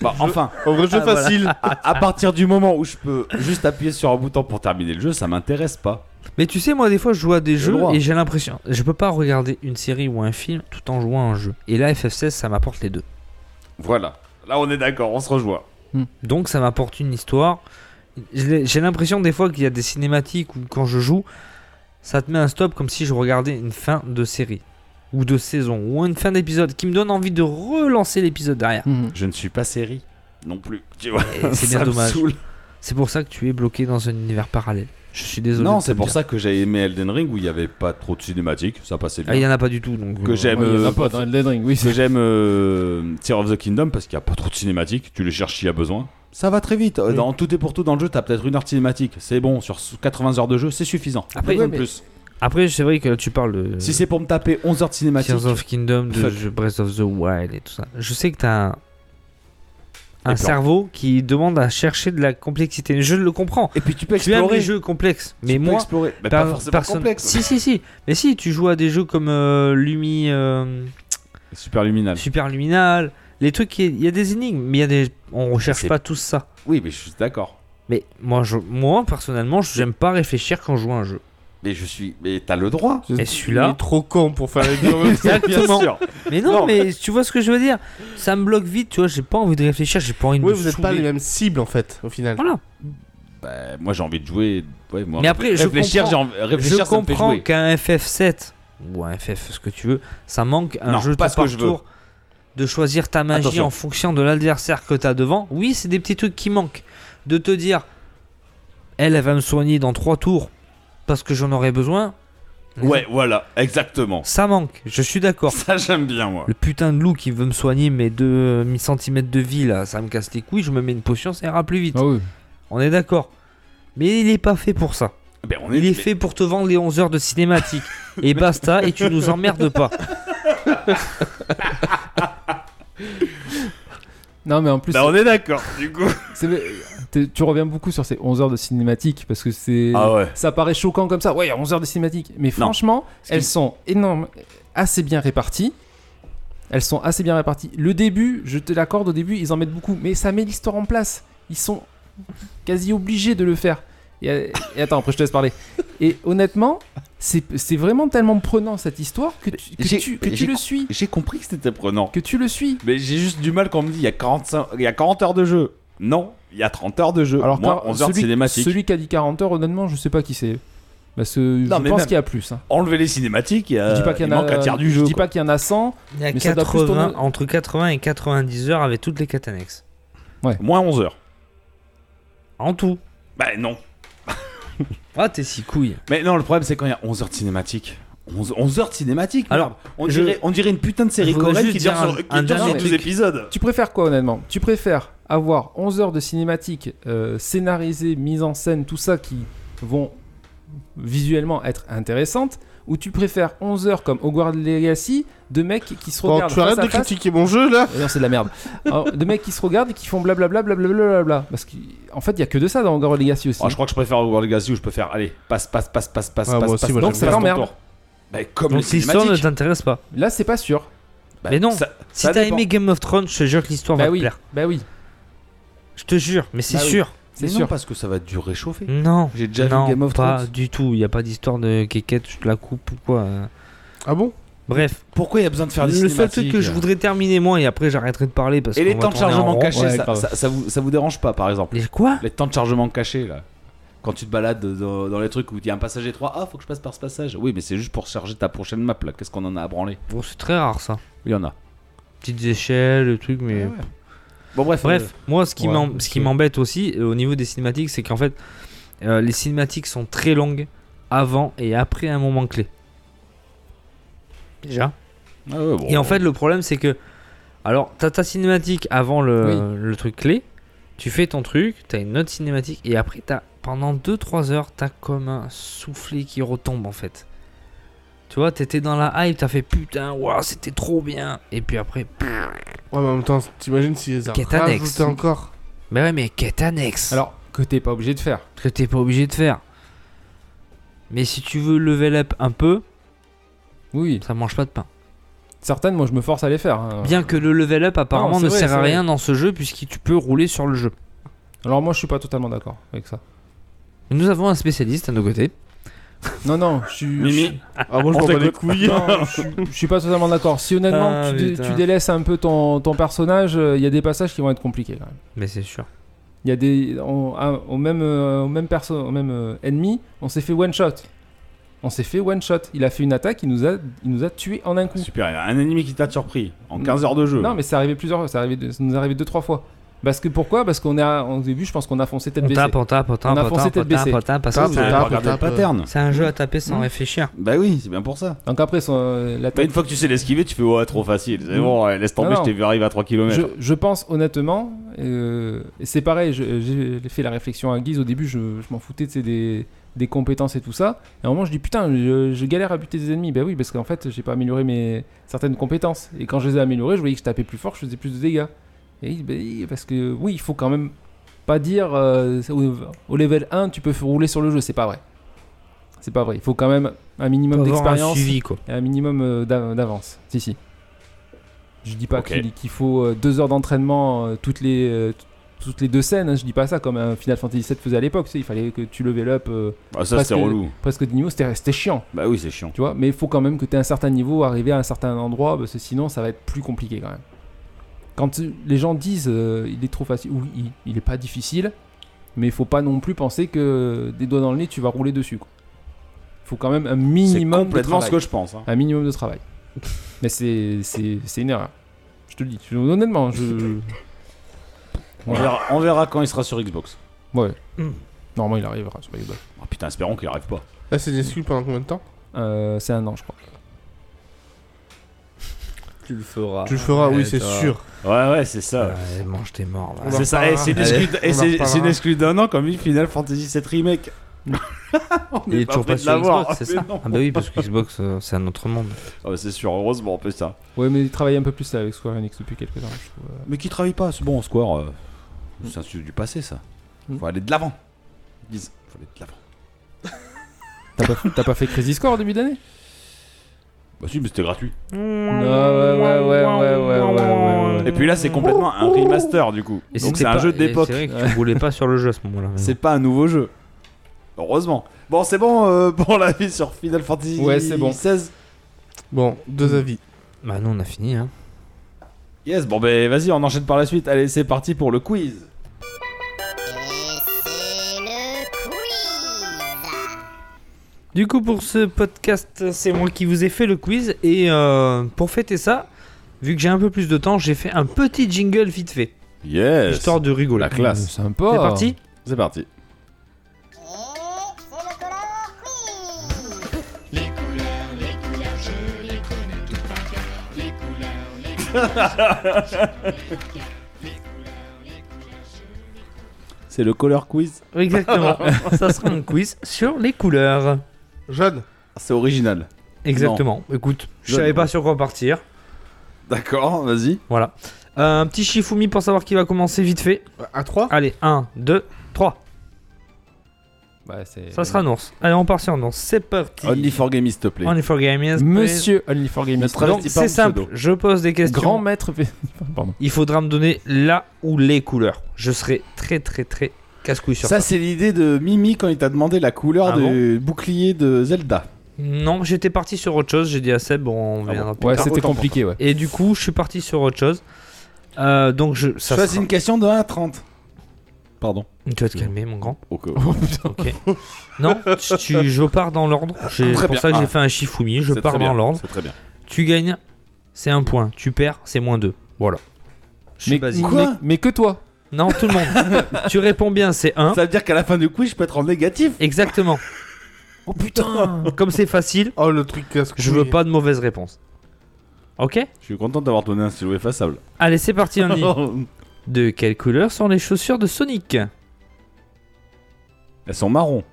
S3: Bah, enfin,
S4: Au vrai jeu
S6: Ah, voilà.
S4: facile.
S3: à, à partir du moment où je peux juste appuyer sur un bouton pour terminer le jeu, ça m'intéresse pas.
S6: [LAUGHS] Mais tu sais, moi, des fois, je joue à des
S3: le
S6: jeux
S3: droit.
S6: et j'ai l'impression. Je peux pas regarder une série ou un film tout en jouant à un jeu. Et là, FF16, ça m'apporte les deux.
S3: Voilà. Là, on est d'accord. On se rejoint.
S6: Donc, ça m'apporte une histoire. J'ai j'ai l'impression, des fois, qu'il y a des cinématiques où, quand je joue, ça te met un stop comme si je regardais une fin de série. Ou de saison. Ou une fin d'épisode qui me donne envie de relancer l'épisode derrière.
S5: Mhm.
S3: Je ne suis pas série non plus. Tu vois.
S6: Et Eh, c'est bien
S3: [LAUGHS] Ça me
S6: dommage.
S3: saoule.
S6: C'est pour ça que tu es bloqué dans un univers parallèle. Je suis désolé.
S3: Non,
S6: de te
S3: c'est
S6: le
S3: pour
S6: dire.
S3: ça que j'ai aimé Elden Ring où il n'y avait pas trop de cinématiques, ça passait
S6: Ah, il y
S3: bien.
S6: en a pas du tout. Donc,
S3: Que
S6: euh,
S3: j'aime,
S5: Ouais, il y en a
S3: euh,
S5: pas dans Elden Ring, oui.
S3: [LAUGHS] que j'aime euh, Tear of the Kingdom parce qu'il n'y a pas trop de cinématiques, tu les cherches s'il y a besoin. Euh, Ça va très vite,
S4: Oui.
S3: dans tout et pour tout dans le jeu, t'as peut-être une heure de cinématique, c'est bon, sur 80 heures de jeu, c'est suffisant.
S6: Après,
S3: Pas besoin de
S5: mais-
S3: plus.
S6: Après, c'est vrai que là, tu parles de
S3: Si c'est pour me taper 11 heures de cinématique,
S6: Tears of Kingdom, de
S3: Fuck.
S6: jeu Breath of the Wild et tout ça. Je sais que t'as un, un
S3: plans.
S6: cerveau qui demande à chercher de la complexité. Je le comprends.
S3: et puis tu peux
S6: Tu aimes les
S3: explorer.
S6: jeux complexes,
S3: Tu
S6: mais
S3: peux
S6: moi,
S3: explorer. Bah,
S6: par-
S3: pas forcément
S6: personne-
S3: complexe.
S6: Si, si, si. Mais si, tu joues à des jeux comme euh, Lumi, euh,
S3: Super luminal.
S6: Super Luminal, les trucs, qui- il y a des énigmes, mais il y a des, on recherche
S3: C'est-
S6: pas tous ça.
S3: Oui, mais je suis d'accord.
S6: Mais moi, je, moi personnellement, j'aime pas réfléchir quand je joue à un jeu.
S3: Mais je suis. Mais t'as le droit.
S6: Et
S4: Il
S6: celui-là
S4: est trop con pour faire les deux en même temps.
S6: [LAUGHS] Exactement.
S3: sûr.
S6: Mais non,
S3: Non,
S6: mais tu vois ce que je veux dire Ça me bloque vite, tu vois, j'ai pas envie de réfléchir, j'ai pas envie de
S4: Oui,
S6: me
S4: vous n'êtes pas
S6: saouler.
S4: les mêmes cibles en fait, au final.
S6: Voilà.
S3: Bah, moi j'ai envie de jouer. Ouais, moi,
S6: Mais après, je
S3: réfléchir,
S6: comprends-
S3: j'ai envie- réfléchir,
S6: je
S3: ça me fait
S6: comprends
S3: jouer.
S6: qu'un FF7 ou un FF, ce que tu veux, ça manque un
S3: Non,
S6: jeu
S3: pas
S6: tour
S3: ce que
S6: par
S3: je veux.
S6: tour de choisir ta magie
S3: Attention.
S6: en fonction de l'adversaire que t'as devant. Oui, c'est des petits trucs qui manquent. De te dire, elle, elle va me soigner dans trois tours parce que j'en aurai besoin.
S3: Ouais, voilà, exactement. [LAUGHS]
S6: Ça manque, je suis d'accord.
S3: Ça j'aime bien moi.
S6: Le putain de loup qui veut me soigner mes 2 cm de vie là, ça me casse les couilles, je me mets une potion, ça ira plus vite.
S5: Ah oui.
S6: On est d'accord. Mais il est pas fait pour ça.
S3: Ben, on
S6: Il est
S3: mais-
S6: fait pour te vendre les 11 heures de
S3: [LAUGHS]
S6: cinématique. et basta, et tu nous emmerdes pas.
S5: Non, mais en plus,
S3: Ben, on est d'accord, du coup.
S5: c'est- t'es- tu reviens beaucoup sur ces 11 heures de cinématique parce que c'est.
S3: Ah ouais.
S5: Ça paraît choquant comme ça. Ouais, il y a 11 heures de cinématique. Mais franchement,
S3: Ce qui-
S5: elles sont énormes, assez bien réparties. Elles sont assez bien réparties. Le début, je te l'accorde, au début, ils en mettent beaucoup. Mais ça met l'histoire en place. Ils sont quasi obligés de le faire. Et, euh, et attends, après je te laisse parler. Et honnêtement, c'est c'est vraiment tellement prenant cette histoire que tu, que
S3: J'ai-
S5: tu- que
S3: mais
S5: tu
S3: j'ai-
S5: le suis.
S3: J'ai compris que c'était prenant.
S5: Que tu le suis.
S3: Mais j'ai juste du mal quand on me dit il y a 45, il y a 40 heures de jeu. Non, il y a 30 heures de jeu.
S5: Alors,
S3: Euh, moi,
S5: quand-
S3: 11 heures de
S5: celui,
S3: cinématique.
S5: celui qui a dit 40 heures, honnêtement, je sais pas qui c'est. Parce que
S3: Non,
S5: je
S3: mais
S5: pense
S3: même-
S5: qu'il y a plus. hein.
S3: Enlever les cinématiques, il, y a-
S5: je dis pas qu'il y
S3: il
S5: en a, euh,
S3: manque un tiers du
S5: je
S3: jeu.
S5: dis
S3: quoi.
S5: pas qu'il y en a 100.
S6: Il y a
S5: Mais ça doit plus
S6: 80
S5: tourner-
S6: entre 80 et 90 heures avec toutes les quêtes annexes.
S3: Moins 11 heures.
S6: En tout.
S3: Bah non.
S6: Ah, t'es si couille.
S3: Mais non, le problème c'est quand il y a 11 heures de cinématique. 11, heures de cinématique
S6: Alors,
S3: merde. on,
S6: je-
S3: dirait, on dirait une putain de série
S6: je voudrais
S3: coréenne qui
S6: juste
S3: dure
S6: dire un-
S3: sur, qui
S6: un
S3: dure sur
S5: dernier
S3: 12
S6: truc.
S3: épisodes.
S5: Tu préfères quoi, honnêtement Tu préfères avoir 11 heures de cinématique euh, scénarisée, mise en scène, tout ça qui vont visuellement être intéressantes ou tu préfères 11 heures comme Hogwarts Legacy de mecs qui se
S4: Bon,
S5: regardent
S4: tu
S5: face
S4: arrêtes
S5: à
S4: de
S5: face
S4: critiquer mon jeu là
S5: Euh, Non, c'est de la merde. Alors, de mecs qui se regardent et qui font blablabla, blablabla, blablabla. Parce qu'en fait, il y a que de ça dans Hogwarts Legacy aussi.
S3: Oh, je crois que je préfère World Legacy où je peux faire allez, passe, passe, passe, passe, passe,
S6: Ah,
S4: Ouais, moi
S3: passe,
S4: aussi,
S3: passe,
S4: moi,
S3: passe,
S5: j'aime
S3: passe
S5: bien.
S3: ton tour. Bah, comme les
S6: Donc l'histoire ne
S3: cinématiques.
S6: t'intéresse pas.
S5: Là, c'est pas sûr.
S3: Bah,
S6: Mais non,
S3: ça-
S6: Si
S3: ça
S6: t'as
S3: dépend.
S6: aimé Game of Thrones, je te jure que l'histoire
S5: bah
S6: va
S5: oui,
S6: te plaire.
S5: bah oui,
S6: Je te jure, mais c'est
S5: Bah oui.
S6: sûr.
S5: c'est
S3: Mais non,
S5: sûr.
S3: parce que ça va du réchauffer.
S6: Non.
S3: J'ai déjà
S6: non,
S3: vu Game of
S6: pas
S3: Thrones.
S6: du tout. Il n'y a pas d'histoire de quéquette, je te la coupe ou quoi. euh.
S4: Ah bon
S6: Bref,
S3: Pourquoi il y a besoin de faire des
S6: le seul
S3: cinématiques euh.
S6: truc que je voudrais terminer, moi, et après j'arrêterai de parler parce que.
S3: Et les temps de chargement cachés, ça,
S5: grave.
S3: ça- ça vous, ça vous dérange pas, par exemple
S6: Les quoi
S3: Les temps de chargement cachés, là. Quand tu te balades dans, dans les trucs où il y a un passager 3, ah, faut que je passe par ce passage. Oui, mais c'est juste pour charger ta prochaine map, là. Qu'est-ce qu'on en a à branler
S6: Bon, c'est très rare ça.
S3: Il y en a.
S6: Petites échelles, le truc,
S3: Ah
S6: mais.
S3: Bon, bref.
S6: Bref, moi, ce qui
S5: ouais,
S6: m'em- ce qui
S5: ok.
S6: m'embête aussi euh, au niveau des cinématiques, c'est qu'en fait, euh, les cinématiques sont très longues avant et après un moment clé. Déjà.
S3: euh, ah ouais, bon.
S6: Et en fait, le problème, c'est que. Alors, t'as ta cinématique avant le, le truc clé, tu fais ton truc, t'as une autre cinématique, et après, t'as, pendant 2-3 heures, t'as comme un soufflé qui retombe en fait. Tu vois, t'étais dans la hype, t'as fait putain, waouh, c'était trop bien. Et puis après,
S4: Ouais, mais en même temps, t'imagines si les
S6: Quête
S4: rajouté
S6: annexe.
S4: encore
S6: mais ouais, mais quête annexe.
S5: Alors, que t'es pas obligé de faire.
S6: que t'es pas obligé de faire. Mais si tu veux level up un peu,
S5: Oui,
S6: ça mange pas de pain.
S5: certaines, moi, je me force à les faire. hein.
S6: Bien que le level up
S5: Non,
S6: apparemment
S5: c'est
S6: ne
S5: vrai,
S6: sert
S5: c'est
S6: à
S5: vrai.
S6: rien dans ce jeu puisque tu peux rouler sur le jeu.
S5: Alors, moi, je suis pas totalement d'accord avec ça.
S6: Nous avons un spécialiste à nos côtés.
S5: Non, non, je suis.
S3: Mimi,
S4: Ah, moi je
S3: On
S4: m'en bats les
S3: t'écoute.
S4: couilles
S5: Non, je, suis- je suis pas totalement d'accord. Si honnêtement
S6: Ah,
S5: tu, dé-
S6: putain.
S5: tu délaisses un peu ton, ton personnage, euh, il y a des passages qui vont être compliqués quand même.
S6: Mais c'est sûr.
S5: Il y a des on- à- au même euh, au même perso au même euh, ennemi, on s'est fait one shot. On s'est fait one shot. Il a fait une attaque, il nous a il nous a tué en un coup.
S3: super, il y a un ennemi qui t'a surpris en 15 heures de jeu.
S5: Non mais c'est arrivé plusieurs fois, ça, arrivé deux- ça nous est arrivé deux trois fois. Parce que pourquoi Parce qu'on a, au début, je pense qu'on a foncé tête
S6: On
S5: baissée.
S6: tape, on tape, on tape,
S5: a
S6: on
S5: foncé
S6: tape, on
S5: tête baissée.
S6: tape, on tape, euh. parce
S4: Tape,
S6: que c'est
S4: on
S6: un-
S4: tape.
S3: Regarde le pattern.
S6: c'est un jeu à taper sans réfléchir.
S3: Bah oui, c'est bien pour ça.
S5: Donc après, son- euh, la
S3: Bah,
S5: tête.
S3: une fois que tu sais l'esquiver, tu fais ouais, trop facile. C'est
S5: Mm.
S3: bon, ouais, laisse tomber,
S5: Non,
S3: je t'ai vu arriver à 3 km.
S5: Je, je pense honnêtement, euh, et c'est pareil, je- j'ai fait la réflexion à Guise au début, je, je m'en foutais tu sais, des, des compétences et tout ça. Et à un moment, je dis putain, je, je galère à buter des ennemis. Bah oui, parce qu'en fait, j'ai pas amélioré mes certaines compétences. Et quand je les ai améliorées, je voyais que je tapais plus fort, je faisais plus de dégâts. Et bah, parce que oui, il faut quand même pas dire euh, au, au level 1, tu peux rouler sur le jeu, c'est pas vrai. C'est pas vrai, il faut quand même un minimum
S6: Faut avoir un
S5: d'expérience
S6: suivi, quoi.
S5: et un minimum euh, d'a- d'avance. Si, si. Je dis pas
S3: Ok.
S5: qu'il qu'il faut euh, deux heures d'entraînement euh, toutes les euh, t- toutes les deux scènes. hein. je dis pas ça comme un Final Fantasy VII faisait à l'époque. tu sais, il fallait que tu level up euh,
S3: Ah, ça,
S5: parce
S3: c'est
S5: que-
S3: relou.
S5: presque du niveau. C'était c'était chiant,
S3: Bah oui, c'est chiant.
S5: tu vois. Mais il faut quand même que tu aies un certain niveau, arriver à un certain endroit, parce que sinon ça va être plus compliqué quand même. Quand euh, les gens disent euh, il est trop facile, oui, il, il est pas difficile, mais il faut pas non plus penser que des doigts dans le nez tu vas rouler dessus. Quoi. Faut quand même un
S3: C'est
S5: minimum. de
S3: complètement ce
S5: travail
S3: que je pense. hein.
S5: un minimum de travail. Mais c'est c'est c'est une erreur. Je te le dis. Je- Honnêtement, je.
S3: On,
S5: Voilà.
S3: verra, on verra quand il sera sur Xbox.
S5: Ouais.
S6: Mm.
S5: Normalement, il arrivera sur Xbox.
S3: Oh, putain, espérons qu'il arrive pas.
S4: Là, Ah, c'est des exclus pendant combien de temps
S5: Euh, c'est un an, je crois.
S6: Tu le feras.
S4: Tu le feras, oui, c'est
S6: toi.
S4: sûr.
S3: Ouais, ouais, c'est ça.
S6: Ouais, mange tes morts, va.
S4: On en
S3: C'est ça,
S4: reparlera.
S3: et c'est une
S6: Allez,
S3: exclu-
S4: on
S3: et
S4: en
S3: c'est-
S4: reparlera.
S3: c'est une exclu d'un an comme une Final Fantasy 7 Remake. on
S6: Il
S3: n'est
S6: est toujours
S3: prêt
S6: pas
S3: de
S6: sur
S3: l'avoir,
S6: Xbox, c'est
S3: [LAUGHS] mais
S6: ça
S3: non.
S6: Ah bah oui, parce que Xbox, euh, c'est un autre monde.
S3: Ah bah, c'est sûr, heureusement, on peut ça.
S5: Ouais, mais il travaille un peu plus avec Square Enix depuis quelques temps, je trouve.
S3: Mais qui travaille pas, c'est bon, Square, euh, c'est un sujet du passé, ça.
S5: Mm.
S3: Faut aller de l'avant. Ils disent, faut aller de l'avant.
S5: T'as pas, t'as pas fait Crazy Score au début d'année
S3: Bah si, mais c'était gratuit.
S6: Ah,
S5: ouais, ouais, ouais, ouais, ouais, ouais, ouais.
S3: Et puis là, c'est complètement un remaster, du coup.
S6: Et
S3: Donc
S6: c'était
S3: c'est un
S6: pas-
S3: jeu
S6: et
S3: d'époque.
S6: C'est vrai que tu roulais pas sur le jeu à ce moment-là.
S3: C'est pas un nouveau jeu. Heureusement. Bon, c'est bon euh, [LAUGHS] pour la vie sur Final Fantasy
S5: Ouais, c'est bon.
S3: 16.
S4: Bon, deux avis.
S6: Bah non, on a fini, hein.
S3: Yes, bon ben vas-y, on enchaîne par la suite. Allez, c'est parti pour le quiz.
S6: Du coup, pour ce podcast, c'est moi qui vous ai fait le quiz. Et euh, pour fêter ça, vu que j'ai un peu plus de temps, j'ai fait un petit jingle vite fait.
S3: Yes.
S6: Histoire de rigoler.
S3: La classe.
S5: Sympa.
S6: C'est parti
S3: C'est parti. [LAUGHS] C'est le color quiz. [LAUGHS]
S6: Exactement. ça sera un quiz sur les couleurs.
S4: Jaune,
S3: C'est original.
S6: Exactement. Écoute, je
S3: Non,
S6: savais
S3: non.
S6: pas sur quoi partir.
S3: D'accord, vas-y.
S6: Voilà. Euh, un petit Shifumi pour savoir qui va commencer vite fait.
S4: à 3
S6: Allez, 1, 2, 3.
S5: Bah, c'est-
S6: Ça sera un ours. Allez, on part sur un ours. C'est parti.
S3: Only for Gaming, s'il te plaît.
S6: On est for gamers.
S5: Monsieur Only for Gaming.
S3: Ne
S6: Donc,
S3: travestis pas
S6: c'est
S3: mon
S6: simple.
S3: pseudo.
S6: Je pose des questions.
S5: Grand maître. [LAUGHS] Pardon.
S6: Il faudra me donner la ou les couleurs. Je serai très, très, très casse-couille sur ça.
S3: Ça, c'est l'idée de Mimi quand il t'a demandé la couleur
S6: Ah
S3: du bouclier de Zelda.
S6: Non, j'étais parti sur autre chose. J'ai dit à Seb, bon, on
S3: Ah
S6: viendra plus
S5: Ouais,
S6: tard.
S5: c'était
S3: autant pour
S5: compliqué, ouais.
S6: Et du coup, je suis parti sur autre chose. Euh, donc, je. Ça
S3: Choisis Mmh.
S6: sera-
S3: une question de 1 à 30. Pardon.
S6: Tu vas te calmer, mon grand.
S3: Ok.
S6: Ok. non, tu- tu- je pars dans l'ordre. C'est
S3: Très
S6: pour
S3: bien.
S6: ça que j'ai
S3: Ah.
S6: fait un Shifumi. Je
S3: C'est très
S6: pars
S3: bien,
S6: dans l'ordre.
S3: C'est très bien.
S6: Tu gagnes, c'est un point. Tu perds, c'est moins deux. Voilà. Je suis
S5: Mais,
S6: basique.
S5: mais,
S3: Quoi
S5: mais que toi.
S6: Non, tout le monde.
S3: [LAUGHS]
S6: tu réponds bien, c'est un.
S3: Ça veut dire qu'à la fin du quiz, je peux être en négatif.
S6: Exactement.
S5: Oh putain.
S3: Ah.
S6: Comme c'est facile,
S4: Oh, le truc casse
S6: je veux pas de mauvaise réponse. Ok
S3: Je suis content d'avoir donné un stylo effaçable.
S6: Allez, c'est parti,
S3: [LAUGHS]
S6: on y va.
S3: Oh.
S6: De quelle couleur sont les chaussures de Sonic Eh
S3: Elles sont marron.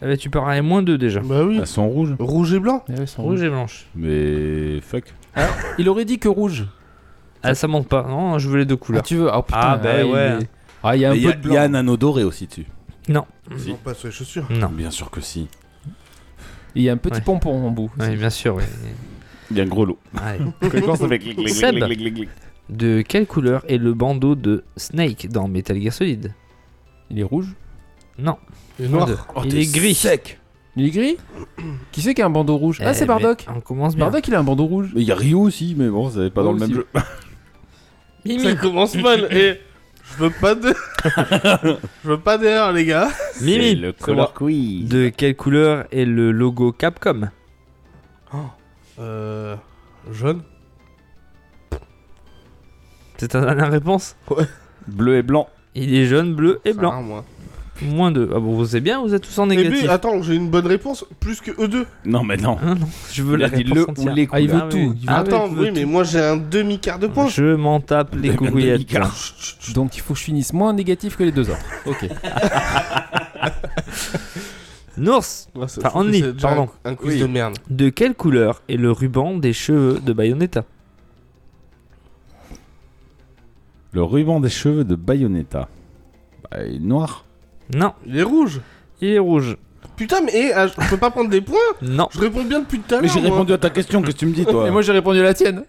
S6: Ah bah, Tu pars à moins deux déjà.
S4: Bah oui.
S3: Elles sont rouges.
S4: Rouge et blanc
S5: Ouais, ils sont
S6: Rouge et blanche.
S3: Mais fuck.
S5: rouges. Il aurait dit que rouge.
S6: Ah, ça monte pas. Non, je veux les deux
S5: Ah,
S6: couleurs.
S5: tu veux Ah putain.
S6: Ah, bah,
S5: il
S6: ouais.
S5: est- Ah, il y a un
S3: Mais
S5: peu
S3: Il y, a-
S5: de
S3: il y a
S5: blanc.
S3: un anneau doré aussi dessus.
S6: Non.
S3: Si.
S4: Non, pas sur les chaussures.
S6: Non.
S3: Ah, Bien sûr que si.
S5: Il y a un petit
S6: Ouais.
S5: pompon en bout.
S6: Oui, bien sûr, oui.
S3: Il y a un gros lot.
S6: Allez.
S3: Quand ça fait clic, clic,
S6: Seb.
S3: clic, clic, clic, clic.
S6: De quelle couleur est le bandeau de Snake dans Metal Gear Solid
S5: Il est rouge.
S6: Non.
S4: Et noir.
S6: Moins deux.
S3: Oh,
S6: Il
S3: t'es
S6: est gris.
S3: Sec.
S5: Il est gris Qui c'est qui a un bandeau rouge
S6: Eh,
S5: Ah, c'est
S6: mais
S5: Bardock.
S6: On commence bien.
S5: Bardock, il a un bandeau rouge.
S3: Mais il y a Rio aussi, mais bon, c'est pas dans
S5: Oh,
S3: le même
S5: si.
S3: jeu.
S6: Mimi.
S4: Ça commence mal et je veux pas de. je veux pas d'erreur, les gars.
S6: Mimi.
S3: C'est le color quiz.
S6: De quelle couleur est le logo Capcom
S4: Euh. Jaune
S6: C'est ta dernière réponse
S3: Bleu et blanc.
S6: Il est jaune, bleu et
S4: Ça
S6: blanc.
S4: va, moi.
S6: Moins 2. Ah bon, vous savez bien, vous êtes tous en
S4: Et
S6: négatif.
S4: puis, Eh, attends, j'ai une bonne réponse, plus que eux deux.
S3: Non,
S5: [LAUGHS]
S3: mais non.
S6: Ah non, je veux
S3: Il
S6: la
S3: a dit
S6: réponse
S3: le ou
S6: entière.
S3: les
S5: Ah, il veut
S6: couleurs.
S5: tout. il veut
S6: Ah,
S4: attends,
S6: mais-
S4: oui, mais moi j'ai un demi-quart de point.
S6: Je m'en tape les coucouillettes. [LAUGHS]
S3: demi-quart.
S5: tout. Donc il faut que je finisse moins négatif que les deux autres. Ok.
S6: Nours,
S4: Ouais,
S6: Enfin,
S4: ça- je trouve que
S6: Andy,
S4: c'est déjà un-
S6: pardon.
S4: Un quiz
S3: Oui.
S4: de merde.
S6: de quelle couleur est le ruban des cheveux de Bayonetta
S3: Le ruban des cheveux de Bayonetta. Bah, il est noir.
S6: Non,
S4: Il est rouge.
S6: il est rouge.
S4: Putain, mais eh, ah, je je peux pas prendre des points.
S6: Non.
S4: Je réponds bien depuis
S5: Ah
S4: tout à l'heure.
S3: Mais j'ai
S4: moi.
S3: répondu à ta question, qu'est-ce que
S5: [LAUGHS]
S3: tu me dis, toi
S5: Et moi j'ai répondu à la tienne.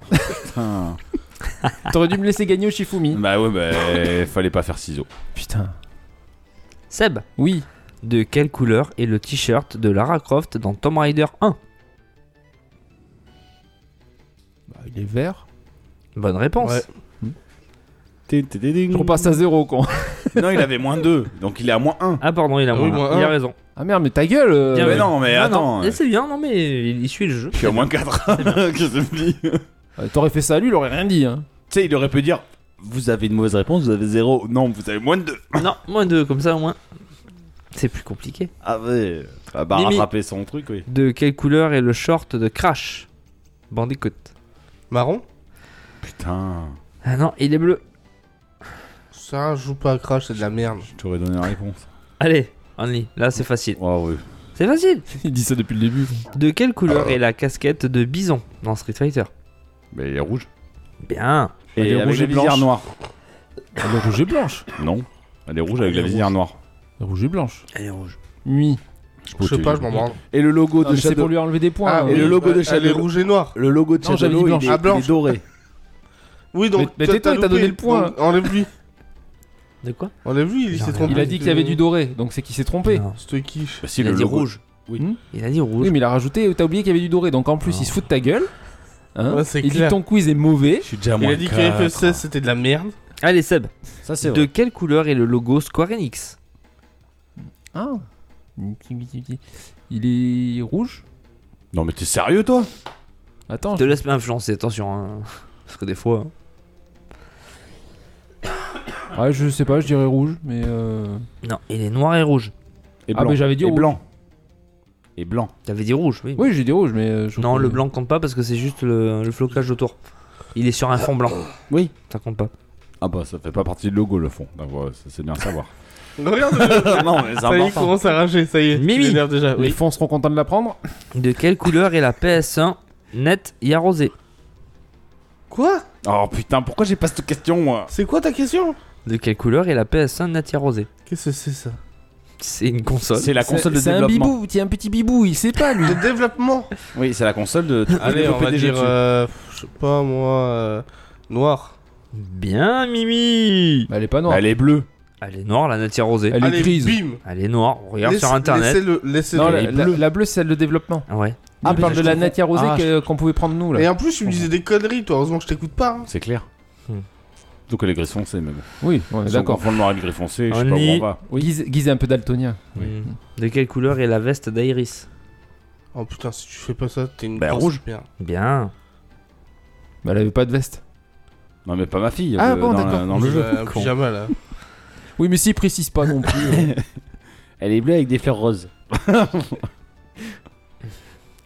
S3: Putain.
S5: T'aurais dû me laisser gagner au Shifumi.
S3: Bah ouais, bah, fallait pas faire ciseaux.
S5: Putain.
S6: Seb,
S5: Oui.
S6: de quelle couleur est le t-shirt de Lara Croft dans Tomb Raider 1
S5: il est vert.
S6: Bonne réponse.
S4: Ouais.
S5: Je repasse à zéro con.
S3: Non, il avait moins 2, donc il est à moins 1.
S6: Ah pardon, il a,
S4: Ah
S6: moins
S4: oui,
S6: un.
S4: moins
S6: il a
S4: un.
S6: raison.
S5: Ah merde mais ta gueule. euh,
S6: Bien
S3: mais
S6: vu.
S3: non, mais attends.
S6: non, c'est bien, non mais il il suit le jeu.
S3: Je suis à
S5: [LAUGHS]
S3: moins 4. Qu'est-ce que je me dis Tu
S5: euh, T'aurais fait ça à lui, il aurait rien dit. Hein.
S3: sais, il aurait pu dire Vous avez une mauvaise réponse, vous avez 0. Non, vous avez moins de 2.
S6: non, moins deux, comme ça au moins. C'est plus compliqué.
S3: Ah ouais. Ah bah,
S6: Mimi.
S3: rattraper son truc, oui.
S6: De quelle couleur est le short de Crash Bandicoot.
S4: Marron
S3: Putain.
S6: Ah non, il est bleu.
S4: Ça, je joue pas à Crash, c'est de la merde.
S3: Je t'aurais donné la réponse.
S6: Allez, Only, là c'est facile.
S3: Oh oui.
S6: C'est facile.
S5: Il dit ça depuis le début.
S6: De quelle couleur est la casquette de Bison dans Street Fighter
S3: Mais il est rouge.
S6: Bien.
S5: Elle est
S3: Et avec
S5: rouge
S3: la
S5: et
S3: visière
S5: blanche.
S3: noire.
S5: Le rouge et blanche.
S3: Non. Elle est rouge avec la visière noire.
S5: Le rouge et blanche.
S6: Elle est rouge.
S5: Oui.
S4: Je sais pas, je m'en branle.
S3: Et le logo
S5: Non, mais c'est pour lui enlever des points.
S4: Ah,
S5: hein.
S3: et le logo de
S4: Euh, Elle est
S3: Shadow.
S4: rouge et noir.
S3: Le logo de
S5: Non, j'avais
S3: Shadow,
S5: dit
S3: il, est-
S4: blanche. Ah,
S3: il est
S4: blanche.
S3: doré.
S4: Oui, donc.
S5: Mais- mais
S4: t'as-
S5: t'étais,
S4: t'as
S5: t'as donné
S4: loupé.
S5: le point.
S4: Donc, Enlève-lui.
S6: De quoi
S4: Enlève-lui, il
S6: Il a
S4: s'est
S6: rien.
S4: trompé.
S5: Il a dit qu'il y avait du doré, donc c'est qu'il s'est trompé.
S6: Non.
S4: C'était qui
S3: Bah, si,
S6: Il a
S3: le
S6: dit
S3: logo.
S6: rouge.
S3: Oui.
S5: Hmm
S6: Il a dit rouge.
S5: Oui, mais il a rajouté, t'as oublié qu'il y avait du doré, donc en plus
S6: Non.
S5: il se fout de ta gueule. Hein
S4: Ouais, c'est
S5: il
S4: clair.
S5: dit ton quiz est mauvais.
S3: Je suis déjà à
S4: Il
S3: moins
S4: a dit que
S3: quatre.
S4: FSS c'était de la merde.
S6: Allez Seb,
S3: Ça, c'est
S6: de
S3: vrai.
S6: quelle couleur est le logo Square Enix
S5: Ah. Il est rouge
S3: Non, mais t'es sérieux, toi
S5: Attends,
S6: Je te laisse pas influencer, attention. hein. [LAUGHS] Parce que des fois... hein.
S5: je- ouais, je sais pas, je dirais rouge, mais euh...
S6: Non, il est noir et rouge.
S3: Et
S5: Ah, mais j'avais dit
S3: Et
S5: rouge.
S3: blanc. Et blanc.
S6: T'avais dit rouge, oui.
S5: Oui, j'ai dit rouge, mais euh, je
S6: Non, le blanc compte pas parce que c'est juste le, le flocage autour. Il est sur un fond blanc.
S3: Oui.
S6: Ça compte pas.
S3: Ah bah, ça fait pas partie du logo, le fond. Donc, ouais, ça, c'est bien à savoir.
S4: Regarde, [LAUGHS]
S3: non, mais c'est
S4: ça y est, il
S3: important.
S4: commence à rager, ça y est.
S6: Mimi.
S4: Il énerve déjà.
S5: Les
S4: Oui.
S5: fans seront contents de l'apprendre.
S6: De quelle couleur est la PS1 Net Yarosé
S4: Quoi
S3: [LAUGHS] Oh putain, pourquoi j'ai pas cette question, moi
S4: C'est quoi ta question
S6: De quelle couleur est la PS1 Net Yarosé
S4: Qu'est-ce que c'est ça
S6: C'est une console.
S3: C'est la
S5: C'est-
S3: console de
S5: C'est un
S3: développement.
S5: bibou, tiens, un petit bibou, il sait pas lui.
S4: De développement
S3: Oui, c'est la console de. tu peux
S4: [LAUGHS] Allez, on
S3: développer
S4: va
S3: des jeux
S4: dire.
S3: dessus.
S4: euh, Je sais pas moi. euh, Noir.
S6: Bien, Mimi
S5: Bah, elle est pas
S3: Bah,
S5: noire.
S3: elle est bleue.
S6: Elle est noire, la Net Yarosé.
S5: Elle est
S4: Allez,
S5: grise.
S4: bim
S6: Elle est noire, on regarde
S4: Laisse-
S6: sur internet.
S4: Laissez-le. laissez-le.
S5: Non,
S6: elle
S5: la,
S6: est
S5: la-
S6: bleue.
S5: la bleue, c'est celle de développement.
S6: Ah Ouais.
S5: Ah,
S3: Ah,
S5: il parle
S3: je
S5: de la
S3: comprends.
S5: natia rosée
S3: Ah,
S5: que- qu'on pouvait prendre nous là.
S4: Et en plus, tu me disais des conneries, toi. Heureusement que je t'écoute pas. hein.
S3: C'est clair.
S6: Hmm.
S3: Donc elle est gris foncé, mais bon.
S5: Oui, on est
S3: Si on
S5: d'accord.
S3: confond le noir et le gris foncé, je sais pas où
S6: Only.
S3: on va.
S5: Guise, Guise est un peu daltonien.
S3: Oui.
S6: Mm. De quelle couleur est la veste d'Iris
S4: Oh putain, si tu fais pas ça, t'es une
S3: Bah,
S4: grosse
S3: rouge.
S4: merde.
S6: Bien.
S5: Bah, elle avait pas de veste.
S3: Non, mais pas ma fille.
S5: Ah,
S3: euh,
S5: bon,
S3: dans la-
S5: d'accord.
S3: dans le jeu.
S4: Ouais, un pyjama là.
S5: Oui, mais s'il précise pas non plus.
S3: Elle est bleue avec des fleurs roses.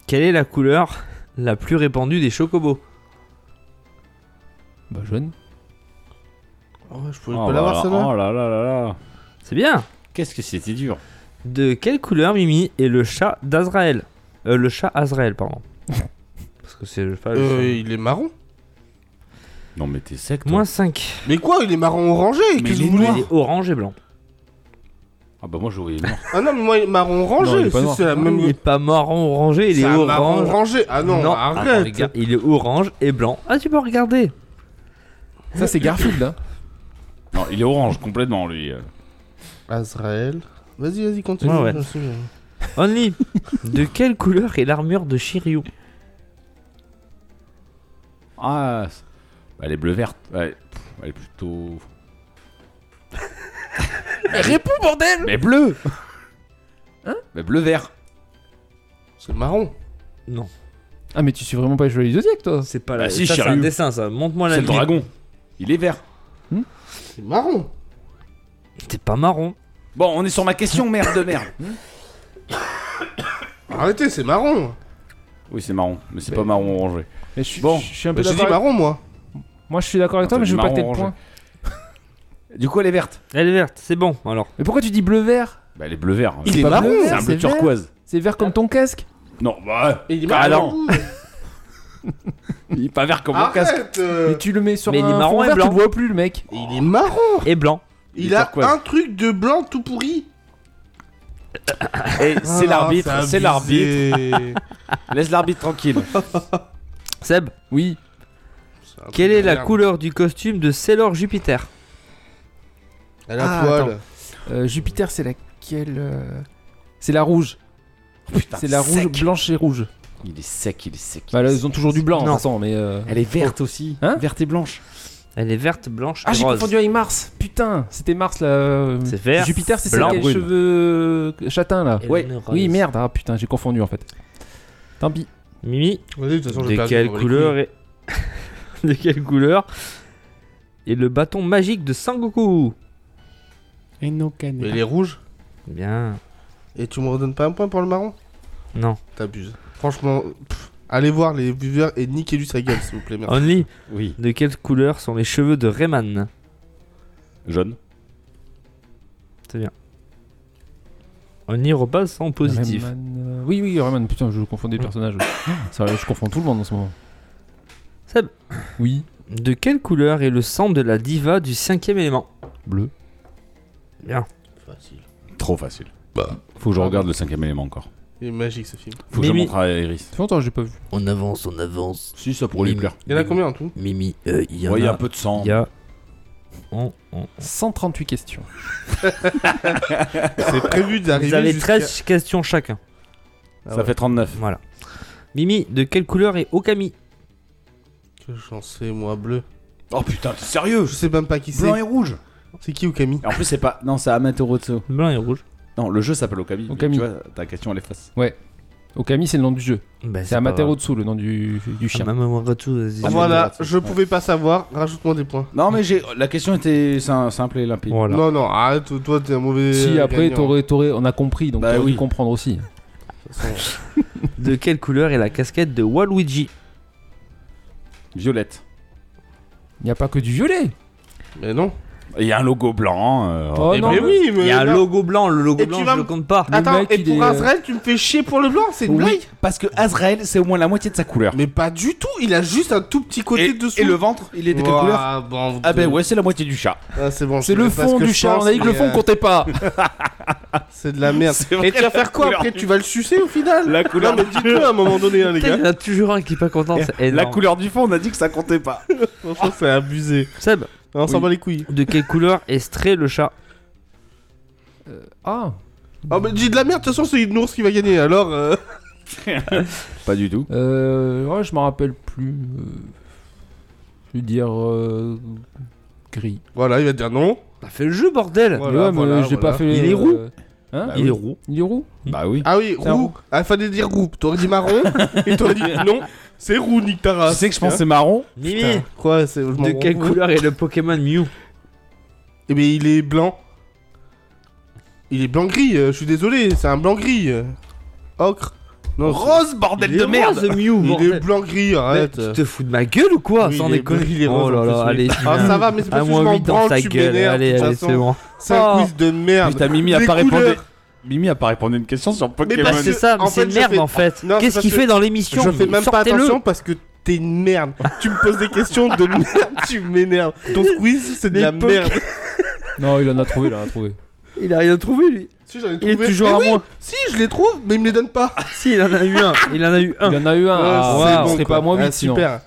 S6: Quelle est la couleur la plus répandue des chocobos
S5: bah, jaune.
S4: Ah ouais, je pouvais
S3: oh,
S4: pas
S3: là
S4: l'avoir
S3: là,
S4: celle-là.
S3: oh là là là là.
S6: C'est bien.
S3: Qu'est-ce que c'était dur.
S6: De quelle couleur, Mimi, est le chat d'Azrael Euh, Le chat Azrael, pardon. Parce que c'est le pas le
S4: Euh,
S6: chat.
S4: il est marron.
S3: Non, mais t'es sec, toi.
S6: Moins 5.
S4: Mais quoi Il est marron orangé
S3: Mais il
S4: qu'est-ce que
S3: est
S4: vous voulez
S6: Il est orange et blanc.
S3: Ah bah, moi, je voyais noir.
S4: Ah non, mais moi, il est marron
S5: Non, il
S4: orangé.
S5: est pas
S4: c'est-
S5: noir.
S4: C'est
S3: Ah,
S4: la
S6: Il est
S4: même.
S6: pas marron orangé, il est,
S4: C'est un marron
S6: orange.
S4: orangé. Ah non,
S6: attends, les
S4: arrête.
S6: gars,
S3: Ah,
S6: il est orange et blanc. Ah, tu peux regarder.
S5: Ça, c'est Garfield. Hein.
S3: non, il est orange complètement, lui.
S4: Azrael. Vas-y, vas-y, continue.
S6: Ouais, ouais.
S4: je me souviens.
S3: [LAUGHS]
S6: Only, de quelle couleur est l'armure de Shiryu
S3: Ah, c'est- bah, elle est bleu-verte. Ouais, pff, elle est plutôt.
S6: Réponds, bordel
S3: Mais bleu Hein Mais bleu-vert.
S4: C'est marron.
S6: Non,
S5: Ah, mais tu suis vraiment pas les Chevaliers du Zodiac, toi.
S6: c'est pas
S3: Bah
S6: la.
S3: si,
S6: ça, c'est un
S3: Shiryu.
S6: dessin, ça. Montre-moi la
S3: C'est le
S6: limite.
S3: dragon. Il est vert.
S4: C'est marron.
S6: T'es pas marron.
S3: Bon, on est sur ma question, merde de merde.
S4: Arrêtez, c'est marron.
S3: Oui, c'est marron, mais c'est pas marron orangé.
S5: Mais je, suis-
S3: Bon,
S5: je suis un
S4: Bah,
S5: peu
S4: J'ai dit
S5: d'accord. avec-
S4: marron, moi.
S5: Moi, je suis d'accord avec toi,
S3: Attends,
S5: mais je veux pas
S3: marron,
S5: que t'aies le
S3: orangé.
S5: point.
S3: Du coup, elle est verte.
S6: Elle est verte, c'est bon alors.
S5: Mais pourquoi tu dis bleu vert
S3: Bah, elle est bleu vert.
S4: Il
S5: C'est
S4: est
S5: pas
S4: marron.
S5: bleu,
S3: C'est un
S5: c'est
S3: bleu
S5: vert.
S3: turquoise.
S5: C'est vert comme ton casque
S3: Non, bah.
S4: Il est
S3: Bah,
S4: marron.
S3: Il est pas vert comme mon casque.
S4: Arrête. euh,
S5: Mais tu le mets sur
S6: Mais il est
S5: un
S6: marron
S5: fond
S6: et
S5: vert, tu
S6: blanc.
S5: le vois plus le mec.
S4: Il est marron.
S3: Oh.
S6: Et blanc.
S3: Il
S4: Il,
S3: est
S4: a
S3: turquoise.
S4: un truc de blanc tout pourri.
S3: Et
S4: Ah
S3: c'est l'arbitre, c'est l'arbitre.
S4: l'arbitre.
S3: Laisse l'arbitre tranquille.
S6: Seb,
S5: Oui.
S6: quelle est la couleur du costume de Sailor Jupiter
S4: Elle a
S5: Ah,
S4: poil.
S5: Euh, Jupiter, c'est laquelle euh, C'est la rouge.
S3: Putain,
S5: C'est la rouge,
S3: sec.
S5: blanche et rouge.
S3: Il est sec, il est sec.
S5: Bah là, ils ont toujours du blanc, de toute
S6: Non.
S5: façon, mais. euh,
S3: Elle est
S6: Oh.
S3: verte aussi.
S5: Hein
S3: verte et blanche.
S6: Elle est verte, blanche
S5: Ah,
S6: et
S5: j'ai
S6: rose.
S5: confondu avec Mars. Putain, c'était Mars là. euh,
S6: C'est vert,
S5: Jupiter, c'est celle
S6: blanc,
S5: qui a les
S6: brune.
S5: cheveux euh, châtains là.
S6: Et
S3: Ouais.
S6: une rose.
S5: Oui, merde. Ah putain, j'ai confondu en fait. Tant pis.
S6: Mimi,
S4: Vas-y, de toute façon, j'ai
S6: de
S4: perdu,
S6: quelle
S4: je m'en bats les
S6: couleur est... [LAUGHS] De quelle couleur est le bâton magique de Sangoku
S2: Et nos
S4: couilles. Mais il est rouge.
S6: Bien.
S4: Et tu me redonnes pas un point pour le marron
S6: Non.
S4: T'abuses. Franchement, pff, allez voir les viewers et niquez-lui sa gueule, s'il vous plaît. Merci.
S6: Only,
S3: Oui.
S6: de quelle couleur sont les cheveux de Rayman
S3: Jaune.
S6: Only repasse sans positif. Mmh.
S5: Rayman, euh, Oui, oui, Rayman. Putain, je confonds des personnages. aussi. Ça, je confonds tout le monde en ce moment.
S6: Seb,
S5: Oui.
S6: de quelle couleur est le sang de la diva du cinquième élément
S5: Bleu.
S6: Bien.
S4: Facile.
S3: Trop facile.
S4: Bah.
S3: Faut que je regarde le cinquième élément encore.
S4: Il est magique ce film.
S3: Faut que je
S6: Mimi.
S3: montre à Iris.
S5: Ça fait longtemps que j'ai pas vu.
S8: On avance, on avance.
S3: Si, ça pourrait lui plaire.
S4: Il y en a combien en tout
S8: Mimi, euh, il y en
S3: Ouais, il y a un
S8: a.
S3: peu de sang.
S6: Il y a. On, on.
S5: 138 questions.
S4: C'est prévu
S5: Ah,
S4: d'arriver.
S6: Vous avez
S4: jusqu'à-
S6: 13 questions chacun.
S4: Ah
S3: Ça
S4: ouais.
S3: fait 39.
S6: Voilà. Mimi, de quelle couleur est Okami
S4: Que j'en sais, moi, bleu.
S3: Oh putain, t'es sérieux
S4: Je sais même pas qui c'est.
S3: Blanc et rouge.
S4: C'est qui ou Camille
S3: Et en plus, c'est pas. Non, c'est Amaterasu.
S6: Blanc et rouge.
S3: Non, le jeu s'appelle Okami. mais
S5: Okami.
S3: Tu vois, ta question, elle est face.
S5: Okami, c'est le nom du jeu.
S6: Bah,
S5: C'est Amaterasu, le nom du, du
S4: Ah,
S6: Ah,
S5: chien.
S4: Voilà,
S3: Amaterasu,
S4: je
S3: ouais.
S4: pouvais pas savoir. Rajoute-moi des points.
S3: Non, mais j'ai. La question était sim- simple et limpide.
S6: Voilà.
S4: Non, non, arrête, toi t'es un mauvais.
S5: Si
S4: euh,
S5: après,
S4: gagnant.
S5: t'aurais, t'aurais- on a compris, donc
S3: Bah
S5: t'aurais
S3: oui.
S5: dû comprendre aussi.
S6: De quelle couleur est la casquette de Waluigi
S3: Violette.
S5: Il n'y a pas que du violet.
S4: Mais non.
S3: Il y a un logo blanc. euh,
S5: Oh
S6: Eh
S5: non.
S4: Mais
S6: ben,
S4: oui, mais.
S6: Il y a un
S4: non.
S6: logo blanc, le logo
S4: Et
S6: blanc,
S4: tu vas
S6: je le
S4: me-
S6: compte pas.
S4: Attends,
S5: Le mec,
S4: et
S5: il
S4: pour
S5: est, euh,
S4: Azrael, tu me fais chier pour le blanc C'est une blague
S3: Oui, parce que Azrael, c'est au moins la moitié de sa couleur.
S4: Mais pas du tout, il a juste un tout petit côté
S3: Et,
S4: dessous.
S3: et le ventre, il est de quelle
S4: Ouah,
S3: couleur
S4: bon, vous
S3: Ah ben
S4: deux.
S3: ouais, c'est la moitié du chat.
S4: Ah, c'est bon, je
S5: C'est le
S4: sais pas ce
S5: fond
S4: que
S5: du
S4: je
S5: chat.
S4: pense,
S5: On a dit que le
S4: mais,
S5: fond
S4: euh,
S5: comptait
S4: [LAUGHS]
S5: pas.
S4: C'est de la merde.
S3: C'est vrai,
S4: Et tu vas faire quoi
S3: la
S4: après
S3: couleur
S4: Tu vas le sucer au final
S3: La
S4: [LAUGHS]
S3: couleur
S4: Non, mais dites-le à un moment donné, hein, les
S6: Putain,
S4: [LAUGHS] gars.
S6: Il y en a toujours un qui est pas content. c'est
S3: La
S6: énorme.
S3: couleur du fond, on a dit que ça comptait pas.
S4: Franchement, c'est abusé.
S6: Seb,
S4: On s'en
S6: Oui.
S4: bat les couilles.
S6: de quelle couleur est Stray le chat
S5: Ah.
S4: Ah, mais dis de la merde, de toute façon, c'est une ours qui va gagner. Alors, euh,
S3: Pas du tout.
S5: Euh, ouais, je m'en rappelle plus. euh, je veux dire euh, gris.
S4: voilà, il va dire non.
S6: T'as fait Bah, le jeu, bordel
S4: Voilà,
S5: mais ouais,
S4: voilà,
S5: mais j'ai
S4: voilà.
S5: pas fait.
S6: Il est
S5: euh,
S6: roux.
S5: Hein
S3: Bah
S6: Il
S3: oui.
S6: est roux.
S5: Il est roux.
S3: Bah oui.
S4: Ah oui,
S5: C'est un
S4: roux. Ah, il fallait dire roux. T'aurais dit marron et t'aurais [LAUGHS] dit non. C'est roux, Nick Taras.
S3: Tu sais que je pensais marron
S6: Mimi,
S4: Putain, Quoi c'est- je m'en
S6: de
S4: rends
S6: quelle
S4: compte.
S6: couleur est le Pokémon Mew
S4: Eh bien, il est blanc. Il est blanc-gris, euh, je suis désolé, c'est un blanc-gris. euh. Ocre. Non, c'est-
S3: Rose, bordel
S6: Il est
S3: de
S6: rose,
S3: merde
S6: Mew,
S4: Il
S6: bordel.
S4: est blanc-gris,
S6: Mais
S4: arrête.
S6: Tu te fous de ma gueule ou quoi
S4: Oui,
S6: Sans
S4: il est
S6: déconner,
S4: bleu, il est
S6: Oh
S4: rose,
S6: là
S4: en
S6: là,
S4: plus,
S6: allez,
S4: Ah, ça va, mais c'est
S6: à
S4: parce que je
S6: moins
S4: m'en
S6: 8 dans
S4: branle,
S6: ta
S4: tu
S6: gueule.
S4: m'énerves, de
S6: Allez,
S4: toute
S6: allez,
S4: façon.
S6: c'est bon.
S4: C'est un
S6: Oh.
S4: quiz de merde.
S3: Putain, Mimi a
S4: Les
S3: pas répondu.
S4: couleurs.
S3: Mimi a pas répondu à une question sur Pokémon.
S4: parce
S6: Mais c'est
S4: que,
S6: ça, mais
S4: en
S6: c'est
S4: fait,
S6: une
S4: je
S6: merde
S4: fais-
S6: en fait.
S4: Non,
S6: Qu'est-ce
S4: c'est
S6: qu'il
S4: parce
S6: fait dans
S4: Je
S6: l'émission
S4: fais même pas
S6: Sortez-le.
S4: attention parce que t'es une merde. tu me poses des questions de merde, tu m'énerves. Ton quiz, c'est de
S6: Les
S4: la
S6: Poké-
S4: merde.
S5: Non, il en a trouvé, il en a trouvé.
S6: Il a rien trouvé lui.
S4: Si, j'en ai
S6: Il est
S4: trouvé.
S6: toujours
S4: Eh
S6: à
S4: oui,
S6: moi.
S4: Si, je les trouve, mais ils me les donnent pas.
S6: Si, il en a eu un. Il en a eu un.
S5: Il en a eu un. ah,
S4: Ouais,
S5: ouais,
S4: c'est
S5: on
S4: bon,
S5: serait
S4: quoi.
S5: pas à moins
S4: Ah,
S5: 8 sinon.
S4: Super.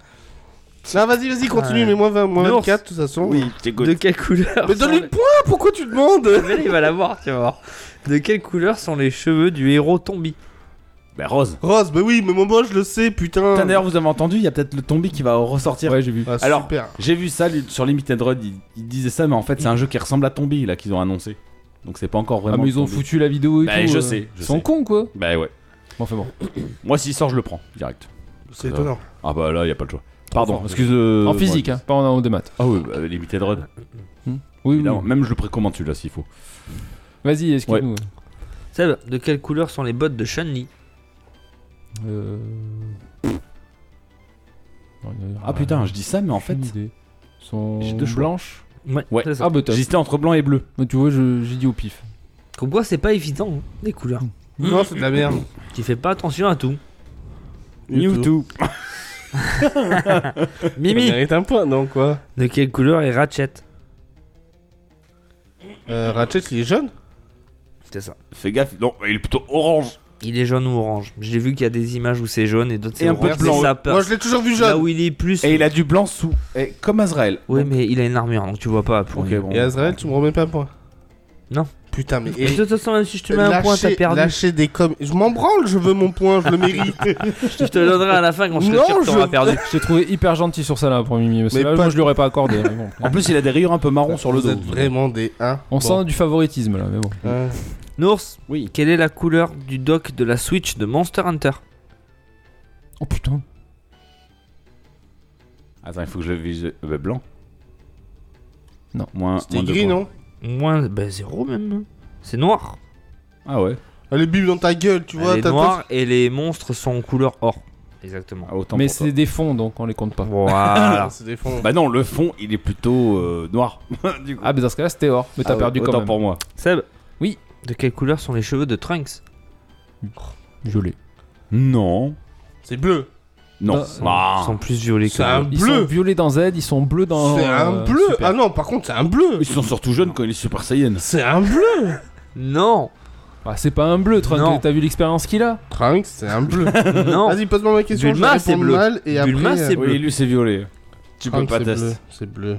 S4: Non, vas-y, vas-y, continue,
S6: Ouais.
S4: mais moi, vingt- moi
S6: L'ours.
S4: 24, de toute façon.
S3: Oui, t'écoutes.
S6: De quelle couleur
S4: Mais
S6: sont
S4: donne-lui
S6: les-
S4: le point, pourquoi tu demandes
S6: Mais là, il va l'avoir, tu vas voir. De quelle couleur sont les cheveux du héros Tombi
S3: Bah rose.
S4: Rose, bah oui, mais moi, moi, je le sais, putain.
S3: Putain, D'ailleurs, vous avez entendu, il y a peut-être le tombi qui va ressortir.
S5: Ouais, j'ai vu.
S4: Ah,
S3: Alors-
S4: super.
S3: J'ai vu ça lui, sur Limited Run, ils il disaient ça, mais en fait, c'est un jeu qui ressemble à Tombi là qu'ils ont annoncé. Donc c'est pas encore
S5: Ah,
S3: vraiment.
S5: mais ils ont
S3: Tombi.
S5: foutu la vidéo et
S3: Bah,
S5: tout.
S3: je
S5: euh,
S3: sais, je
S5: Ils sont
S3: sais.
S5: cons quoi.
S3: Bah ouais.
S5: Bon, enfin bon.
S3: Moi, s'il sort, je le prends direct.
S4: C'est étonnant.
S3: Ah bah là, y a pas de choix. Pardon,
S5: fort.
S3: excuse. euh,
S5: En physique,
S3: ouais.
S5: hein, pas en, en de maths.
S3: Ah oui, bah, Limited Run.
S5: Oui, oui.
S3: évidemment. Même je le précommande celui-là s'il faut.
S5: Vas-y, excuse-nous.
S6: Seb, de quelle couleur sont les bottes de Chun-Li
S5: Euh,
S3: Ah putain, je dis ça, mais en fait,
S5: Aucune idée. Sont
S3: j'ai deux choix.
S5: blanches.
S3: Ouais.
S6: c'est ça.
S5: Ah bah t'as-
S3: j'hésitais entre blanc et bleu.
S5: bah, tu vois, je- j'ai dit au pif.
S6: Comme quoi, c'est pas évident, hein, les couleurs.
S4: Non, c'est de la merde.
S6: Tu fais pas attention à tout.
S3: Mewtwo.
S4: Il
S6: Mimi,
S4: mérite un point, non, quoi.
S6: [LAUGHS] de quelle couleur est Ratchet
S4: Euh, Ratchet, il est jeune
S6: C'est ça.
S3: Fais gaffe, non, il est plutôt orange.
S6: Il est jaune ou orange J'ai vu qu'il y a des images où c'est jaune et d'autres c'est
S3: Et un peu
S6: orange.
S3: de blanc.
S6: mais ça a pas-
S4: Moi, je l'ai toujours vu
S6: Là
S4: jeune.
S6: où il est plus.
S3: Et il a du blanc sous. Et comme Azrael.
S6: Oui, mais il a une armure, donc tu vois pas. Pour
S3: Ok,
S6: lui.
S3: bon.
S4: Et Azrael, tu me remets pas un point
S6: Non.
S4: Putain, mais.
S6: Mais de toute façon, même si je te mets un point, t'as perdu.
S4: lâcher des coms. Je m'en branle, je veux mon point, je
S6: [LAUGHS]
S4: le mérite.
S6: Je te le donnerai à la fin quand je
S4: Non,
S6: te tire, t'auras
S4: je- [LAUGHS]
S6: perdu.
S5: Je t'ai trouvé hyper gentil sur ça là pour Mimi. Parce que
S4: Mais
S5: là,
S4: pas-
S5: moi, je l'aurais pas accordé. mais bon.
S3: En plus, il a des rayures un peu marron sur le
S4: Vous
S3: dos.
S4: êtes vraiment des hein. Euh, 1.
S5: On sent du favoritisme là, mais bon.
S6: Nours,
S3: Oui.
S6: quelle est la couleur du dock de la Switch de Monster Hunter
S5: Oh putain.
S3: Attends, il faut que je le vise. euh, bah, blanc.
S5: Non.
S3: Moins.
S4: C'était
S3: moins deux
S4: gris,
S3: points.
S4: non
S6: Moins, bah zéro même. C'est noir.
S3: Ah ouais.
S4: Allez, bim dans ta gueule, tu vois.
S6: Elle est
S4: t'as- t'as-
S6: noire et les monstres sont en couleur or. Exactement.
S3: Ah, autant
S5: Mais
S3: pour toi.
S5: c'est des fonds donc on les compte pas.
S4: [LAUGHS]
S6: Voilà.
S4: Ah, C'est des fonds.
S3: Bah non, le fond, il est plutôt euh, noir. du coup.
S5: Ah, mais dans ce cas là, c'était or. Mais t'as
S3: Ah,
S5: perdu
S3: autant
S5: quand même.
S3: pour moi.
S6: Seb
S5: Oui.
S6: De quelle couleur sont les cheveux de Trunks
S5: Violet.
S3: Non.
S4: C'est bleu.
S3: Non.
S5: Non,
S3: Ah.
S6: Ils sont plus violets que
S4: C'est un
S6: bleus.
S5: Ils
S4: bleu.
S5: sont violets dans Z, ils sont bleus dans.
S4: C'est un
S5: euh,
S4: bleu.
S5: Super.
S4: Ah non, par contre, c'est un bleu.
S3: Ils sont surtout jeunes quand il est Super Saiyan.
S4: C'est un bleu.
S6: Non
S5: Ah, c'est pas un bleu,
S6: Non.
S5: Trunk. T'as vu l'expérience qu'il a
S4: Trunks, c'est un bleu.
S6: Non
S4: [LAUGHS] Vas-y, pose-moi ma question.
S6: Bulma,
S4: je réponds
S6: c'est bleu.
S4: mal et après.
S6: Bulma, c'est
S4: euh,
S6: bleu.
S3: Oui, lui, c'est violet. Tu peux
S4: Trunks,
S3: pas
S4: c'est
S3: tester.
S4: bleu, C'est bleu.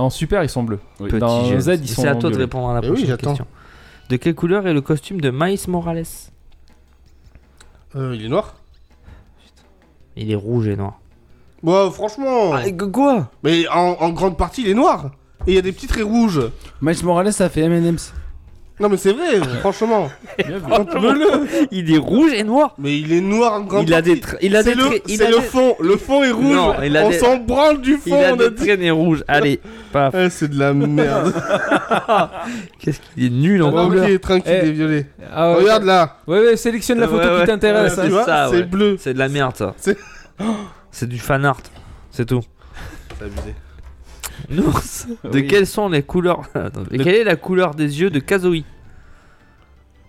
S5: En super, ils sont bleus.
S3: Oui.
S6: Petit
S5: Dans
S6: geste.
S5: Z, ils sont
S6: C'est à toi de
S5: violets.
S6: répondre à la
S4: Eh oui,
S6: prochaine
S4: j'attends.
S6: question. De quelle couleur est le costume de Maïs Morales
S4: Euh, il est noir
S6: Il est rouge et noir.
S4: Bah, franchement.
S6: Ah, que- quoi
S4: Mais en, en grande partie, il est noir. Et il y a des petits traits rouges.
S3: Miles Morales, ça fait MM's.
S4: Non, mais c'est vrai, franchement.
S6: [LAUGHS] Il est rouge et noir
S4: Mais il est noir en grande
S6: Il a
S4: partie.
S6: des tra- il a
S4: C'est
S6: des
S4: le,
S6: tra- il
S4: c'est
S6: a
S4: le
S6: des-
S4: fond. Le fond est rouge.
S6: Non, il a
S4: on
S6: des-
S4: s'en branle du
S6: Il
S4: fond,
S6: a
S4: on a
S6: des
S4: dit.
S6: traînées rouges. Allez, paf.
S4: Ah, c'est de la
S6: [LAUGHS]
S4: merde.
S6: Qu'est-ce qu'il est nul en couleur.
S4: ok, tranquille,
S5: Eh.
S4: il est violet.
S5: Ah, ouais.
S4: Regarde là. Euh,
S5: Ouais, ouais, sélectionne la photo
S6: Ouais, ouais.
S5: qui t'intéresse.
S6: Ouais,
S5: hein.
S4: tu vois,
S6: ça,
S4: c'est
S6: ouais.
S4: bleu.
S6: C'est de la merde ça.
S4: C'est-
S6: C'est du fan art. C'est tout. Nours, de
S3: Oui.
S6: quelles sont les couleurs [LAUGHS] Attends, de Quelle est la couleur des yeux de Kazooie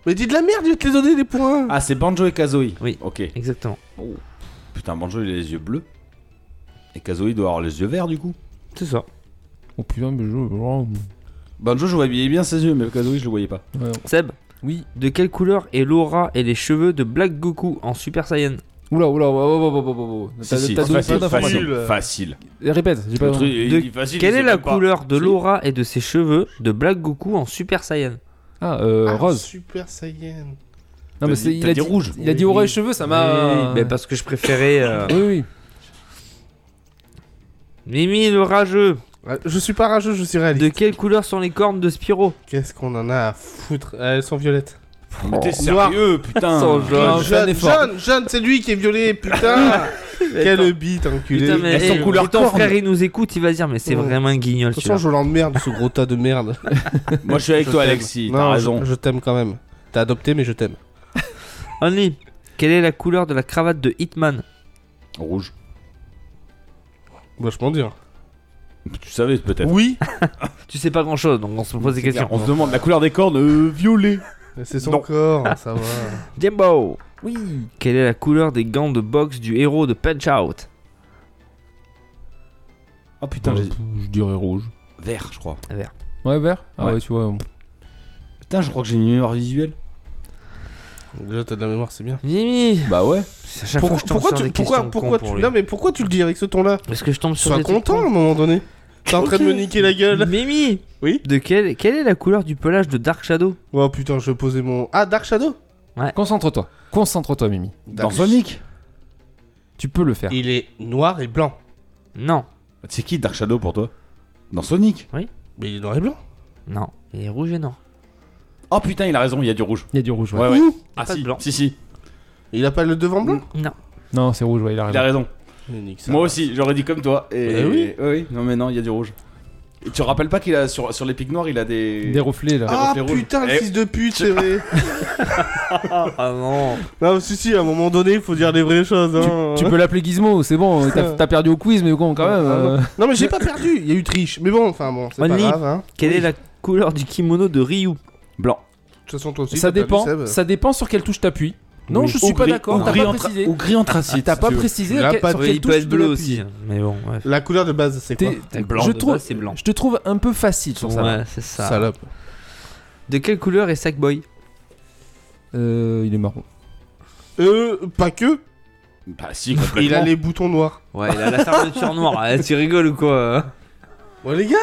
S4: Mais dis de la merde, je vais te les donner des points.
S3: Ah, c'est Banjo et Kazooie.
S6: Oui.
S3: Ok.
S6: Exactement.
S3: Putain, Banjo, il a les yeux bleus. Et Kazooie doit avoir les yeux verts, du coup.
S6: C'est ça.
S5: Oh putain, mais je.
S3: Banjo, je voyais bien ses yeux, mais Kazooie, je le voyais pas.
S6: Seb,
S5: Oui.
S6: de quelle couleur est l'aura et les cheveux de Black Goku en Super Saiyan
S5: Oula, oula, oula, oula, oula, oula, oula.
S3: Si,
S5: T'as
S3: si,
S5: t'as donné
S3: facile,
S5: plein d'informations. Eh,
S3: facile, facile.
S5: Répète, j'ai pas
S3: Le truc, il
S6: De-
S3: dit facile,
S6: Quelle
S3: il
S6: est
S3: sait
S6: la
S3: même pas.
S6: couleur de
S3: Si.
S6: l'aura et de ses cheveux de Black Goku en Super Saiyan
S5: Ah, euh,
S4: Ah,
S5: rose.
S4: Super
S5: Non,
S4: Saiyan.
S5: mais
S3: T'as
S5: c'est-
S3: dit-
S5: il
S3: t'as
S5: a
S3: dit
S5: dit
S3: rouge.
S5: Il a dit
S4: Oui,
S5: oreille
S4: oui.
S5: cheveux, ça m'a.
S6: Oui, Eh, mais parce que je préférais euh,
S5: Oui, oui.
S6: Mimi le rageux.
S4: Ah, Je suis pas rageux, je suis réaliste.
S6: De quelle couleur sont les cornes de Spiro
S4: Qu'est-ce qu'on en a à foutre Ah, Elles sont violettes.
S3: Mais t'es
S4: Noir.
S3: sérieux, putain.
S6: Sans jaune.
S5: Ah, fais un
S4: Jeune,
S5: effort.
S4: jeune, jeune, c'est lui qui est
S6: [LAUGHS]
S4: violet, putain. Quelle bite, enculé.
S6: Putain, mais
S3: Elles sont
S6: eh,
S3: couleur
S6: et ton
S3: corne.
S6: frère il nous écoute, il va se dire mais c'est
S4: Ouais.
S6: vraiment un guignol
S4: De toute façon,
S6: celui-là.
S4: je l'emmerde, ce gros tas de merde.
S3: Moi, je suis avec
S4: Je
S3: toi,
S4: t'aime.
S3: Alexis. T'as
S4: Non,
S3: raison.
S4: Je, je t'aime quand même. T'as adopté, mais je t'aime.
S6: Only, quelle est la couleur de la cravate de Hitman
S3: Rouge.
S4: Moi, je m'en dire.
S3: Tu savais peut-être.
S4: Oui.
S6: Tu sais pas grand chose donc on se pose des questions.
S3: On se demande la couleur des cornes euh, violet.
S4: C'est son
S3: Non.
S6: [LAUGHS]
S4: corps, ça va.
S6: Jimbo Oui Quelle est la couleur des gants de boxe du héros de Punch Out
S3: Oh putain, j'ai
S5: Je dirais rouge.
S3: vert, je crois.
S5: Ouais, vert Ah
S3: Ouais.
S5: ouais, tu vois.
S3: Putain, je crois que j'ai une mémoire visuelle.
S4: Déjà, t'as de la mémoire, c'est bien.
S6: Mimi
S3: Bah ouais.
S6: À chaque fois
S4: Pourquoi,
S6: que je tombe
S4: pourquoi
S6: sur
S4: tu,
S6: des
S4: pourquoi,
S6: questions
S4: pourquoi
S6: cons
S4: tu,
S6: pour lui.
S4: non mais pourquoi tu le dis avec ce ton-là
S6: Parce que je tombe sur
S4: Sois
S6: des trucs
S4: content à un
S6: cons.
S4: moment donné. T'es en train de me
S6: Ok.
S4: niquer la
S6: [LAUGHS]
S4: gueule.
S6: Mimi
S4: Oui
S6: De quelle, quelle est la couleur du pelage de Dark Shadow
S4: Oh putain, je vais poser mon. Ah, Dark Shadow.
S5: Concentre-toi. Concentre-toi, Mimi.
S3: Dans Sonic.
S5: Tu peux le faire.
S4: Il est noir et blanc.
S6: Non
S3: C'est qui Dark Shadow pour toi Dans Sonic.
S4: Mais il est noir et blanc.
S6: Non Il est rouge et non
S3: Oh putain, il a raison, il y a du rouge.
S5: Il y a du rouge, ouais.
S3: Ouais, ouais.
S4: Ouh.
S3: Ah
S6: Pas de
S3: si,
S6: blanc.
S3: si, si.
S4: Il a pas le devant blanc
S6: Non
S5: Ah Non, c'est rouge, ouais, il a
S3: Il a
S5: raison.
S3: raison. Moi aussi, j'aurais dit comme toi. Et,
S4: Eh oui.
S3: oui, oui. Non, mais non, il y a du rouge. Et tu te rappelles pas qu'il a sur, sur les pics noirs, il a des.
S5: Des reflets là.
S4: Ah
S3: reflets rouges.
S4: putain, le
S3: Eh.
S4: fils de pute, c'est vrai.
S6: Ah non
S4: [LAUGHS] non, mais si, si, à un moment donné, il faut dire les vraies choses. hein.
S5: Tu peux l'appeler Gizmo, c'est bon, t'as t'as perdu au quiz, mais bon, quand même. euh,
S4: Non, mais j'ai pas perdu, il y a eu triche. Mais bon, enfin bon, c'est pas
S6: Only.
S4: grave. Hein.
S6: Quelle est la couleur du kimono de Ryu
S3: Blanc.
S4: De toute façon, toi aussi,
S5: ça
S4: t'as perdu,
S5: dépend,
S4: Seb.
S5: ça dépend sur quelle touche t'appuies. Non,
S3: Oui.
S5: je suis
S3: Ou
S5: pas
S3: gris-
S5: d'accord,
S3: ou
S5: t'as
S3: gris
S5: pas
S3: en tra-
S5: précisé.
S3: Ou gris anthracite.
S5: hein, T'as
S3: si
S5: pas
S3: tu veux.
S5: précisé
S4: Là,
S5: à quel-
S4: pas
S5: sur
S4: de-
S5: quelle
S6: il peut
S5: touche
S6: être
S5: tu
S6: bleu
S5: l'appuies.
S6: aussi. Mais bon, bref.
S4: La couleur de base, c'est quoi
S5: Oh, T'es-
S6: T'as blanc
S5: je
S6: de
S5: trouve-
S6: base, c'est blanc.
S5: Je te trouve un peu facile sur ça.
S6: Ouais, c'est ça.
S4: Salope.
S6: De quelle couleur est Sackboy
S5: Euh, il est marron.
S4: Euh, pas que.
S3: Bah, si, complètement.
S4: Il a les boutons noirs.
S6: Ouais, il a la fermeture noire. Eh, tu rigoles ou quoi hein
S4: Oh les gars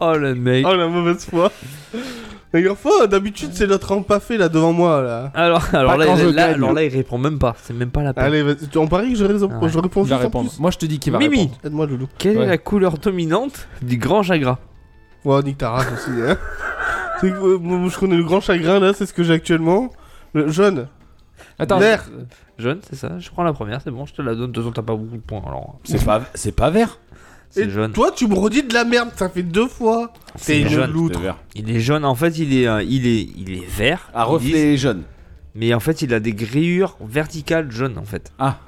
S6: Oh le mec.
S4: Oh la mauvaise foi [LAUGHS] D'ailleurs, fois, d'habitude, c'est notre empaffé là devant moi là.
S6: Alors, alors,
S5: Pas
S6: là,
S5: quand
S6: il-
S5: je
S6: là-
S5: gagne.
S6: alors là, il répond même pas. C'est même pas la peine.
S4: Allez, vas-y, tu- on parie que je, résons-
S6: Ah ouais.
S4: je réponds
S5: Il va
S4: juste en
S5: répondre.
S4: plus.
S5: Moi, je te dis qu'il va
S6: Mimi.
S5: répondre.
S4: Aide-moi, loulou.
S6: Quelle
S5: Ouais.
S6: est la couleur dominante du grand chagrin
S4: Ouais, nique ta race aussi, hein. C'est que, euh, moi, je connais le grand chagrin là, c'est ce que j'ai actuellement. Le jaune.
S5: Attends,
S4: Vert.
S6: Euh, Jaune, c'est ça Je prends la première, c'est bon, je te la donne. De toute façon, t'as pas beaucoup de points. Alors, hein.
S3: C'est pas, c'est pas vert.
S6: c'est
S4: Et
S6: jaune.
S4: Toi, tu me redis de la merde, ça fait deux fois. T'es une
S6: jaune,
S4: loutre.
S3: vert.
S6: Il est jaune. En fait, il est, euh, il est, il est vert.
S3: À
S6: ils disent,
S3: reflet jaune.
S6: Mais en fait, il a des grillures verticales jaunes, en fait.
S3: Ah.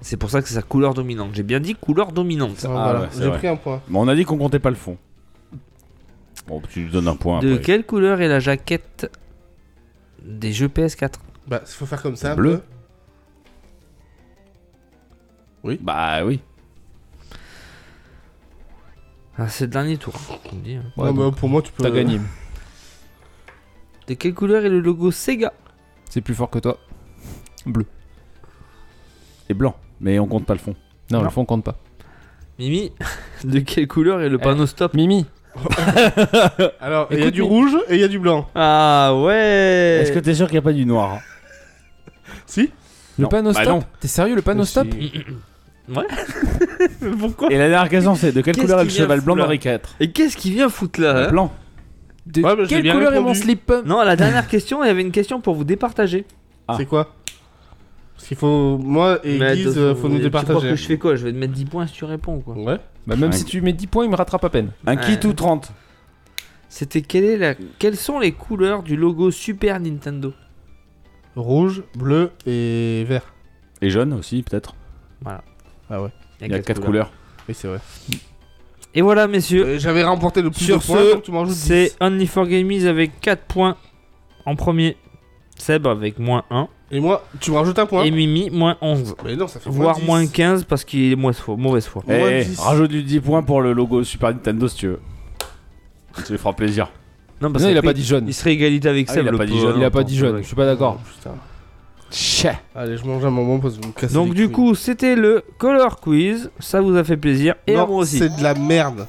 S6: C'est pour ça que c'est sa couleur dominante. J'ai bien dit couleur dominante.
S4: Ah,
S3: Ah,
S4: voilà,
S3: ouais, c'est
S4: j'ai
S3: vrai.
S4: pris un point.
S3: Bon, on a dit qu'on comptait pas le fond. Bon, tu lui donnes un point.
S6: De
S3: après.
S6: quelle couleur est la jaquette des jeux PS4
S4: Bah, faut faire comme ça. un
S3: Bleu.
S4: peu.
S3: Bah oui.
S6: Ah, C'est le dernier tour. tu me dis, hein.
S5: Ouais, bah, euh,
S4: non,
S5: donc,
S4: mais pour moi, tu peux.
S5: t'as gagné.
S6: De quelle couleur est le logo Sega
S5: C'est plus fort que toi.
S3: Et blanc. Mais on compte pas le fond.
S5: Non,
S6: Non.
S5: le fond compte pas.
S6: Mimi, de quelle couleur est le panneau stop
S5: Mimi,
S4: euh, Alors, il y a
S5: Écoute,
S4: du
S5: mais-
S4: rouge et il y a du blanc.
S6: Ah ouais
S3: Est-ce que t'es sûr qu'il n'y a pas du noir hein
S4: Si
S5: le
S3: Non.
S5: panneau
S3: Bah
S5: stop
S3: non.
S5: T'es sérieux, le panneau stop
S6: Pourquoi
S3: Et la dernière question, c'est de quelle
S6: Qu'est-ce
S3: couleur est le
S6: qui vient
S3: cheval blanc
S6: foutre là
S3: d'Henri IV
S6: Et qu'est-ce qui vient foutre là hein
S3: Blanc.
S5: De
S4: Ouais, bah, j'ai
S5: quelle
S4: bien
S5: couleur est mon
S4: répondu.
S5: slip
S6: Non, à la dernière question, il y avait une question pour vous départager.
S3: Ah.
S4: C'est quoi Parce qu'il faut. Moi et
S6: Mais
S4: Guise,
S6: de-
S4: euh, faut nous
S6: Tu crois
S4: départager.
S6: que je fais quoi Je vais te mettre 10 points si tu réponds ou quoi
S4: Ouais.
S5: Bah, même
S3: Ouais.
S5: si tu mets 10 points, il me rattrape à peine.
S3: Un
S6: Ouais.
S3: kit ou 30
S6: C'était quelle est la... quelles sont les couleurs du logo Super Nintendo
S4: Rouge, bleu et vert.
S3: Et jaune aussi, peut-être.
S4: Ah ouais.
S3: Il y a 4 couleurs.
S4: Oui, c'est vrai.
S6: Et voilà, messieurs,
S4: Euh, J'avais remporté le plus
S6: Sur
S4: de points,
S6: ce,
S4: donc tu m'en rajoutes
S6: c'est
S4: 10.
S6: only for gamies avec 4 points en premier. Seb avec moins 1
S4: Et moi, tu me rajoutes un point.
S6: et Mimi moins 11,
S4: Mais non, ça fait
S6: voire
S4: 10.
S6: moins 15 parce qu'il est mauvaise foi. Mauvaise foi.
S3: Eh,
S4: Moins
S3: eh,
S4: 10.
S3: rajoute du 10 points pour le logo Super Nintendo si tu veux. Ça lui fera plaisir.
S6: Non,
S5: Non, il a
S6: qu'après,
S5: pas dit jaune.
S6: Il serait égalité avec
S3: Ah,
S6: Seb.
S3: il a
S6: le
S3: pas dit
S6: pauvre.
S3: jaune.
S5: Il a pas dit jaune, je suis pas d'accord.
S4: Oh, Putain.
S3: Tchè.
S4: Allez, je mange un moment parce que vous me cassez
S6: Donc
S4: les
S6: du
S4: couilles.
S6: coup, c'était le Color Quiz. Ça vous a fait plaisir et à
S4: non,
S6: moi aussi.
S4: c'est de la merde.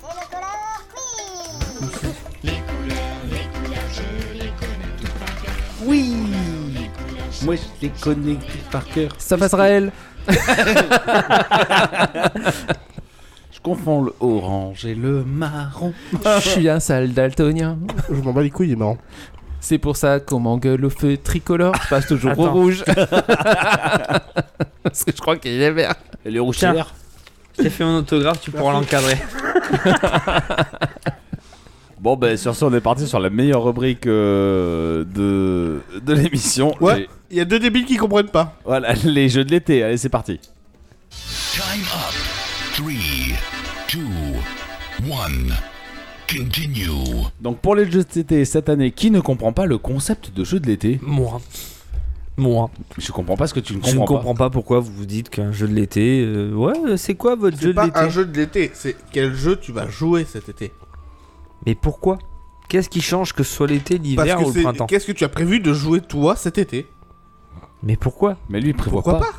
S3: Moi je les connais par cœur.
S5: Ça passe Raël
S3: Je confonds le orange et le marron.
S5: [LAUGHS] Je suis un sale daltonien.
S4: Je m'en bats les couilles, il est marrant.
S5: C'est pour ça qu'on m'engueule au feu tricolore. Je passe toujours au [LAUGHS]
S6: Attends.
S5: rouge. Parce que je crois qu'il est vert.
S3: Et le rouge
S6: Tiens.
S3: clair.
S6: Je t'ai fait mon autographe, tu pourras l'encadrer.
S3: Bon ben sur ce on est parti sur la meilleure rubrique euh, de, de l'émission.
S4: Ouais.
S3: Les-
S4: Il y a deux débiles qui comprennent pas.
S3: voilà, les jeux de l'été. Allez c'est parti.
S1: Time up. Three, two, one. Continue.
S3: Donc pour les jeux de l'été cette année, qui ne comprend pas le concept de jeu de l'été
S6: Moi. Moi.
S3: Je comprends pas ce que tu ne comprends
S6: Je ne
S3: pas.
S6: comprends pas pourquoi vous vous dites qu'un jeu de l'été. euh, ouais, c'est quoi votre jeu
S4: C'est
S6: de
S4: pas un
S6: l'été
S4: jeu de l'été, c'est quel jeu tu vas jouer cet été.
S6: Mais pourquoi Qu'est-ce qui change que ce soit l'été,
S4: Parce
S6: l'hiver
S4: que
S6: ou le
S4: c'est.
S6: printemps
S4: Qu'est-ce que tu as prévu de jouer toi cet été
S6: Mais pourquoi
S3: Mais lui il prévoit
S4: Pourquoi
S3: pas.
S4: pas,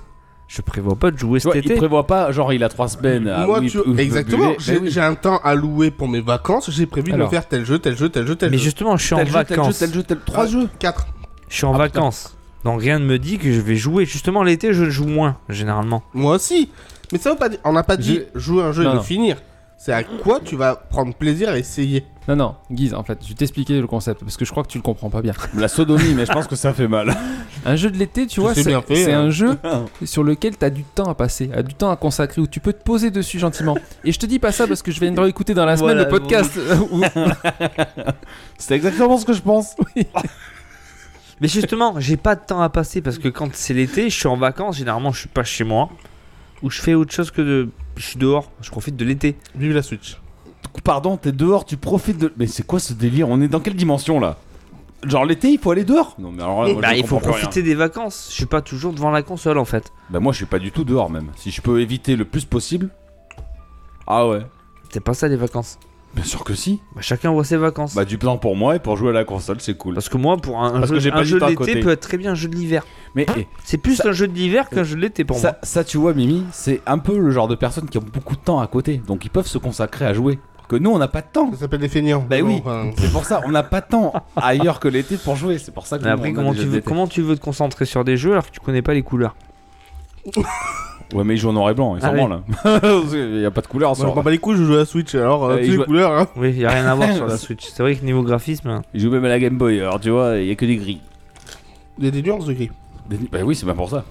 S6: Je prévois pas de jouer
S3: Tu vois,
S6: cet
S3: il
S6: été.
S3: prévoit pas genre il a trois semaines. à
S4: Moi,
S3: où il-
S4: tu...
S3: où il peut
S4: exactement.
S3: buller.
S4: J'ai
S3: Mais oui.
S4: j'ai un temps alloué pour mes vacances. J'ai prévu de
S5: Alors.
S4: faire tel jeu, tel jeu, tel jeu, tel
S6: Mais
S4: jeu.
S6: justement, je suis en
S3: Tel jeu, tel jeu,
S6: vacances.
S3: tel jeu, tel- trois
S5: Euh,
S4: Ah,
S3: jeux.
S4: Quatre.
S6: Je suis en
S3: Ah, putain.
S6: vacances. Donc rien ne me dit que je vais jouer. Justement, l'été, je joue moins généralement.
S4: Moi aussi. Mais ça veut pas dire. On n'a pas dit jouer un jeu
S5: Non,
S4: et le
S5: non.
S4: finir. C'est à quoi tu vas prendre plaisir à essayer.
S5: Non, non, Guise, en fait, je vais t'expliquer le concept parce que je crois que tu le comprends pas bien.
S3: La sodomie, mais je pense que ça fait mal.
S5: Un jeu de l'été, tu vois,
S4: sais
S5: c'est
S4: bien fait,
S5: c'est
S4: hein.
S5: un jeu sur lequel t'as du temps à passer, as du temps à consacrer, où tu peux te poser dessus gentiment. Et je te dis pas ça parce que je vais de réécouter dans la semaine
S6: Voilà,
S5: le podcast. où-
S3: [LAUGHS] C'est exactement ce que je pense.
S6: Mais
S3: [LAUGHS]
S6: justement, j'ai pas de temps à passer parce que quand c'est l'été, je suis en vacances, généralement je suis pas chez moi. Ou je fais autre chose que de. Je suis dehors, je profite de l'été.
S4: Vive la Switch.
S3: Pardon, t'es dehors, tu profites de. Mais c'est quoi ce délire On est dans quelle dimension là Genre l'été, il faut aller dehors Non, mais alors là, moi,
S6: Bah,
S3: je
S6: il faut
S3: comprends plus rien.
S6: profiter des vacances. Je suis pas toujours devant la console en fait.
S3: Bah, moi, je suis pas du tout dehors même. Si je peux éviter le plus possible. Ah ouais
S6: C'est pas ça les vacances.
S3: Bien sûr que si.
S6: Bah, chacun voit ses vacances.
S3: Bah, du plan pour moi et pour jouer à la console, c'est cool.
S6: parce que moi, pour un, un
S3: Parce que
S6: jeu,
S3: j'ai pas
S6: un
S3: du
S6: jeu
S3: temps
S6: de
S3: à
S6: l'été
S3: côté.
S6: peut être très bien un jeu de l'hiver.
S3: Mais eh,
S6: C'est plus
S3: Ça- Euh,
S6: un jeu de l'hiver qu'un jeu de l'été pour
S3: ça,
S6: moi.
S3: ça, tu vois, Mimi, c'est un peu le genre de personnes qui ont beaucoup de temps à côté. Donc, ils peuvent se consacrer à jouer. Que nous, on n'a pas de temps.
S4: Ça s'appelle des feignants.
S3: Bah oui.
S4: enfin,
S3: C'est pour ça, on n'a pas de
S6: [LAUGHS]
S3: temps ailleurs que l'été pour jouer. C'est pour ça que
S6: Mais
S3: nous,
S6: après,
S3: on a
S6: comment
S3: déjà
S6: tu, veux,
S3: l'été.
S6: comment tu veux te concentrer sur des jeux alors que tu connais pas les couleurs
S3: Ouais, mais ils jouent en noir et blanc, ils
S6: Ah
S3: s'en
S6: oui.
S3: branlent là. [LAUGHS] Il n'y a pas de couleur en
S4: moi, Ah bah, je
S3: soi.
S4: m'en bats les couilles, je joue à la Switch. Alors, euh,
S3: Euh, il
S4: tu sais,
S3: joue-
S4: les couleurs, hein.
S6: Oui, y a rien à voir sur la Switch. C'est vrai que niveau graphisme. hein.
S3: Ils jouent même à la Game Boy, alors tu vois, il n'y a que des gris.
S4: Il y a des nuances de gris.
S3: Des- Bah oui, c'est pas pour ça.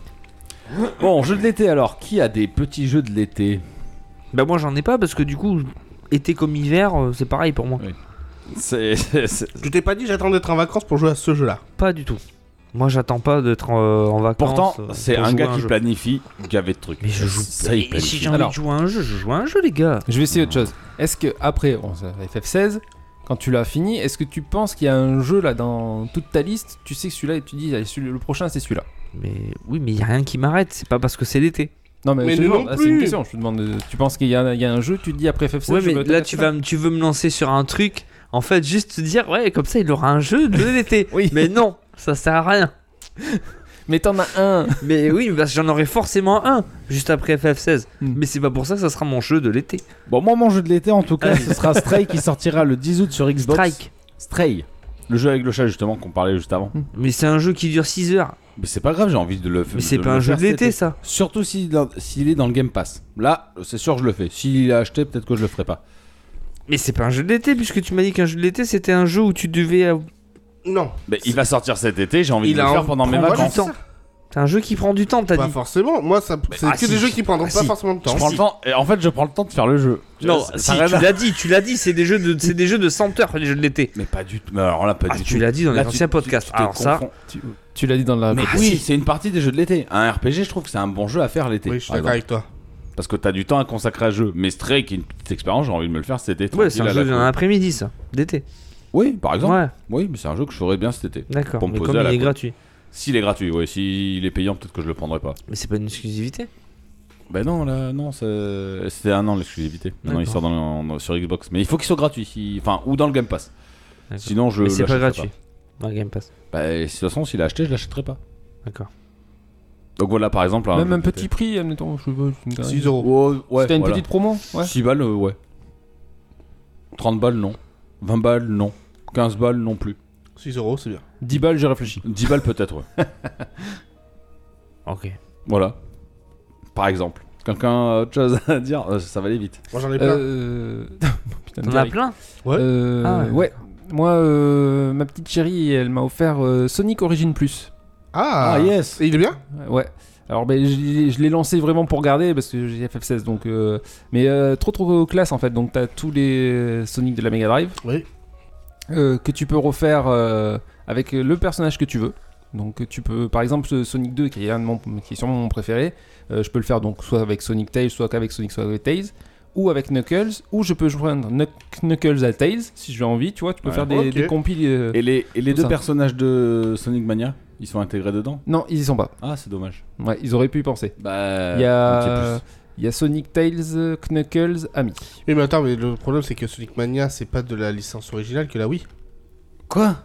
S3: Bon, jeu de l'été alors. Qui a des petits jeux de l'été
S6: Bah, moi j'en ai pas parce que du coup, été comme hiver, euh, c'est pareil pour moi.
S3: C'est. c'est- c'est-
S4: Je t'ai pas dit j'attends d'être en vacances pour jouer à ce jeu-là.
S6: Pas du tout. Moi j'attends pas d'être euh, en vacances.
S3: Pourtant,
S6: euh,
S3: c'est
S6: pour
S3: un
S6: jouer à
S3: gars qui
S6: jeu.
S3: planifie gavé de trucs.
S6: Mais je joue
S3: Ça, il
S6: Et si
S3: planifie.
S6: j'ai envie
S5: Alors-
S6: de jouer à un jeu, je joue à un jeu, les gars.
S5: Je vais essayer autre chose. Est-ce que après bon, ça, FF16, quand tu l'as fini, est-ce que tu penses qu'il y a un jeu là dans toute ta liste Tu sais que celui-là, et tu dis allez, celui- le prochain c'est celui-là.
S6: Mais oui, mais y a rien qui m'arrête. C'est pas parce que c'est l'été.
S5: Non mais,
S4: Mais
S5: je te
S4: non
S5: demande, là, c'est une
S4: plus.
S5: question. Je te demande. euh, Tu penses qu'il y, a il y a un jeu Tu te dis après FF16
S6: Ouais,
S5: je
S6: mais
S5: veux
S6: là
S5: peut-être
S6: tu
S5: faire ça.
S6: vas, me- tu veux me lancer sur un truc. En fait, juste te dire, ouais, comme ça il aura un jeu de
S3: [LAUGHS]
S6: l'été.
S5: Oui.
S6: Mais non, ça sert à rien.
S5: Mais t'en as un. [LAUGHS]
S6: Mais oui, parce que j'en aurai forcément un juste après FF16.
S5: Hmm.
S6: Mais c'est pas pour ça que ça sera mon jeu de l'été.
S3: Bon, moi, mon jeu de l'été en tout cas, ce sera Stray qui sortira le 10 août sur Xbox.
S6: Strike.
S3: Stray. Le jeu avec le chat, justement, qu'on parlait juste avant.
S6: Mais c'est un jeu qui dure 6 heures.
S3: Mais c'est pas grave, j'ai envie de le
S6: Hmm. Mais c'est
S3: de
S6: pas
S3: le
S6: un jeu
S3: faire
S6: de
S3: cet
S6: l'été,
S3: été.
S6: ça.
S3: Surtout s'il est dans- s'il est dans le Game Pass. Là, c'est sûr, je le fais. S'il est acheté, peut-être que je le ferai pas.
S6: Mais c'est pas un jeu de l'été, puisque tu m'as dit qu'un jeu de l'été c'était un jeu où tu devais. avoir-
S4: Non.
S3: Mais il va sortir cet été, j'ai envie
S4: Il
S3: de le
S4: a
S3: faire
S4: un-
S3: pendant mes
S4: prends-
S6: Prends
S3: vacances.
S6: du temps. C'est un jeu qui prend du temps, t'as
S4: Pas
S6: dit.
S4: forcément. Moi, ça, c'est
S6: ah,
S4: que
S6: si.
S4: des jeux qui prendront
S6: Ah,
S4: pas
S6: si.
S4: forcément le
S3: Je
S4: temps.
S3: prends le temps, et en fait, je prends le temps de faire le jeu. Tu
S6: Non,
S3: vois, ça-
S6: si,
S3: ça rêve à-
S6: tu l'as dit, tu l'as dit, c'est des jeux de, c'est des jeux de 100 heures, les jeux de l'été.
S3: Mais pas du tout. Mais alors là, pas
S6: Ah,
S3: du
S6: tu
S3: tout.
S6: l'as dit dans les
S3: Là, tu-
S6: anciens
S3: tu-
S6: podcasts.
S3: tu te
S6: Alors ça,
S3: confonds.
S5: Tu, tu l'as dit dans la.
S3: Mais
S6: Ah,
S3: oui,
S6: si.
S3: c'est une partie des jeux de l'été. Un RPG, je trouve que c'est un bon jeu à faire l'été.
S4: Oui, je suis
S3: par
S4: d'accord
S3: exemple.
S4: avec toi.
S3: Parce que t'as du temps à consacrer à jeu. Mais Stray, qui est une petite expérience, j'ai envie de me le faire cet été.
S6: ouais, c'est
S3: tranquille,
S6: un
S3: à
S6: jeu
S3: la
S6: d'un
S3: cool.
S6: après-midi, ça, d'été.
S3: Oui, par exemple.
S6: Ouais,
S3: Oui, mais c'est un jeu que je ferais bien cet été.
S6: d'accord.
S3: Pour me
S6: Mais
S3: poser
S6: comme il
S3: à la
S6: est
S3: cool.
S6: gratuit.
S3: S'il est gratuit, oui. S'il est payant, peut-être que je le prendrai pas.
S6: Mais c'est pas une exclusivité.
S3: Bah non, là, non, ça- c'était un an l'exclusivité. Maintenant, il
S6: D'accord.
S3: sort dans le- en- sur Xbox. Mais il faut qu'il soit gratuit. si- Enfin, ou dans le Game Pass.
S6: D'accord.
S3: Sinon, je.
S6: Mais c'est pas
S3: l'achèterai
S6: gratuit. Dans Game Pass.
S3: Bah, de toute façon, s'il a acheté, je l'achèterai pas.
S6: D'accord.
S3: Donc voilà, par exemple.
S5: Même
S3: jeu
S5: un
S3: de
S5: petit prix, admettons. Je sais pas, c'est une dinguerie.
S4: 6 euros.
S3: Ouais, ouais,
S5: Si t'as une
S3: voilà.
S5: petite promo. Ouais.
S3: 6 balles, euh, ouais. 30 balles, non. 20 balles, non. 15 balles, non plus.
S4: 6 euros, c'est bien.
S5: 10 balles, j'ai réfléchi.
S3: 10 balles, peut-être, ouais.
S6: Ok.
S3: Voilà. Par exemple. Quelqu'un a autre chose à dire Euh, Ça va aller vite.
S4: Moi, j'en ai plein.
S5: Euh... [LAUGHS] Putain,
S6: T'en as
S5: direct.
S6: plein
S4: Ouais.
S5: Euh,
S6: Ah, ouais,
S5: ouais. Moi, euh, ma petite chérie, elle m'a offert euh, Sonic Origin Plus.
S4: Ah,
S3: yes
S4: Et il est bien
S5: Ouais. Alors, ben, je, l'ai- je l'ai lancé vraiment pour garder parce que j'ai FF16. Donc, euh, mais euh, trop trop classe en fait. Donc, t'as tous les Sonic de la Mega Drive
S4: Oui.
S5: euh, que tu peux refaire euh, avec le personnage que tu veux. Donc, tu peux, par exemple, ce Sonic 2, qui est, un de mon, qui est sûrement mon préféré, euh, je peux le faire donc soit avec Sonic Tails, soit avec Sonic, soit avec Tails, ou avec Knuckles, ou je peux joindre Knuck- Knuckles à Tails si j'ai envie. Tu vois, tu peux
S3: Ouais.
S5: faire des,
S4: Ok.
S5: des compiles. euh,
S3: Et les, et les
S5: Tout
S3: deux
S5: ça.
S3: personnages de Sonic Mania, ils sont intégrés dedans
S5: Non, ils y sont pas.
S3: Ah, c'est dommage.
S5: Ouais, ils auraient pu y penser.
S3: Bah.
S5: Il y
S3: un
S5: a,
S3: petit plus.
S5: il y a Sonic Tails, euh, Knuckles, Ami.
S4: Oui, mais attends, mais le problème, c'est que Sonic Mania, c'est pas de la licence originale que la Wii.
S3: Quoi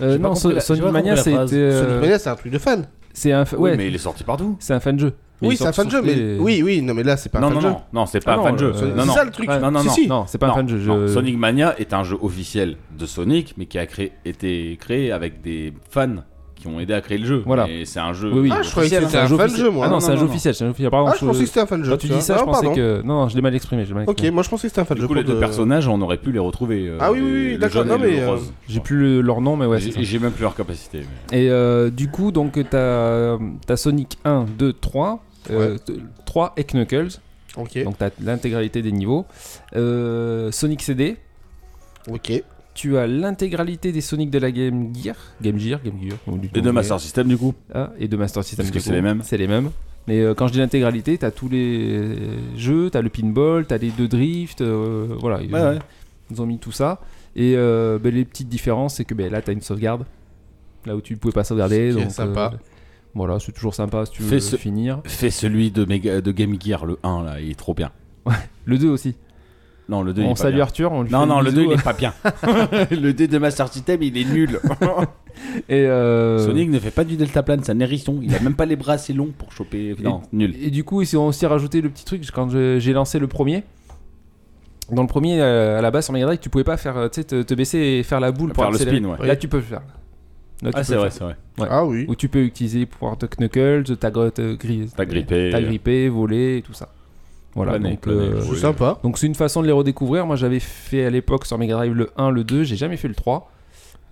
S5: Euh,
S3: J'ai pas
S5: non,
S3: compris
S5: So-
S3: la- j'ai
S5: Sonic
S3: pas
S5: Mania,
S3: compris
S5: c'était,
S3: la phrase.
S5: euh,
S4: Sonic Mania, c'est un truc de fan.
S5: c'est un, fa-
S3: Oui,
S5: ouais,
S3: mais il est sorti partout.
S5: c'est un fan jeu.
S4: oui, c'est un fan jeu, mais. Oui, oui, non, mais là, c'est pas
S3: non,
S4: un fan
S3: non,
S4: jeu.
S3: non, non, c'est pas
S5: Ah
S3: un
S5: non,
S3: fan jeu.
S5: euh,
S3: non,
S4: c'est
S3: non.
S4: ça le truc.
S3: Non, non,
S4: Si,
S3: non.
S4: si.
S5: Non, c'est pas un
S3: Non,
S5: fan jeu.
S3: non,
S5: je-
S3: Sonic Mania est un jeu officiel de Sonic, mais qui a créé, été créé avec des fans qui ont aidé à créer le jeu.
S5: Voilà.
S3: Et c'est un jeu.
S5: Oui, oui.
S4: Ah, je croyais que
S5: officiel,
S4: c'était
S5: hein.
S4: un
S5: jeu
S4: fan
S5: officiel.
S4: jeu, moi.
S5: Ah non,
S3: Non,
S5: c'est un
S3: non,
S5: jeu
S3: non.
S5: officiel, c'est un jeu officiel. Pardon,
S4: Ah, je
S5: je-
S4: pensais que c'était un fan jeu.
S5: quand tu
S4: tu vois.
S5: dis ça,
S4: Ah,
S5: je pensais
S4: pardon.
S5: que. Non, non, je l'ai mal exprimé. je l'ai mal
S4: Ok,
S5: exprimé.
S4: moi je pensais que c'était un fan
S3: Du
S4: jeu.
S3: coup, les
S4: pour
S3: deux
S4: de-
S3: personnages, on aurait pu les retrouver. euh,
S4: Ah oui, oui, oui,
S3: le
S4: d'accord,
S3: jaune et
S4: non,
S3: le
S4: mais, euh,
S3: rose.
S5: J'ai plus le- leur nom, mais ouais, c'est ça.
S3: Et- et j'ai même plus leur capacité. mais-
S5: Et euh, du coup, donc, t'as as Sonic 1, 2, 3. euh, t- 3 et Knuckles,
S4: Ok,
S5: donc t'as l'intégralité des niveaux. Euh, Sonic CD,
S4: ok.
S5: tu as l'intégralité des Sonic de la Game Gear, Game Gear, Game Gear, ou du
S3: Et de
S5: Game
S3: Master
S5: Gear.
S3: System, du coup.
S5: Ah, et de Master System.
S3: Parce que
S5: du
S3: c'est
S5: coup.
S3: les mêmes.
S5: C'est les mêmes. Mais euh, quand je dis l'intégralité, t'as tous les euh, jeux, t'as le pinball, t'as les deux drifts, euh, voilà. Ils,
S3: Ouais, ouais.
S5: ils ont mis tout ça. Et euh, ben, les petites différences, c'est que ben, là, t'as une sauvegarde. Là où tu pouvais pas sauvegarder.
S4: Ce qui est
S5: donc,
S4: sympa.
S5: euh, voilà, c'est toujours sympa si tu veux
S3: Fais ce-
S5: finir.
S3: Fais celui de, Mega- de Game Gear, le 1, là, il est trop bien.
S5: Le 2 aussi.
S3: Non, le 2, il est
S5: on
S3: pas
S5: salue
S3: bien.
S5: Arthur. On lui fait hein.
S3: Non,
S5: un
S3: non, le 2,
S5: bisou.
S3: il est pas bien. [LAUGHS] le 2 de Master System, il est nul.
S5: Et, [LAUGHS] euh,
S3: Sonic ne fait pas du deltaplane, c'est un hérisson. Il a même pas les bras assez longs pour choper. Non, nul.
S5: Et du coup, ils ont aussi rajouté le petit truc quand je- j'ai lancé le premier. Dans le premier, euh, à la base sur Mega Drive, tu pouvais pas faire, euh, tu sais, te, te baisser et faire la boule pour
S3: Faire le
S5: accélérer.
S3: spin, ouais.
S5: Là, tu peux le faire. Là, tu
S3: Ah,
S5: peux
S3: c'est
S5: le
S3: vrai,
S5: faire.
S3: c'est vrai.
S5: Ouais.
S4: Ah oui.
S5: Ou tu peux utiliser le pouvoir de Knuckles, ta grotte euh, grise.
S3: T'as grippé.
S5: T'as grippé, volé et tout ça. Voilà.
S3: Plané,
S5: donc,
S3: plané,
S5: euh,
S3: joué.
S4: C'est sympa.
S5: donc c'est une façon de les redécouvrir. Moi, j'avais fait à l'époque sur Mega Drive le 1, le 2. J'ai jamais fait le 3.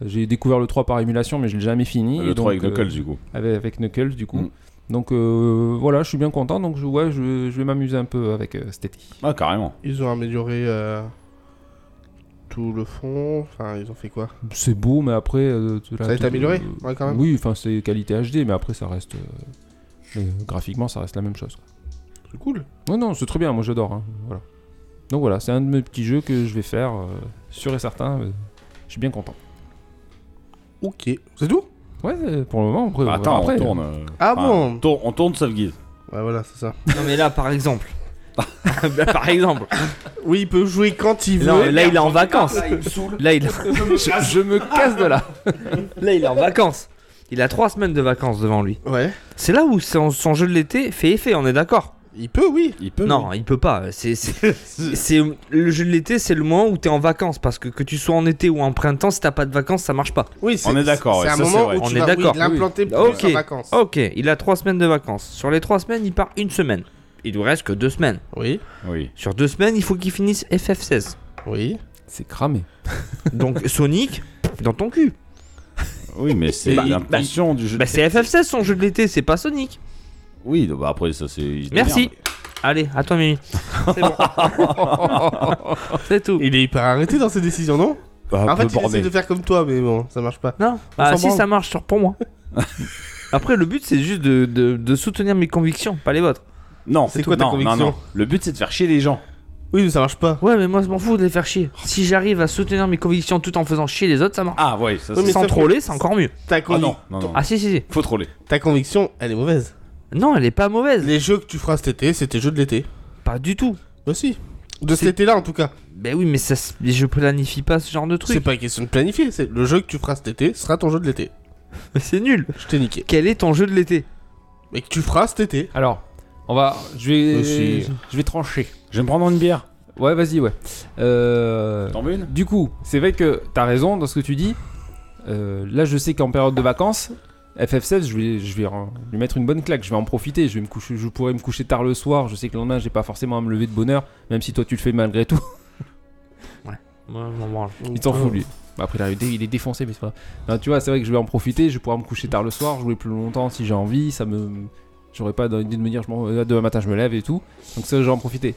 S5: J'ai découvert le 3 par émulation, mais je l'ai jamais fini.
S3: Le
S5: Et
S3: 3
S5: donc,
S3: avec
S5: euh,
S3: Knuckles, du coup.
S5: avec, avec Knuckles du coup.
S3: Mm.
S5: Donc euh, voilà, je suis bien content. Donc je, ouais, je, je vais m'amuser un peu avec euh, cet été.
S3: Ah, carrément.
S4: Ils ont amélioré euh, tout le fond. Enfin, ils ont fait quoi
S5: C'est beau, mais après. euh, tu-
S4: Ça
S5: là,
S4: a été
S5: tu-
S4: amélioré
S5: euh,
S4: Ouais, quand même.
S5: Oui, enfin c'est qualité HD, mais après ça reste. euh, euh, graphiquement, ça reste la même chose. quoi.
S4: C'est cool.
S5: Non, non, c'est très bien. Moi j'adore. hein, voilà. Donc voilà, c'est un de mes petits jeux que je vais faire, euh, sûr et certain. euh, je suis bien content.
S4: Ok. C'est tout
S5: Ouais, euh, pour le moment, après, on verra
S3: Attends,
S5: après.
S3: on tourne. euh,
S4: Ah
S3: enfin,
S4: bon
S3: on tourne- On tourne sauveguide.
S4: Ouais, voilà, c'est ça.
S6: Non, mais là, par exemple. [LAUGHS] Bah, par exemple. [LAUGHS]
S4: Oui, il peut jouer quand il veut.
S6: Non, là, il est en vacances. Là, il,
S5: Je, je me casse de là.
S6: là, [LAUGHS] il est en vacances. Il a trois semaines de vacances devant lui.
S4: Ouais.
S6: C'est là où son, son jeu de l'été fait effet, on est d'accord
S4: Il peut, oui.
S3: Il peut.
S6: Non, il peut pas. C'est, c'est, [LAUGHS] c'est- le jeu de l'été, c'est le moment où t'es en vacances. Parce que que tu sois en été ou en printemps, si t'as pas de vacances, ça marche pas.
S4: Oui, c'est
S3: On est d'accord, Ah, ouais,
S4: C'est
S3: ça,
S4: un
S3: c'est
S4: moment
S3: vrai.
S4: où
S6: On
S4: tu
S6: est
S4: vas oui,
S6: d'accord,
S4: l'implanter
S6: oui.
S4: plus
S6: Ok.
S4: en vacances.
S6: Ok, il a trois semaines de vacances. Sur les trois semaines, il part une semaine. Il lui reste que deux semaines.
S4: Oui,
S3: Oui.
S6: Sur deux semaines, il faut qu'il finisse FF16.
S4: oui.
S5: C'est cramé.
S6: Donc [LAUGHS] Sonic, dans ton cul.
S3: Oui, mais c'est
S6: Bah,
S3: l'intention du jeu.
S6: Bah c'est FF16 son jeu de l'été, c'est pas Sonic.
S3: Oui, bah après, ça c'est. il se
S6: Merci.
S3: démerde.
S6: Allez, à toi Mimi. C'est bon. [LAUGHS] c'est tout.
S4: Il est hyper arrêté dans ses décisions, non
S3: Ah,
S4: En
S3: peu
S4: fait, il essaie
S3: bordel.
S4: de faire comme toi, mais bon, ça marche pas.
S6: Non, bah
S4: s'en
S6: si
S4: branle.
S6: ça marche sur pour
S4: [LAUGHS]
S6: moi. Après le but c'est juste de, de- de soutenir mes convictions, pas les vôtres.
S3: Non,
S4: C'est
S3: tout.
S4: quoi ta
S3: Non,
S4: conviction
S3: non, non. Le but c'est de faire chier les gens.
S4: Oui, mais ça marche pas.
S6: Ouais mais moi je m'en fous de les faire chier. Si j'arrive à soutenir mes convictions tout en faisant chier les autres, ça marche.
S3: Ah ouais, ça
S4: Oui,
S3: c'est.
S4: mais
S6: Sans
S4: ça fait-
S6: troller, c'est encore mieux.
S4: Ta,
S3: Ah
S4: convi-
S3: non, non, non.
S6: Ah si si si.
S3: Faut troller.
S4: ta conviction, elle est mauvaise.
S6: Non, elle est pas mauvaise.
S4: Les jeux que tu feras cet été, c'est tes jeux de l'été.
S6: Pas du tout.
S4: Bah si. De
S6: C'est-
S4: cet été-là, en tout cas.
S6: Ben oui, mais ça, se- mais je planifie pas ce genre de
S4: C'est
S6: truc.
S4: pas question de planifier, c'est le jeu que tu feras cet été sera ton jeu de l'été.
S6: Mais C'est nul.
S4: Je t'ai niqué.
S6: Quel est ton jeu de l'été
S4: Mais que tu feras cet été.
S5: Alors, on va. Je vais.
S4: Aussi.
S5: Je vais trancher.
S3: Je vais me prendre une bière.
S5: Ouais, vas-y, ouais. Euh,
S3: T'en veux une
S5: Du coup, c'est vrai que t'as raison dans ce que tu dis. Euh, là, je sais qu'en période de vacances, FF16, je vais, je vais en- lui mettre une bonne claque. Je vais en profiter. Je, vais me coucher, je pourrais me coucher tard le soir. Je sais que le lendemain, j'ai pas forcément à me lever de bonne heure, même si toi, tu le fais malgré tout.
S6: Moi je m'en branle.
S5: Il t'en
S6: Oh.
S5: fout, lui. Bah, après, là, il est- il est défoncé, mais c'est pas. grave. Non, tu vois, c'est vrai que je vais en profiter. Je vais pouvoir me coucher tard le soir, jouer plus longtemps si j'ai envie. Ça me. J'aurais pas d'idée de me dire, je m'en- euh, demain matin, je me lève et tout. Donc, ça, je vais en profiter.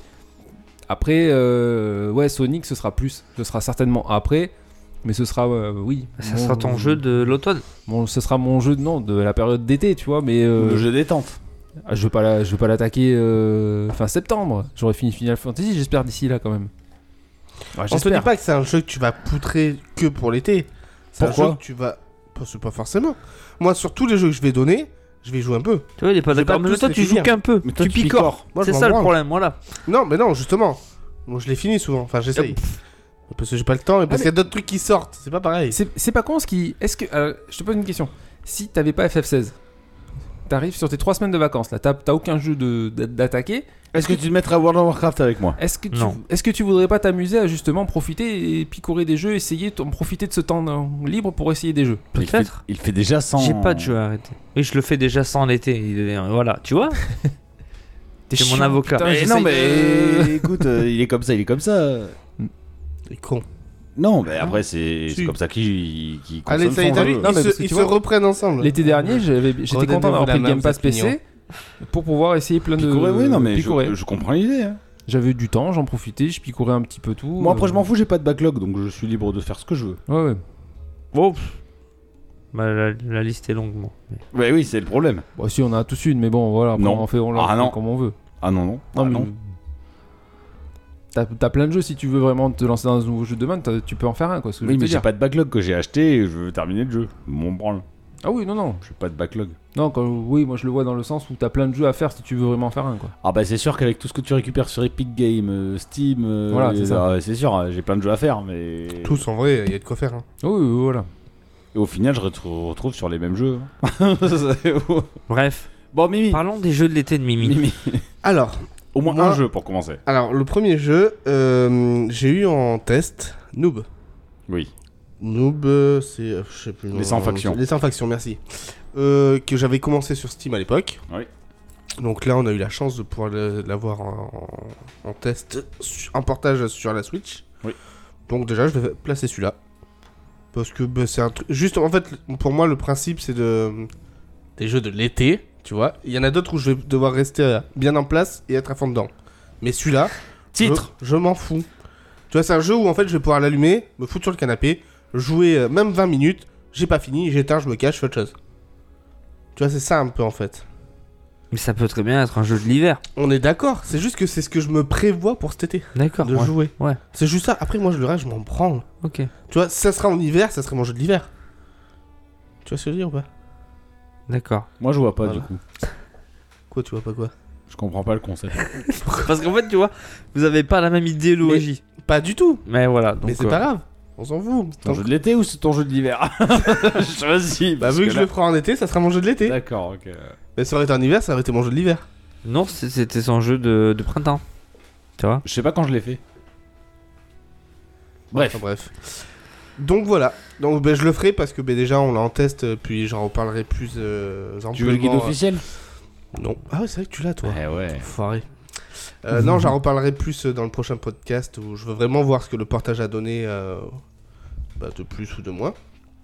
S5: Après, euh, ouais, Sonic, ce sera plus. Ce sera certainement après. Mais ce sera, euh, oui.
S6: Ça
S5: mon-
S6: sera ton jeu de l'automne.
S5: mon- ce sera mon jeu de non de la période d'été, tu vois. Mais euh,
S3: Le jeu détente.
S5: ah, je vais pas, la- je vais pas l'attaquer euh, fin septembre. J'aurais fini Final Fantasy, j'espère d'ici là quand même. Ouais,
S4: On te dit
S5: j'espère.
S4: pas que c'est un jeu que tu vas poutrer que pour l'été. C'est un
S3: Pourquoi
S4: jeu que tu vas. Parce que pas forcément. Moi, sur tous les jeux que je vais donner, je vais y jouer un peu.
S6: Tu vois, il est pas
S4: Je
S6: d'accord.
S4: vais pas
S6: Mais
S4: tous
S6: toi,
S4: les
S6: tu joues
S4: finir.
S6: qu'un peu.
S3: Mais toi,
S6: tu
S3: tu
S6: picores.
S4: Moi, je
S6: C'est
S4: m'en
S6: ça le
S4: branle.
S6: problème, voilà.
S4: Non, mais non, justement. Bon, je les finis souvent. Enfin, j'essaye. Parce que j'ai pas le temps et parce
S5: mais-
S4: qu'il y a d'autres trucs qui sortent. C'est pas pareil.
S5: C'est c'est pas con ce qui. Est-ce que. alors, je te pose une question. Si t'avais pas FF16, t'arrives sur tes 3 semaines de vacances, là, t'as t'as aucun jeu de- d'a- d'attaquer,
S3: Est-ce que tu te mettrais à World of Warcraft avec moi
S5: Est-ce que, tu,
S6: Non.
S5: est-ce que tu voudrais pas t'amuser à justement profiter et picorer des jeux, essayer, en profiter de ce temps euh, libre pour essayer des jeux
S3: Il fait-
S6: Peut-être.
S3: Il fait déjà 100.
S6: J'ai pas de jeu à arrêter. Oui, je le fais déjà sans l'été. Il est- Voilà, tu vois
S5: T'es
S6: C'est mon
S5: chiant,
S6: avocat.
S5: putain,
S3: Mais
S5: j'essaye
S3: non, mais
S5: de-
S3: [LAUGHS] écoute, euh, il est comme ça, il est comme ça.
S4: Il est con.
S3: Non, mais après, c'est
S4: Si.
S3: c'est comme ça qu'il qu'il consomme
S4: Allez, ça y est,
S3: son
S4: t'as vu
S3: jeu.
S4: Ils,
S5: Non, mais parce
S4: se,
S5: que
S4: ils
S5: tu
S4: se
S5: vois,
S4: reprennent ensemble.
S5: L'été dernier, j'avais- j'étais
S4: Redonnez-vous
S5: content d'avoir
S4: la
S5: pris le
S4: main,
S5: Game
S4: vous
S5: Pass
S4: êtes mignons.
S5: PC pour pouvoir essayer plein de.
S3: Picorer, oui, non, mais je-
S5: picorer.
S3: Je, comprends l'idée. hein.
S5: J'avais eu du temps, j'en profitais, je picorais un petit peu tout.
S3: Moi, après,
S5: euh,
S3: je m'en fous, j'ai pas de backlog, donc je suis libre de faire ce que je veux.
S5: Ouais, ouais.
S6: Bon, pff. Bah, la, la liste est longue, moi. Mais-
S3: Ouais, oui, c'est le problème.
S5: Bah, si, on a tous une, mais bon, voilà, après,
S3: Non.
S5: on fait on leur
S3: Ah,
S5: fait
S3: non.
S5: comme on veut.
S3: Ah non, non.
S5: Non,
S3: Ah,
S5: mais-
S3: non.
S5: T'as, t'as plein de jeux si tu veux vraiment te lancer dans un nouveau jeu demain, t'as- tu peux en faire un quoi. ce que je
S3: Oui,
S5: veux
S3: mais
S5: te
S3: j'ai
S5: dire.
S3: pas de backlog que j'ai acheté et je veux terminer le jeu. Mon branle.
S5: Ah oui, non, non.
S3: J'ai pas de backlog.
S5: Non, quand- oui, moi je le vois dans le sens où t'as plein de jeux à faire si tu veux vraiment en faire un quoi.
S3: Ah bah c'est sûr qu'avec tout ce que tu récupères sur Epic Games, euh, Steam, euh,
S5: Voilà, c'est
S3: euh,
S5: ça.
S3: ouais, c'est sûr, euh, j'ai plein de jeux à faire, mais
S4: Tous en vrai, il y a de quoi faire. hein.
S5: Oui, oui, voilà.
S3: Et au final, je retrouve, retrouve sur les mêmes jeux. hein. [LAUGHS] C'est-
S6: Bref,
S3: bon, Mimi,
S6: parlons des jeux de l'été de Mimi.
S3: Mimi.
S4: Alors,
S3: au moins
S4: Moi-
S3: un jeu pour commencer.
S4: alors le premier jeu, euh, j'ai eu en test Noob.
S3: Oui.
S4: Noob, euh, c'est. euh, Je sais plus. le
S3: Les
S4: nom.
S3: sans factions.
S4: Les sans factions, merci. Euh, que j'avais commencé sur Steam à l'époque.
S3: Oui.
S4: Donc là, on a eu la chance de pouvoir le- l'avoir en, en test, su- en portage sur la Switch.
S3: Oui.
S4: Donc déjà, je vais placer celui-là. Parce que bah, c'est un truc. Juste, en fait, pour moi, le principe, c'est de. Des jeux de l'été, tu vois. Il y en a d'autres où je vais devoir rester euh, bien en place et être à fond dedans. Mais celui-là,
S3: Titre
S4: je, je m'en fous. Tu vois, c'est un jeu où en fait je vais pouvoir l'allumer, me foutre sur le canapé, jouer euh, même 20 minutes, j'ai pas fini, j'éteins, je me cache, je fais autre chose. Tu vois, c'est ça un peu en fait.
S6: Mais ça peut très bien être un jeu de l'hiver.
S4: On est d'accord, c'est juste que c'est ce que je me prévois pour cet été,
S6: D'accord.
S4: de
S6: ouais.
S4: jouer.
S6: Ouais.
S4: C'est juste ça, après moi je le reste, je m'en branle.
S6: Ok.
S4: Tu vois, si ça sera en hiver, ça serait mon jeu de l'hiver. Tu vois ce que je veux dire ou pas
S6: D'accord.
S3: Moi, je vois pas
S4: Voilà.
S3: du coup.
S4: Quoi, tu vois pas quoi
S3: Je comprends pas le concept.
S6: Parce qu'en fait, tu vois, vous avez pas la même idéologie.
S4: Pas du tout,
S6: Mais, voilà. Donc,
S4: mais c'est
S6: euh,
S4: pas grave, on s'en fout.
S3: Ton
S4: Tant-
S3: jeu de l'été ou c'est ton jeu de [LAUGHS] l'hiver Choisis.
S4: Bah,
S3: parce
S4: vu que, je
S3: là-
S4: le ferai en été, ça sera mon jeu de l'été.
S3: D'accord, ok.
S4: Mais ça aurait été en hiver, ça aurait été mon jeu de l'hiver.
S6: Non, c'est- c'était son jeu de, de printemps. Tu vois
S3: Je sais pas quand je l'ai fait. Bref.
S4: Enfin, bref. Donc voilà. Donc ben, je le ferai parce que ben, déjà on l'a en test, euh, puis j'en reparlerai plus euh,
S3: Tu veux le guide
S4: amplement, euh,
S3: officiel
S4: Non. Ah ouais, c'est vrai que tu l'as toi.
S3: Eh ouais.
S4: Enfoiré. Euh, non, j'en reparlerai plus euh, dans le prochain podcast où je veux vraiment voir ce que le portage a donné euh, bah, de plus ou de moins.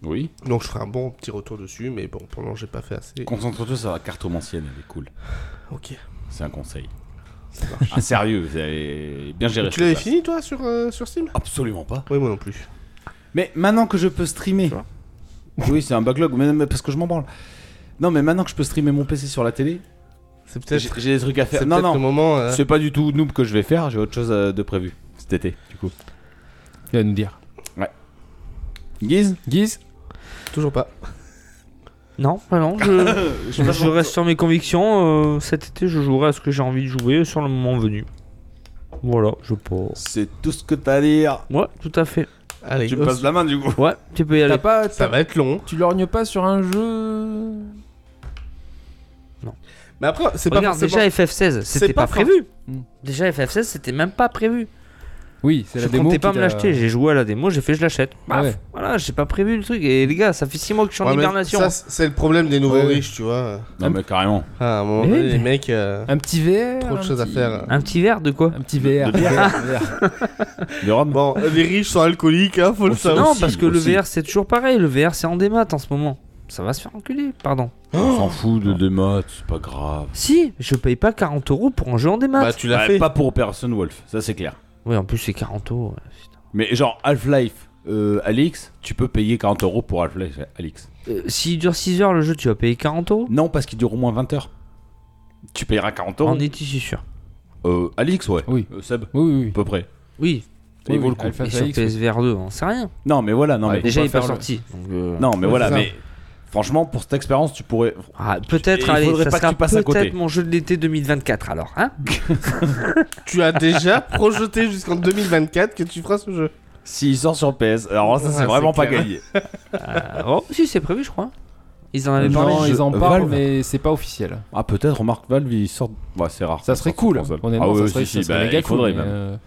S3: Oui.
S4: Donc je ferai un bon petit retour dessus, mais bon, pour l'instant j'ai pas fait assez.
S3: Concentre-toi sur la carte romancienne, elle est cool.
S4: Ok.
S3: C'est un conseil. [LAUGHS] Ah, sérieux, vous avez bien géré.
S4: Tu
S3: cette
S4: l'avais
S3: place.
S4: fini toi sur, euh, sur Steam
S3: Absolument pas.
S4: Oui, moi non plus.
S3: Mais maintenant que je peux streamer.
S4: vois
S3: Oui, c'est un backlog, mais, mais parce que je m'en branle. Non, mais maintenant que je peux streamer mon PC sur la télé,
S4: C'est
S3: j'ai
S4: peut-être
S3: j'ai des trucs à
S4: c'est
S3: faire. Non,
S4: peut-être
S3: non,
S4: le moment. euh,
S3: c'est pas du tout noob que je vais faire, j'ai autre chose euh, de prévu cet été, du coup.
S5: Il va nous dire.
S3: Guise
S5: Guise
S4: Toujours pas.
S6: Non, bah non. Je, je, reste sur mes convictions. euh, cet été, je jouerai à ce que j'ai envie de jouer sur le moment venu. Voilà, je pense.
S3: C'est tout ce que t'as à dire.
S6: Ouais, tout à fait.
S4: Allez,
S3: Tu me
S4: os-
S3: passes la main, du coup.
S6: Ouais, tu peux y
S5: T'as
S6: aller.
S5: pas,
S4: ça
S5: t'as-
S4: va être long.
S5: Tu lorgnes pas sur un jeu.
S4: Mais après, c'est pas
S6: Regarde,
S4: forcément-
S6: déjà FF16, c'était pas,
S4: pas for-
S6: prévu.
S5: Mm.
S6: Déjà FF16, c'était même pas prévu.
S5: Oui, c'est
S6: Je
S5: la démo.
S6: comptais pas
S5: qui
S6: me
S5: t'a-
S6: l'acheter. J'ai joué à la démo, j'ai fait, je l'achète.
S5: Ah
S6: Paf,
S5: ouais.
S6: Voilà, j'ai pas prévu le truc. Et les gars, ça fait 6 mois que je suis en
S4: Ouais, mais
S6: hibernation.
S4: Ça, c'est c'est le problème des nouveaux
S5: Ouais, ouais.
S4: riches, tu vois.
S3: Non, mais carrément.
S4: Ah, à un moment
S6: Mais oui,
S4: donné,
S6: mais-
S4: les mecs, euh,
S5: Un petit VR.
S4: trop de
S5: un
S4: choses à
S5: petit-
S4: faire.
S6: Un petit verre de quoi
S5: Un petit VR.
S3: De Rome
S4: Bon, euh, les riches sont alcooliques, hein, faut le
S3: On se-
S4: savoir.
S6: Non,
S3: aussi,
S6: parce que
S3: aussi.
S6: le VR, c'est toujours pareil. Le VR, c'est en démat en ce moment. Ça va se faire enculer, pardon.
S3: On s'en fout de, de maths, c'est pas grave.
S6: Si, je paye pas 40 euros pour un jeu en démat.
S4: Bah, tu l'as
S3: Ouais,
S4: fait.
S3: Pas pour Person Wolf, ça c'est clair.
S6: Oui, en plus, c'est 40 euros. ouais, putain.
S3: Mais genre Half-Life, euh, Alix, tu peux payer 40 euros pour Half-Life, Alix.
S6: Euh, S'il dure 6 heures le jeu, tu vas payer 40 euros
S3: Non, parce qu'il dure au moins 20 heures. Tu payeras 40 euros.
S6: En est je suis sûr.
S3: Euh, Alix, ouais.
S5: Oui.
S3: Euh, Seb, à
S5: Oui, oui, oui.
S3: peu près.
S6: Oui,
S3: Il
S5: Oui,
S3: vaut le
S5: oui,
S3: coup.
S5: Alpha
S6: et sur
S5: Felix, oui.
S6: PSVR 2, on sait rien.
S3: Non, mais voilà, non,
S5: Ouais,
S3: mais.
S5: Faut
S6: Déjà, il
S5: pas
S6: est pas
S5: faire le-
S6: sorti. donc, euh,
S3: Non, mais
S4: Ouais,
S3: voilà,
S4: c'est ça.
S3: mais. Franchement, pour cette expérience, tu pourrais.
S6: ah,
S3: Et
S6: peut-être,
S3: il
S6: allez,
S3: faudrait
S6: ça
S3: pas que
S6: sera
S3: tu passes à côté.
S6: peut-être mon jeu de l'été 2024 alors, hein
S4: Tu as déjà projeté jusqu'en 2024 que tu feras ce jeu.
S3: S'il sort sur PS, alors là, ça,
S4: Ouais,
S3: c'est vraiment
S4: c'est
S3: pas
S4: clair.
S6: Bah,
S3: gagné.
S6: Euh, Oh, si, c'est prévu, je crois. Ils en avaient
S3: Non,
S6: parlé.
S5: Non,
S3: je-
S5: ils en
S3: Bah, euh,
S5: parlent,
S3: Valve.
S5: mais c'est pas officiel.
S3: Ah, peut-être, remarque, Valve, ils sortent. Bah, c'est rare.
S5: Ça
S3: qu'ils
S5: serait
S3: sortent sur
S5: cool.
S3: console.
S5: Honnêtement,
S3: ah,
S5: ça
S3: oui,
S5: serait,
S3: si, si,
S5: ça serait
S3: bah,
S5: méga
S3: il faudrait
S5: cool. mais,
S3: même.
S5: euh,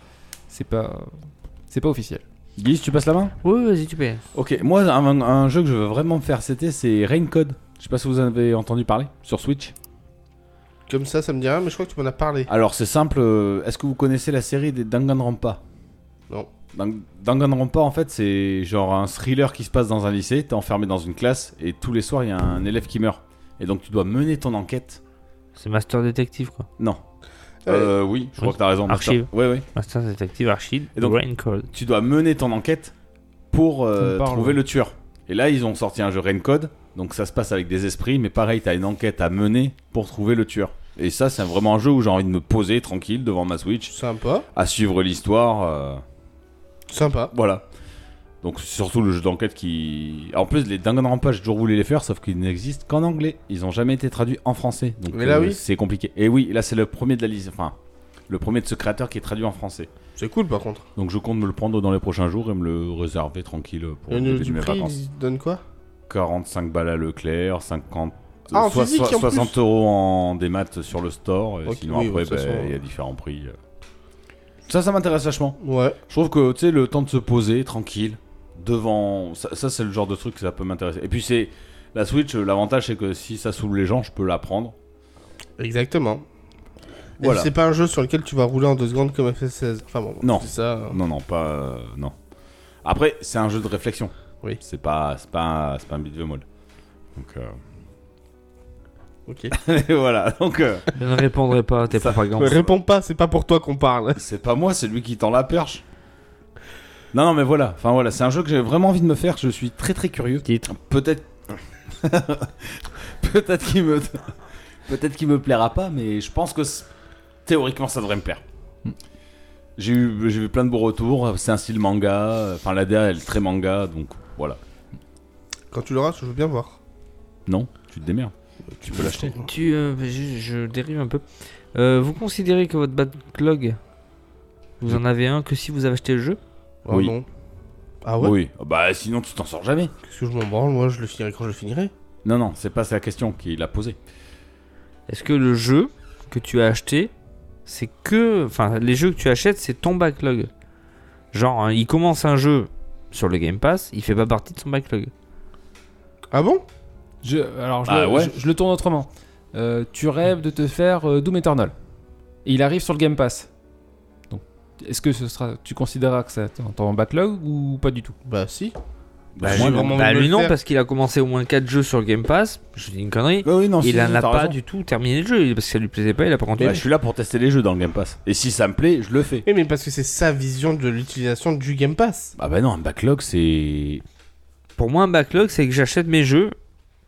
S5: c'est pas, c'est pas officiel.
S3: Guise, tu passes la main
S6: Oui, vas-y, tu peux.
S3: Ok, moi, un, un jeu que je veux vraiment me faire c'était c'est Rain Code. Je sais pas si vous en avez entendu parler sur Switch.
S4: Comme ça, ça me dit rien, mais je crois que tu m'en as parlé.
S3: Alors, c'est simple. euh, Est-ce que vous connaissez la série des Danganronpa
S4: Non.
S3: Dang- Danganronpa, en fait, c'est genre un thriller qui se passe dans un lycée. T'es enfermé dans une classe et tous les soirs, il y a un élève qui meurt. Et donc, tu dois mener ton enquête.
S6: C'est Master Detective, quoi.
S3: Non.
S4: Euh,
S3: Euh, oui,
S6: oui.
S3: je crois que t'as raison. Master.
S6: Archive.
S3: Ouais, ouais.
S6: Master Detective Archive,
S3: Et donc-
S6: Rain Code.
S3: tu dois mener ton enquête pour euh,
S5: Ça me parle,
S3: trouver
S5: ouais.
S3: le tueur. Et là, ils ont sorti un jeu Rain Code, donc ça se passe avec des esprits, mais pareil, t'as une enquête à mener pour trouver le tueur. Et ça, c'est vraiment un jeu où j'ai envie de me poser tranquille devant ma Switch,
S4: Sympa.
S3: à suivre l'histoire, euh,
S4: Sympa.
S3: voilà. Donc c'est surtout le jeu d'enquête qui... En plus, les Danganronpa, j'ai toujours voulu les faire, sauf qu'ils n'existent qu'en anglais. Ils n'ont jamais été traduits en français, donc
S4: Mais là,
S3: euh,
S4: oui.
S3: c'est compliqué. Et oui, là, c'est le premier de la liste, enfin, le premier de ce créateur qui est traduit en français.
S4: C'est cool par contre.
S3: Donc je compte me le prendre dans les prochains jours et me le réserver tranquille pour
S4: Le
S3: le
S4: niveau
S3: début de
S4: du
S3: mes
S4: prix,
S3: vacances.
S4: il donne quoi
S3: 45 balles à Leclerc, euh, 50
S4: Ah, en
S3: soit-
S4: physique,
S3: soit
S4: en plus.
S3: 60 euros en démat sur le store. et
S4: Ok,
S3: sinon
S4: oui,
S3: après,
S4: de toute
S3: ben, il
S4: façon,
S3: y
S4: euh.
S3: a différents prix. Ça, ça m'intéresse vachement.
S4: Ouais.
S3: Je trouve que tu sais le temps de se poser tranquille devant ça, ça, c'est le genre de truc que ça peut m'intéresser. Et puis c'est la Switch. euh, L'avantage c'est que si ça saoule les gens, je peux la prendre.
S4: Exactement. Et
S3: Voilà.
S4: C'est pas un jeu sur lequel tu vas rouler en deux secondes comme FF16. Enfin bon,
S3: Non.
S4: c'est ça. euh,
S3: Non, non, pas euh, non. Après, c'est un jeu de réflexion.
S4: Oui.
S3: C'est pas, c'est pas, c'est pas un beat'em all. Donc. euh,
S4: Ok.
S3: Et [LAUGHS] voilà, donc euh,
S6: Je ne répondrai pas à tes
S3: Ça-
S6: propagandes.
S4: Mais réponds pas, c'est pas pour toi qu'on parle.
S3: c'est pas moi, c'est lui qui tend la perche. Non, non, mais voilà, enfin voilà, c'est un jeu que j'ai vraiment envie de me faire. Je suis très très curieux.
S6: Titre.
S3: Peut-être, [LAUGHS] peut-être qu'il me, peut-être qu'il me plaira pas, mais je pense que c- théoriquement ça devrait me plaire. J'ai eu, j'ai eu plein de beaux retours. C'est un style manga. Enfin, la DA elle est très manga, donc voilà.
S4: Quand tu l'auras, je veux bien voir.
S3: Non, tu te démerdes. Tu peux l'acheter.
S6: Tu, euh, je, je dérive un peu. Euh, vous considérez que votre backlog, vous en avez un que si vous avez acheté le jeu
S4: Ah
S3: Oui.
S4: non. Ah ouais
S3: Oui. Bah sinon tu t'en sors jamais.
S4: Qu'est-ce que je m'en branle Moi, je le finirai quand je le finirai.
S3: Non, non, c'est pas la question qu'il a posée.
S6: Est-ce que le jeu que tu as acheté, c'est que. Enfin, les jeux que tu achètes, c'est ton backlog Genre, hein, il commence un jeu sur le Game Pass, il fait pas partie de son backlog.
S4: Ah bon
S5: Je, alors, je,
S3: Ah
S5: le,
S3: ouais
S5: je- je le tourne autrement. Euh, tu rêves de te faire euh, Doom Eternal. Et il arrive sur le Game Pass. Donc, est-ce que ce sera, tu considéreras que c'est en ton backlog ou pas du tout
S4: Bah si.
S3: Bah,
S4: J'ai
S3: moi,
S4: vraiment
S6: Bah,
S4: envie de
S6: lui,
S4: le
S6: non,
S4: faire.
S6: parce qu'il a commencé au moins 4 jeux sur le Game Pass. Je dis une connerie.
S3: Ouais, oui, non, si,
S6: il
S3: si,
S6: n'a
S3: t'as
S6: pas
S3: raison.
S6: du tout terminé le jeu parce que ça lui plaisait pas, il a pas
S3: Bah,
S6: continué.
S3: je suis là pour tester les jeux dans le Game Pass. Et si ça me plaît, je le fais.
S4: Oui, mais parce que c'est sa vision de l'utilisation du Game Pass.
S3: Ah bah non, un backlog c'est.
S6: Pour moi, un backlog, c'est que j'achète mes jeux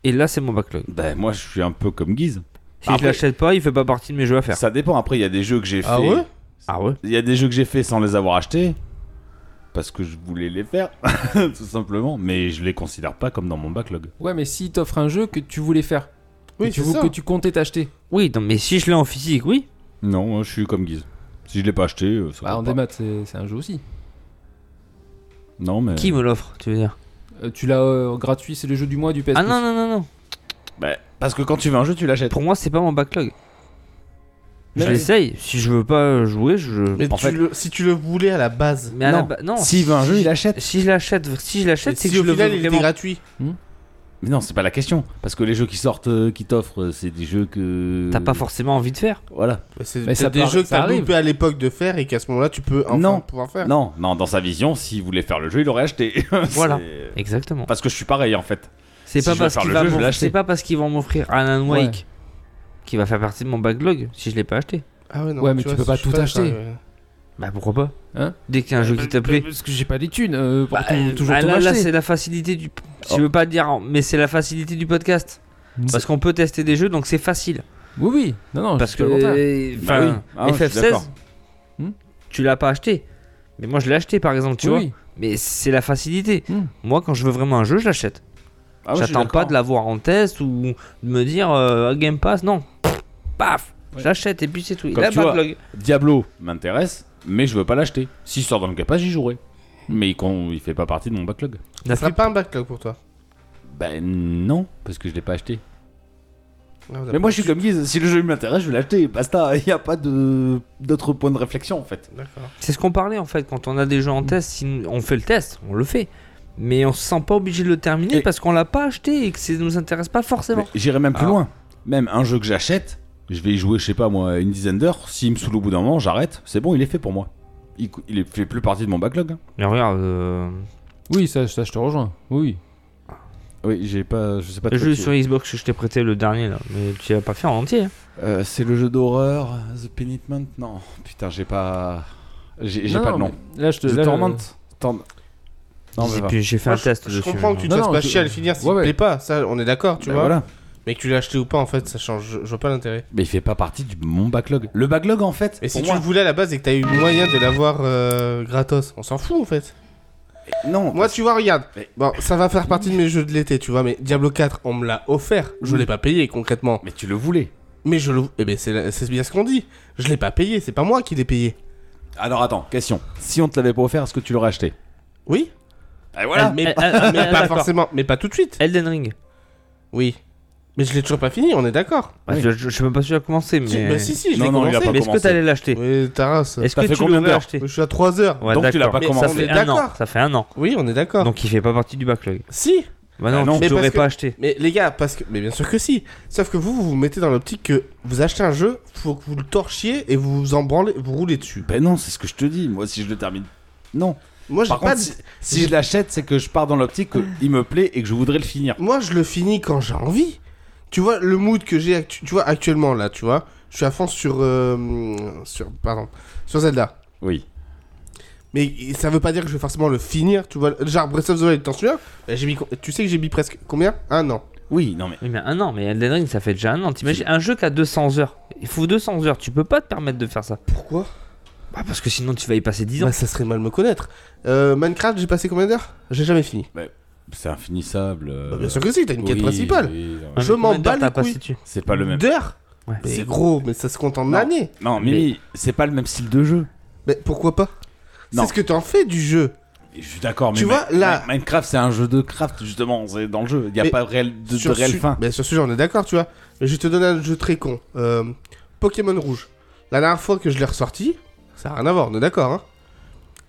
S6: et là, c'est mon backlog.
S3: Bah moi je suis un peu comme Guise.
S6: Si je
S3: Après-
S6: l'achète pas, il fait pas partie de mes jeux à faire.
S3: Ça dépend. Après il y a des jeux que j'ai
S4: Ah
S3: fait.
S4: ouais
S6: Ah ouais
S3: Il y a des jeux que j'ai fait sans les avoir achetés parce que je voulais les faire [LAUGHS] tout simplement. Mais je les considère pas comme dans mon backlog.
S5: Ouais, mais s'il t'offre un jeu que tu voulais faire,
S4: Oui,
S5: que, tu
S4: c'est
S5: vou-
S4: ça.
S5: que tu comptais t'acheter,
S6: Oui, non, mais si je l'ai en physique, oui.
S3: Non, moi, je suis comme Guise. Si je l'ai pas acheté, euh, ça
S5: bah, en
S3: compte pas.
S5: démat, c'est c'est un jeu aussi.
S3: Non mais.
S6: Qui me l'offre, tu veux dire
S5: Euh, tu l'as euh, gratuit, c'est le jeu du mois du PS.
S6: Ah non, non, non, non.
S3: Bah, parce que quand tu veux un jeu, tu l'achètes.
S6: Pour moi, c'est pas mon backlog. Je
S5: Mais-
S6: l'essaye. Si je veux pas jouer, je.
S4: Mais
S3: En
S4: tu
S3: fait-
S4: le- si tu le voulais à la base.
S6: Mais à la
S3: non.
S6: ba- non.
S3: S'il veut un jeu, il achète.
S6: Si je l'achète, si je
S4: Et
S6: l'achète, c'est
S4: si
S6: que je
S4: au
S6: le
S4: final,
S6: veux
S4: il était
S6: vraiment.
S4: gratuit.
S3: Mais non, c'est pas la question. Parce que les jeux qui sortent, euh, qui t'offrent, euh, c'est des jeux que.
S6: T'as pas forcément envie de faire.
S3: Voilà.
S4: Bah, c'est
S5: Mais ça
S4: peut-être des
S5: par-
S4: jeux que
S5: ça
S4: t'as
S5: arrive.
S4: loupé à l'époque de faire et qu'à ce moment-là, tu peux enfin
S3: Non.
S4: pouvoir faire.
S3: Non, non, dans sa vision, s'il voulait faire le jeu, il l'aurait acheté. [LAUGHS] C'est-
S6: Voilà. Exactement.
S3: Parce que je suis pareil en fait.
S6: C'est
S3: Si
S6: pas,
S3: je veux
S6: parce
S3: faire
S6: qu'il
S3: le
S6: va
S3: jeu, je vais
S6: m'offrir-
S3: l'acheter.
S6: c'est pas parce qu'ils vont m'offrir Alan
S5: Ouais.
S6: Wake qui va faire partie de mon backlog si je l'ai pas acheté.
S4: Ah ouais, non,
S5: Ouais, mais tu peux pas
S4: je suis
S5: tout
S4: d'accord,
S5: acheter.
S4: ouais.
S6: Bah pourquoi pas
S5: Hein
S6: Dès qu'il y a un jeu qui t'a plu.
S5: Parce que j'ai pas les thunes euh, pour
S6: Bah,
S5: ton-
S6: euh,
S5: toujours
S6: bah,
S5: tout
S6: là, là,
S5: acheter. Oh.
S6: c'est la facilité du. Je veux pas dire, mais c'est la facilité du podcast. Parce qu'on peut tester des jeux, donc c'est facile.
S5: Oui, oui. Non,
S3: Oh,
S5: non,
S6: Parce
S5: je
S6: que.
S5: suis pas content.
S3: Bah oui.
S6: Enfin,
S3: Ah ouais, je suis
S6: FF16,
S3: d'accord.
S5: Hmm
S6: tu l'as pas acheté. Mais moi, je l'ai acheté par exemple, tu
S5: Oui,
S6: vois.
S5: oui.
S6: Mais c'est la facilité.
S5: Hmm.
S6: Moi, quand je veux vraiment un jeu, je l'achète.
S3: Ah ouais, je suis
S6: J'attends pas
S3: d'accord.
S6: de l'avoir en test ou de me dire euh, Game Pass, non. Paf
S5: Ouais.
S6: J'achète et puis c'est tout. Et
S3: Comme
S6: là,
S3: tu vois.
S6: backlog.
S3: Diablo m'intéresse, mais je veux pas l'acheter. S'il sort dans le Game Pass, j'y jouerai. Mais il, con- il fait pas partie de mon backlog.
S6: La
S4: Ça sera
S6: flip-
S4: pas un backlog pour toi.
S3: Ben non, parce que je l'ai pas acheté.
S4: Ah, vous avez
S3: Mais moi
S4: pas-
S3: je suis comme Guise, si le jeu m'intéresse, je vais l'acheter, basta, il n'y a pas de d'autres points de réflexion en fait.
S4: D'accord.
S6: C'est ce qu'on parlait en fait, quand on a des jeux en test, si on fait le test, on le fait. Mais on se sent pas obligé de le terminer
S3: Et-
S6: parce qu'on l'a pas acheté et que ça nous intéresse pas forcément.
S3: Mais J'irai même plus
S6: Ah.
S3: loin. Même un jeu que j'achète, je vais y jouer, je sais pas moi, une dizaine d'heures, s'il me saoule au bout d'un moment, j'arrête, c'est bon, il est fait pour moi. Il, cou- il est- fait plus partie de mon backlog. hein.
S6: Mais regarde, euh,
S5: Oui, ça, ça, je te rejoins. Oui.
S3: Oui, j'ai pas, je sais pas. de
S6: le
S3: quoi
S6: jeu
S3: tu-
S6: sur Xbox que je t'ai prêté le dernier là, mais tu l'as pas fait en entier. hein.
S3: Euh, c'est le jeu d'horreur, The Penitment. Non, putain, j'ai pas, j'ai j'ai
S5: Non,
S3: pas de
S5: non,
S3: nom.
S5: mais Là, je te.
S3: The
S5: là, euh, je-
S3: Torment. Torm- Non, mais
S6: J'ai
S3: va.
S6: pu- j'ai fait
S4: Moi,
S6: un test
S4: je, je
S6: dessus.
S4: comprends que tu te
S5: Non,
S4: fasses
S5: non,
S4: pas
S5: je-
S4: chier à le finir s'il
S5: Ouais, Ben
S4: te
S5: ouais.
S4: plaît pas, ça on est d'accord, tu
S3: Bah
S4: vois.
S3: voilà.
S4: Mais que tu l'as acheté ou pas en fait, ça change, je vois pas l'intérêt.
S3: Mais il fait pas partie de mon backlog. Le backlog en fait.
S4: Et si
S3: pour
S4: tu
S3: moi-
S4: le voulais à la base et que t'as eu moyen de l'avoir euh, gratos, on s'en fout en fait.
S3: Non.
S4: Moi tu vois, regarde,
S3: Mais-
S4: bon ça va faire partie de mes jeux de l'été, tu vois, mais Diablo 4 on me l'a offert, je
S3: Oui.
S4: l'ai pas payé concrètement.
S3: Mais tu le voulais.
S4: Mais je le. Eh ben, c'est la- c'est bien ce qu'on dit. Je l'ai pas payé, c'est pas moi qui l'ai payé.
S3: Alors attends, question. Si on te l'avait pas offert, est-ce que tu l'aurais acheté
S4: Oui
S3: Et
S4: Ah, Mais,
S3: eh,
S4: pas- mais pas forcément, mais pas tout de suite.
S6: Elden Ring.
S4: Oui. Mais je l'ai toujours pas fini, on est d'accord.
S6: Bah,
S3: Oui.
S6: je, je- je suis même pas sûr de commencer, mais.
S4: Si, bah si, si, je
S3: Non,
S4: l'ai
S3: non, il a
S4: commencé.
S3: pas Eh,
S6: Mais est-ce que
S3: commencé.
S6: t'allais l'acheter
S4: Oui, ta race.
S6: Est-ce
S3: T'as
S6: que
S3: fait
S6: tu
S3: combien
S6: l'aurais
S3: d'heures
S6: acheté
S4: Je suis à 3 heures.
S6: Ouais,
S3: Donc tu l'as
S6: d'accord.
S3: pas
S6: Mais
S3: commencé.
S6: Ça
S4: On est
S6: fait un an.
S4: d'accord.
S6: Ça fait un an.
S4: Oui, on est d'accord.
S6: Donc il fait pas partie du backlog.
S4: Si
S6: Bah non,
S3: non.
S6: tu
S4: Mais
S6: l'aurais
S4: parce que-
S6: pas acheté.
S4: Mais les gars, parce que. Mais bien sûr que si. Sauf que vous, vous vous mettez dans l'optique que vous achetez un jeu, faut que vous le torchiez et vous vous en branlez, vous roulez dessus.
S3: Ben non, c'est ce que je te dis. Moi, si je le termine, non.
S4: Moi, j'ai
S3: Par
S4: pas
S3: contre,
S4: de-
S3: si, si je l'achète, c'est que je pars dans l'optique qu'il me plaît et que je voudrais le finir.
S4: Moi, je le finis quand j'ai envie. Tu vois, le mood que j'ai actu- tu vois, actuellement, là, tu vois, je suis à fond sur. euh, sur pardon. Sur Zelda.
S3: Oui.
S4: Mais ça veut pas dire que je vais forcément le finir, tu vois. Genre, Breath of the Wild, t'en souviens Bah, j'ai mis, co- Tu sais que j'ai mis presque. Combien Un an.
S3: Oui, non mais.
S6: Oui, mais un an, mais Elden Ring, ça fait déjà un an. T'imagines un jeu qui a 200 heures. Il faut 200 heures, tu peux pas te permettre de faire ça.
S4: Pourquoi
S6: Bah, parce que sinon, tu vas y passer 10 ans.
S4: Bah, ça serait mal me connaître. Euh, Minecraft, j'ai passé combien d'heures J'ai jamais fini.
S3: C'est infinissable. euh,
S4: Bah, bien sûr que si, t'as une quête
S3: oui,
S4: principale.
S3: oui, non,
S6: Un
S3: mais
S4: Je
S6: jeu, combien
S4: m'en
S6: d'heures
S4: bats
S6: t'as
S4: les
S6: passé
S4: couilles.
S6: dessus
S3: C'est pas le même.
S4: D'heures
S6: Ouais.
S4: C'est gros, mais ça se compte en
S3: Non.
S4: années.
S3: Non, Mimi, c'est pas le même style de jeu.
S4: Mais pourquoi pas
S3: Non.
S4: C'est ce que t'en fais du jeu.
S3: Je suis d'accord, mais
S4: Tu vois,
S3: Mi-
S4: là-
S3: Mi- Minecraft, c'est un jeu de craft justement. C'est dans le jeu. Il y a
S4: Mais
S3: pas réel- de, de
S4: sur
S3: réelle
S4: su-
S3: fin.
S4: Mais sur ce sujet, on est d'accord, tu vois. Mais je vais te donne un jeu très con. Euh, Pokémon Rouge. La dernière fois que je l'ai ressorti, ça n'a rien à voir, on est d'accord, hein.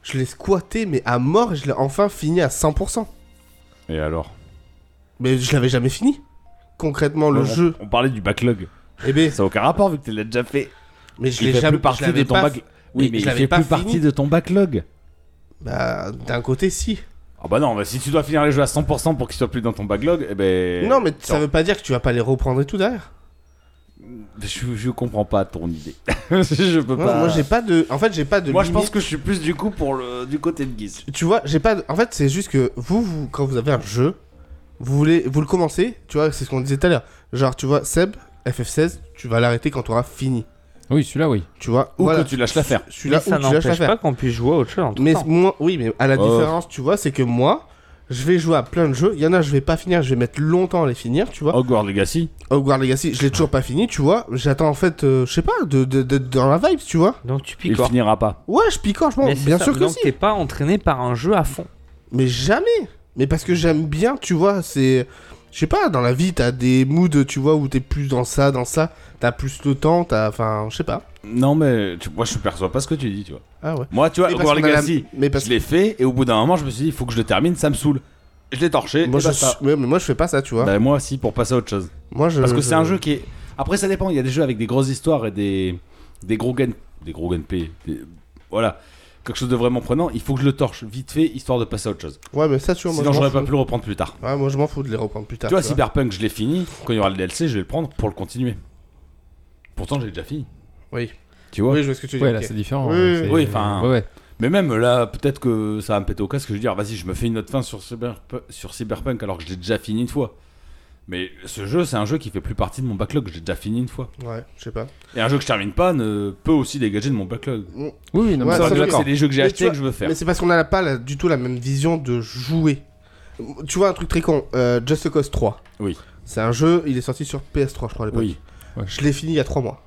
S4: Je l'ai squatté, mais à mort, et je l'ai enfin fini à 100%.
S3: Et alors
S4: Mais je l'avais jamais fini. Concrètement, le
S3: on,
S4: jeu.
S3: On parlait du backlog.
S4: Eh ben,
S3: Ça n'a aucun rapport vu que tu l'as déjà fait.
S4: mais je
S3: Il
S4: l'ai
S3: fait
S4: jamais
S3: plus partie
S4: je l'avais
S3: de ton
S4: pas-
S3: backlog. Oui,
S4: je
S3: mais il
S4: l'avais
S3: fait
S4: pas
S3: plus
S4: fini.
S3: partie de ton backlog.
S4: Bah, d'un côté, si.
S3: Ah bah non, bah si tu dois finir les jeux à 100% pour qu'ils soient plus dans ton backlog, eh ben...
S4: non, mais ça
S3: non.
S4: veut pas dire que tu vas pas les reprendre et tout derrière.
S3: Je, je comprends pas ton idée. [LAUGHS] je peux
S4: Non,
S3: pas...
S4: Moi, j'ai pas de. En fait, j'ai pas de.
S3: Bah. Moi, je pense
S4: limite.
S3: que je suis plus du coup pour le... du côté de Guise.
S4: tu vois, j'ai pas. de- En fait, c'est juste que vous, vous, quand vous avez un jeu, vous voulez, vous le commencez. Tu vois, c'est ce qu'on disait tout à l'heure. Genre, tu vois, Seb, FF16, tu vas l'arrêter quand tu auras fini.
S5: Oui, celui-là, oui.
S4: Tu vois,
S3: Ou
S4: voilà.
S3: que tu lâches l'affaire.
S4: Je suis
S6: Mais
S4: là
S6: ça
S4: où tu lâches
S6: n'empêche
S4: l'affaire.
S6: pas qu'on puisse jouer à autre chose en tout
S4: Mais
S6: temps.
S4: moi, oui, mais à la
S3: Oh.
S4: différence, tu vois, c'est que moi, je vais jouer à plein de jeux. Il y en a, je vais pas finir, je vais mettre longtemps à les finir, tu vois.
S3: Hogwarts Legacy
S4: Hogwarts Legacy, je l'ai toujours pas fini, tu vois. J'attends en fait, euh, je sais pas, de- de- d'être dans la vibe, tu vois.
S6: Donc tu
S3: Il
S6: picores.
S3: finira pas.
S4: Ouais, je picore, je pense.
S6: c'est
S4: Bien
S6: ça.
S4: sûr que
S6: Donc
S4: si.
S6: t'es pas entraîné par un jeu à fond.
S4: Mais jamais Mais parce que j'aime bien, tu vois, c'est... Je sais pas, dans la vie, t'as des moods, tu vois, où t'es plus dans ça, dans ça, t'as plus le temps, t'as... Enfin, je sais pas.
S3: Non, mais tu- moi, je perçois pas ce que tu dis, tu vois.
S4: Ah ouais.
S3: Moi, tu vois,
S4: Mais parce
S3: Hogwarts
S4: qu'on a la-
S3: Legacy,
S4: Mais parce
S3: je l'ai fait, et au bout d'un moment, je me suis dit, il faut que je le termine, ça me saoule. Je l'ai torché,
S4: que... Moi
S3: et
S4: je...
S3: basta.
S4: suis- ouais, mais moi, je fais pas ça, tu vois.
S3: Bah, moi aussi, pour passer à autre chose.
S4: Moi, je...
S3: Parce que
S4: je-
S3: c'est un jeu qui est. Après, ça dépend. Il y a des jeux avec des grosses histoires et des, des gros gain... des gros gameplay. des- Voilà. Quelque chose de vraiment prenant. Il faut que je le torche vite fait, histoire de passer à autre chose.
S4: Ouais, mais ça, tu vois, moi,
S3: Sinon,
S4: je m'en
S3: j'aurais pas
S4: fous.
S3: pu le reprendre plus tard.
S4: Ouais, moi, je m'en fous de les reprendre plus tard,
S3: tu vois,
S4: tu vois.
S3: Cyberpunk, je l'ai fini. Quand il y aura le DLC, je vais le prendre pour le continuer. Pourtant, j'ai déjà fini.
S4: Oui.
S3: Tu vois
S4: Oui, je vois ce que tu dis.
S5: Ouais, là,
S4: ok.
S5: c'est différent.
S4: Oui,
S5: ouais,
S4: oui,
S5: c'est-
S3: oui, enfin-
S5: Ouais, ouais.
S3: Mais même là, peut-être que ça va me péter au casque. Je vais dire, vas-y, je me fais une autre fin sur, Cyberpu- sur Cyberpunk alors que je l'ai déjà fini une fois. Mais ce jeu, c'est un jeu qui fait plus partie de mon backlog. J'ai déjà fini une fois.
S4: Ouais, je sais pas.
S3: Et un jeu que je termine pas ne peut aussi dégager de mon backlog.
S5: Oui, oui, non, mais
S3: Ça,
S4: Ouais,
S5: ça,
S4: ça,
S5: je suis
S3: c'est
S5: d'accord.
S3: c'est les jeux que j'ai
S4: Mais tu
S3: achetés
S4: vois,
S3: que je veux faire.
S4: Mais c'est parce qu'on a pas la- du tout la même vision de jouer. Tu vois, un truc très con, euh, Just Cause 3.
S3: Oui.
S4: C'est un jeu, il est sorti sur PS3, je crois, à l'époque.
S3: Oui,
S4: Je l'ai fini il y a 3 mois.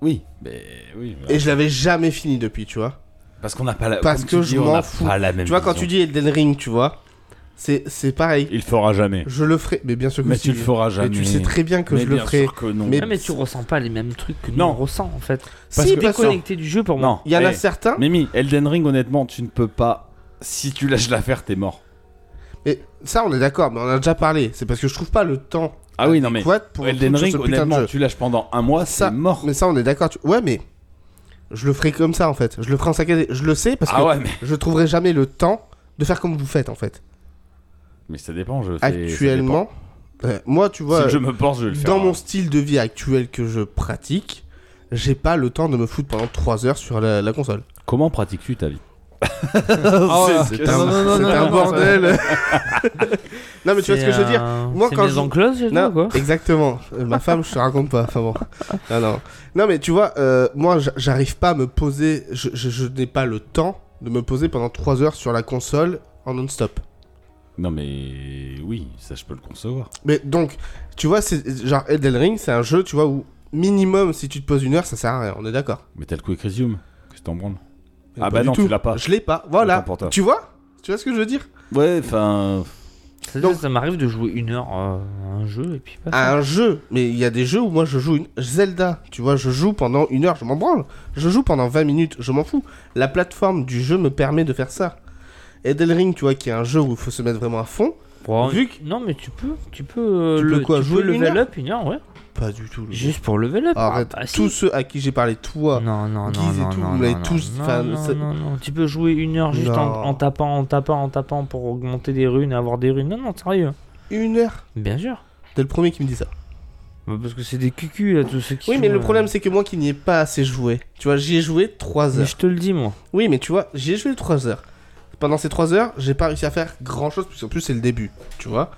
S3: oui, mais oui. voilà.
S4: Et je l'avais jamais fini depuis, tu vois.
S3: Parce qu'on n'a pas la.
S4: Parce
S3: comme
S4: que
S3: tu
S4: je
S3: dis, on
S4: m'en
S3: n'a
S4: fous.
S3: Pas la même
S4: Tu vois, quand tu dis Elden Ring, tu vois, C'est c'est pareil.
S3: Il fera jamais.
S4: Je le ferai. Mais bien sûr que
S3: Mais
S4: si.
S3: tu le feras jamais.
S4: Mais tu sais très bien que
S3: Mais
S4: je le
S3: bien
S4: ferai.
S3: sûr que non.
S4: Mais-
S6: Ah, mais tu ressens pas les mêmes trucs que nous
S3: Non.
S6: on ressent en fait.
S3: Parce
S4: si,
S3: que-
S4: bien sûr.
S6: Déconnecté du jeu pour moi.
S3: Non.
S4: Il y en a
S3: Eh,
S4: certains.
S3: Mimi, Elden Ring, honnêtement, tu ne peux pas. Si tu lâches l'affaire, t'es mort.
S4: Mais ça, on est d'accord. Mais on en a déjà parlé. C'est parce que je trouve pas le temps
S3: Ah oui, non mais.
S4: adéquat pour
S3: Elden
S4: pour ce
S3: Ring,
S4: putain de
S3: honnêtement,
S4: jeu.
S3: tu lâches pendant un mois,
S4: Ça,
S3: c'est mort.
S4: Mais ça, on est d'accord. tu- Ouais, mais je le ferai comme ça en fait. Je le ferai en saccadé. Je le sais parce que
S3: Ah ouais, mais,
S4: je trouverai jamais le temps de faire comme vous faites en fait.
S3: mais ça dépend. Je fais- ça dépend.
S4: Actuellement, euh, moi, tu
S3: Si
S4: vois,
S3: je me pense, je vais le faire.
S5: hein.
S3: Hein.
S4: dans mon style de vie actuel que je pratique, j'ai pas le temps de me foutre pendant 3 heures sur la, la console.
S3: Comment pratiques-tu ta
S4: [LAUGHS]
S3: vie
S5: Ah,
S4: C'est
S5: non,
S4: Oh, un,
S5: non, non,
S4: c'est
S5: non,
S4: un
S5: non,
S4: bordel. [LAUGHS] non, mais tu vois ce que je veux dire Moi,
S6: Moi,
S4: quand
S6: quand maison
S4: je-
S6: close, j'ai
S4: Non,
S6: dit, quoi.
S4: exactement. Euh, Ma femme, je te raconte pas. Enfin bon. Non, non. Non, mais tu vois, euh, moi, j- j'arrive pas à me poser. Je, je- je n'ai pas le temps de me poser pendant 3 heures sur la console en non-stop.
S3: Non mais oui, ça je peux le concevoir.
S4: Mais donc, tu vois, c'est genre Elden Ring, c'est un jeu, tu vois, où minimum, si tu te poses une heure, ça sert à rien. On est d'accord.
S3: Mais t'as le Quick Resume, que je t'en branle.
S4: Mais
S3: Ah
S4: Eh pas
S3: bah
S4: du
S3: non,
S4: tout.
S3: tu l'as pas.
S4: Je l'ai pas. Voilà.
S3: Autant pour toi.
S4: Tu vois Tu vois ce que je veux dire
S3: Ouais, enfin.
S6: C'est-à-dire
S4: Donc- Ah,
S6: que Ça m'arrive de jouer une heure euh, à un jeu et puis pas
S4: à un jeu, mais il y a des jeux où moi je joue une Zelda, tu vois, je joue pendant une heure, je m'en branle. Je joue pendant 20 minutes, je m'en fous. La plateforme du jeu me permet de faire ça. Elden Ring, tu vois, qui est un jeu où il faut se mettre vraiment à fond.
S6: Bon,
S4: vu que-
S6: Non, mais tu peux, tu peux, euh,
S4: Tu
S6: le,
S4: peux quoi,
S6: tu
S4: jouer
S6: peux
S4: une
S6: level
S4: heure
S6: up une heure, ouais.
S4: Pas du tout. le jeu.
S6: Juste pour level up.
S4: Arrête.
S6: Ah, bah, si.
S4: Tous ceux à qui j'ai parlé, toi,
S6: Non, non, non,
S4: Guise et
S6: non,
S4: tout,
S6: non,
S4: vous
S6: non,
S4: l'avez
S6: non,
S4: tous-
S6: non,
S4: enfin,
S6: non,
S4: c'est-
S6: non, non. Tu peux jouer une heure juste
S4: Non.
S6: en, en tapant, en tapant, en tapant pour augmenter des runes, avoir des runes. Non, non, sérieux.
S4: une heure.
S6: Bien sûr.
S4: T'es le premier qui me dit ça.
S6: Bah, parce que c'est des cucus là, tous ceux qui.
S4: Oui, mais
S6: jouent,
S4: le
S6: euh.
S4: problème, c'est que moi qui n'y ai pas assez joué. Tu vois, j'y ai joué 3
S6: Mais
S4: heures.
S6: je te le dis, moi.
S4: Oui, mais tu vois, j'y ai joué 3 heures. Pendant ces 3 heures, j'ai pas réussi à faire grand chose, puisque en plus, c'est le début, tu vois.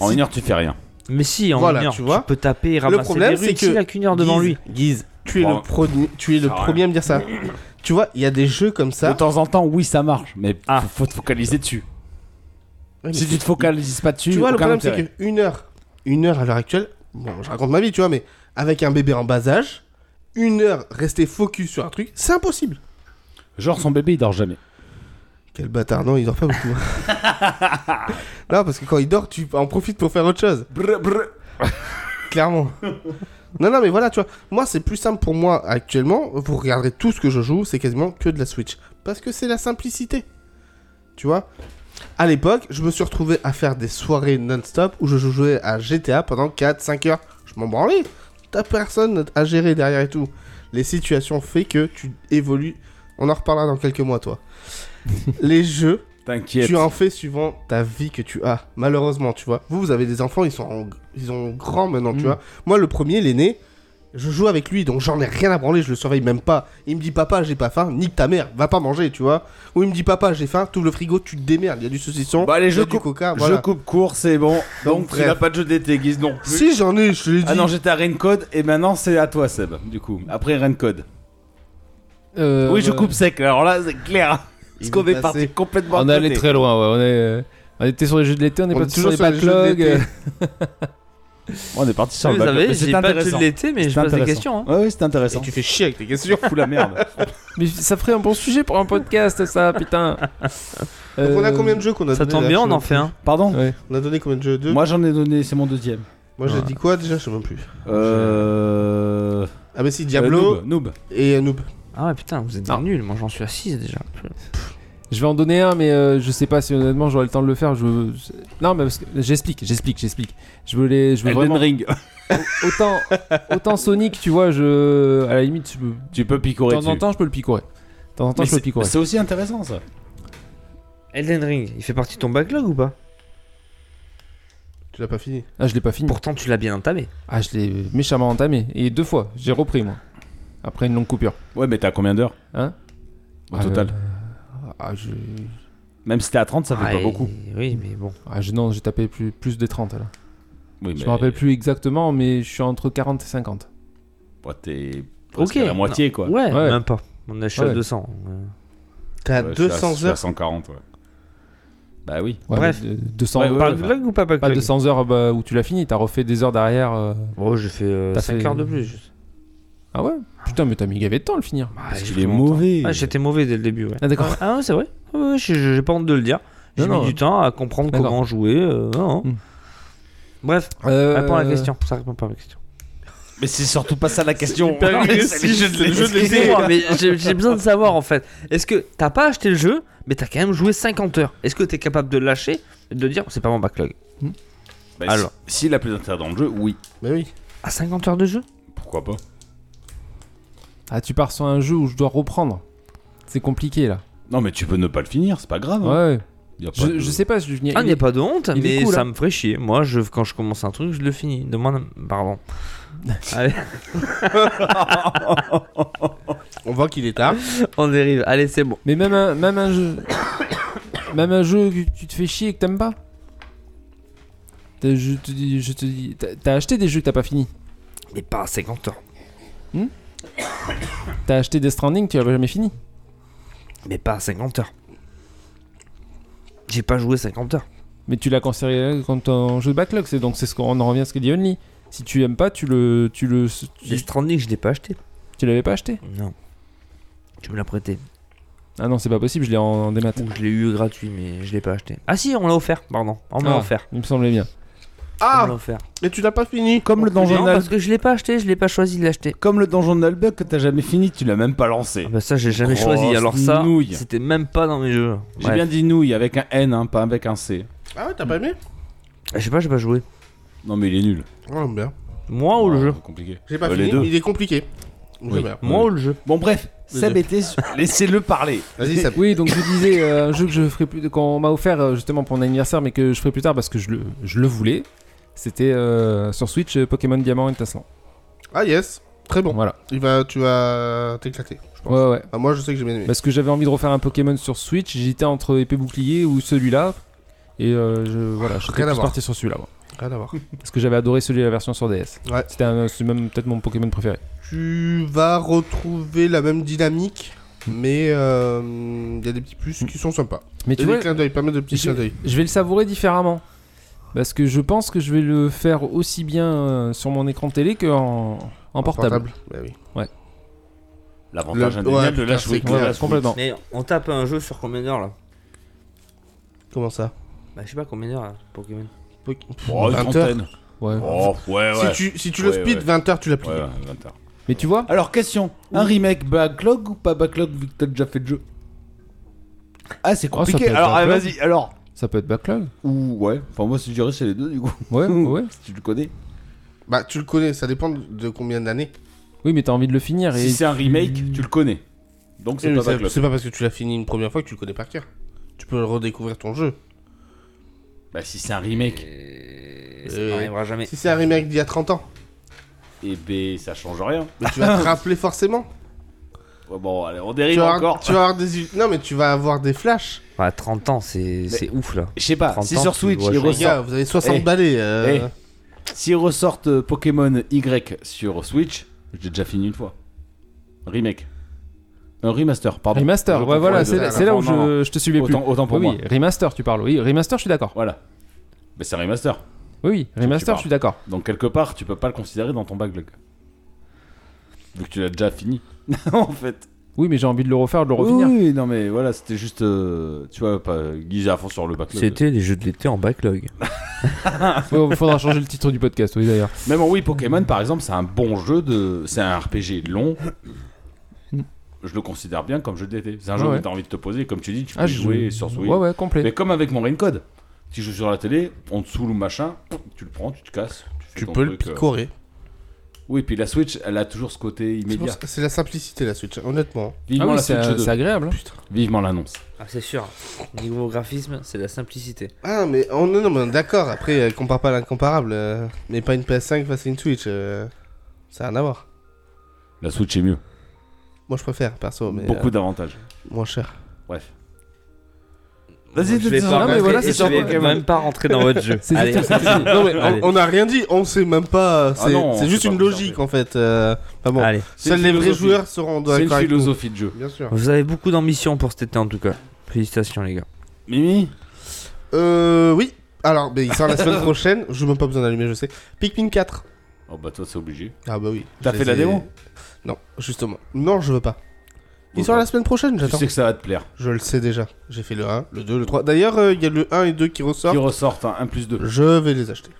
S3: En
S4: Si-
S3: une heure, tu fais rien.
S6: Mais si, en
S4: Voilà,
S6: une heure,
S4: tu vois.
S6: peux taper et ramasser
S4: problème,
S6: des
S4: c'est
S6: runes.
S4: que
S6: S'il a qu'une heure devant
S4: Guise,
S6: lui.
S4: Guise, tu es
S3: Bon.
S4: le, prodi- tu es le
S3: Ça va.
S4: premier à me dire ça. tu vois, il y a des jeux comme
S3: De
S4: ça.
S3: temps en temps, oui, ça marche, mais
S6: Ah.
S3: faut, faut te focaliser
S4: [LAUGHS]
S3: dessus.
S4: Ouais, mais
S3: Si
S4: c'est-
S3: tu te focalises pas dessus,
S4: tu vois, le
S3: aucun
S4: problème, c'est
S3: intérêt.
S4: qu'une heure, une heure à l'heure actuelle, bon, je raconte ma vie, tu vois, mais avec un bébé en bas âge, une heure rester focus sur un truc, c'est impossible.
S3: Genre, son bébé, il dort jamais.
S4: Quel bâtard, non, il dort pas beaucoup. non, parce que quand il dort, tu en profites pour faire autre chose. Clairement. non, non, mais voilà, tu vois, moi, c'est plus simple pour moi actuellement. Vous regarderez tout ce que je joue, c'est quasiment que de la Switch. Parce que c'est la simplicité. Tu vois À l'époque, je me suis retrouvé à faire des soirées non-stop où je jouais à GTA pendant 4-5 heures. Je m'en branlais. T'as personne à gérer derrière et tout. Les situations fait que tu évolues. On en reparlera dans quelques mois, toi. Les jeux
S3: T'inquiète.
S4: tu en fais suivant ta vie que tu as. Malheureusement, tu vois. Vous, vous avez des enfants, ils sont, en- ils sont grands maintenant,
S3: Mm.
S4: tu vois. Moi, le premier, l'aîné, je joue avec lui, donc j'en ai rien à branler, je le surveille même pas. Il me dit, papa, j'ai pas faim, nique ta mère, va pas manger, tu vois. Ou il me dit, papa, j'ai faim, tout le frigo, tu te démerdes, il y a du saucisson,
S3: Bah, allez,
S4: il y
S3: je
S4: a du
S3: coupe,
S4: coca,
S3: je
S4: voilà.
S3: coupe court, c'est bon.
S4: Donc,
S3: Donc, tu
S4: bref.
S3: n'as pas de jeu d'été, Guise, non plus.
S4: Si j'en ai, je te l'ai dit.
S3: Ah non, j'étais à Raincode et maintenant c'est à toi, Seb. Du coup, après Raincode.
S5: Euh,
S3: oui, je
S5: bah,
S3: coupe sec. Alors là, c'est clair. Parce
S4: Il
S3: qu'on
S4: est
S3: est
S4: passé.
S3: parti complètement.
S5: On est
S3: à
S5: allé
S3: côté.
S5: très loin, ouais. On, est, euh, on était sur les jeux de l'été, on est
S4: On
S5: pas
S4: est
S5: toujours les
S4: toujours sur les jeux de
S5: backlogs.
S4: l'été.
S5: euh,
S3: On est parti sur
S6: Vous
S3: le backlog.
S6: savez,
S3: Mais c'était
S6: j'ai pas
S3: intéressant.
S6: tout l'été, mais je
S3: C'était
S6: pose des
S3: intéressant.
S6: questions. hein.
S3: Ouais, ouais, c'était intéressant.
S4: Et tu fais chier avec tes questions.
S3: fous la merde.
S5: [LAUGHS] Mais ça ferait un bon sujet pour un podcast, ça,
S4: [LAUGHS]
S5: putain.
S4: Donc, on
S5: Euh,
S4: a combien de jeux qu'on a
S6: Ça
S4: donné,
S6: tombe
S4: là,
S6: bien, on
S4: sinon
S6: en fait un.
S3: [LAUGHS] Pardon
S5: Ouais.
S4: On a donné combien de jeux Deux
S3: Moi j'en ai donné, c'est mon deuxième.
S4: Moi, j'ai dit quoi déjà Je sais même plus.
S3: Euh.
S4: Ah, mais si, Diablo
S3: euh, noob, noob.
S4: et euh, Noob.
S6: Ah ouais, putain, vous êtes des nuls. Moi, j'en suis à 6 déjà.
S5: Je vais en donner un, mais euh, je sais pas si honnêtement j'aurai le temps de le faire. Je... Non, mais parce que- j'explique, j'explique, j'explique. Je voulais, je veux
S3: Elden
S5: vraiment.
S3: Ring.
S5: Autant, autant Sonic, tu vois, je. À la limite, je... peux-
S3: tu peux
S5: de
S3: picorer
S5: temps en
S3: dessus.
S5: temps, je peux le picorer. De temps en temps,
S3: Mais
S5: je peux
S3: c'est-
S5: le picorer.
S3: C'est aussi intéressant ça.
S6: Elden Ring, il fait partie de ton backlog ou pas
S4: Tu l'as pas fini.
S5: Ah, je l'ai pas fini.
S6: Pourtant, tu l'as bien entamé.
S5: Ah, je l'ai méchamment entamé. Et deux fois, j'ai repris, moi. Après une longue coupure.
S3: Ouais, mais t'as combien d'heures
S5: Hein
S3: Au
S5: Ah,
S3: total.
S5: euh, Ah, je.
S3: Même si t'es à 30, ça fait
S6: Ah,
S3: pas
S6: et-
S3: beaucoup.
S6: Oui, mais bon.
S5: Ah, je... Non, j'ai tapé plus, plus des 30 là.
S3: Oui,
S5: Je
S3: mais-
S5: me rappelle plus exactement, mais je suis entre 40 et 50.
S3: Ouais, t'es.
S6: Ok.
S3: Ok. À la moitié quoi.
S6: Ouais,
S5: Ouais.
S6: même pas. On a je suis à
S5: Ouais.
S6: 200.
S4: T'as
S3: Ouais, je suis à- je
S4: 200
S3: suis à
S4: heures.
S3: 140, ouais. Bah oui.
S5: Ouais,
S6: Bref.
S5: mais de- 200
S3: Ouais,
S6: On
S3: ouais,
S6: parle de backlog ou pas
S5: Pas
S6: backlog
S5: 200 heures bah, où tu l'as fini, t'as refait des heures derrière. euh.
S6: Bon, Oh, j'ai fait
S5: T'as
S6: 5
S5: fait-
S6: heures de plus. juste.
S5: Ah ouais Putain, mais t'as mis gavé de temps à le finir.
S6: Bah,
S3: Parce
S6: Ah, j'ai
S3: qu'il
S6: pris
S3: est
S6: mon temps.
S3: mauvais.
S6: Ah, j'étais mauvais dès le début, ouais.
S5: Ah d'accord.
S6: Ah, ouais, c'est vrai Ouais, ouais, j'ai j'ai pas honte de le dire. J'ai
S5: Non,
S6: mis
S5: non.
S6: du temps à comprendre
S5: D'accord.
S6: comment jouer. euh, non, non.
S5: Hmm.
S6: Bref,
S5: Euh,
S6: réponds à la question. Ça répond pas à la question.
S3: Mais c'est surtout pas ça la question.
S6: [LAUGHS] si je Excusez-moi, mais j'ai j'ai besoin de savoir en fait. Est-ce que t'as pas acheté le jeu, mais t'as quand même joué 50 heures Est-ce que t'es capable de lâcher et de dire c'est pas mon backlog
S3: Bah,
S6: Alors.
S3: si- s'il a plus d'intérêt dans le jeu, oui.
S4: Bah oui.
S6: À 50 Ah, heures de jeu
S3: Pourquoi pas
S5: Ah, tu pars sur un jeu où je dois reprendre. C'est compliqué là.
S3: Non, mais tu peux ne pas le finir, c'est pas grave. hein.
S5: Ouais.
S3: Y a pas
S5: Je,
S3: de-
S5: je sais pas, je
S6: Oh. Ah, il n'y a pas de honte,
S5: il est
S6: mais
S5: cool,
S6: ça
S5: hein.
S6: me ferait chier. Moi, je, quand je commence un truc, je le finis. Demande. Pardon. Allez,
S4: On voit qu'il est tard.
S6: [LAUGHS] on dérive. Allez, c'est bon.
S5: Mais même un, même un jeu. [COUGHS] même un jeu que tu te fais chier et que t'aimes pas. T'as- Je te dis, je te dis, t'as- t'as acheté des jeux que t'as pas fini.
S6: Mais pas à 50 heures.
S5: T'as acheté Death Stranding, tu l'as jamais fini.
S6: Mais pas à 50 heures. J'ai pas joué 50 heures.
S5: Mais tu l'as considéré comme ton jeu de backlog, c'est donc c'est ce qu'on en revient à ce que dit Only. Si tu aimes pas, tu le, tu le,
S6: J'ai
S5: tu,
S6: Stranding, je l'ai pas acheté.
S5: tu l'avais pas acheté.
S6: Non. Tu me l'as prêté.
S5: Ah non, c'est pas possible, je l'ai en, en démat.
S6: Ou je l'ai eu gratuit, mais je l'ai pas acheté. Ah si, on l'a offert, pardon. On me l'a
S5: Ah,
S6: offert.
S5: Il me semblait bien.
S6: On me
S4: Ah
S6: l'a offert.
S4: Mais tu l'as pas fini
S3: Comme le donjon
S6: Non,
S3: de Nal-
S6: parce que je l'ai pas acheté, je l'ai pas choisi de l'acheter.
S3: Comme le donjon de Nalbuck que t'as jamais fini, tu l'as même pas lancé.
S6: Ah bah ça, j'ai jamais
S3: Grosse
S6: choisi. Alors ça,
S3: nouille.
S6: c'était même pas dans mes jeux.
S3: J'ai
S6: Bref.
S3: bien dit nouille avec un N, hein, pas avec un C.
S4: Ah ouais, t'as pas aimé
S6: Ah, Je sais pas, j'ai pas joué.
S3: Non, mais il est nul. Ah,
S4: Oh, bien.
S6: Moi ou le jeu
S3: Compliqué.
S4: J'ai pas
S3: Euh, les
S4: fini.
S3: deux.
S4: Il est compliqué.
S3: Oui.
S4: J'aime bien.
S6: Moi ou le jeu
S3: Bon, bref,
S4: Les
S3: Seb
S4: deux.
S3: était. sur- Laissez-le parler.
S4: Vas-y, ça.
S5: Oui, donc je vous disais, euh, un jeu que je ferai plus, qu'on m'a offert euh, justement pour mon anniversaire, mais que je ferai plus tard parce que je le, je le voulais. C'était euh, sur Switch euh, Pokémon Diamant et Tasselant.
S4: [LAUGHS] Ah yes. Très bon.
S5: Voilà.
S4: Il va, tu vas t'éclater. je pense.
S5: Ouais, ouais.
S4: Ah, moi, je sais que j'ai bien aimé.
S5: Parce que j'avais envie de refaire un Pokémon sur Switch, j'étais entre épée bouclier ou celui-là. Et euh, je, voilà, je suis
S4: Ah, Rien à
S5: plus
S4: voir.
S5: parti sur celui-là. moi.
S4: Rien à voir.
S5: Parce que j'avais adoré celui de la version sur DS.
S4: Ouais.
S5: C'était un- c'est même peut-être mon Pokémon préféré.
S4: tu vas retrouver la même dynamique, mais euh, il y a des petits plus qui sont sympas.
S5: Mais
S4: Et
S5: tu
S4: des
S5: vois,
S4: clins d'œil, pas mal de petits
S5: j'ai-
S4: clins d'œil.
S5: je vais le savourer différemment. Parce que je pense que je vais le faire aussi bien euh, sur mon écran télé qu'en en portable.
S4: Bah oui.
S3: L'avantage
S4: Le-
S3: indéniable
S4: ouais,
S3: de la
S4: putain,
S3: Switch.
S4: c'est clair.
S3: De la
S5: Ouais,
S3: Switch.
S5: complètement.
S6: Mais on tape un jeu sur combien d'heures là
S4: Comment ça
S6: Bah, je sais pas combien d'heures là, Pokémon.
S3: Oh, une
S4: 20 heures.
S3: trentaine.
S5: Ouais.
S3: Oh, ouais, ouais.
S4: Si tu, si tu
S3: Ouais,
S4: le speed,
S3: ouais.
S4: 20 heures, tu l'as
S3: Ouais,
S4: plié.
S3: ouais, 20 heures.
S5: Mais tu vois,
S3: Alors, question un remake backlog ou pas backlog vu que t'as déjà fait le jeu Ah, c'est
S5: Oh, ça
S3: compliqué.
S5: peut être
S3: alors, ah,
S5: backlog.
S3: vas-y, alors.
S5: ça peut être backlog.
S3: Ou, ouais, enfin, moi, si je dirais, c'est les deux du coup. [LAUGHS]
S5: Ouais, ouais.
S3: Si tu le connais.
S4: Bah, tu le connais, ça dépend de combien d'années.
S5: Oui, mais t'as envie de le finir. Et
S3: Si c'est un remake, tu le connais. Donc, c'est
S4: Oui,
S3: pas
S4: mais ça-
S3: backlog.
S4: C'est pas parce que tu l'as fini une première fois que tu le connais par cœur. Tu peux redécouvrir ton jeu.
S3: Bah, si c'est un remake,
S6: Et
S4: Euh,
S6: ça n'arrivera jamais.
S4: Si c'est un remake d'il y a 30 ans,
S3: et ben, ça change rien.
S4: mais tu [LAUGHS] vas te rappeler forcément.
S3: Ouais, bon, allez, on
S4: Tu
S3: dérive
S4: vas,
S3: encore.
S4: avoir, tu vas avoir des. il- Non, mais tu vas avoir des flashs.
S6: Bah, 30 ans, c'est c'est ouf là.
S3: Je sais pas,
S6: 30
S3: si
S6: ans,
S3: sur
S6: tu
S3: Switch,
S6: dois
S3: ils
S6: changer.
S4: Les gars,
S3: ressortent,
S4: vous avez 60
S3: Eh.
S4: balais. euh,
S3: Eh. s'ils ressortent euh, Pokémon Y sur Switch, j'ai déjà fini une fois. Remake. Un remaster, pardon.
S5: Remaster,
S3: Je
S5: ouais, voilà,
S3: confonds les
S5: c'est
S3: deux.
S5: c'est là où
S3: Non, non, non.
S5: je, je te suivais plus.
S3: Autant, autant pour
S5: oui,
S3: moi.
S5: oui, remaster, tu parles. Oui, remaster, je suis d'accord.
S3: Voilà. Mais c'est un remaster.
S5: Oui, oui, remaster,
S3: parles.
S5: je suis d'accord.
S3: Donc quelque part, tu peux pas le considérer dans ton backlog. Vu que tu l'as déjà fini. [LAUGHS] en fait.
S5: Oui, mais j'ai envie de le refaire, de le refinir.
S3: Oui, non mais voilà, c'était juste. euh, tu vois, pas guisé à fond sur le backlog.
S6: C'était les jeux de l'été en backlog.
S5: [LAUGHS] Ouais, faudra changer le titre du podcast, oui, d'ailleurs.
S3: Même en Wii Pokémon, par exemple, c'est un bon jeu de. C'est un RPG long. Je le considère bien comme jeu d'été. C'est un jeu
S5: Ouais, ouais.
S3: où t'as envie de te poser, comme tu dis, tu peux
S5: Ah,
S3: y
S5: je-
S3: jouer sur Switch.
S5: Ouais, ouais, complet. Ah
S3: Mais comme avec mon Raincode, tu joues sur la télé, on te saoule ou machin, tu le prends, tu te casses. fais
S4: Tu
S3: ton
S4: peux le
S3: truc, euh.
S4: picorer.
S3: Oui, puis la Switch, elle a toujours ce côté
S4: C'est pour
S3: immédiat.
S4: ça- C'est la simplicité, la Switch, honnêtement.
S5: Ah
S3: Vivement
S5: oui,
S3: la
S5: c'est
S3: Switch
S5: c'est
S3: 2.
S5: agréable. hein.
S3: Vivement l'annonce.
S6: Ah, c'est sûr. Niveau graphisme, c'est la simplicité.
S4: Ah, mais on non, non, mais d'accord, après, euh, compare pas l'incomparable. euh, mais pas une PS5 face à une Switch. euh, ça a rien à voir.
S3: La Switch est mieux.
S4: Moi, je préfère, perso, mais.
S3: Beaucoup
S4: euh,
S3: d'avantages.
S4: moins cher.
S3: Bref.
S6: Vas-y, je vais
S5: pas
S6: pas
S5: rentrer-
S6: voilà,
S5: et je vais
S6: vais
S5: même
S6: même pas rentrer dans votre jeu.
S5: C'est juste ça, c'est-
S4: Non, mais
S6: Allez.
S4: [LAUGHS] on, on a rien dit, on sait même pas. C'est
S3: Ah non, on
S4: c'est juste
S3: sait pas
S4: une
S3: vous
S4: logique, en fait. euh, enfin bon,
S6: Allez.
S4: seuls
S3: C'est
S4: les
S3: une
S4: vrais
S3: philosophie.
S4: joueurs seront
S3: C'est une
S4: d'accord avec nous.
S3: philosophie de jeu.
S4: Bien sûr.
S6: Vous avez beaucoup d'ambition pour cet été en tout cas. Félicitations les gars.
S3: Mimi
S4: Euh, oui. Alors, mais il sort
S3: [LAUGHS]
S4: la semaine prochaine. Je même pas besoin d'allumer, je sais. Pikmin 4.
S3: Oh bah toi c'est obligé.
S4: Ah, bah oui.
S3: T'as
S4: Je
S3: fait
S4: les
S3: la
S4: ai-
S3: démo
S4: Non, justement. Non, je veux pas. Il sort la semaine prochaine,
S3: Tu
S4: j'attends.
S3: sais que ça va te plaire.
S4: Je le sais déjà. J'ai fait le 1, le 2, le 3. D'ailleurs, euh, il y a le 1 et 2 qui ressortent.
S3: Qui ressortent, hein, 1 plus 2.
S4: Je vais les acheter.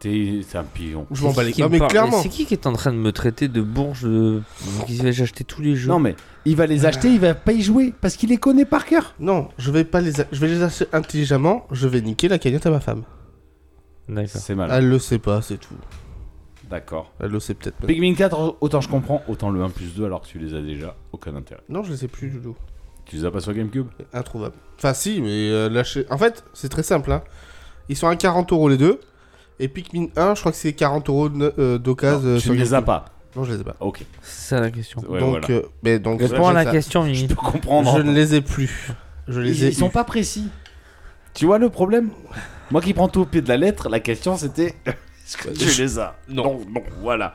S3: T'es t'es un pion.
S4: Je m'en bats les
S6: Qui
S4: Non,
S6: me
S4: mais
S6: parle-
S4: clairement.
S6: C'est qui qui est en train de me traiter de bourge de... qui va acheter tous les jeux
S3: Non, mais il va les acheter, il va pas y jouer parce qu'il les connaît par cœur.
S4: Non, je vais pas les, a- je vais les acheter intelligemment. Je vais niquer la cagnotte à ma femme.
S6: D'accord.
S3: C'est mal.
S4: Elle le sait pas, c'est tout.
S3: D'accord.
S4: Elle le sait peut-être. pas.
S3: Pikmin 4, autant je comprends, autant le 1 plus 2 alors que tu les as déjà, aucun intérêt.
S4: Non, je les sais plus du tout.
S3: Tu les as pas sur GameCube
S4: Introuvable. Enfin, si, mais euh, lâcher. En fait, c'est très simple. Hein. Ils sont à 40 euros les deux. Et Pikmin 1, je crois que c'est 40 euros de- euh, d'occasion.
S3: Non,
S4: euh,
S3: Tu
S4: sur
S3: ne les as
S4: GameCube.
S3: pas.
S4: Non, je les ai pas.
S3: Ok.
S6: C'est ça la question.
S3: Ouais,
S4: donc,
S3: voilà.
S4: euh, mais donc,
S6: Réponds à
S4: je-
S6: la
S4: ça-
S6: question,
S3: [LAUGHS] Je
S6: Mimi.
S3: peux comprendre. hein.
S4: Je ne les ai plus. Je les
S3: Ils,
S4: ai.
S3: ils sont
S4: eu.
S3: pas précis. Tu vois le problème Moi qui prends tout au pied de la lettre, la question c'était [LAUGHS] est-ce que tu les as Non, non, voilà.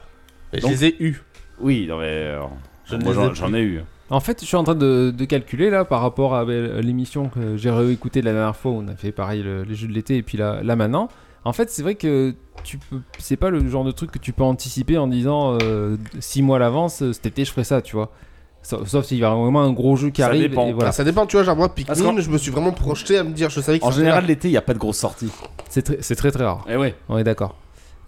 S4: Je
S3: Donc-
S4: les ai eus.
S3: Oui, non mais. euh,
S4: Je ne
S3: moi
S4: les ai
S3: j'en-
S4: plus.
S3: j'en ai eu.
S5: En fait, je suis en train de, de calculer là par rapport à euh, l'émission que j'ai réécoutée la dernière fois où on a fait pareil le- les jeux de l'été et puis là, là maintenant. En fait, c'est vrai que tu peux, c'est pas le genre de truc que tu peux anticiper en disant 6 mois à l'avance, euh, cet été je ferai ça, tu vois. Sauf, sauf s'il y a vraiment un gros jeu qui
S3: Ça
S5: arrive.
S3: dépend.
S5: et voilà.
S4: Ah, ça dépend, tu vois, genre moi,
S3: Parce qu'en-
S4: Pikmin, je me suis vraiment projeté à me dire, je savais que
S3: En
S4: ça
S3: général,
S4: serait
S3: l'été, il n'y a pas de grosses sorties.
S5: C'est très, c'est très très rare.
S3: Eh ouais.
S5: On est d'accord.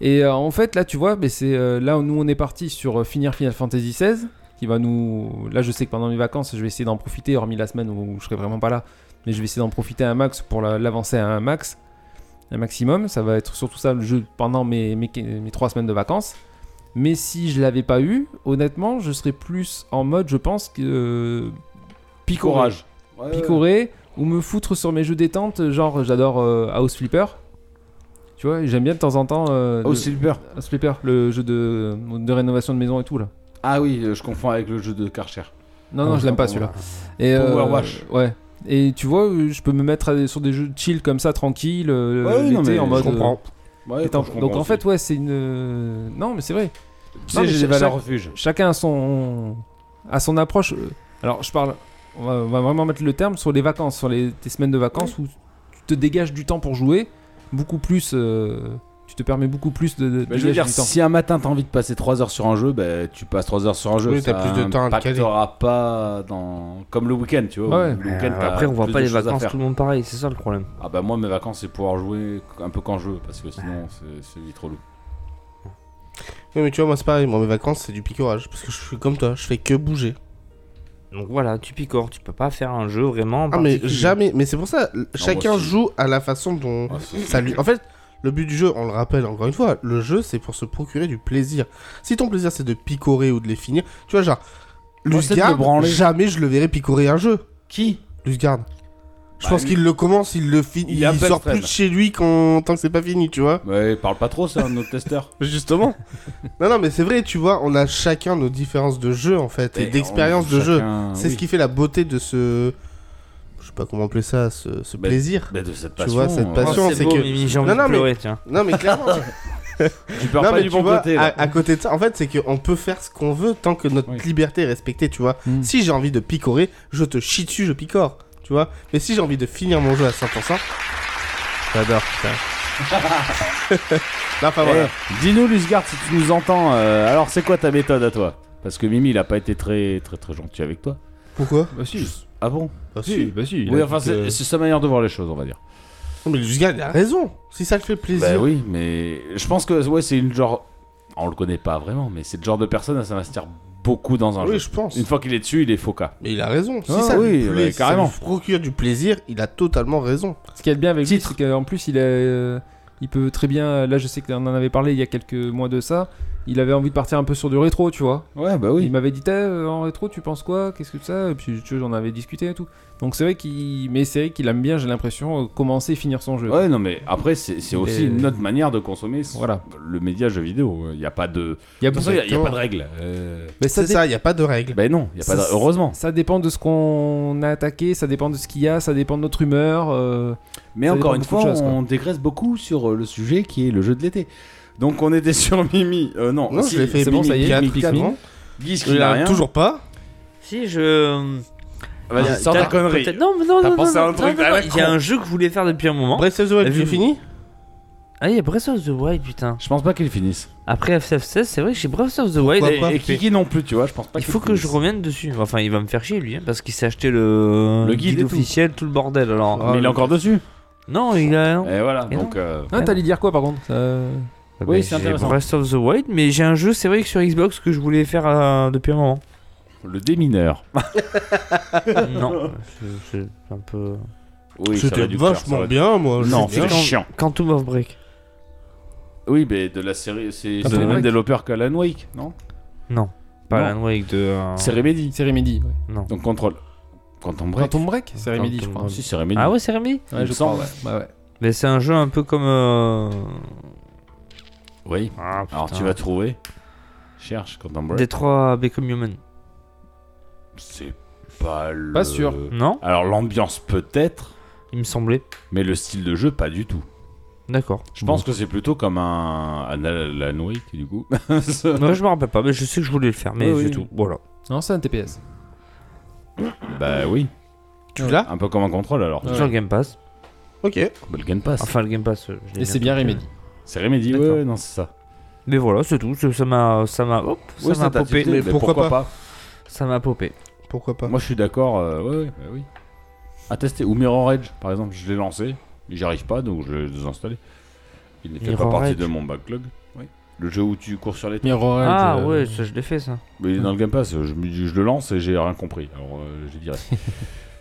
S5: Et euh, en fait, là, tu vois, mais c'est euh, là où nous on est parti sur euh, finir Final Fantasy XVI, qui va nous. Là, je sais que pendant mes vacances, je vais essayer d'en profiter, hormis la semaine où je serai vraiment pas là, mais je vais essayer d'en profiter un max pour la- l'avancer à un max, un maximum. Ça va être surtout ça le jeu pendant mes, mes, mes trois semaines de vacances. Mais si je l'avais pas eu, honnêtement, je serais plus en mode, je pense, que euh, picoré.
S3: Picorage. Ouais, ouais.
S5: Euh, picorer ou me foutre sur mes jeux détente, genre j'adore euh, House Flipper. Tu vois, et j'aime bien de temps en temps euh,
S3: Oh,
S5: le-
S3: Silver.
S5: House Flipper, le jeu de, de rénovation de maison et tout là.
S3: Ah oui, euh, je confonds avec le jeu de Karcher.
S5: Non,
S3: Ah,
S5: non, je l'aime pas celui-là. Et, euh,
S3: Power Wash.
S5: Ouais. Et tu vois, euh, je peux me mettre à- sur des jeux chill comme ça, tranquille, euh,
S3: Ouais, non,
S5: l'été,
S3: mais
S5: en
S3: je
S5: mode.
S4: Je comprends.
S3: Ouais,
S5: euh, étant-
S3: je comprends
S5: donc en
S3: aussi.
S5: fait, ouais, c'est une. euh, Non, mais c'est vrai.
S3: tu
S5: non,
S3: sais,
S5: mais
S3: j'ai des
S5: chaque-
S3: valeurs
S5: chaque-
S3: refuge.
S5: Chacun a son. à son approche. euh, Alors, je parle. On va, on va vraiment mettre le terme sur les vacances, sur les, tes semaines de vacances où tu te dégages du temps pour jouer, beaucoup plus. euh, tu te permets beaucoup plus de. de
S3: Bah, je veux
S5: dégager
S3: dire,
S5: du temps.
S3: si un matin t'as envie de passer 3 heures sur un jeu, bah, tu passes 3 heures sur un jeu.
S4: Oui, t'as
S3: Ça
S4: plus de temps à te caler.
S3: impactera pas dans. Comme le week-end, tu vois.
S5: Ouais.
S3: Le
S6: Euh,
S3: week-end, t'as
S6: après, on voit
S3: plus
S6: pas
S3: de
S6: les
S3: choses à
S6: vacances
S3: faire.
S6: tout le monde pareil, c'est ça le problème.
S3: Ah bah moi mes vacances c'est pouvoir jouer un peu quand je veux parce que sinon c'est- c'est vite relou.
S4: Oui, mais tu vois, moi, c'est pareil. Moi, mes vacances, c'est du picorage. Parce que je suis comme toi, je fais que bouger.
S6: Donc voilà, tu picores, tu peux pas faire un jeu vraiment. en
S4: Ah, mais
S6: particulier.
S4: jamais. Mais c'est pour ça, l- chacun
S3: moi aussi.
S4: joue à la façon dont
S3: Ah, c'est-
S4: ça lui. En fait, le but du jeu, on le rappelle encore une fois, le jeu, c'est pour se procurer du plaisir. Si ton plaisir, c'est de picorer ou de les finir, tu vois, genre.
S3: Moi, c'est de
S4: Lusgard,
S3: me branler.
S4: jamais je le verrai picorer un jeu.
S3: Qui
S4: Lusgard. Je
S3: Bah,
S4: pense
S3: lui-
S4: qu'il le commence, il le finit,
S3: Il
S4: il,
S3: appelle
S4: sort
S3: Fred.
S4: plus de chez lui quand... tant que c'est pas fini, tu vois.
S3: Ouais parle pas trop c'est un autre testeur.
S4: [LAUGHS] Justement. non, non, mais c'est vrai, tu vois, on a chacun nos différences de jeu, en fait, et,
S3: Mais
S4: d'expérience
S3: on-
S4: de jeu.
S3: chacun- Ah
S4: C'est
S3: oui.
S4: ce qui fait la beauté de ce... Je sais pas comment appeler ça, ce, ce
S3: Bah,
S4: plaisir.
S3: Bah, de cette
S4: Tu
S3: passion.
S4: vois, cette
S3: euh,
S6: Oh,
S4: passion,
S6: c'est
S4: c'est
S6: beau,
S4: que-
S6: Mimi, j'ai envie
S4: Non,
S6: de
S4: non, mais-
S6: pleurer, tiens.
S4: Non, mais
S3: [LAUGHS]
S4: clairement...
S3: Tu pars
S4: non,
S3: pas
S4: mais
S3: du
S4: tu
S3: bon
S4: vois,
S3: côté.
S4: à,
S3: là.
S4: à côté de ça, en fait, c'est qu'on peut faire ce qu'on veut tant que notre
S3: Oui. Hmm.
S4: liberté est respectée, tu vois.
S5: Mm.
S4: Si j'ai envie de picorer, je te chie dessus, je picore, tu vois. Mais si j'ai envie de finir mon jeu à 100%, j'adore, putain.
S3: [LAUGHS]
S4: non, enfin,
S3: Eh,
S4: ah, voilà.
S3: Dis-nous Lusgard si tu nous entends. euh, alors c'est quoi ta méthode à toi Parce que Mimi il a pas été très très très gentil avec toi.
S4: Pourquoi
S5: Bah si,
S3: Ah bon
S4: Bah,
S5: si, bah si. il
S3: Oui
S5: a
S3: enfin
S5: dit que-
S3: c'est c'est sa manière de voir les choses on va dire.
S4: Non, mais Lusgan, il a raison. Si ça le fait plaisir.
S3: Bah oui, mais je pense que ouais, c'est une genre. On le connaît pas vraiment, mais c'est le genre de personne à s'investir beaucoup dans un
S4: Oui,
S3: jeu.
S4: je pense.
S3: Une fois qu'il est dessus, il est foca.
S4: Mais il a raison. Si
S3: Ah
S4: ça
S3: oui,
S4: lui plaît,
S3: ouais,
S4: si ça
S3: carrément.
S4: lui procure du plaisir, il a totalement raison.
S5: Ce qui est bien avec lui,
S3: Titre.
S5: c'est qu'en plus, il, a, euh, il peut très bien. Là, je sais qu'on en avait parlé il y a quelques mois de ça. Il avait envie de partir un peu sur du rétro, tu vois.
S3: Ouais, bah
S5: Il m'avait dit, T'as, euh, en rétro, tu penses quoi Qu'est-ce que ça Et puis, tu vois, j'en avais discuté et tout. Donc, c'est vrai qu'il. Mais c'est vrai qu'il aime bien, j'ai l'impression, euh, commencer et finir son jeu.
S3: Ouais, non, mais après, c'est c'est aussi
S5: Et-
S3: notre manière de consommer ce-
S5: Voilà.
S3: le média jeu vidéo. Il n'y a pas de.
S5: Il y a
S3: De
S5: beaucoup-
S3: toute façon, il n'y a,
S4: exactement.
S3: pas de règles. Euh,
S5: Mais ça,
S4: C'est
S5: dé-
S4: ça, il n'y a pas de règle.
S3: Ben non, il y a pas de...
S5: Ça-
S3: heureusement.
S5: ça dépend de ce qu'on a attaqué, ça dépend de ce qu'il y a, ça dépend de notre humeur. euh,
S3: Mais
S5: ça dépend
S3: encore une
S5: beaucoup de
S3: fois,
S5: choses, quoi.
S3: on dégresse beaucoup sur euh, le sujet qui est le jeu de l'été. Donc on était [LAUGHS] sur Mimi. Euh, non,
S4: Non,
S3: si,
S4: je l'ai fait
S5: c'est bon, ça y est,
S4: Pikmin
S5: Pikmin.
S4: quatre ans.
S3: Guise qui
S4: Il
S3: n'a
S4: a
S3: rien.
S4: toujours pas.
S6: Si je.
S3: Vas-y,
S6: Ah,
S3: sors ta
S6: t'as-
S3: connerie.
S6: peut-être- Non, mais non,
S3: T'as
S6: non,
S3: pensé
S6: non,
S3: à un
S6: non,
S3: truc
S6: non,
S3: à la
S6: non, Il y a
S3: con.
S6: un jeu que je voulais faire depuis un moment.
S4: Breath of the Wild,
S6: Vu-
S4: tu fini
S6: Ah, il y a Breath of the Wild, putain.
S3: Je pense pas qu'ils finissent.
S6: Après FF16, c'est vrai que j'ai Breath of the Wild.
S4: Pourquoi
S6: et-
S4: pas
S3: Et Kiki non plus, tu vois, je pense pas
S6: Il
S3: qu'ils
S6: faut que je
S3: finissent.
S6: revienne dessus. Enfin, il va me faire chier lui, hein, parce qu'il s'est acheté le,
S3: Le guide et tout.
S6: officiel, tout. le bordel. Alors,
S3: Mais il est encore dessus.
S6: non, il a. non.
S3: Ah, Et voilà,
S6: Et
S3: donc. euh,
S5: Hein, t'allais dire quoi par contre Ça-
S6: Ah
S3: Oui,
S6: bah,
S3: c'est
S6: j'ai
S3: intéressant.
S6: Breath of the Wild, mais j'ai un jeu, c'est vrai que sur Xbox que je voulais faire euh, depuis un
S3: [LAUGHS]
S6: moment.
S3: Le démineur.
S6: non, c'est- c'est un peu.
S3: Oui, ça
S4: C'était
S3: aurait dû faire, ça
S4: vachement
S3: aurait-
S4: bien, moi.
S3: Non,
S4: je sais
S3: c'est
S4: bien.
S3: chiant.
S6: Quantum of Break.
S3: Oui, mais de la série, c'est
S5: T'as
S3: c'est
S5: fait
S3: le même
S5: Break
S3: développeur qu'Alan Wake, non
S6: Non, pas
S3: Non.
S6: Alan Wake de. euh,
S3: C'est Remedy.
S5: C'est Remedy. ouais.
S6: Non.
S3: Donc contrôle. Quand on break.
S5: Quand on break C'est Remedy, je
S6: Quantum
S5: crois.
S6: Break.
S3: Si, c'est Remedy.
S6: Ah ouais, c'est Rémi
S3: Il me
S5: je
S3: semble.
S5: crois, ouais. Bah ouais.
S6: Mais c'est un jeu un peu comme. euh,
S3: Oui.
S6: Ah, putain.
S3: Alors tu vas trouver. Cherche quand on break.
S6: Detroit Become Human.
S3: C'est pas le.
S5: Pas sûr.
S6: Non
S3: Alors l'ambiance peut-être,
S6: Il me semblait.
S3: mais le style de jeu pas du tout. [LAUGHS]
S6: D'accord.
S3: Je pense que c'est plutôt comme un, un Alan Wake
S6: [LAUGHS]
S3: du coup. [LAUGHS]
S6: Moi, je me rappelle pas, mais je sais que je voulais le faire, mais
S3: Oui,
S6: c'est
S3: oui.
S6: tout. Voilà.
S5: Non, c'est un TPS.
S3: bah oui.
S4: Tu l'as
S3: Un peu comme un contrôle alors.
S5: Ouais.
S6: Sur le Game Pass.
S4: Ok.
S3: Bah, le Game Pass.
S6: Enfin, le Game Pass. euh, je l'ai
S5: Et c'est bien
S6: compris.
S5: Remedy.
S3: C'est Remedy, ouais,
S6: D'accord.
S3: ouais, non, c'est ça.
S6: Mais voilà, c'est tout. Ça ça m'a, ça m'a, hop, ça
S3: Oui,
S6: m'a
S3: t'a
S6: popé.
S3: tilté,
S4: mais pourquoi
S3: pas,
S6: Ça m'a popé.
S4: Pourquoi pas
S3: Moi je suis d'accord, euh, ouais, ouais, bah oui. À tester, ou Mirror Edge par exemple, je l'ai lancé, mais j'y arrive pas donc je l'ai désinstallé. Il n'était pas
S6: Mirror
S3: parti
S6: Edge.
S3: de mon backlog. Le jeu où tu cours sur les
S5: Mirror Edge,
S6: ah
S5: euh,
S6: ouais, ça, je l'ai fait ça.
S3: Mais dans le Game Pass, je, me dis- je le lance et j'ai rien compris. Alors, euh, je dirais. [LAUGHS]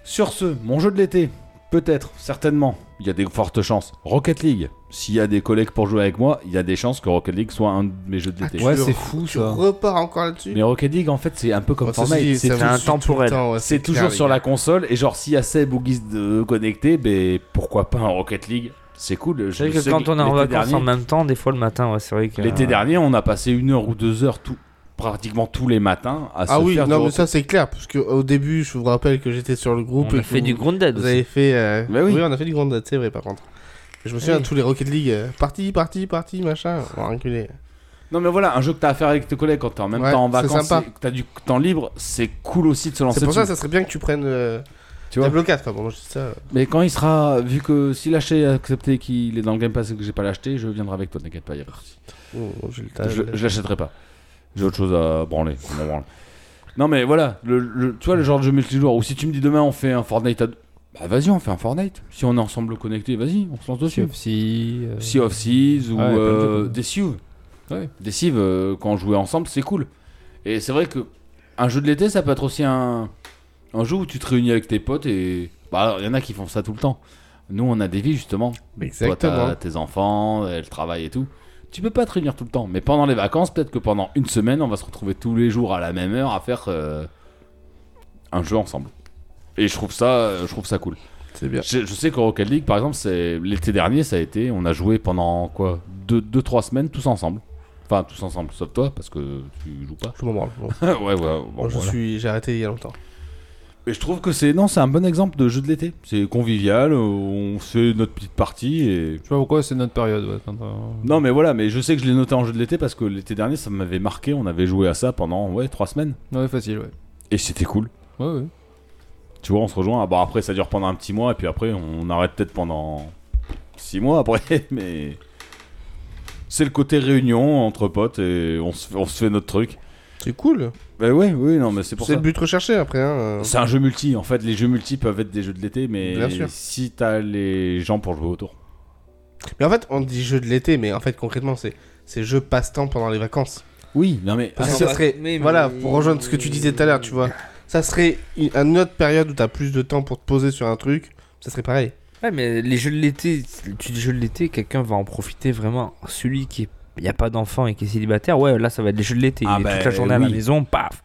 S3: Sur ce, mon jeu de l'été, peut-être, certainement, il y a des fortes chances. Rocket League. S'il y a des collègues pour jouer avec moi, il y a des chances que Rocket League soit un de mes jeux de
S4: Ah,
S3: l'été.
S4: tu
S5: Ouais,
S4: le-
S5: c'est fou,
S4: Tu
S5: ça.
S4: repars encore là-dessus
S3: Mais Rocket League, en fait, c'est un peu comme
S4: Oh, ça,
S3: Fortnite. C'est,
S4: ça
S3: tout-
S4: vous
S6: un
S4: suit tout le
S6: temporel.
S4: temps, ouais,
S3: c'est
S4: clair,
S3: toujours
S4: les
S3: sur
S4: gars.
S3: la console. Et genre, s'il y a Seb ou Guise de connecté, ben, pourquoi pas un Rocket League C'est cool. Je
S6: C'est vrai
S3: sais
S6: que quand on est en euh,
S3: l'été
S6: vacances
S3: dernier-
S6: en même temps, des fois le matin, ouais, c'est vrai que.
S3: L'été dernier, on a passé une heure ou deux heures tout, pratiquement tous les matins à
S4: Ah
S3: se
S4: oui,
S3: faire du
S4: non, mais
S3: Rocket
S4: ça c'est clair, parce que au début, je vous rappelle que j'étais sur le groupe
S6: on
S4: et
S6: a
S4: que
S6: fait
S4: vous,
S6: du Grounded
S4: vous
S6: aussi.
S4: avez fait. euh,
S3: Mais oui.
S4: on a fait du grand date, c'est vrai par contre. Je me souviens
S6: Oui.
S4: tous les Rocket League, euh, parti, parti, parti, machin, on va reculer.
S3: Non mais voilà, un jeu que t'as à faire avec tes collègues quand t'es en même
S4: Ouais,
S3: temps en
S4: c'est
S3: vacances,
S4: sympa.
S3: et que t'as du temps libre, c'est cool aussi de se lancer
S4: C'est pour ça que
S3: dessus.
S4: ça serait bien que tu prennes euh,
S3: tu vois.
S4: Diablo 4, pardon, je dis ça. euh,
S3: Mais quand il sera, vu que si l'acheter accepté qu'il est dans le Game Pass et que j'ai pas l'acheté, je viendrai avec toi, t'inquiète pas, y a pas de souci.
S4: oh, oh, j'ai le tas-
S3: Je, je l'achèterai pas. J'ai autre chose à branler. on en branle. Non mais voilà, le, le- tu vois le genre de jeu multijoueur où si tu me dis demain on fait un Fortnite à deux, bah vas-y on fait un Fortnite. Si on est ensemble connecté, vas-y, on se lance dessus.
S5: Si. euh,
S3: Sea of Thieves ou
S5: Ouais, plein de
S3: euh,
S5: jeux, quoi.
S3: des Civ.
S5: Ouais.
S3: Des Civ, euh, quand on jouait ensemble, c'est cool. Et c'est vrai que un jeu de l'été, ça peut être aussi un, un jeu où tu te réunis avec tes potes et. Bah, il y en a qui font ça tout le temps. Nous, on a des vies justement. Toi,
S4: Exactement.
S3: t'as tes enfants, euh, le travail et tout. Tu peux pas te réunir tout le temps. Mais pendant les vacances, peut-être que pendant une semaine, on va se retrouver tous les jours à la même heure à faire euh, un jeu ensemble. Et je trouve ça, euh, je trouve ça cool.
S4: C'est bien.
S3: Je, je sais qu'au Rocket League, par exemple, c'est l'été dernier, ça a été. On a joué pendant quoi 2-3 semaines tous ensemble. Enfin, tous ensemble, sauf toi, parce que tu joues pas.
S4: Je m'en branle. bon.
S3: [LAUGHS] ouais, ouais, bon,
S4: Moi, je
S3: voilà.
S4: suis, j'ai arrêté il y a longtemps.
S3: Et je trouve que c'est non, c'est un bon exemple de jeu de l'été. C'est convivial, on fait notre petite partie et.
S5: Je sais pas pourquoi c'est notre période. ouais, quand, euh,
S3: Non, mais voilà, mais je sais que je l'ai noté en jeu de l'été parce que l'été dernier, ça m'avait marqué. On avait joué à ça pendant ouais 3 semaines
S5: Ouais, facile, ouais.
S3: et c'était cool.
S5: Ouais, ouais.
S3: Tu vois, on se rejoint. Ah, bah après, ça dure pendant un petit mois et puis après, on arrête peut-être pendant 6 mois après, [LAUGHS] mais. C'est le côté réunion entre potes et on se, on se fait notre truc.
S4: C'est cool.
S3: Bah ouais, oui, non, mais c'est pour
S4: C'est
S3: ça.
S4: le but recherché après. hein, euh.
S3: C'est un jeu multi. En fait, les jeux multi peuvent être des jeux de l'été, mais
S4: Bien sûr.
S3: si t'as les gens pour jouer autour.
S4: Mais en fait, on dit jeu de l'été, mais en fait, concrètement, c'est c'est jeu passe-temps pendant les vacances.
S3: Oui, non mais.
S4: Parce
S6: Ah,
S4: que
S6: c'est
S4: ça serait,
S6: vrai. Mais-
S4: voilà,
S6: mais-
S4: pour rejoindre ce que tu disais tout à l'heure, tu vois, ça serait une, une autre période où t'as plus de temps pour te poser sur un truc, ça serait pareil.
S6: Ouais, mais les jeux de l'été, tu dis jeux de l'été, quelqu'un va en profiter vraiment. Celui qui n'y a pas d'enfant et qui est célibataire, ouais, là ça va être les jeux de l'été.
S3: Ah
S6: Il est
S3: bah,
S6: toute la journée à
S3: oui.
S6: la maison, paf.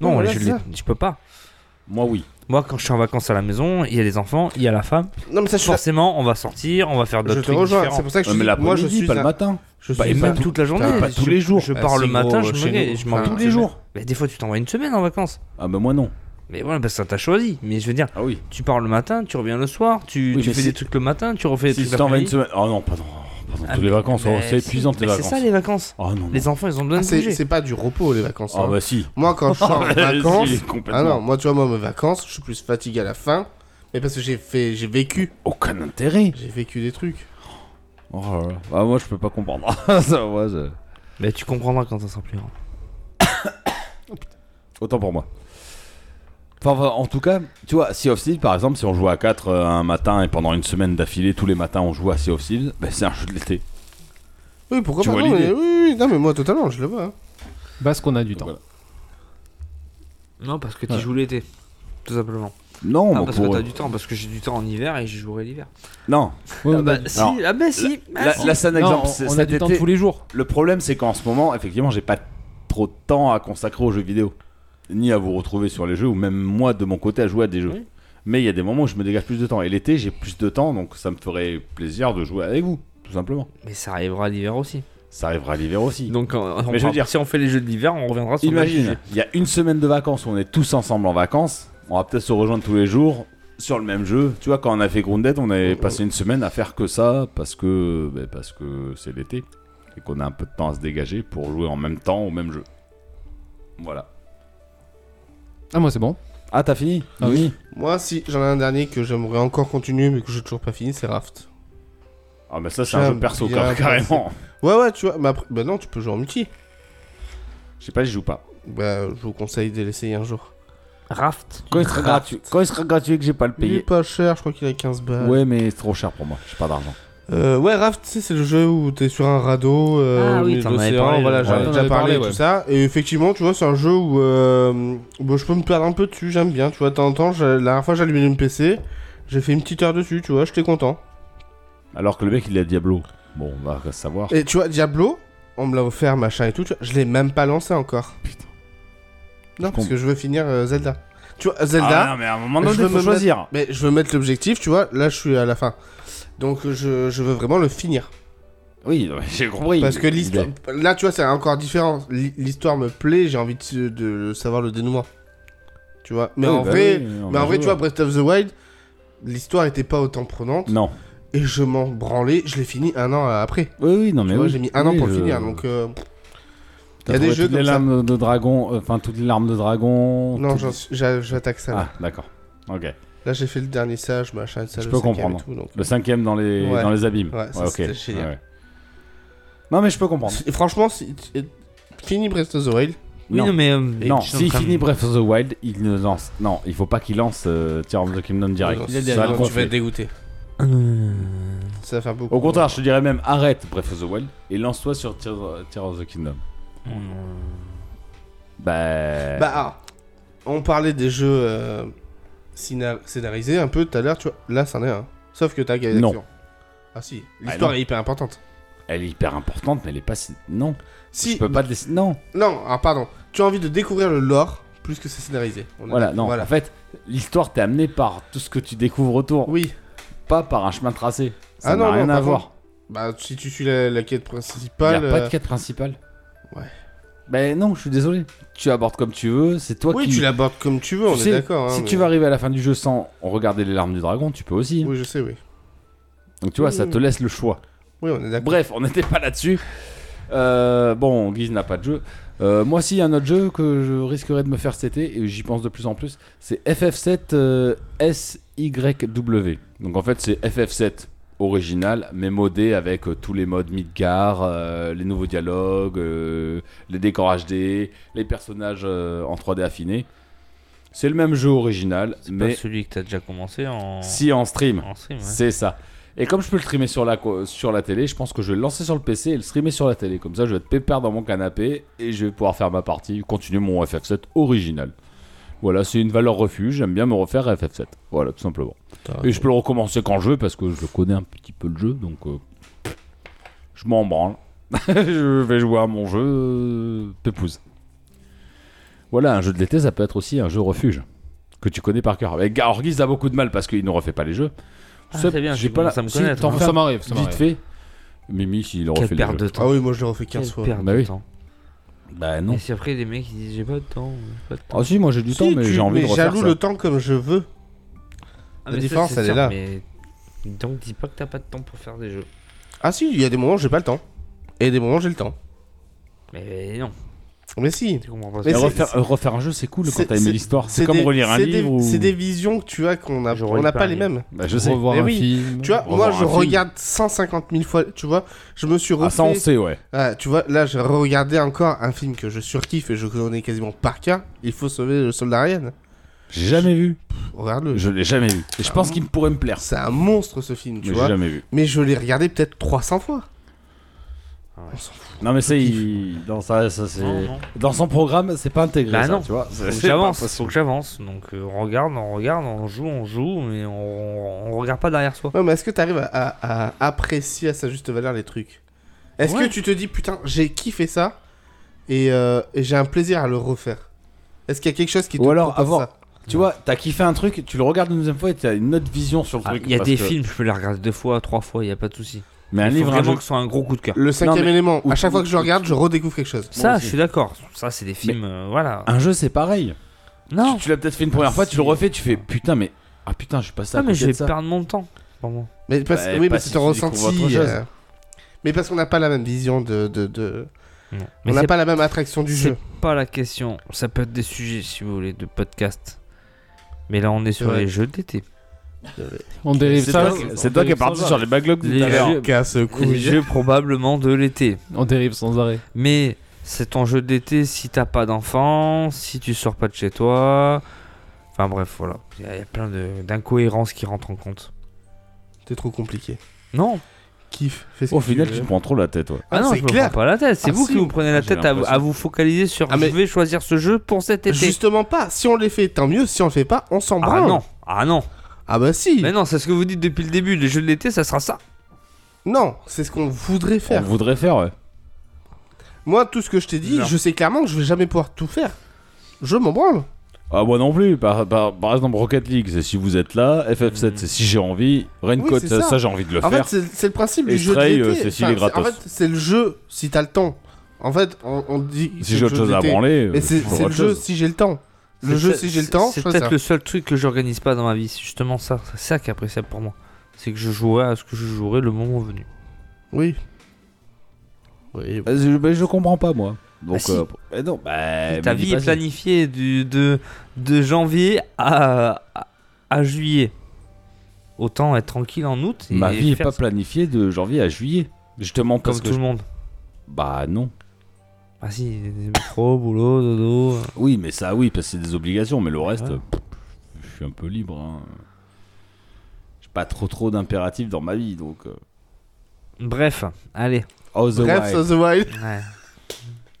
S6: Non,
S4: Ouais, voilà,
S6: les jeux de
S4: c'est
S6: l'été, je peux pas.
S3: Moi, oui.
S6: Moi, quand je suis en vacances à la maison, il y a les enfants, il y a la femme.
S4: Non, mais ça, je, suis-
S6: Forcément, on va sortir, on va faire
S4: je
S6: d'autres
S4: te
S6: trucs
S4: rejoins.
S6: différents.
S4: C'est pour ça que je
S3: Ouais,
S4: te
S3: mais
S4: dis, moi, je
S3: l'après-midi,
S4: suis
S3: pas
S4: un-
S3: le matin.
S4: Je
S3: Bah,
S4: suis
S3: et
S4: un-
S3: même
S6: toute la journée.
S4: Putain,
S3: pas tous
S6: je-
S3: les jours.
S6: Je
S4: Bah,
S6: pars le
S4: si,
S6: matin,
S4: gros,
S6: je
S4: chez
S6: me gaie-
S4: nous.
S6: je m'en
S4: Enfin,
S6: fous.
S3: Tous les jours.
S6: Mais des fois, tu t'envoies une semaine en vacances.
S3: Ah bah moi non.
S6: Mais voilà, parce que ça t'a choisi. Mais je veux dire,
S3: Ah oui.
S6: tu pars le matin, tu reviens le soir, tu,
S3: Oui,
S6: tu
S3: mais
S6: fais
S3: si-
S6: des trucs le matin, tu refais des
S3: Si
S6: trucs
S3: tu t'en vas une
S6: l'après-midi.
S3: semaine. Oh non, pardon. Pardon,
S6: Ah,
S3: toutes les vacances, oh,
S6: mais
S3: c'est
S6: si,
S3: épuisant tes
S6: mais
S3: vacances.
S6: C'est ça les vacances.
S3: Oh non. non.
S6: Les enfants, ils ont besoin
S4: Ah,
S6: de
S4: c'est
S6: bouger.
S4: c'est pas du repos les vacances.
S3: Ah
S4: hein.
S3: bah si.
S4: Moi, quand je
S3: [LAUGHS]
S4: suis en vacances,
S3: Si, complètement.
S4: ah non, moi, tu vois, moi, mes vacances, je suis plus fatigué à la fin, mais parce que j'ai fait, j'ai vécu,
S3: Aucun intérêt.
S4: j'ai vécu des trucs.
S3: Oh là là. Ah, moi, je peux pas comprendre. [LAUGHS] Ça, moi, je-
S6: Mais tu comprendras quand ça sera plus grand.
S3: Autant pour moi. Enfin, enfin, en tout cas, tu vois, Sea of Thieves, par exemple, si on joue à 4 un matin et pendant une semaine d'affilée, tous les matins on joue à Sea of Thieves, bah, c'est un jeu de l'été.
S4: Oui, pourquoi
S3: Tu
S4: pas
S3: vois
S4: non,
S3: l'idée.
S4: mais, oui, oui, non, mais moi, totalement, je le vois. hein.
S5: Parce qu'on a du temps.
S3: Voilà.
S6: Non, parce que tu
S5: Ouais.
S6: joues l'été. Tout simplement.
S3: Oh, Non,
S6: ah,
S3: mais
S6: parce que
S3: pour-
S6: t'as du temps, parce que j'ai du temps en hiver et j'y jouerai l'hiver.
S3: Non,
S5: Ouais, on
S6: Ah
S5: a
S6: bah,
S5: du-
S6: si,
S3: Alors,
S6: ah bah si. ah
S3: là,
S6: si.
S3: là, c'est un
S5: Non,
S3: exemple.
S5: on-
S3: c'est-
S5: on a
S3: cet
S5: du temps
S3: été,
S5: tous les jours.
S3: Le problème, c'est qu'en ce moment, effectivement, j'ai pas trop de temps à consacrer aux jeux vidéo, ni à vous retrouver sur les jeux, ou même moi de mon côté à jouer à des jeux.
S6: Oui.
S3: Mais il y a des moments où je me dégage plus de temps. Et l'été, j'ai plus de temps, donc ça me ferait plaisir de jouer avec vous, tout simplement.
S6: Mais ça arrivera l'hiver aussi.
S3: Ça arrivera l'hiver aussi.
S6: Donc, on- on
S3: Mais je veux
S6: parle-
S3: dire-
S6: si on fait les jeux de l'hiver, on reviendra sur le
S3: Imagine,
S6: sujet.
S3: il y a une semaine de vacances, on est tous ensemble en vacances, on va peut-être se rejoindre tous les jours sur le même jeu. Tu vois, quand on a fait Grounded, on avait passé une semaine à faire que ça parce que ben, parce que c'est l'été et qu'on a un peu de temps à se dégager pour jouer en même temps au même jeu. Voilà.
S5: Ah, moi, c'est bon.
S3: Ah, t'as fini
S5: Ah oui.
S4: Moi, si, j'en ai un dernier que j'aimerais encore continuer, mais que j'ai toujours pas fini, c'est Raft.
S3: Ah, mais ça, c'est un
S4: J'aime
S3: jeu perso,
S4: bien
S3: quand-
S4: penser.
S3: carrément.
S4: Ouais, ouais, tu vois, mais après, bah non, tu peux jouer en multi.
S3: Je sais pas, j'y joue pas.
S4: Bah, je vous conseille de l'essayer un jour.
S6: Raft.
S3: Quand il sera gratuit, quand il sera gratuit que j'ai pas le
S4: Il est
S3: payé.
S4: pas cher, je crois qu'il a 15 balles.
S3: Ouais, mais c'est trop cher pour moi, j'ai pas d'argent.
S4: Euh, ouais, Raft, tu sais, c'est le jeu où t'es sur un radeau euh,
S6: Ah
S4: au
S6: oui,
S4: milieu de
S6: t'en avais
S4: l'océan.
S6: parlé,
S4: Voilà,
S6: ouais.
S4: j'en
S5: Ouais,
S4: ai
S5: t'en
S4: déjà
S5: avais
S4: parlé,
S5: parlé,
S4: tout
S5: ouais.
S4: ça. Et effectivement, tu vois, c'est un jeu où euh, bon, je peux me perdre un peu dessus, j'aime bien. Tu vois, de temps en temps, je- la dernière fois, j'allumais mon PC, j'ai fait une petite heure dessus, tu vois, j'étais content.
S3: Alors que le mec, il est à Diablo. Bon, on va savoir.
S4: Et tu vois, Diablo, on me l'a offert, machin et tout, tu vois, je l'ai même pas lancé encore.
S3: Putain.
S4: Non,
S3: Je
S4: parce
S3: comprends.
S4: que je veux finir euh, Zelda. Tu vois,
S3: Ah,
S4: Zelda,
S3: non, mais à un moment
S4: je veux
S3: donné,
S4: me
S3: faut
S4: mettre-
S3: choisir.
S4: mais je veux mettre l'objectif, tu vois, là, je suis à la fin. Donc, euh, je, je veux vraiment le finir.
S3: Oui, non, mais j'ai compris.
S4: Parce que
S3: Il-
S4: l'histoire. Là, tu vois, c'est encore différent. L'hi- L'histoire me plaît, j'ai envie de, de savoir le dénouement. Tu vois Mais
S3: Oui,
S4: en
S3: bah
S4: vrai,
S3: oui, on
S4: mais
S3: va
S4: en vrai
S3: jouer.
S4: tu vois, Breath of the Wild, l'histoire était pas autant prenante.
S3: Non.
S4: Et je m'en branlais, je l'ai fini un an après.
S3: Oui, oui, non, mais.
S4: tu vois,
S3: oui.
S4: j'ai mis un an
S3: Oui,
S4: pour
S3: je-
S4: le finir. Donc, euh,
S3: T'as
S4: y a des
S3: trouvé
S4: jeux
S3: toutes les
S4: comme ça.
S3: larmes de dragon. euh, Enfin, toutes les larmes de dragon.
S4: non,
S3: tout-
S4: j'en suis- j'a- j'attaque ça. Là,
S3: Ah, d'accord. Ok.
S4: Là, j'ai fait le dernier sage, machin, ça,
S3: Je
S4: le
S3: peux
S4: cinquième
S3: comprendre.
S4: Et tout, donc.
S3: Le cinquième dans les,
S4: Ouais.
S3: dans les abîmes.
S4: Ouais, ça,
S3: ok.
S4: c'était génial.
S3: Ouais, ouais. Non, mais je peux comprendre.
S4: Et franchement, si... fini Breath of the Wild.
S6: Oui, non, mais. euh,
S3: Non,
S6: tu es en
S3: s'il
S6: train de-
S3: finit Breath of the Wild, il ne lance. Non, il faut pas qu'il lance euh, Tear of the Kingdom direct.
S4: Non,
S3: Ça
S4: sinon,
S3: va le
S4: tu vas
S3: gonfler.
S4: être dégoûté.
S6: Ah, non, non, non, non, non.
S4: Ça va faire beaucoup.
S3: Au contraire, je te dirais même arrête Breath of the Wild et lance-toi sur Tear Tear of the Kingdom. Bah.
S4: Bah, ah, on parlait des jeux euh, scénar- scénarisés un peu tout à l'heure, tu vois. Là, c'en est un. Sauf que t'as gagné
S3: Non.
S4: l'action. Ah si, l'histoire
S3: non.
S4: est hyper importante.
S3: Elle est hyper importante, mais elle est pas. si- Non.
S4: Si,
S3: Je peux pas te laisser. Non.
S4: non, ah, pardon. Tu as envie de découvrir le lore plus que c'est scénarisé. On a-
S3: Voilà, non.
S4: Voilà.
S3: En fait, l'histoire t'est amenée par tout ce que tu découvres autour,
S4: Oui.
S3: pas par un chemin tracé. Ça
S4: Ah
S3: n'a
S4: non,
S3: rien
S4: non,
S3: à
S4: par
S3: voir.
S4: Bah, si tu suis la, la quête principale...
S3: Il a pas
S4: euh,
S3: de quête principale.
S4: Ouais.
S3: Ben non, je suis désolé. Tu abordes comme tu veux, c'est toi
S4: euh, Oui,
S3: qui.
S4: tu l'abordes comme tu veux, on
S3: sais,
S4: est d'accord. hein,
S3: si
S4: mais-
S3: tu vas arriver à la fin du jeu sans regarder les larmes du dragon, tu peux aussi. hein.
S4: Oui, je sais, oui.
S3: Donc tu vois,
S4: Oui,
S3: ça
S4: oui.
S3: te laisse le choix.
S4: Oui, on est d'accord.
S3: Bref, on n'était pas là-dessus. Euh, bon, Guise n'a pas de jeu. Euh, moi, si, il y a un autre jeu que je risquerais de me faire cet été, et j'y pense de plus en plus, c'est FF7 euh, SYW. Donc en fait, c'est FF7 original, mais modé avec euh, tous les modes Midgar, euh, les nouveaux dialogues, euh, les décors HD, les personnages euh, en 3D affinés. C'est le même jeu original,
S6: C'est
S3: mais
S6: pas celui que t'as déjà commencé en.
S3: si en stream.
S6: en stream, ouais.
S3: C'est ça. Et comme je peux le streamer sur la, co- sur la télé, je pense que je vais le lancer sur le PC et le streamer sur la télé. Comme ça, je vais être pépère dans mon canapé et je vais pouvoir faire ma partie, continuer mon FF7 original. Voilà, c'est une valeur refuge, j'aime bien me refaire à FF7. Voilà, tout simplement. Et je peux le recommencer quand je veux parce que je connais un petit peu le jeu, donc euh, je m'en branle. [LAUGHS] je vais jouer à mon jeu euh, pépouze. Voilà, un jeu de l'été, ça peut être aussi un jeu refuge que tu connais par cœur. Avec Gargis a beaucoup de mal parce qu'il ne refait pas les jeux.
S6: Ah,
S3: Ça,
S6: c'est bien,
S3: j'ai
S6: c'est
S3: pas
S6: bon,
S3: la-
S6: ça me
S3: si,
S6: connaît,
S3: t'en
S6: toi.
S3: fais
S5: Ça
S3: un-
S5: m'arrive, ça
S3: Vite
S5: m'arrive.
S3: fait, Mimi, s'il refait
S6: Quelle
S3: les
S6: perte
S3: jeux.
S6: de
S4: Ah
S6: temps.
S4: oui, moi, je l'ai refait 15
S6: Quelle
S4: fois.
S6: perte
S3: Bah
S6: de
S3: oui.
S6: temps.
S3: Bah non.
S6: Mais c'est après les mecs qui disent j'ai pas de temps. j'ai pas de temps.
S3: Ah si, moi j'ai du
S4: Si,
S3: temps, mais
S4: tu-
S3: j'ai envie de refaire
S4: j'alloue
S3: ça.
S4: le temps comme je veux.
S6: Ah,
S4: La
S6: mais ça,
S4: différence,
S6: c'est
S4: elle est
S6: sûr,
S4: là.
S6: Mais... Donc dis pas que t'as pas de temps pour faire des jeux.
S4: Ah si, il y a des moments où j'ai pas le temps. Et des moments où j'ai le temps.
S6: Mais non.
S4: Mais si.
S6: Tu comprends pas
S4: Mais
S3: Et
S6: ça.
S4: c'est-
S3: refaire, euh, refaire un jeu, c'est cool quand
S4: c'est-
S3: t'as aimé
S4: c'est-
S3: l'histoire. C'est comme
S4: des-
S3: relire un
S4: c'est
S3: livre ou.
S4: des- C'est des visions que tu as qu'on a-
S6: Je
S4: on
S6: relis
S4: n'a
S6: pas
S4: pas
S6: un
S4: les
S6: livre.
S4: mêmes.
S3: Bah, je sais.
S5: Revoir
S4: Mais
S5: un
S4: oui.
S5: film.
S4: Tu vois,
S3: Revoir
S4: moi
S3: un
S4: je
S3: film.
S4: regarde 150 000 fois, tu vois, je me suis refait...
S3: Ah, ça, on sait, ouais.
S4: Ah, tu vois, là, j'ai regardé encore un film que je surkiffe et je connais quasiment par cœur. Il faut sauver le soldat Ryan.
S3: J'ai jamais vu.
S4: Pff, Regarde-le.
S3: Je l'ai jamais vu. Ah. Et je pense qu'il pourrait me plaire.
S4: C'est un monstre ce film,
S3: Mais
S4: tu
S3: j'ai
S4: vois.
S3: jamais vu.
S4: Mais je l'ai regardé peut-être 300 fois.
S3: Non, mais c'est. il- Dans, ça, ça, c'est...
S6: Non, non.
S3: dans son programme, c'est pas intégré.
S6: Bah
S3: ça,
S6: non.
S3: tu vois. C'est-
S6: Faut que
S3: c'est pas
S6: j'avance, faut
S3: possible.
S6: que j'avance. Donc euh, on regarde, on regarde, on joue, on joue, mais on, on regarde pas derrière soi.
S4: Ouais, mais est-ce que t'arrives à, à- à apprécier à sa juste valeur les trucs Est-ce
S6: Ouais.
S4: que tu te dis, putain, j'ai kiffé ça et, euh, et j'ai un plaisir à le refaire Est-ce qu'il y a quelque chose qui te
S3: Ou alors,
S4: propose
S3: avoir-
S4: ça
S3: Tu vois, t'as kiffé un truc, tu le regardes une deuxième fois et t'as une autre vision sur le
S6: Ah,
S3: truc.
S6: Il y a
S3: parce
S6: des
S3: que-
S6: films, je peux les regarder deux fois, trois fois, il y a pas de souci.
S3: Mais un
S6: Il faut
S3: livre, un
S6: vraiment
S3: jeu.
S6: que ce soit un gros coup de cœur.
S4: Le cinquième
S3: mais-
S4: élément,
S3: ou-
S4: à chaque fois que je le
S3: ou-
S4: regarde, je redécouvre quelque chose.
S6: Ça,
S3: aussi.
S6: je suis d'accord. Ça, c'est des films, euh, voilà.
S3: Un jeu, c'est pareil.
S6: Non,
S3: Tu, tu l'as peut-être fait une première
S6: Ah,
S3: fois, tu le
S6: si.
S3: refais, tu fais putain, mais. Ah putain, je suis passé à
S6: Ah, mais
S3: côté
S6: je
S3: de
S6: vais
S3: ça.
S6: perdre mon temps. pour moi.
S4: Mais parce,
S3: Bah,
S4: oui,
S3: pas
S4: mais
S3: si
S4: c'est un
S3: tu découvres autre
S4: ressenti.
S3: chose.
S4: euh, Mais parce qu'on n'a pas la même vision de. de, de-
S6: Non.
S4: On
S6: Mais
S4: n'a
S6: c'est
S4: pas la même attraction du
S6: c'est
S4: jeu.
S6: pas la question. Ça peut être des sujets, si vous voulez, de podcast. Mais là, on est sur
S4: Ouais.
S6: les jeux
S4: [LAUGHS]
S6: d'été.
S5: On dérive
S3: C'est
S5: ça.
S3: toi, qui- c'est toi qui es parti sur les backlogs tout
S6: Les
S3: à l'heure.
S6: jeux- Les jeux probablement de l'été.
S5: On dérive sans arrêt.
S6: Mais c'est ton jeu d'été si t'as pas d'enfant, si tu sors pas de chez toi. Enfin bref, voilà. Il y, a- il y a plein de- d'incohérences qui rentrent en compte.
S4: C'est trop compliqué.
S6: Non,
S4: Kiffe, fais ce
S3: Au
S4: que tu
S3: final,
S4: veux.
S3: tu te prends trop la tête, ouais.
S6: ah,
S4: Ah,
S6: non,
S4: c'est
S6: je me
S4: clair.
S6: prends pas la tête. C'est
S4: Ah,
S6: vous
S4: si.
S6: qui vous prenez la
S3: J'ai
S6: tête à,
S3: l'impression.
S6: à vous focaliser sur
S4: Ah, mais-
S6: je vais choisir ce jeu pour cet été.
S4: Justement pas. Si on les fait, tant mieux. Si on le fait pas, on s'en
S6: Ah
S4: branle.
S6: non, ah non.
S4: Ah bah si.
S6: Mais non, c'est ce que vous dites depuis le début. Les jeux de l'été, ça sera ça.
S4: Non, c'est ce qu'on voudrait
S3: On
S4: faire.
S3: voudrait faire, ouais.
S4: Moi, tout ce que je t'ai dit,
S6: Non.
S4: je sais clairement que je vais jamais pouvoir tout faire. Je m'en branle.
S3: Ah, moi non plus. Par, par, par exemple, Rocket League, c'est si vous êtes là. FF7,
S6: Mhm.
S3: c'est si j'ai envie. Raincoat,
S4: Mm. c'est
S3: ça,
S4: ça.
S3: j'ai envie de le
S4: En fait,
S3: faire.
S4: c'est c'est le principe
S3: Et
S4: du jeu de
S3: Stray, euh,
S4: l'été.
S3: c'est s'il est
S4: en
S3: gratos.
S4: fait, c'est le jeu si t'as le temps. En fait, on, on dit. c'est
S3: si j'ai
S4: le
S3: autre
S4: jeu
S3: chose
S4: de
S3: à
S4: l'été.
S3: branler. euh,
S4: Mais c'est
S3: je ferai
S4: c'est le
S3: autre
S4: jeu
S3: chose.
S4: si j'ai le temps. Le jeu si j'ai le temps,
S6: C'est
S4: je fais ça.
S6: peut-être le seul truc que j'organise pas dans ma vie. C'est justement ça. C'est ça qui est appréciable pour moi. C'est que je jouerai à ce que je jouerai le moment venu.
S4: Oui. Oui.
S3: Bah, je, bah, je comprends pas, moi. Donc,
S6: si.
S3: euh, eh non, bah,
S6: Ta
S3: mais dis
S6: vie
S3: pas
S6: est
S3: si.
S6: planifiée du, de, de janvier à, à, à juillet. Autant être tranquille en août. Et
S3: Ma vie est
S6: faire
S3: pas
S6: ça
S3: planifiée de janvier à juillet. Justement,
S6: comme
S3: parce
S6: tout
S3: que.
S6: le
S3: je-
S6: monde.
S3: Bah, non.
S6: Ah si, métro, boulot, dodo. euh.
S3: Oui, mais ça, oui, parce que c'est des obligations, mais le reste,
S6: Ouais.
S3: pff, je suis un peu libre. Hein. J'ai pas trop trop d'impératifs dans ma vie, donc. euh,
S6: Bref, allez.
S3: Oh, the
S4: Bref,
S3: wild.
S4: ça the wild.
S6: Ouais.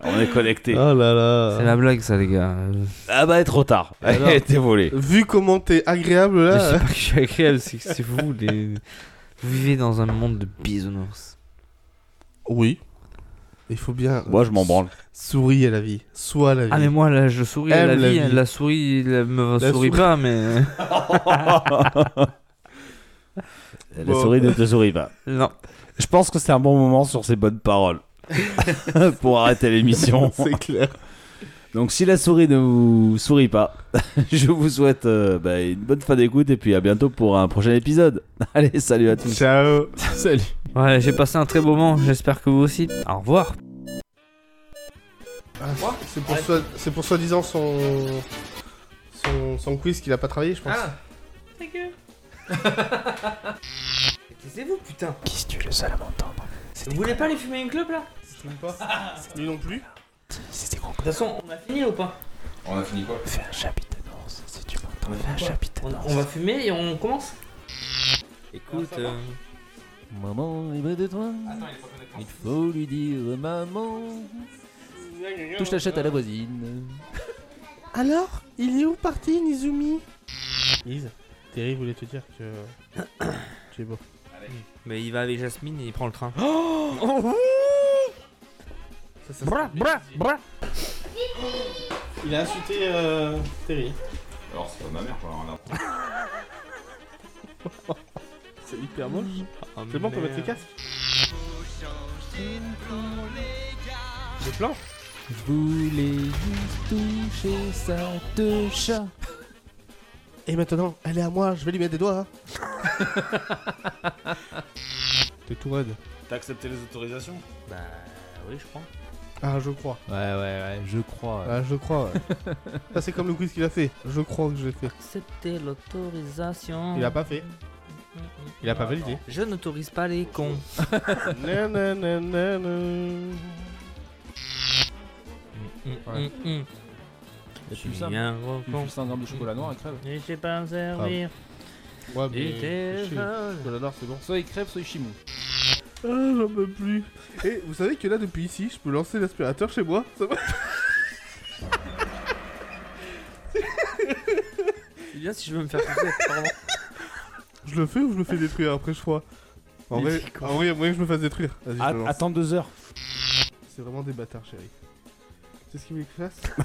S3: On est connecté.
S4: Oh là
S3: Euh.
S4: là.
S6: C'est la blague ça les gars. Euh,
S3: Ah bah, trop tard. [LAUGHS]
S4: Alors
S3: T'es volé.
S4: Vu comment t'es agréable
S6: Je
S3: Euh.
S6: sais
S4: là.
S6: pas que je suis agréable, c'est que c'est vous les... Vous vivez dans un monde de bisounours.
S4: Oui. Il faut bien.
S3: Moi, je m'en branle.
S4: Souris à la vie. Sois à la vie.
S6: Ah mais moi là je souris à la,
S4: Aime la
S6: vie, hein.
S4: vie.
S6: la souris elle me
S4: La
S6: sourit
S4: souris.
S6: pas mais... euh,
S3: La
S4: Bon.
S3: souris ne te sourit pas.
S6: Non.
S3: Je pense que c'est un bon moment sur ces bonnes [LAUGHS] paroles. Pour arrêter [LAUGHS] l'émission.
S4: C'est clair.
S3: Donc si la souris ne vous sourit pas, [LAUGHS] je vous souhaite euh, bah, une bonne fin d'écoute et puis à bientôt pour un prochain épisode. [LAUGHS] Allez, salut à tous.
S4: Ciao.
S5: Salut.
S6: Ouais j'ai passé un très beau moment, j'espère que vous aussi. Au revoir.
S4: Ah, C'est pour, soi- c'est pour soi-disant son... son son quiz qu'il a pas travaillé, je pense.
S6: Ah, [LAUGHS] Taisez-vous putain.
S2: Qui se tue le seul à m'entendre
S6: Vous voulez pas aller fumer une clope là
S4: [LAUGHS] Lui non plus.
S2: C'était con.
S6: De toute façon on a fini ou pas
S2: Fais un chapitre d'annonce si tu m'entends. Fais un chapitre
S6: on,
S2: d'annonce.
S6: va fumer et on commence Écoute...
S2: Maman est près de toi. Il faut lui dire maman. Touche la chatte à la voisine.
S4: Alors, il est où parti, Nizumi Lise, Terry voulait te dire que [COUGHS] tu es beau.
S6: Mais il va avec Jasmine et il prend le train.
S4: Ça, ça, ça- Il a insulté euh, Terry.
S3: Alors c'est ma mère
S4: C'est hyper moche. C'est bon, on peut mettre les casques. Le plan
S2: Je voulais juste toucher sa te chat.
S4: Et maintenant, elle est à moi, je vais lui mettre des doigts. hein. T'es tout raide. [LAUGHS]
S3: T'as accepté les autorisations
S6: Bah euh, oui je crois.
S4: Ah, je crois.
S2: Ouais, ouais, ouais, je crois.
S4: Ah, je crois. ouais. [LAUGHS] Ça, c'est comme le quiz qu'il a fait. Je crois que je l'ai fait.
S6: Accepter l'autorisation.
S4: Il a pas fait. Il a pas validé.
S6: Je n'autorise pas les cons.
S4: Nanananana.
S6: Mm,
S4: Ouais.
S6: mm.
S2: Je
S6: Je
S2: suis
S6: suis
S2: simple.
S6: un gros
S2: Tu
S6: con.
S2: juste un gramme de chocolat noir, elle crève.
S6: Et je sais pas me servir.
S4: Ouais,
S6: Du
S4: Ah, mais. je sais.
S6: téléphone.
S4: Chocolat, c'est bon.
S2: Soit il crève, soit il chimou.
S4: Ah, j'en peux plus. Et vous savez que là, depuis ici, je peux lancer l'aspirateur chez moi. Ça va
S6: C'est bien si je veux me faire pousser. [LAUGHS] pardon.
S4: Je le fais ou je le fais détruire après, je crois En vrai, en vrai, il y a moyen que je me fasse détruire. Vas-y, je le lance.
S3: Attends deux heures.
S4: C'est vraiment des bâtards, chérie. C'est ce qui m'éclate. [LAUGHS]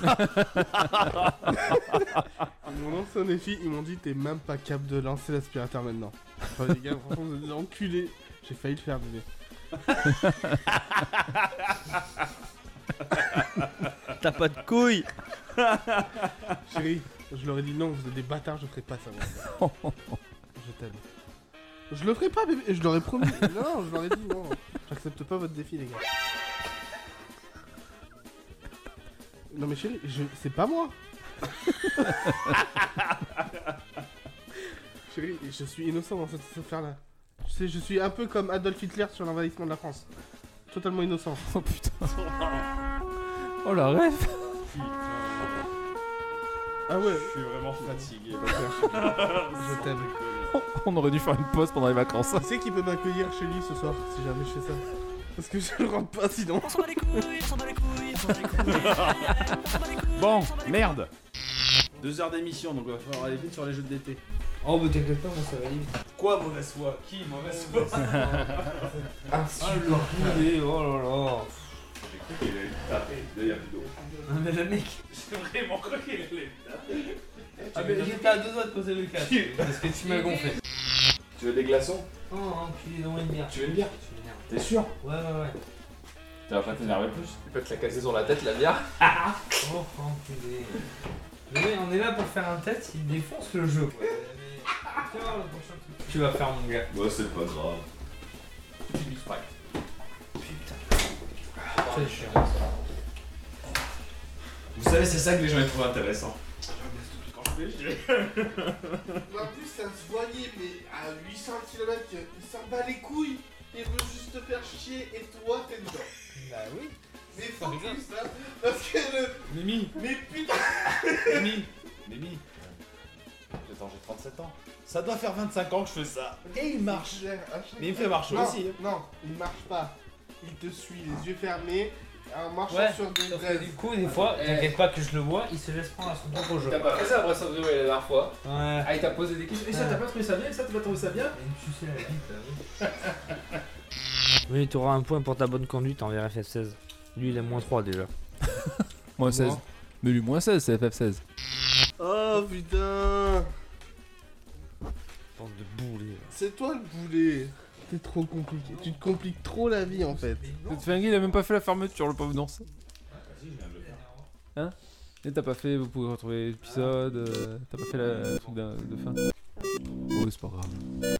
S4: ils m'ont lancé un défi, ils m'ont dit t'es même pas capable de lancer l'aspirateur maintenant. Enfin, les gars, franchement, vous êtes des enculés. J'ai failli le faire bébé.
S6: T'as pas de couilles.
S4: [LAUGHS] Chérie, je leur ai dit non, vous êtes des bâtards, je ferai pas ça. moi.
S5: [LAUGHS]
S4: je t'aime. Je le ferai pas, bébé. Et je leur
S5: [LAUGHS]
S4: ai promis. non, je leur ai dit non. J'accepte pas votre défi, les gars. Non, mais chérie, je... c'est
S5: [LAUGHS]
S4: pas moi. chérie, je suis innocent dans cette cette affaire-là. Tu sais, je suis un peu comme Adolf Hitler sur l'envahissement de la France. Totalement innocent.
S5: Oh
S4: [LAUGHS]
S5: putain. Oh la ref
S4: Ah ouais,
S3: suis vraiment fatigué.
S4: [LAUGHS] je t'aime.
S5: [LAUGHS] On aurait dû faire une pause pendant les vacances.
S4: Tu sais qu'il peut m'accueillir chez lui ce soir si jamais je fais ça. Parce que je le rentre pas sinon.
S3: Bon, merde. Deux heures d'émission, donc va falloir aller vite sur les jeux de d'été.
S6: Oh, mais t'inquiète pas, moi ça va vite.
S3: Quoi, mauvaise foi Qui, mauvaise foi
S6: [LAUGHS] Oh là là.
S3: J'ai cru qu'il allait me taper. Là, il y a plus d'eau.
S6: Non, Ah, mais le mec.
S3: J'ai vraiment cru qu'il allait me taper.
S6: Ah, mais j'étais à deux doigts de poser le casque. Parce que tu m'as gonflé.
S3: Tu veux des glaçons
S6: Oh, enculé, dans une bière.
S3: Tu veux une bière
S6: Tu m'énerves.
S3: T'es sûr
S6: Ouais, ouais, ouais.
S3: Tu vas pas t'énerver plus
S9: Tu peux te la casser sur la tête, la bière.
S6: Oh, enculé. Mais on est là pour faire un test, il défonce le jeu. quoi. Mais- Tiens, le prochain truc. Tu vas faire mon gars.
S3: Bah, c'est pas grave.
S6: C'est chiant.
S9: Vous savez, c'est ça que les gens ils trouvent intéressant.
S4: En plus, ça se voyait, mais à 800 km, il s'en bat les couilles. Il veut juste te faire chier et toi, t'es dedans.
S6: Bah oui.
S4: Mais focus là, parce que le.
S9: Mimi,
S4: Mais putain,
S9: [LAUGHS] Mimi, Mimi. Attends, j'ai 37 ans. Ça doit faire 25 ans que je fais ça. Et il marche.
S4: je gère à chaque-
S9: Mais il me fait marcher
S4: Non,
S9: aussi. hein.
S4: Non, il marche pas. Il te suit, les yeux fermés, en marchant
S6: Ouais,
S4: sur des
S6: Sauf que
S4: braises.
S6: du coup, des fois, t'inquiète pas que je le vois, il se laisse prendre à son propre jeu.
S9: T'as pas fait ça après ça la dernière fois.
S6: Ouais.
S9: Ah, il t'a posé des questions. Et ça, t'as pas trouvé ça bien Et ça, t'as pas trouvé ça bien
S6: [LAUGHS] Oui, tu auras un point pour ta bonne conduite envers FF16. Lui, il a moins 3 déjà.
S5: Moins 16. Mais lui, moins 16, c'est FF16.
S4: Oh putain,
S6: Pense de bouler.
S4: c'est toi le boulet. T'es trop compliqué. Tu te compliques trop la vie en fait.
S5: Cette flinguée, il a même pas fait la fermeture, le pauvre danse.
S9: Ah,
S5: Hein Et t'as pas fait, vous pouvez retrouver l'épisode, euh, t'as pas fait la, le truc d'un- de fin. Oh, c'est pas grave.